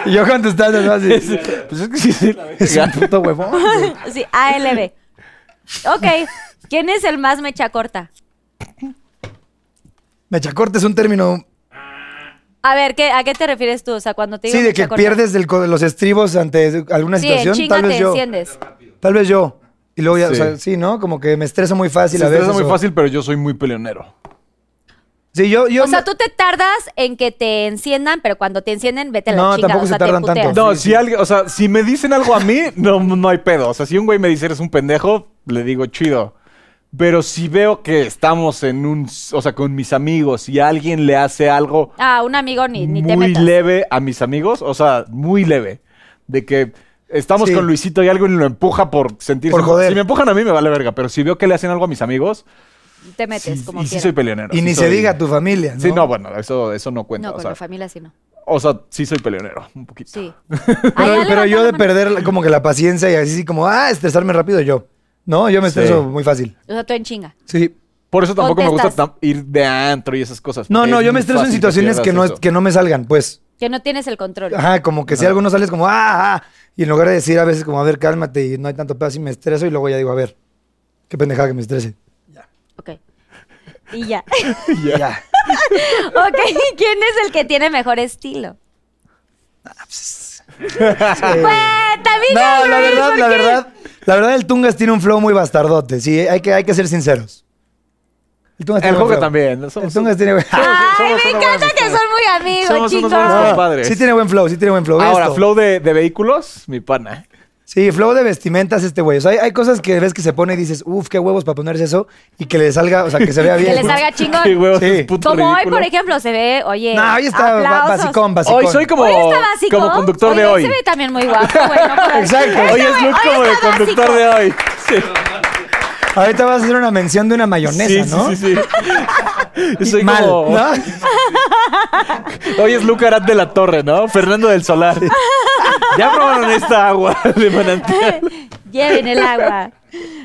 Speaker 4: y yo contestando, ¿no? Así,
Speaker 5: Pues es que sí, sí.
Speaker 4: es un puto huevón. güey.
Speaker 3: Sí, ALB. Ok, ¿quién es el más mecha corta?
Speaker 4: Mechacorte es un término
Speaker 3: A ver, ¿qué, ¿a qué te refieres tú? O sea, cuando te digo
Speaker 4: Sí, de
Speaker 3: mecha
Speaker 4: que
Speaker 3: corta.
Speaker 4: pierdes del co- los estribos ante alguna
Speaker 3: Sí, en
Speaker 4: situación.
Speaker 3: chinga
Speaker 4: tal vez
Speaker 3: te
Speaker 4: yo.
Speaker 3: enciendes.
Speaker 4: Tal vez yo. Y luego ya, o
Speaker 5: Sí.
Speaker 4: sea, sí, ¿no? Como que me estreso muy fácil
Speaker 5: Se
Speaker 4: a veces.
Speaker 5: estresa muy
Speaker 4: o-
Speaker 5: fácil, pero yo soy muy peleonero.
Speaker 4: Sí, yo, yo
Speaker 3: O sea,
Speaker 4: me-
Speaker 3: tú te tardas en que te enciendan, pero cuando te encienden, vete a la
Speaker 4: No,
Speaker 3: chingada.
Speaker 4: tampoco
Speaker 3: o
Speaker 4: se
Speaker 3: sea, te
Speaker 4: tardan tanto.
Speaker 3: puteas.
Speaker 5: No,
Speaker 4: Sí,
Speaker 5: si
Speaker 4: sí.
Speaker 5: alguien, o sea, si me dicen algo a mí, no, no hay pedo. O sea, si un güey me dice eres un pendejo, le digo chido. Pero si veo que estamos en un, o sea, con mis amigos y alguien le hace algo
Speaker 3: Ah, un amigo ni, ni te
Speaker 5: muy
Speaker 3: metas.
Speaker 5: leve a mis amigos, o sea, muy leve, de que estamos
Speaker 4: Sí.
Speaker 5: con Luisito y alguien lo empuja por sentirse.
Speaker 4: Por joder.
Speaker 5: Si me empujan a mí me vale verga, pero si veo que le hacen algo a mis amigos,
Speaker 3: Te metes,
Speaker 5: sí-
Speaker 3: como
Speaker 5: y sí
Speaker 3: quieras.
Speaker 5: soy peleonero.
Speaker 4: Y
Speaker 5: sí
Speaker 4: ni se
Speaker 5: soy-
Speaker 4: diga a tu familia. ¿no?
Speaker 5: Sí, no, bueno, eso, eso no cuenta.
Speaker 3: No,
Speaker 5: o,
Speaker 3: con
Speaker 5: sea,
Speaker 3: la familia sí no.
Speaker 5: o sea, sí soy peleonero, un poquito.
Speaker 3: Sí. Ay,
Speaker 4: Pero,
Speaker 3: ya
Speaker 4: pero yo
Speaker 3: levantó
Speaker 4: de
Speaker 3: la mano.
Speaker 4: perder la- como que la paciencia y así como, ah, estresarme rápido yo. No, yo me
Speaker 5: Sí.
Speaker 4: estreso muy fácil.
Speaker 3: O sea, tú en chinga.
Speaker 4: Sí.
Speaker 5: Por eso tampoco me
Speaker 3: Contestas.
Speaker 5: gusta tam- ir de antro y esas cosas.
Speaker 4: No,
Speaker 5: porque
Speaker 4: no,
Speaker 5: es
Speaker 4: yo me
Speaker 5: muy
Speaker 4: estreso en
Speaker 5: fácil
Speaker 4: situaciones que
Speaker 5: pierdas
Speaker 4: no, es-
Speaker 5: eso.
Speaker 4: que no me salgan, pues.
Speaker 3: Que no tienes el control.
Speaker 4: Ajá, como que si algo no sales como, ah, ah, y en lugar de decir a veces como, a ver, cálmate y no hay tanto pedo, así me estreso y luego ya digo, a ver, qué pendejada que me estrese.
Speaker 3: Ok. Y ya.
Speaker 4: Ya.
Speaker 3: ok, ¿quién es el que tiene mejor estilo? Cuenta, mira,
Speaker 4: Ah, pues, eh, No, la
Speaker 3: Luis,
Speaker 4: verdad,
Speaker 3: ¿por
Speaker 4: la
Speaker 3: qué?
Speaker 4: verdad, la verdad, el Tungas tiene un flow muy bastardote. Sí, hay que, hay que ser sinceros. El Tungas
Speaker 5: El
Speaker 4: buen
Speaker 5: Joca
Speaker 4: flow.
Speaker 5: también. somos-
Speaker 4: El Tungas tiene buen
Speaker 3: Ay,
Speaker 5: Somos
Speaker 3: me
Speaker 5: unos
Speaker 3: encanta
Speaker 5: buenos
Speaker 3: que son muy amigos,
Speaker 5: Somos unos
Speaker 3: chicos.
Speaker 5: buenos
Speaker 4: No,
Speaker 5: compadres.
Speaker 4: Sí tiene buen flow, sí tiene buen flow. Ve
Speaker 5: Ahora,
Speaker 4: esto.
Speaker 5: flow de, de vehículos, mi pana.
Speaker 4: Sí, flow de vestimentas este güey. O sea, hay, hay cosas que ves que se pone y dices, uff, qué huevos para ponerse eso y que le salga, o sea, que se vea
Speaker 3: Que
Speaker 4: bien.
Speaker 3: le salga
Speaker 5: Qué
Speaker 3: chingón.
Speaker 5: huevos,
Speaker 4: Sí.
Speaker 5: es puto
Speaker 3: Como hoy,
Speaker 5: ridículo.
Speaker 3: por ejemplo, se ve, oye.
Speaker 4: No, hoy está ba-
Speaker 3: aplausos.
Speaker 4: basicón, basicón.
Speaker 5: Hoy soy como,
Speaker 3: Hoy está básico.
Speaker 5: como conductor de hoy.
Speaker 3: se ve también muy guapo, güey. no puedo-
Speaker 4: Exacto.
Speaker 5: Hoy es look como de
Speaker 3: está
Speaker 5: conductor
Speaker 3: básico.
Speaker 5: de hoy. Sí,
Speaker 4: Ahorita vas a hacer una mención de una
Speaker 5: sí,
Speaker 4: mayonesa,
Speaker 5: sí,
Speaker 4: ¿no?
Speaker 5: sí, sí. Yo soy
Speaker 4: Mal,
Speaker 5: como.
Speaker 4: ¿no?
Speaker 5: Hoy es Luca Arat de la Torre, ¿no? Fernando del Solar. ya probaron esta agua de manantial.
Speaker 3: Lleven el agua.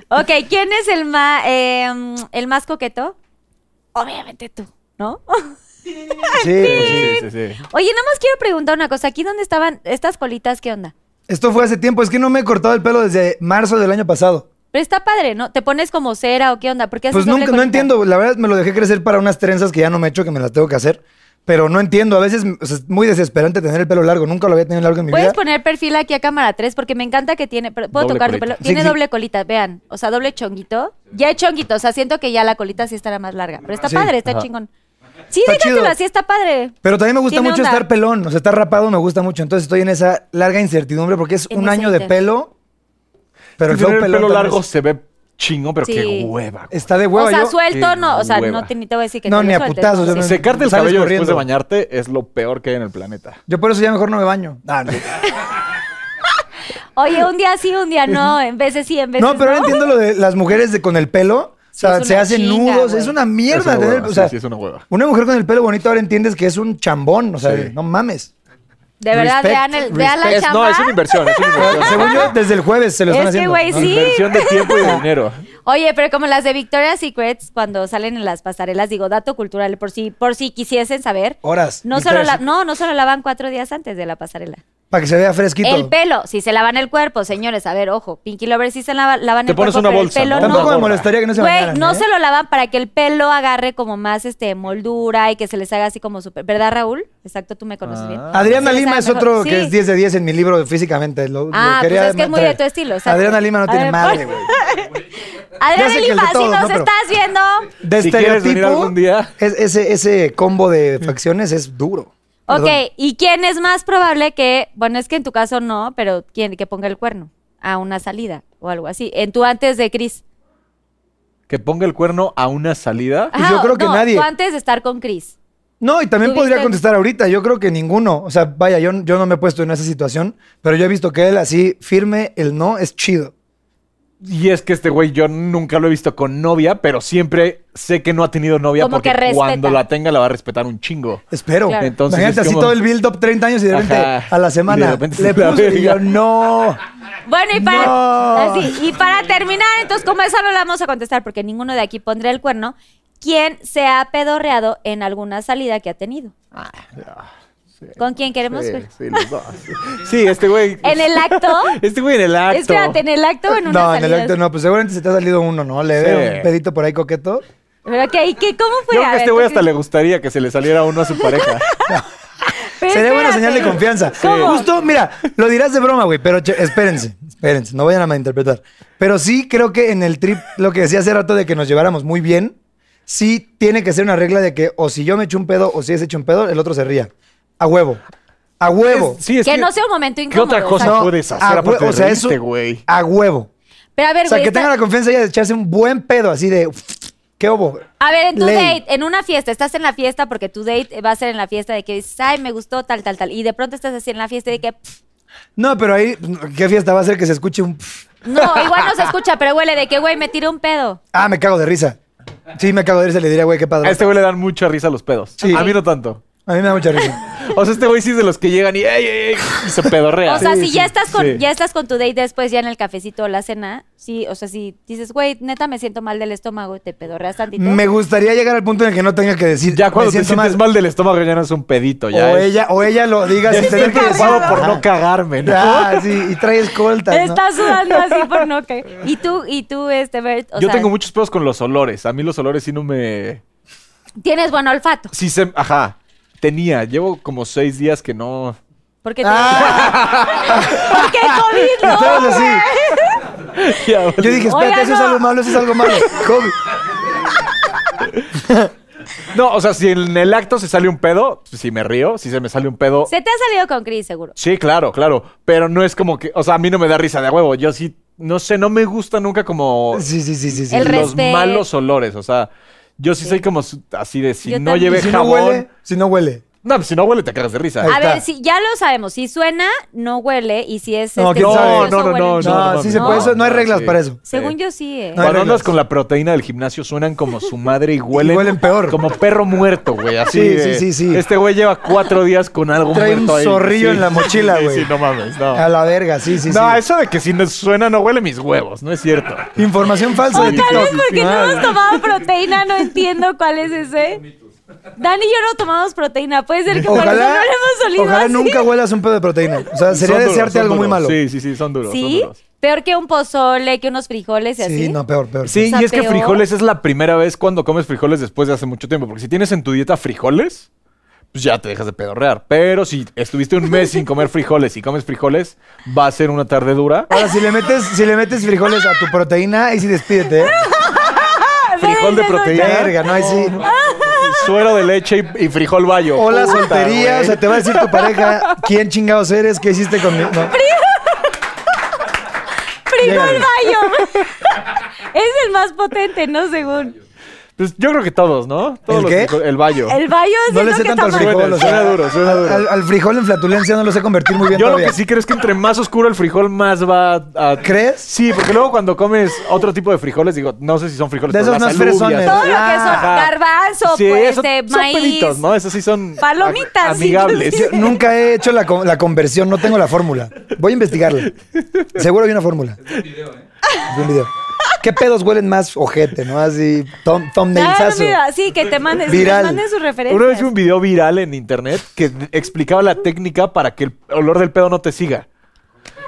Speaker 3: Ok, ¿quién es el más, el más coqueto? Obviamente tú, ¿no?
Speaker 4: Sí,
Speaker 5: Sí, sí, sí.
Speaker 4: pues
Speaker 3: Oye, nada más quiero preguntar una cosa. ¿Aquí dónde estaban estas colitas? ¿Qué onda?
Speaker 4: Esto fue hace tiempo. Es que no me he cortado el pelo desde marzo del año pasado.
Speaker 3: Pero está padre, ¿no? ¿Te pones como cera o qué onda? Porque
Speaker 4: Pues nunca, no entiendo. La verdad, me lo dejé crecer para unas trenzas que ya no me echo, que me las tengo que hacer. Pero no entiendo. A veces o sea, es muy desesperante tener el pelo largo. Nunca lo había tenido largo en mi
Speaker 3: Puedes
Speaker 4: vida.
Speaker 3: poner perfil aquí a cámara 3 porque me encanta que tiene. pero- Puedo
Speaker 5: Doble
Speaker 3: tocar tu
Speaker 5: colita.
Speaker 3: pelo.
Speaker 4: Sí,
Speaker 3: Tiene
Speaker 4: sí.
Speaker 3: doble colita, vean. O sea, doble chonguito. Ya es chonguito, o sea, siento que ya la colita sí estará más larga. Pero está
Speaker 4: Sí.
Speaker 3: padre, está
Speaker 5: Ajá.
Speaker 3: chingón. Sí,
Speaker 4: Está
Speaker 3: déjatelo
Speaker 4: chido.
Speaker 3: así, está padre.
Speaker 4: Pero también me gusta
Speaker 3: Tiene
Speaker 4: mucho
Speaker 3: onda.
Speaker 4: estar pelón. O sea, estar rapado me gusta mucho. Entonces estoy en esa larga incertidumbre porque es
Speaker 3: En
Speaker 4: un
Speaker 3: ese
Speaker 4: año de
Speaker 3: inter.
Speaker 4: pelo. Pero el,
Speaker 5: Tener el
Speaker 4: flow pelón
Speaker 5: pelo
Speaker 4: también
Speaker 5: largo
Speaker 4: es-
Speaker 5: se ve chingo, pero
Speaker 3: Sí.
Speaker 5: qué hueva. güey.
Speaker 4: está de hueva.
Speaker 3: o sea,
Speaker 4: yo-
Speaker 3: suelto,
Speaker 5: Qué
Speaker 3: no. O sea, no
Speaker 5: hueva.
Speaker 3: te, ni te voy a decir que
Speaker 4: No,
Speaker 3: te lo
Speaker 4: ni a
Speaker 3: sueltes,
Speaker 4: putazos,
Speaker 3: ¿no?
Speaker 4: yo no-
Speaker 3: Sí.
Speaker 5: Secarte el
Speaker 4: Sales
Speaker 5: cabello
Speaker 4: corriendo.
Speaker 5: después de bañarte es lo peor que hay en el planeta.
Speaker 4: Yo por eso ya mejor no me baño. Ah, no.
Speaker 3: Oye, un día sí, un día no. En veces sí, en veces
Speaker 4: No, pero ahora entiendo lo de las mujeres de- con el pelo. O sea,
Speaker 3: es
Speaker 4: se
Speaker 3: una
Speaker 4: hacen
Speaker 3: chinga, güey.
Speaker 4: nudos. Es una
Speaker 5: Es una
Speaker 4: mierda. tener-
Speaker 5: hueva,
Speaker 4: o sea,
Speaker 5: sí, sí, es una hueva.
Speaker 4: una mujer con el pelo bonito ahora entiendes que es un chambón. O sea,
Speaker 5: Sí.
Speaker 4: no mames.
Speaker 3: De verdad,
Speaker 4: Respect,
Speaker 3: vean, el, vean la
Speaker 5: Es-
Speaker 3: chamba.
Speaker 5: no, es una inversión, es una inversión.
Speaker 4: Según yo, desde el jueves se lo
Speaker 3: Es
Speaker 4: están
Speaker 3: que,
Speaker 4: haciendo.
Speaker 3: güey,
Speaker 4: ¿no?
Speaker 3: sí.
Speaker 5: Inversión de tiempo y de dinero.
Speaker 3: Oye, pero como las de Victoria's Secrets, cuando salen en las pasarelas, digo, dato cultural, por si, por si quisiesen saber.
Speaker 4: Horas.
Speaker 3: No solo,
Speaker 4: Victoria's
Speaker 3: la,
Speaker 4: Secret.
Speaker 3: no, no solo lavan cuatro días antes de la pasarela.
Speaker 4: Para que se vea fresquito.
Speaker 3: El pelo, si se lavan el cuerpo, señores, a ver, ojo, Pinky Lovers sí se lava- lavan
Speaker 5: Te
Speaker 3: el
Speaker 5: pones
Speaker 3: cuerpo,
Speaker 5: una
Speaker 3: pero
Speaker 5: bolsa,
Speaker 3: el pelo
Speaker 5: ¿no?
Speaker 3: no.
Speaker 4: Tampoco me
Speaker 5: gorra.
Speaker 4: molestaría que no se
Speaker 3: Güey,
Speaker 4: bañaran,
Speaker 3: no
Speaker 4: ¿eh?
Speaker 3: se lo lavan para que el pelo agarre como más este moldura y que se les haga así como súper. ¿Verdad, Raúl? Exacto, tú me conoces bien.
Speaker 4: Ah. Adriana
Speaker 3: Sí,
Speaker 4: Lima
Speaker 3: sabe
Speaker 4: es
Speaker 3: mejor.
Speaker 4: otro
Speaker 3: Sí.
Speaker 4: que es 10 de 10 en mi libro físicamente. Lo, lo
Speaker 3: Ah, pues
Speaker 4: quería
Speaker 3: es que es muy
Speaker 4: traer.
Speaker 3: de tu estilo, exacto.
Speaker 4: Adriana Lima no
Speaker 3: A
Speaker 4: tiene
Speaker 3: ver, pues.
Speaker 4: madre,
Speaker 3: pon-
Speaker 4: güey.
Speaker 3: Adriana
Speaker 4: sé que el de
Speaker 3: Lima, si
Speaker 4: todos,
Speaker 3: nos
Speaker 4: ¿no? Pero-
Speaker 3: estás viendo,
Speaker 4: De
Speaker 5: Si quieres venir
Speaker 4: estereotipo,
Speaker 5: algún día.
Speaker 4: es- ese, ese combo de facciones es duro.
Speaker 3: Ok,
Speaker 4: Perdón.
Speaker 3: ¿y quién es más probable que, bueno, es que en tu caso no, pero quién que ponga el cuerno a una salida o algo así? En tu antes de Chris.
Speaker 5: Que ponga el cuerno a una salida.
Speaker 4: Pues yo creo que
Speaker 3: Ah, no,
Speaker 4: nadie.
Speaker 3: Tú antes de estar con Chris.
Speaker 4: No, y también
Speaker 3: ¿Tuviste-
Speaker 4: podría contestar ahorita. Yo creo que ninguno. O sea, vaya, yo, yo no me he puesto en esa situación, pero yo he visto que él así firme, el no es chido.
Speaker 5: Y es que este güey yo nunca lo he visto con novia, pero siempre sé que no ha tenido novia
Speaker 3: Como
Speaker 5: porque
Speaker 3: que respeta.
Speaker 5: cuando la tenga la va a respetar un chingo.
Speaker 4: Espero.
Speaker 3: Claro.
Speaker 5: Entonces,
Speaker 4: Imagínate
Speaker 5: es
Speaker 4: así
Speaker 5: como-
Speaker 4: todo el build up 30 años y de repente
Speaker 5: Ajá.
Speaker 4: a la
Speaker 5: Y de
Speaker 4: semana
Speaker 5: repente
Speaker 4: le
Speaker 5: se la
Speaker 4: puse y
Speaker 5: verga.
Speaker 4: yo no.
Speaker 3: Bueno, y para,
Speaker 4: No.
Speaker 3: así, y para terminar, entonces, como esa no la vamos a contestar porque ninguno de aquí pondrá el cuerno, ¿quién se ha pedorreado en alguna salida que ha tenido?
Speaker 4: Ah,
Speaker 3: ¿Con quién queremos?
Speaker 5: Sí,
Speaker 3: ver?
Speaker 5: sí, los dos. Sí, este güey.
Speaker 3: ¿En el acto?
Speaker 5: Este güey en el acto.
Speaker 3: Espérate, ¿en el acto o en una
Speaker 4: No, en
Speaker 3: salida?
Speaker 4: el acto no, pues seguramente se te ha salido uno, ¿no? Le
Speaker 5: Sí.
Speaker 4: veo un pedito por ahí coqueto.
Speaker 3: Pero que ahí, ¿qué, ¿cómo fue?
Speaker 5: Yo
Speaker 3: A
Speaker 5: creo que
Speaker 3: ver,
Speaker 5: este
Speaker 3: ¿tú
Speaker 5: güey hasta
Speaker 3: crees?
Speaker 5: le gustaría que se le saliera uno a su pareja.
Speaker 3: Pero
Speaker 4: Sería buena
Speaker 3: espérate.
Speaker 4: señal de confianza.
Speaker 3: ¿Cómo?
Speaker 4: Justo, mira, lo dirás de broma, güey, pero che- espérense, espérense, no vayan a malinterpretar. Pero sí creo que en el trip, lo que decía hace rato de que nos lleváramos muy bien, sí tiene que ser una regla de que o si yo me echo un pedo o si es hecho un pedo, el otro se ría. A huevo. A huevo.
Speaker 5: Sí, es
Speaker 3: que, no sea un momento
Speaker 5: ¿Qué
Speaker 3: incómodo.
Speaker 5: otra cosa
Speaker 3: o sea,
Speaker 4: No,
Speaker 5: puedes hacer
Speaker 4: a
Speaker 5: aparte
Speaker 4: hue- o sea,
Speaker 5: de
Speaker 4: eso-
Speaker 5: reírte, güey?
Speaker 4: A huevo.
Speaker 3: Pero a ver,
Speaker 4: O sea,
Speaker 3: güey,
Speaker 4: que
Speaker 3: está-
Speaker 4: tenga la confianza ya de echarse un buen pedo así de... ¿Qué hubo?
Speaker 3: A ver, en tu
Speaker 4: Ley.
Speaker 3: date, en una fiesta, estás en la fiesta porque tu date va a ser en la fiesta de que dices, ay, me gustó tal, tal, tal. Y de pronto estás así en la fiesta de que, pff,
Speaker 4: No, pero ahí, ¿qué fiesta va a ser que se escuche un...
Speaker 3: no, igual no se escucha, pero huele de que, güey, me tiré un pedo.
Speaker 4: Ah, me cago de risa. Sí, me cago de risa, le diría, güey, qué
Speaker 5: A
Speaker 4: padre.
Speaker 5: este güey le dan mucha risa los pedos.
Speaker 4: Sí.
Speaker 5: A mí no tanto.
Speaker 4: A mí me da mucha risa.
Speaker 5: O sea, este güey sí es de los que llegan y, "Ey, ey, ey", y se pedorrea.
Speaker 3: O sea, si
Speaker 5: Sí,
Speaker 3: ya
Speaker 5: sí,
Speaker 3: estás con,
Speaker 5: sí.
Speaker 3: ya estás con tu date después, ya en el cafecito o la cena, sí, o sea, si dices, güey, neta me siento mal del estómago, te pedorreas tantito.
Speaker 4: Me gustaría llegar al punto en el que no tenga que decir.
Speaker 5: Ya cuando
Speaker 4: "Me
Speaker 5: te
Speaker 4: siento
Speaker 5: sientes mal. del estómago ya no es un pedito, ya
Speaker 4: o
Speaker 5: es-
Speaker 4: ella, o ella lo diga sin
Speaker 5: Estoy
Speaker 4: tener que
Speaker 5: preocupado
Speaker 4: decirlo.
Speaker 5: por
Speaker 4: Ajá.
Speaker 5: no cagarme, ¿no?
Speaker 4: Ah, sí, y trae escoltas. ¿no?
Speaker 3: Estás sudando así por no que. Y tú, y tú, este, Bert, o
Speaker 5: Yo
Speaker 3: sea,
Speaker 5: tengo muchos pedos con los olores. A mí los olores sí no me...
Speaker 3: tienes buen olfato.
Speaker 5: Sí se... Ajá. Tenía. Llevo como seis días que no...
Speaker 3: Porque
Speaker 4: Ah,
Speaker 3: ¿Por qué COVID? No,
Speaker 4: estabas Ah. así.
Speaker 5: Ya, vale.
Speaker 4: Yo dije, espérate,
Speaker 3: Oiga,
Speaker 4: eso es
Speaker 3: no.
Speaker 4: algo malo, eso es algo malo. Kobe.
Speaker 5: No, o sea, si en el acto se sale un pedo, si me río, si se me sale un pedo...
Speaker 3: Se te ha salido con Chris, seguro.
Speaker 5: Sí, claro, claro. Pero no es como que... O sea, a mí no me da risa de huevo. Yo sí... No sé, no me gusta nunca como...
Speaker 4: Sí, sí, sí, sí. sí.
Speaker 3: El
Speaker 5: los
Speaker 3: respeto.
Speaker 5: malos olores. O sea, yo sí, soy como su- así de si
Speaker 3: Yo
Speaker 5: no
Speaker 3: también.
Speaker 5: lleve
Speaker 4: Y si no
Speaker 5: jabón...
Speaker 4: huele, si no huele.
Speaker 5: No, pues si no huele te cagas de risa.
Speaker 4: Ahí
Speaker 3: A
Speaker 4: está.
Speaker 3: ver, si ya lo sabemos. Si suena, no huele. Y si es.
Speaker 4: No,
Speaker 3: este,
Speaker 4: ¿quién
Speaker 3: delicioso,
Speaker 4: sabe?
Speaker 5: No, no, no,
Speaker 3: huele
Speaker 5: no,
Speaker 3: mucho.
Speaker 4: No, sí se puede.
Speaker 3: No.
Speaker 4: eso- no hay reglas para eso.
Speaker 3: Según
Speaker 5: Sí.
Speaker 3: yo sí, eh.
Speaker 4: No hay
Speaker 5: Cuando andas
Speaker 4: reglas.
Speaker 5: con la proteína del gimnasio suenan como su madre y huelen,
Speaker 4: huelen peor.
Speaker 5: Como perro muerto, güey. Así.
Speaker 4: Sí,
Speaker 5: de-
Speaker 4: sí, sí, sí.
Speaker 5: Este güey lleva cuatro días con algo
Speaker 4: Trae un
Speaker 5: muerto ahí.
Speaker 4: zorrillo
Speaker 5: Sí,
Speaker 4: en la
Speaker 5: sí,
Speaker 4: mochila,
Speaker 5: sí,
Speaker 4: güey.
Speaker 5: Sí, no mames, no.
Speaker 4: A la verga, sí, sí, sí.
Speaker 5: no, eso de que si no suena no huele mis huevos, no es cierto.
Speaker 4: Información falsa de
Speaker 3: Tal vez
Speaker 4: TikTok.
Speaker 3: porque no
Speaker 4: Ah,
Speaker 3: hemos tomado proteína, no entiendo cuál es ese. Dani y yo no tomamos proteína. Puede ser que por eso no
Speaker 4: Ojalá,
Speaker 3: le hemos olido
Speaker 4: ojalá
Speaker 3: así.
Speaker 4: nunca huelas un pedo de proteína. O sea, sería
Speaker 5: Son duros,
Speaker 4: desearte
Speaker 5: son
Speaker 4: algo muy
Speaker 5: duros.
Speaker 4: malo.
Speaker 5: Sí, sí, sí, son duros. son
Speaker 3: Sí,
Speaker 5: duros.
Speaker 3: peor que un pozole, que unos frijoles y así.
Speaker 4: Pues Sí, no, peor, peor.
Speaker 5: Sí,
Speaker 3: O sea,
Speaker 5: y es que
Speaker 3: peor.
Speaker 5: frijoles es la primera vez cuando comes frijoles después de hace mucho tiempo. Porque si tienes en tu dieta frijoles, pues ya te dejas de pedorrear. Pero si estuviste un mes sin comer frijoles y comes frijoles, va a ser una tarde dura.
Speaker 3: Ah,
Speaker 4: Ahora, si le metes, si le metes frijoles a tu proteína, ahí sí despídete. ¿eh?
Speaker 5: Frijol de
Speaker 3: Ven,
Speaker 5: proteína,
Speaker 4: Verga, no, ahí sí.
Speaker 5: suero de leche y, y frijol bayo.
Speaker 4: Hola,
Speaker 5: Puta,
Speaker 4: soltería.
Speaker 5: güey.
Speaker 4: O sea, te va a decir tu pareja quién chingados eres, qué hiciste conmigo. No.
Speaker 3: Frijol
Speaker 4: Llégale.
Speaker 3: Bayo. es el más potente, ¿no? Según.
Speaker 5: Pues yo creo que todos, ¿no? Todos
Speaker 4: ¿El
Speaker 5: los
Speaker 4: qué?
Speaker 5: frijoles- el bayo.
Speaker 3: El Bayo es
Speaker 4: No le
Speaker 3: el
Speaker 4: sé
Speaker 3: que
Speaker 4: tanto al
Speaker 3: toma-
Speaker 4: frijol. o sea,
Speaker 5: Suena duro, suena duro.
Speaker 4: Al, al frijol en flatulencia no lo sé convertir muy bien
Speaker 5: Yo lo
Speaker 4: todavía.
Speaker 5: que sí creo es que entre más oscuro el frijol, más va a...
Speaker 4: ¿Crees?
Speaker 5: Sí, porque luego cuando comes otro tipo de frijoles, digo, no sé si son frijoles,
Speaker 4: De
Speaker 5: pero
Speaker 4: esos
Speaker 5: las
Speaker 4: más fresones.
Speaker 3: Todo
Speaker 5: alubias,
Speaker 3: lo que son
Speaker 5: Ajá.
Speaker 3: garbanzo,
Speaker 5: Sí,
Speaker 3: pues,
Speaker 5: esos
Speaker 3: de
Speaker 5: son
Speaker 3: maíz.
Speaker 5: peditos, ¿no? Esos sí son
Speaker 3: Palomitas,
Speaker 5: a- amigables.
Speaker 4: Yo nunca he hecho la, co- la conversión, no tengo la fórmula. Voy a investigarla. Seguro hay una fórmula. Es un video, ¿eh? un video. ¿Qué pedos huelen más ojete, no? Así, tom,
Speaker 3: Ah,
Speaker 4: thumbnailsazo.
Speaker 3: no, mira, sí, que te manden
Speaker 4: Viral.
Speaker 3: su referencia.
Speaker 5: Una vez vi un video viral en internet que d- explicaba la técnica para que el olor del pedo no te siga.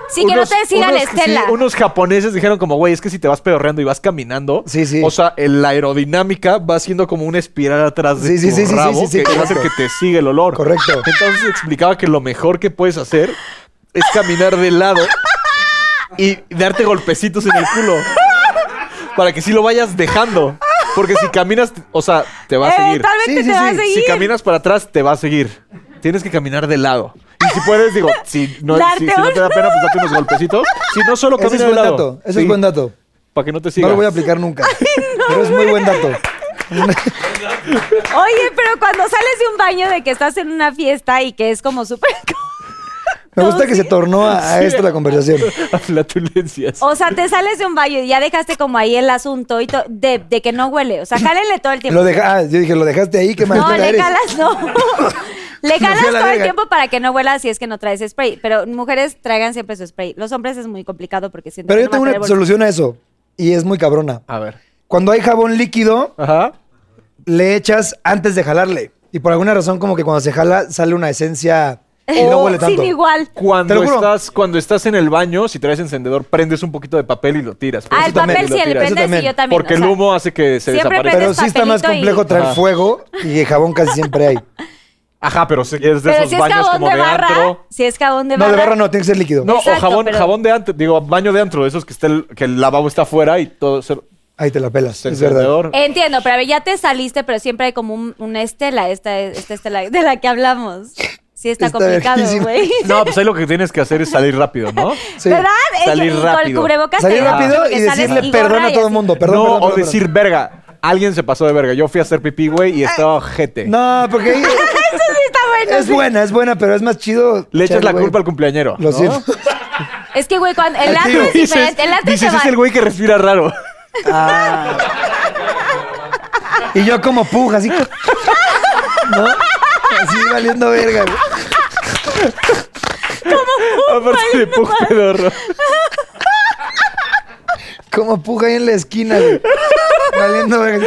Speaker 3: Sí, que no te siga la
Speaker 5: unos- sí,
Speaker 3: estela.
Speaker 5: unos japoneses dijeron como, güey, es que si te vas pedorreando y vas caminando,
Speaker 4: Sí, sí.
Speaker 5: o sea, el- la aerodinámica va haciendo como una espiral atrás de
Speaker 4: Sí, sí,
Speaker 5: tu
Speaker 4: sí, sí, sí,
Speaker 5: rabo
Speaker 4: sí, sí,
Speaker 5: que va a hacer que
Speaker 4: correcto.
Speaker 5: te siga el olor.
Speaker 4: Correcto.
Speaker 5: Entonces explicaba que lo mejor que puedes hacer es caminar de lado y darte golpecitos en el culo para que sí lo vayas dejando. Porque si caminas, o sea, te
Speaker 3: Eh,
Speaker 5: va a seguir.
Speaker 3: Eventualmente
Speaker 4: Sí, sí,
Speaker 3: te va a
Speaker 4: sí.
Speaker 3: seguir.
Speaker 5: Si caminas para atrás, te va a seguir. Tienes que caminar de lado. Y si puedes, digo, si no,
Speaker 3: Darte
Speaker 5: si- si no te da
Speaker 3: un-
Speaker 5: pena, pues date unos golpecitos. Si no, solo
Speaker 4: Ese
Speaker 5: camina
Speaker 4: es
Speaker 5: de
Speaker 4: buen
Speaker 5: lado.
Speaker 4: dato. Ese es
Speaker 5: Sí,
Speaker 4: buen dato.
Speaker 5: Para que no te
Speaker 4: No
Speaker 5: siga.
Speaker 4: lo voy a aplicar nunca. pero es muy buen dato.
Speaker 3: Oye, pero cuando sales de un baño de que estás en una fiesta y que es como súper...
Speaker 4: Me gusta que se tornó a, a
Speaker 5: Sí.
Speaker 4: esto la conversación.
Speaker 5: a flatulencias.
Speaker 3: O sea, te sales de un baño y ya dejaste como ahí el asunto y to- de, de que no huele. O sea, cálenle todo el tiempo.
Speaker 4: Lo deja, ah, yo dije, lo dejaste ahí, qué
Speaker 3: No,
Speaker 4: maldita
Speaker 3: le
Speaker 4: eres.
Speaker 3: calas, no. Le
Speaker 4: Me fui a
Speaker 3: calas
Speaker 4: la
Speaker 3: todo el
Speaker 4: verga.
Speaker 3: tiempo para que no huela si es que no traes spray. Pero mujeres traigan siempre su spray. Los hombres es muy complicado porque siento
Speaker 4: Pero
Speaker 3: que
Speaker 4: yo
Speaker 3: no
Speaker 4: tengo
Speaker 3: van a
Speaker 4: una
Speaker 3: tener bolsa.
Speaker 4: solución a eso. Y es muy cabrona.
Speaker 5: A ver.
Speaker 4: Cuando hay jabón líquido,
Speaker 5: Ajá.
Speaker 4: le echas antes de jalarle. Y por alguna razón, como que cuando se jala, sale una esencia y no
Speaker 3: Oh,
Speaker 4: huele tanto.
Speaker 3: Sin igual.
Speaker 4: Te
Speaker 5: Cuando
Speaker 4: lo juro.
Speaker 5: estás, cuando estás en el baño, si traes encendedor, prendes un poquito de papel y lo tiras. Pero
Speaker 3: Ah,
Speaker 5: eso
Speaker 3: el
Speaker 5: también
Speaker 3: papel
Speaker 5: lo
Speaker 3: sí, el
Speaker 5: tiras.
Speaker 4: Eso
Speaker 3: pendel sí,
Speaker 4: también.
Speaker 3: yo también.
Speaker 5: Porque
Speaker 3: o sea,
Speaker 5: el humo hace que se
Speaker 3: siempre
Speaker 5: desaparezca.
Speaker 4: Pero sí está más
Speaker 3: papelito y-
Speaker 4: complejo traer
Speaker 5: Ajá.
Speaker 4: fuego y jabón casi siempre hay.
Speaker 5: Ajá, pero sí es de
Speaker 3: Pero
Speaker 5: esos
Speaker 3: si es
Speaker 5: baños
Speaker 3: jabón
Speaker 5: como
Speaker 3: de
Speaker 5: de
Speaker 3: barra,
Speaker 5: antro.
Speaker 3: si es jabón de
Speaker 4: No,
Speaker 3: barra.
Speaker 4: de barra no, tiene que ser líquido.
Speaker 5: No,
Speaker 3: Exacto,
Speaker 5: o jabón,
Speaker 3: pero-
Speaker 5: jabón de antro, digo, baño de antro, de esos que, está el, que el lavabo está afuera y todo se-
Speaker 4: Ahí te la pelas,
Speaker 5: se
Speaker 4: es verdad.
Speaker 5: encendedor.
Speaker 3: Entiendo, pero a ver, ya te saliste, pero siempre hay como un- una estela, esta, esta estela de la que hablamos. Sí está,
Speaker 4: Está
Speaker 3: complicado,
Speaker 4: verguísima.
Speaker 3: güey.
Speaker 5: No, pues ahí lo que tienes que hacer es salir rápido, ¿no?
Speaker 4: Sí.
Speaker 3: ¿Verdad?
Speaker 5: Salir
Speaker 3: y con el
Speaker 5: rápido.
Speaker 3: cubrebocas te
Speaker 4: Salir
Speaker 3: da
Speaker 4: rápido
Speaker 3: mucho que
Speaker 4: y
Speaker 3: sales
Speaker 4: decirle
Speaker 3: y gorra
Speaker 4: perdón a
Speaker 3: y
Speaker 4: todo el
Speaker 3: así.
Speaker 4: mundo, perdón,
Speaker 5: no,
Speaker 4: perdón,
Speaker 5: o
Speaker 4: perdón,
Speaker 5: decir verga. Alguien se pasó de verga. Yo fui a hacer pipí, güey, y
Speaker 3: Ah.
Speaker 5: estaba ojete.
Speaker 4: perdón. No, porque ahí-
Speaker 3: Eso sí está bueno.
Speaker 4: es buena, es buena, pero es más chido.
Speaker 5: Le echas
Speaker 4: echar,
Speaker 5: la
Speaker 4: güey.
Speaker 5: culpa al cumpleañero.
Speaker 4: Lo
Speaker 5: ¿no?
Speaker 4: siento.
Speaker 3: Es que, güey, cuando el
Speaker 4: Al
Speaker 3: antro
Speaker 4: tío.
Speaker 3: es
Speaker 5: Dices,
Speaker 3: diferente. El antro
Speaker 5: dices
Speaker 3: te
Speaker 5: es
Speaker 3: va-
Speaker 5: el güey que respira raro.
Speaker 4: Y yo como puja, así. ¿No? Así valiendo verga. güey.
Speaker 5: Aparte de puj pedorro.
Speaker 4: Como puja ahí en la esquina, güey. Valiendo verga.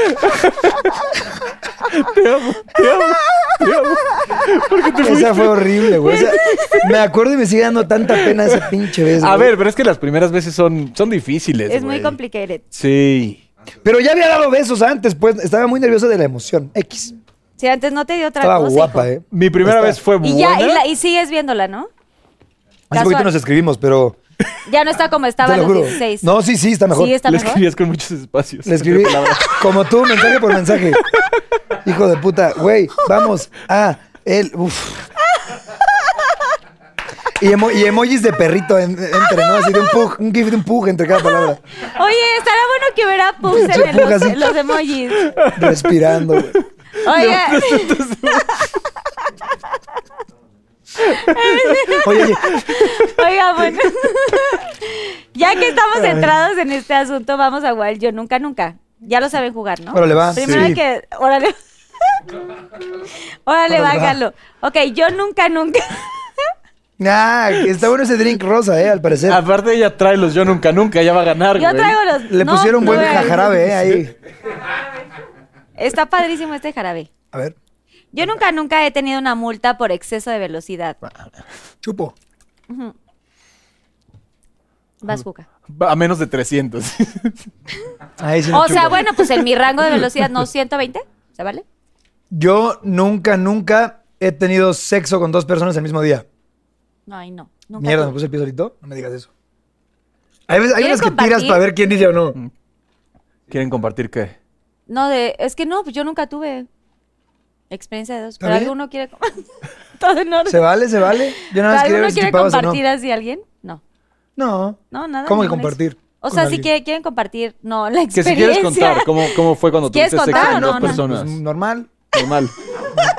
Speaker 4: Esa fue horrible, güey. Esa- me acuerdo y me sigue dando tanta pena esa pinche vez.
Speaker 5: A
Speaker 4: güey.
Speaker 5: ver, pero es que las primeras veces son, son difíciles.
Speaker 3: Es muy
Speaker 5: güey.
Speaker 3: complicated.
Speaker 5: Sí.
Speaker 4: Pero ya había dado besos antes, pues estaba muy nervioso de la emoción. X.
Speaker 3: Si antes no te dio otra
Speaker 4: Estaba
Speaker 3: cosa.
Speaker 4: guapa,
Speaker 3: hijo.
Speaker 4: ¿eh?
Speaker 5: Mi primera
Speaker 4: Está-
Speaker 5: vez fue
Speaker 3: Y
Speaker 5: buena.
Speaker 3: ya, y, la- y sigues viéndola, ¿no?
Speaker 4: Hace poquito
Speaker 3: casual.
Speaker 4: nos escribimos, pero.
Speaker 3: Ya no está como estaba a
Speaker 4: te lo
Speaker 3: los
Speaker 4: juro.
Speaker 3: 16.
Speaker 4: No, sí, sí, está mejor.
Speaker 3: Sí, está
Speaker 5: Le
Speaker 3: mejor.
Speaker 5: escribías con muchos espacios.
Speaker 4: Le escribí como tú, mensaje por mensaje. Hijo de puta, güey, vamos. Ah, él. Uf. Y, emo- y emojis de perrito en- entre, ¿no? Así de un pug, un gif de un pug entre cada palabra.
Speaker 3: Oye, estará bueno que hubiera pugs en
Speaker 4: Pinche
Speaker 3: el-
Speaker 4: pug así.
Speaker 3: los, los emojis.
Speaker 4: Respirando, güey.
Speaker 3: Oye,
Speaker 4: Oye, oye,
Speaker 3: oiga, bueno. ya que estamos centrados en este asunto, vamos a jugar el yo nunca, nunca. Ya lo saben jugar, ¿no?
Speaker 4: Órale, va.
Speaker 3: Primero
Speaker 4: Sí.
Speaker 3: hay que. Órale. Órale,
Speaker 4: Órale, va.
Speaker 3: bájalo. Ok, yo nunca, nunca.
Speaker 4: ah, que está bueno ese drink rosa, ¿eh? Al parecer.
Speaker 5: Aparte ella trae los yo nunca nunca, ella va a ganar.
Speaker 3: Yo
Speaker 5: güey.
Speaker 3: traigo los.
Speaker 4: Le
Speaker 3: no,
Speaker 4: pusieron
Speaker 3: no
Speaker 4: buen
Speaker 3: vean.
Speaker 4: jarabe, ¿eh? Ahí.
Speaker 3: Está padrísimo este jarabe.
Speaker 4: A ver.
Speaker 3: Yo nunca, nunca he tenido una multa por exceso de velocidad.
Speaker 4: Chupo.
Speaker 3: Vas, Juca.
Speaker 5: A menos de 300.
Speaker 4: Ahí sí no
Speaker 3: O sea,
Speaker 4: chupo.
Speaker 3: bueno, pues en mi rango de velocidad no 120, ¿se vale?
Speaker 4: Yo nunca, nunca he tenido sexo con dos personas el mismo día.
Speaker 3: No, ahí no. Nunca
Speaker 4: Mierda, pues
Speaker 3: tuve.
Speaker 4: ¿me puse el pie solito? No me digas eso. Hay, veces- hay
Speaker 3: ¿Quieres
Speaker 4: unas que tiras
Speaker 3: compartir?
Speaker 4: para ver quién dice o no.
Speaker 5: ¿Quieren compartir qué?
Speaker 3: No, de, es que no, pues yo nunca tuve experiencia de dos.
Speaker 4: ¿Está
Speaker 3: Pero
Speaker 4: bien?
Speaker 3: alguno quiere. com- Todo en orden.
Speaker 4: ¿Se vale? ¿Se vale? Yo nada más quería
Speaker 3: ¿Alguno
Speaker 4: ver si
Speaker 3: quiere
Speaker 4: chupabas o no.
Speaker 3: compartir así a alguien? No.
Speaker 4: No.
Speaker 3: No, nada.
Speaker 4: ¿Cómo
Speaker 3: ninguna
Speaker 4: que
Speaker 3: ex-
Speaker 4: compartir?
Speaker 3: O
Speaker 4: con
Speaker 3: sea, si
Speaker 4: alguien?
Speaker 3: quiere- quieren compartir, no, la
Speaker 5: Que
Speaker 3: experiencia.
Speaker 5: si quieres contar, ¿cómo, cómo fue cuando
Speaker 3: ¿Quieres
Speaker 5: tuviste sexo
Speaker 3: contar
Speaker 5: con
Speaker 3: o
Speaker 5: dos
Speaker 3: no?
Speaker 5: personas?
Speaker 4: Pues, normal.
Speaker 5: Normal.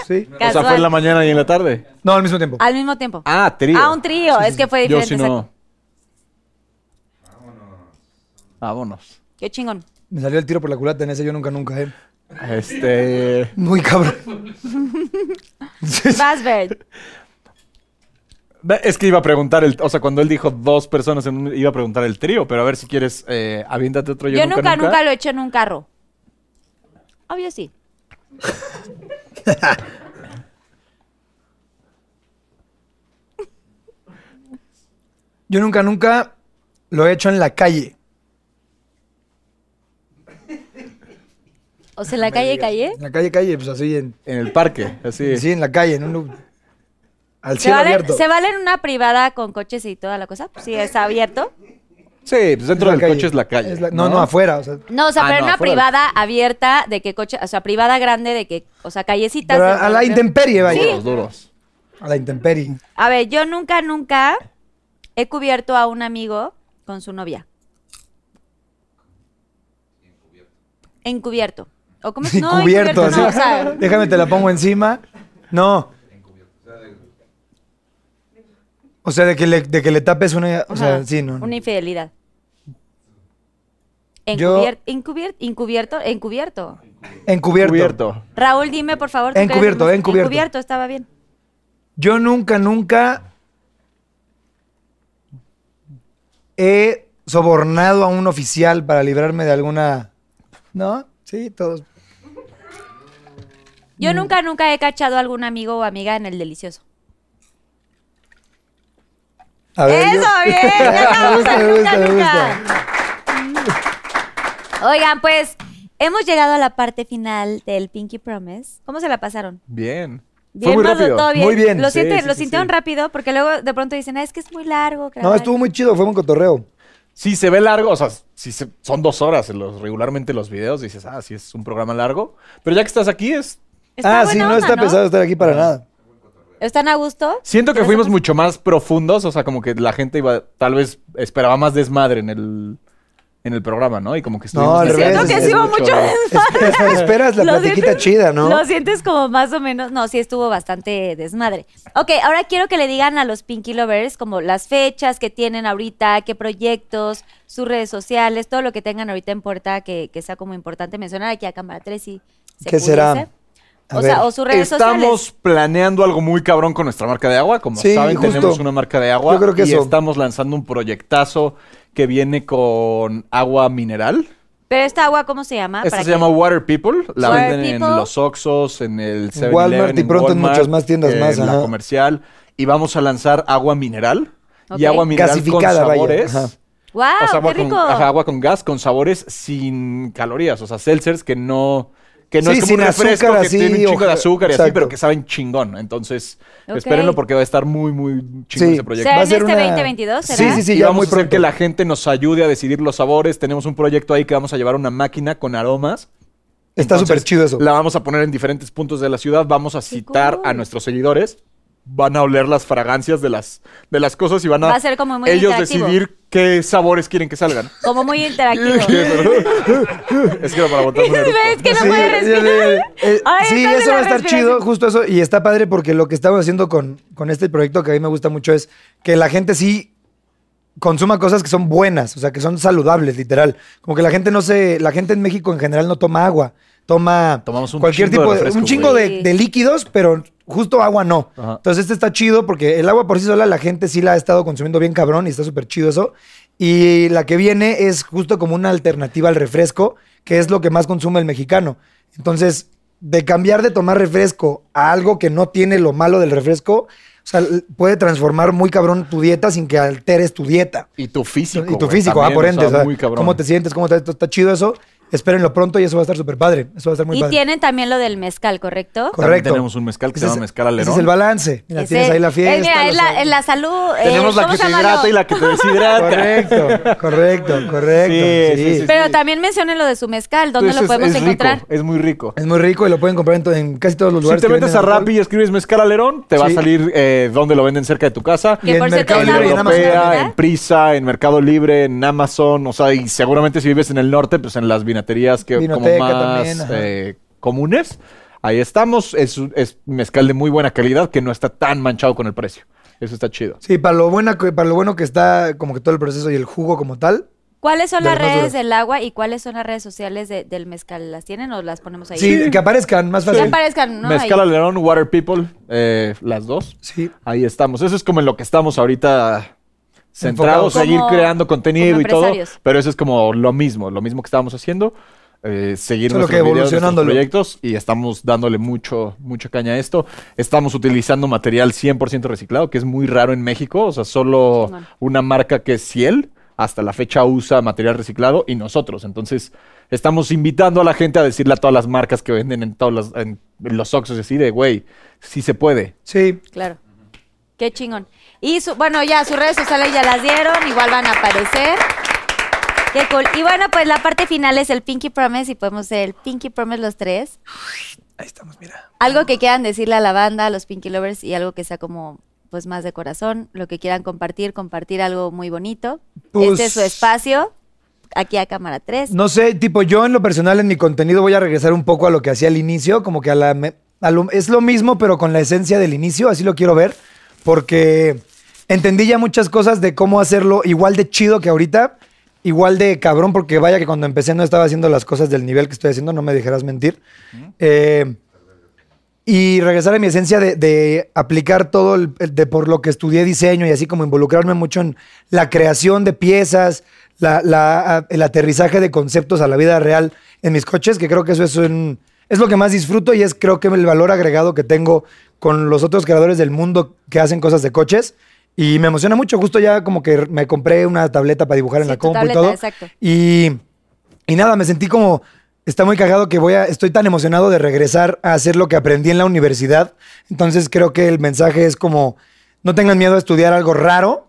Speaker 4: Sí.
Speaker 5: O sea, fue en la mañana y en la tarde.
Speaker 4: No, al mismo tiempo.
Speaker 3: Al mismo tiempo.
Speaker 5: Ah, trío.
Speaker 3: Ah, un trío, es que fue
Speaker 5: Yo
Speaker 3: diferente.
Speaker 5: si no. Vámonos.
Speaker 3: Qué chingón.
Speaker 4: Me salió el tiro por la culata en ese yo nunca, nunca, eh.
Speaker 5: Este.
Speaker 4: Muy cabrón.
Speaker 3: Vas, Bert.
Speaker 5: Es que iba a preguntar, el, o sea, cuando él dijo dos personas, en un- iba a preguntar el trío, pero a ver si quieres, eh, aviéntate otro. Yo,
Speaker 3: Yo nunca, nunca lo he hecho en un carro. Obvio sí.
Speaker 4: Yo nunca, nunca lo he hecho en la calle.
Speaker 3: O sea, en la calle, calle.
Speaker 4: En la calle, calle, pues así en.
Speaker 5: En el parque, así.
Speaker 4: Sí, en la calle, en un. lu- Al
Speaker 3: ¿Se
Speaker 4: cielo
Speaker 3: valen,
Speaker 4: abierto.
Speaker 3: se valen una privada con coches y toda la cosa? Sí, está abierto.
Speaker 5: Sí, pues dentro
Speaker 4: la
Speaker 5: del
Speaker 4: calle.
Speaker 5: coche es la calle.
Speaker 4: Es la- no, no, afuera. O sea,
Speaker 3: No, o sea,
Speaker 5: Ah,
Speaker 3: pero
Speaker 5: no,
Speaker 3: una
Speaker 5: afuera.
Speaker 3: privada abierta de que coche, o sea, privada grande de que, o sea, callecitas.
Speaker 4: pero
Speaker 3: de-
Speaker 4: a la intemperie, vaya.
Speaker 5: Duros, duros.
Speaker 4: A la intemperie.
Speaker 3: A ver, yo nunca, nunca he cubierto a un amigo con su novia. Encubierto. ¿O cómo es?
Speaker 4: Sí,
Speaker 3: No,
Speaker 4: cubierto,
Speaker 3: encubierto
Speaker 4: así.
Speaker 3: no, o sea,
Speaker 4: Déjame, te la pongo encima. No. O sea, de que le, de que le tapes una. O sea,
Speaker 3: Ajá,
Speaker 4: sí, no. no.
Speaker 3: Una infidelidad.
Speaker 4: Yo-
Speaker 3: Encubierto, encubierto, encubierto, encubierto.
Speaker 4: Encubierto.
Speaker 5: Cubierto.
Speaker 3: Raúl, dime por favor. ¿tú crees que
Speaker 4: Encubierto,
Speaker 3: más-
Speaker 4: encubierto.
Speaker 3: Encubierto, estaba bien.
Speaker 4: Yo nunca, nunca he sobornado a un oficial para librarme de alguna. ¿No? Sí, todos. Mm.
Speaker 3: Yo nunca, nunca he cachado a algún amigo o amiga en el delicioso.
Speaker 4: A ver, yo-
Speaker 3: ¡Eso, bien! ¡Ya acabamos
Speaker 4: Me gusta,
Speaker 3: al
Speaker 4: me
Speaker 3: nunca,
Speaker 4: gusta, me
Speaker 3: nunca! Oigan, pues hemos llegado a la parte final del Pinky Promise. ¿Cómo se la pasaron?
Speaker 5: Bien.
Speaker 3: Bien,
Speaker 5: Fue muy
Speaker 3: Marlo,
Speaker 5: rápido.
Speaker 3: todo bien.
Speaker 4: Muy bien.
Speaker 3: Lo,
Speaker 5: Sí,
Speaker 3: siente-
Speaker 5: sí,
Speaker 3: lo
Speaker 5: sí,
Speaker 3: sintieron
Speaker 5: sí.
Speaker 3: rápido porque luego de pronto dicen, "Ah, es que es muy largo.
Speaker 4: No,
Speaker 3: grabar".
Speaker 4: estuvo muy chido, fue un cotorreo.
Speaker 5: Sí, se ve largo, o sea, sí se- son dos horas los, regularmente los videos, dices, ah, sí es un programa largo, pero ya que estás aquí es...
Speaker 3: Está
Speaker 4: ah, sí,
Speaker 3: buena
Speaker 4: no
Speaker 3: onda,
Speaker 4: está pesado estar aquí
Speaker 5: Ah.
Speaker 4: para nada.
Speaker 3: ¿Están a gusto?
Speaker 5: Siento que
Speaker 3: ¿Ya
Speaker 5: fuimos
Speaker 3: somos-
Speaker 5: mucho más profundos, o sea, como que la gente iba, tal vez esperaba más desmadre en el, en el programa, ¿no? Y como que estuvimos...
Speaker 4: al
Speaker 5: desde-
Speaker 4: revés, Siento que sí
Speaker 3: hubo mucho
Speaker 5: ¿no?
Speaker 4: Espe- Esperas la
Speaker 3: Lo
Speaker 4: platiquita
Speaker 3: sientes-
Speaker 4: chida, ¿no?
Speaker 3: Lo sientes como más o menos. No, sí estuvo bastante desmadre. Ok, ahora quiero que le digan a los Pinky Lovers como las fechas que tienen ahorita, qué proyectos, sus redes sociales, todo lo que tengan ahorita en puerta que, que sea como importante mencionar aquí a Cámara 3 si se
Speaker 4: ¿Qué será?
Speaker 3: pudiese.
Speaker 4: A
Speaker 3: O sea,
Speaker 4: ver,
Speaker 3: o sus redes
Speaker 5: estamos
Speaker 3: sociales.
Speaker 5: planeando algo muy cabrón con nuestra marca de agua. Como
Speaker 4: Sí,
Speaker 5: saben,
Speaker 4: justo.
Speaker 5: tenemos una marca de agua
Speaker 4: Yo creo que
Speaker 5: y
Speaker 4: eso.
Speaker 5: estamos lanzando un proyectazo que viene con agua mineral.
Speaker 3: Pero esta agua, ¿cómo se llama?
Speaker 5: Esta
Speaker 3: Ah, Para
Speaker 5: se
Speaker 3: que-
Speaker 5: llama Water People. La
Speaker 3: Water
Speaker 5: venden en
Speaker 3: People.
Speaker 5: los Oxxos, en el 7
Speaker 4: Walmart y pronto en muchas más tiendas más,
Speaker 5: En la
Speaker 4: ajá.
Speaker 5: comercial. Y vamos a lanzar agua mineral.
Speaker 3: Ok.
Speaker 5: Y agua mineral con
Speaker 4: Gasificada, vaya,
Speaker 5: sabores.
Speaker 4: ajá.
Speaker 3: ¡Wow!
Speaker 5: O sea, agua,
Speaker 3: ¡Qué rico!
Speaker 5: Con, ajá, agua con gas, con sabores sin calorías. O sea, seltzers que no... Que no
Speaker 4: Sí,
Speaker 5: es como un
Speaker 4: sin
Speaker 5: refresco
Speaker 4: azúcar,
Speaker 5: que tiene
Speaker 4: así,
Speaker 5: un chingo de
Speaker 4: oja-
Speaker 5: azúcar y así,
Speaker 4: exacto.
Speaker 5: pero que saben chingón. Entonces,
Speaker 3: Ok.
Speaker 5: espérenlo porque va a estar muy, muy chingón
Speaker 4: Sí.
Speaker 5: ese proyecto.
Speaker 3: ¿Será
Speaker 4: Va a
Speaker 3: en
Speaker 4: ser
Speaker 3: este
Speaker 4: una-
Speaker 3: 2022? ¿será?
Speaker 4: Sí, sí, sí,
Speaker 5: y
Speaker 4: ya
Speaker 5: vamos
Speaker 4: muy
Speaker 5: a hacer
Speaker 4: pronto.
Speaker 5: que la gente nos ayude a decidir los sabores. Tenemos un proyecto ahí que vamos a llevar una máquina con aromas.
Speaker 4: Está
Speaker 5: Entonces,
Speaker 4: súper chido eso.
Speaker 5: La vamos a poner en diferentes puntos de la ciudad. Vamos a citar
Speaker 3: cool.
Speaker 5: a nuestros seguidores. Van a oler las fragancias de las, de las cosas y van a,
Speaker 3: Va a ser como muy
Speaker 5: ellos
Speaker 3: interactivo.
Speaker 5: decidir qué sabores quieren que salgan.
Speaker 3: Como muy interactivo.
Speaker 5: es que era para botar un eructo.
Speaker 3: ¿Ves que no
Speaker 4: Sí,
Speaker 3: puede
Speaker 4: ya
Speaker 3: respirar?
Speaker 4: sé. Eh,
Speaker 3: Ay,
Speaker 4: sí,
Speaker 3: está de
Speaker 4: eso
Speaker 3: la
Speaker 4: va a estar
Speaker 3: respiración.
Speaker 4: chido, justo eso. Y está padre porque lo que estamos haciendo con, con este proyecto que a mí me gusta mucho es que la gente sí consuma cosas que son buenas, o sea, que son saludables, literal. Como que la gente no se, la gente en México en general no toma agua, toma
Speaker 5: Tomamos un
Speaker 4: cualquier
Speaker 5: chingo de
Speaker 4: tipo
Speaker 5: refresco,
Speaker 4: un chingo
Speaker 3: güey.
Speaker 4: de, de líquidos, pero justo agua no.
Speaker 5: Ajá.
Speaker 4: Entonces este está chido porque el agua por sí sola la gente sí la ha estado consumiendo bien cabrón y está súper chido eso. Y la que viene es justo como una alternativa al refresco, que es lo que más consume el mexicano. Entonces, de cambiar de tomar refresco a algo que no tiene lo malo del refresco, o sea, l- puede transformar muy cabrón tu dieta sin que alteres tu dieta.
Speaker 5: Y tu físico.
Speaker 4: y tu
Speaker 5: güey,
Speaker 4: físico, ah,
Speaker 5: también,
Speaker 4: por
Speaker 5: o
Speaker 4: ende.
Speaker 5: sea,
Speaker 4: o sea,
Speaker 5: muy cabrón.
Speaker 4: ¿Cómo te sientes? ¿Cómo te está, está chido eso? Espérenlo pronto y eso va a estar súper padre. Eso va a estar muy
Speaker 3: y
Speaker 4: padre.
Speaker 3: tienen también lo del mezcal, ¿correcto?
Speaker 5: También
Speaker 4: Correcto.
Speaker 5: tenemos un mezcal que se
Speaker 4: Ese
Speaker 5: llama
Speaker 4: es-
Speaker 5: mezcal
Speaker 4: ese
Speaker 5: alerón.
Speaker 4: es el balance. Mira,
Speaker 3: Ese-
Speaker 4: tienes ahí la
Speaker 3: eh,
Speaker 4: fiesta.
Speaker 3: mira, es
Speaker 4: los-
Speaker 3: la, en la salud. eh,
Speaker 5: Tenemos la
Speaker 3: ¿cómo
Speaker 5: que
Speaker 3: se
Speaker 5: te
Speaker 3: llama?
Speaker 5: hidrata y la que te deshidrata.
Speaker 4: Correcto, correcto, correcto.
Speaker 5: Sí,
Speaker 4: Sí,
Speaker 5: sí, sí, sí.
Speaker 3: Pero también mencionen lo de su mezcal,
Speaker 4: Pues
Speaker 3: ¿dónde
Speaker 5: Entonces
Speaker 3: lo
Speaker 5: es-
Speaker 3: podemos
Speaker 5: es rico,
Speaker 3: encontrar?
Speaker 5: es muy rico.
Speaker 4: Es muy rico y lo pueden comprar en, to- en casi todos los
Speaker 5: Si
Speaker 4: lugares.
Speaker 5: te
Speaker 4: que
Speaker 5: metes a
Speaker 4: venden
Speaker 5: Rappi y escribes mezcal alerón, te va a
Speaker 4: Sí.
Speaker 5: salir eh, donde lo venden cerca de tu casa.
Speaker 4: y
Speaker 3: Que
Speaker 4: en
Speaker 3: por cierto,
Speaker 4: Mercado
Speaker 5: En
Speaker 3: está
Speaker 4: Libre y en
Speaker 3: en
Speaker 4: Amazon.
Speaker 5: Europea,
Speaker 3: ¿verdad?
Speaker 5: en Prisa, en Mercado Libre, en Amazon, o sea, y seguramente si vives en el norte, pues en las vinaterías que
Speaker 4: Vinoteca
Speaker 5: como
Speaker 4: también,
Speaker 5: más
Speaker 4: ajá.
Speaker 5: eh, comunes. Ahí estamos, es, es mezcal de muy buena calidad que no está tan manchado con el precio. Eso está chido.
Speaker 4: Sí, para lo, buena, que- para lo bueno que está como que todo el proceso y el jugo como tal.
Speaker 3: ¿Cuáles son
Speaker 4: De
Speaker 3: las
Speaker 4: lo más
Speaker 3: redes
Speaker 4: duro.
Speaker 3: del agua y cuáles son las redes sociales de- del mezcal? ¿Las tienen o las ponemos ahí?
Speaker 4: Sí, que aparezcan más
Speaker 3: Que
Speaker 4: fácil.
Speaker 3: aparezcan, ¿no?
Speaker 5: mezcal
Speaker 3: Ahí.
Speaker 5: alerón, Water People, eh, las dos.
Speaker 4: Sí.
Speaker 5: Ahí estamos. Eso es como en lo que estamos ahorita centrados,
Speaker 4: Enfocados.
Speaker 5: seguir
Speaker 3: Como-
Speaker 5: creando contenido
Speaker 3: como
Speaker 5: y todo.
Speaker 3: empresarios.
Speaker 5: Pero eso es como lo mismo, lo mismo que estábamos haciendo. eh, seguir
Speaker 4: Solo
Speaker 5: nuestros videos, nuestros
Speaker 4: que evolucionándolo.
Speaker 5: proyectos y estamos dándole mucho, mucha caña a esto. Estamos utilizando material 100% reciclado, que es muy raro en México. O sea, solo
Speaker 3: Chingón.
Speaker 5: una marca que es Ciel hasta la fecha usa material reciclado y nosotros. Entonces, estamos invitando a la gente a decirle a todas las marcas que venden en, todas las- en los Oxxos y así de, güey, sí se puede.
Speaker 4: Sí.
Speaker 3: Claro. Qué chingón. Y su- bueno, ya sus redes sociales ya las dieron, igual van a aparecer. Qué cool. Y bueno, pues la parte final es el Pinky Promise y podemos ser el Pinky Promise los tres.
Speaker 4: Ahí estamos, mira.
Speaker 3: Algo que quieran decirle a la banda, a los Pinky Lovers y algo que sea como pues más de corazón, lo que quieran compartir, compartir algo muy bonito.
Speaker 4: Pues-
Speaker 3: este es su espacio, aquí a cámara 3.
Speaker 4: No sé, tipo, yo en lo personal, en mi contenido, voy a regresar un poco a lo que hacía al inicio, como que a la. me- a lo- es lo mismo, pero con la esencia del inicio, así lo quiero ver, porque entendí ya muchas cosas de cómo hacerlo igual de chido que ahorita, igual de cabrón, porque vaya que cuando empecé no estaba haciendo las cosas del nivel que estoy haciendo, no me dejarás mentir. Eh, y regresar a mi esencia de, de aplicar todo el- el- de por lo que estudié diseño y así como involucrarme mucho en la creación de piezas, la- la- a- el aterrizaje de conceptos a la vida real en mis coches, que creo que eso es, un- es lo que más disfruto y es creo que el valor agregado que tengo con los otros creadores del mundo que hacen cosas de coches. Y me emociona mucho, justo ya como que me compré una tableta para dibujar en
Speaker 3: Sí,
Speaker 4: la
Speaker 3: tu
Speaker 4: compu
Speaker 3: tableta,
Speaker 4: y todo.
Speaker 3: exacto.
Speaker 4: Y y nada, me sentí como. Está muy cagado que voy a. Estoy tan emocionado de regresar a hacer lo que aprendí en la universidad. Entonces creo que el mensaje es como. No tengan miedo a estudiar algo raro,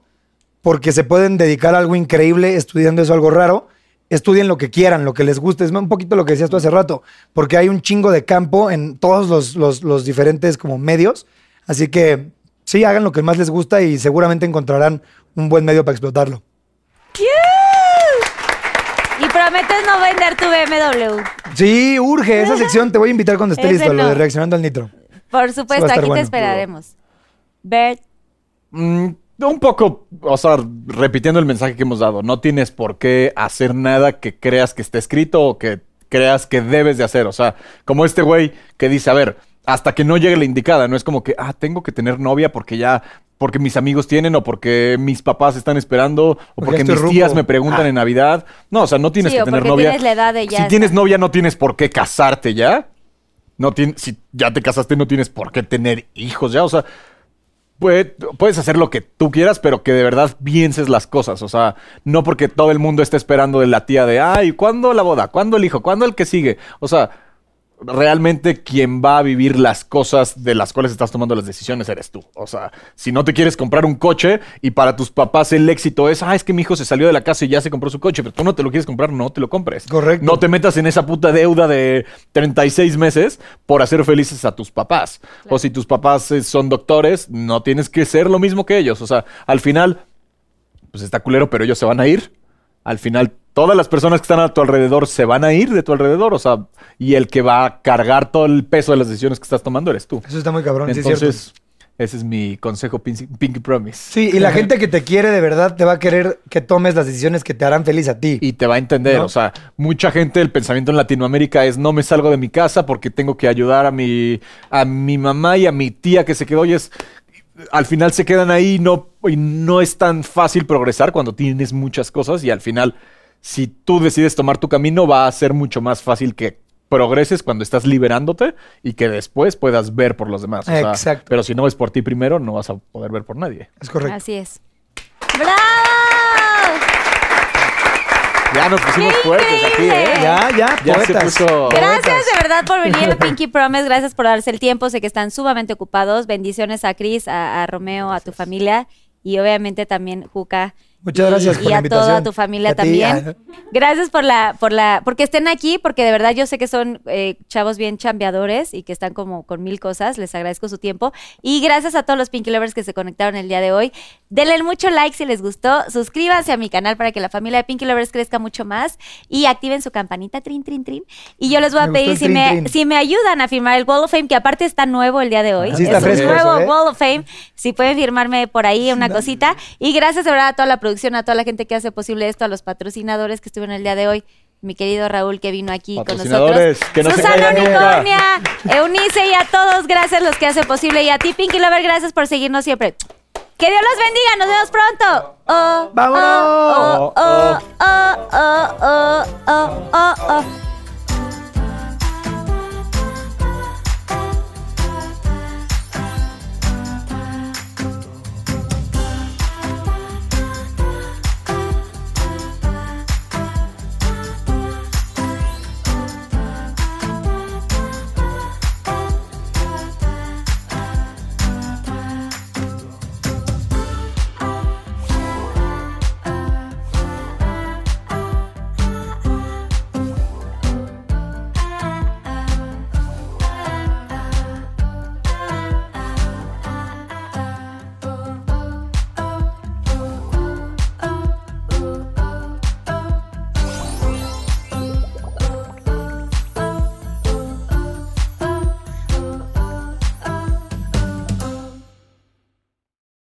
Speaker 4: porque se pueden dedicar a algo increíble estudiando eso, algo raro. Estudien lo que quieran, lo que les guste. Es un poquito lo que decías tú hace rato, porque hay un chingo de campo en todos los, los- los diferentes como medios. Así que sí, hagan lo que más les gusta y seguramente encontrarán un buen medio para explotarlo.
Speaker 3: Y prometes no vender tu BMW.
Speaker 4: Sí, urge esa sección. Te voy a invitar cuando esté
Speaker 3: Ese
Speaker 4: listo, lo
Speaker 3: no.
Speaker 4: de reaccionando al nitro.
Speaker 3: Por
Speaker 4: a
Speaker 3: supuesto,
Speaker 4: estar
Speaker 3: aquí te
Speaker 4: bueno.
Speaker 3: esperaremos. Bert,
Speaker 5: Mm, un poco, o sea, repitiendo el mensaje que hemos dado, no tienes por qué hacer nada que creas que esté escrito o que creas que debes de hacer. O sea, como este güey que dice, a ver, hasta que no llegue la indicada, no es como que, ah, tengo que tener novia porque ya, porque mis amigos tienen o porque mis papás están esperando o
Speaker 4: Porque
Speaker 5: porque,
Speaker 4: estoy
Speaker 5: mis tías
Speaker 4: ruco.
Speaker 5: me preguntan en Navidad. No, o sea, no tienes
Speaker 3: Sí,
Speaker 5: que
Speaker 3: o
Speaker 5: tener
Speaker 3: porque
Speaker 5: novia.
Speaker 3: tienes la edad de ya
Speaker 5: si tienes
Speaker 3: está.
Speaker 5: novia no tienes por qué casarte ya. No tien- si ya te casaste no tienes por qué tener hijos ya, o sea, Puede- puedes hacer lo que tú quieras, pero que de verdad pienses las cosas. O sea, no porque todo el mundo esté esperando de la tía de, ay, ¿cuándo la boda? ¿Cuándo el hijo? ¿Cuándo el que sigue? O sea, realmente quien va a vivir las cosas de las cuales estás tomando las decisiones eres tú. O sea, si no te quieres comprar un coche y para tus papás el éxito es, ah, es que mi hijo se salió de la casa y ya se compró su coche, pero tú no te lo quieres comprar, no te lo compres.
Speaker 4: Correcto.
Speaker 5: No te metas en esa puta deuda de 36 meses por hacer felices a tus papás. O si tus papás eh, son doctores, no tienes que ser lo mismo que ellos. O sea, al final, pues está culero, pero ellos se van a ir. Al final, todas las personas que están a tu alrededor se van a ir de tu alrededor. O sea, y el que va a cargar todo el peso de las decisiones que estás tomando eres tú.
Speaker 4: Eso está muy cabrón, sí, es cierto.
Speaker 5: Entonces, ese es mi consejo, Pinky Pinky Promise.
Speaker 4: Sí, y la gente que te quiere de verdad te va a querer que tomes las decisiones que te harán feliz a ti.
Speaker 5: y te va a entender.
Speaker 4: ¿No?
Speaker 5: O sea, mucha gente, el pensamiento en Latinoamérica es no me salgo de mi casa porque tengo que ayudar a mi, a mi mamá y a mi tía que se quedó y es. Al final se quedan ahí y no, y no es tan fácil progresar cuando tienes muchas cosas y al final, si tú decides tomar tu camino, va a ser mucho más fácil que progreses cuando estás liberándote y que después puedas ver por los demás. O sea,
Speaker 4: Exacto.
Speaker 5: Pero si no ves por ti primero, no vas a poder ver por nadie.
Speaker 4: Es correcto.
Speaker 3: Así es. ¡Bravo!
Speaker 5: Ya nos pusimos
Speaker 3: ¡Qué
Speaker 5: fuertes aquí,
Speaker 3: increíble!
Speaker 5: ¿eh?
Speaker 4: Ya, ya,
Speaker 5: Ya
Speaker 4: poetas.
Speaker 5: se puso...
Speaker 3: Gracias de verdad por venir a Pinky Promise, gracias por darse el tiempo, sé que están sumamente ocupados. Bendiciones a Cris, a, a Romeo, a tu familia y obviamente también Juca.
Speaker 4: Muchas
Speaker 3: y-
Speaker 4: gracias por
Speaker 3: y
Speaker 4: la
Speaker 3: a
Speaker 4: invitación.
Speaker 3: toda tu familia
Speaker 4: A ti,
Speaker 3: también.
Speaker 4: a-
Speaker 3: Gracias por la, por la, porque estén aquí, porque de verdad yo sé que son eh, chavos bien chambeadores y que están como con mil cosas. Les agradezco su tiempo. Y gracias a todos los Pinky Lovers que se conectaron el día de hoy. Denle mucho like si les gustó. Suscríbanse a mi canal para que la familia de Pinky Lovers crezca mucho más. Y activen su campanita, trin, trin, trin. Y yo les voy a
Speaker 4: Me gustó
Speaker 3: pedir
Speaker 4: el
Speaker 3: si,
Speaker 4: trin,
Speaker 3: me,
Speaker 4: trin.
Speaker 3: si me ayudan a firmar el Wall of Fame, que aparte está nuevo el día de hoy.
Speaker 4: Sí, está
Speaker 3: es
Speaker 4: fresco
Speaker 3: un nuevo
Speaker 4: eso, ¿eh?
Speaker 3: Wall of Fame. Si pueden firmarme por ahí una cosita. Y gracias de verdad a toda la producción, a toda la gente que hace posible esto, a los patrocinadores que estuvieron el día de hoy. Mi querido Raúl que vino aquí con nosotros.
Speaker 5: Patrocinadores, que no se
Speaker 3: Susana
Speaker 5: caigan nunca.
Speaker 3: Unicornia, Eunice y a todos, gracias los que hacen posible. Y a ti, Pinky Lover, gracias por seguirnos siempre. Que Dios los bendiga, nos vemos pronto. Oh, oh,
Speaker 4: ¡Vámonos!
Speaker 3: oh, oh, oh, oh, oh, oh, oh.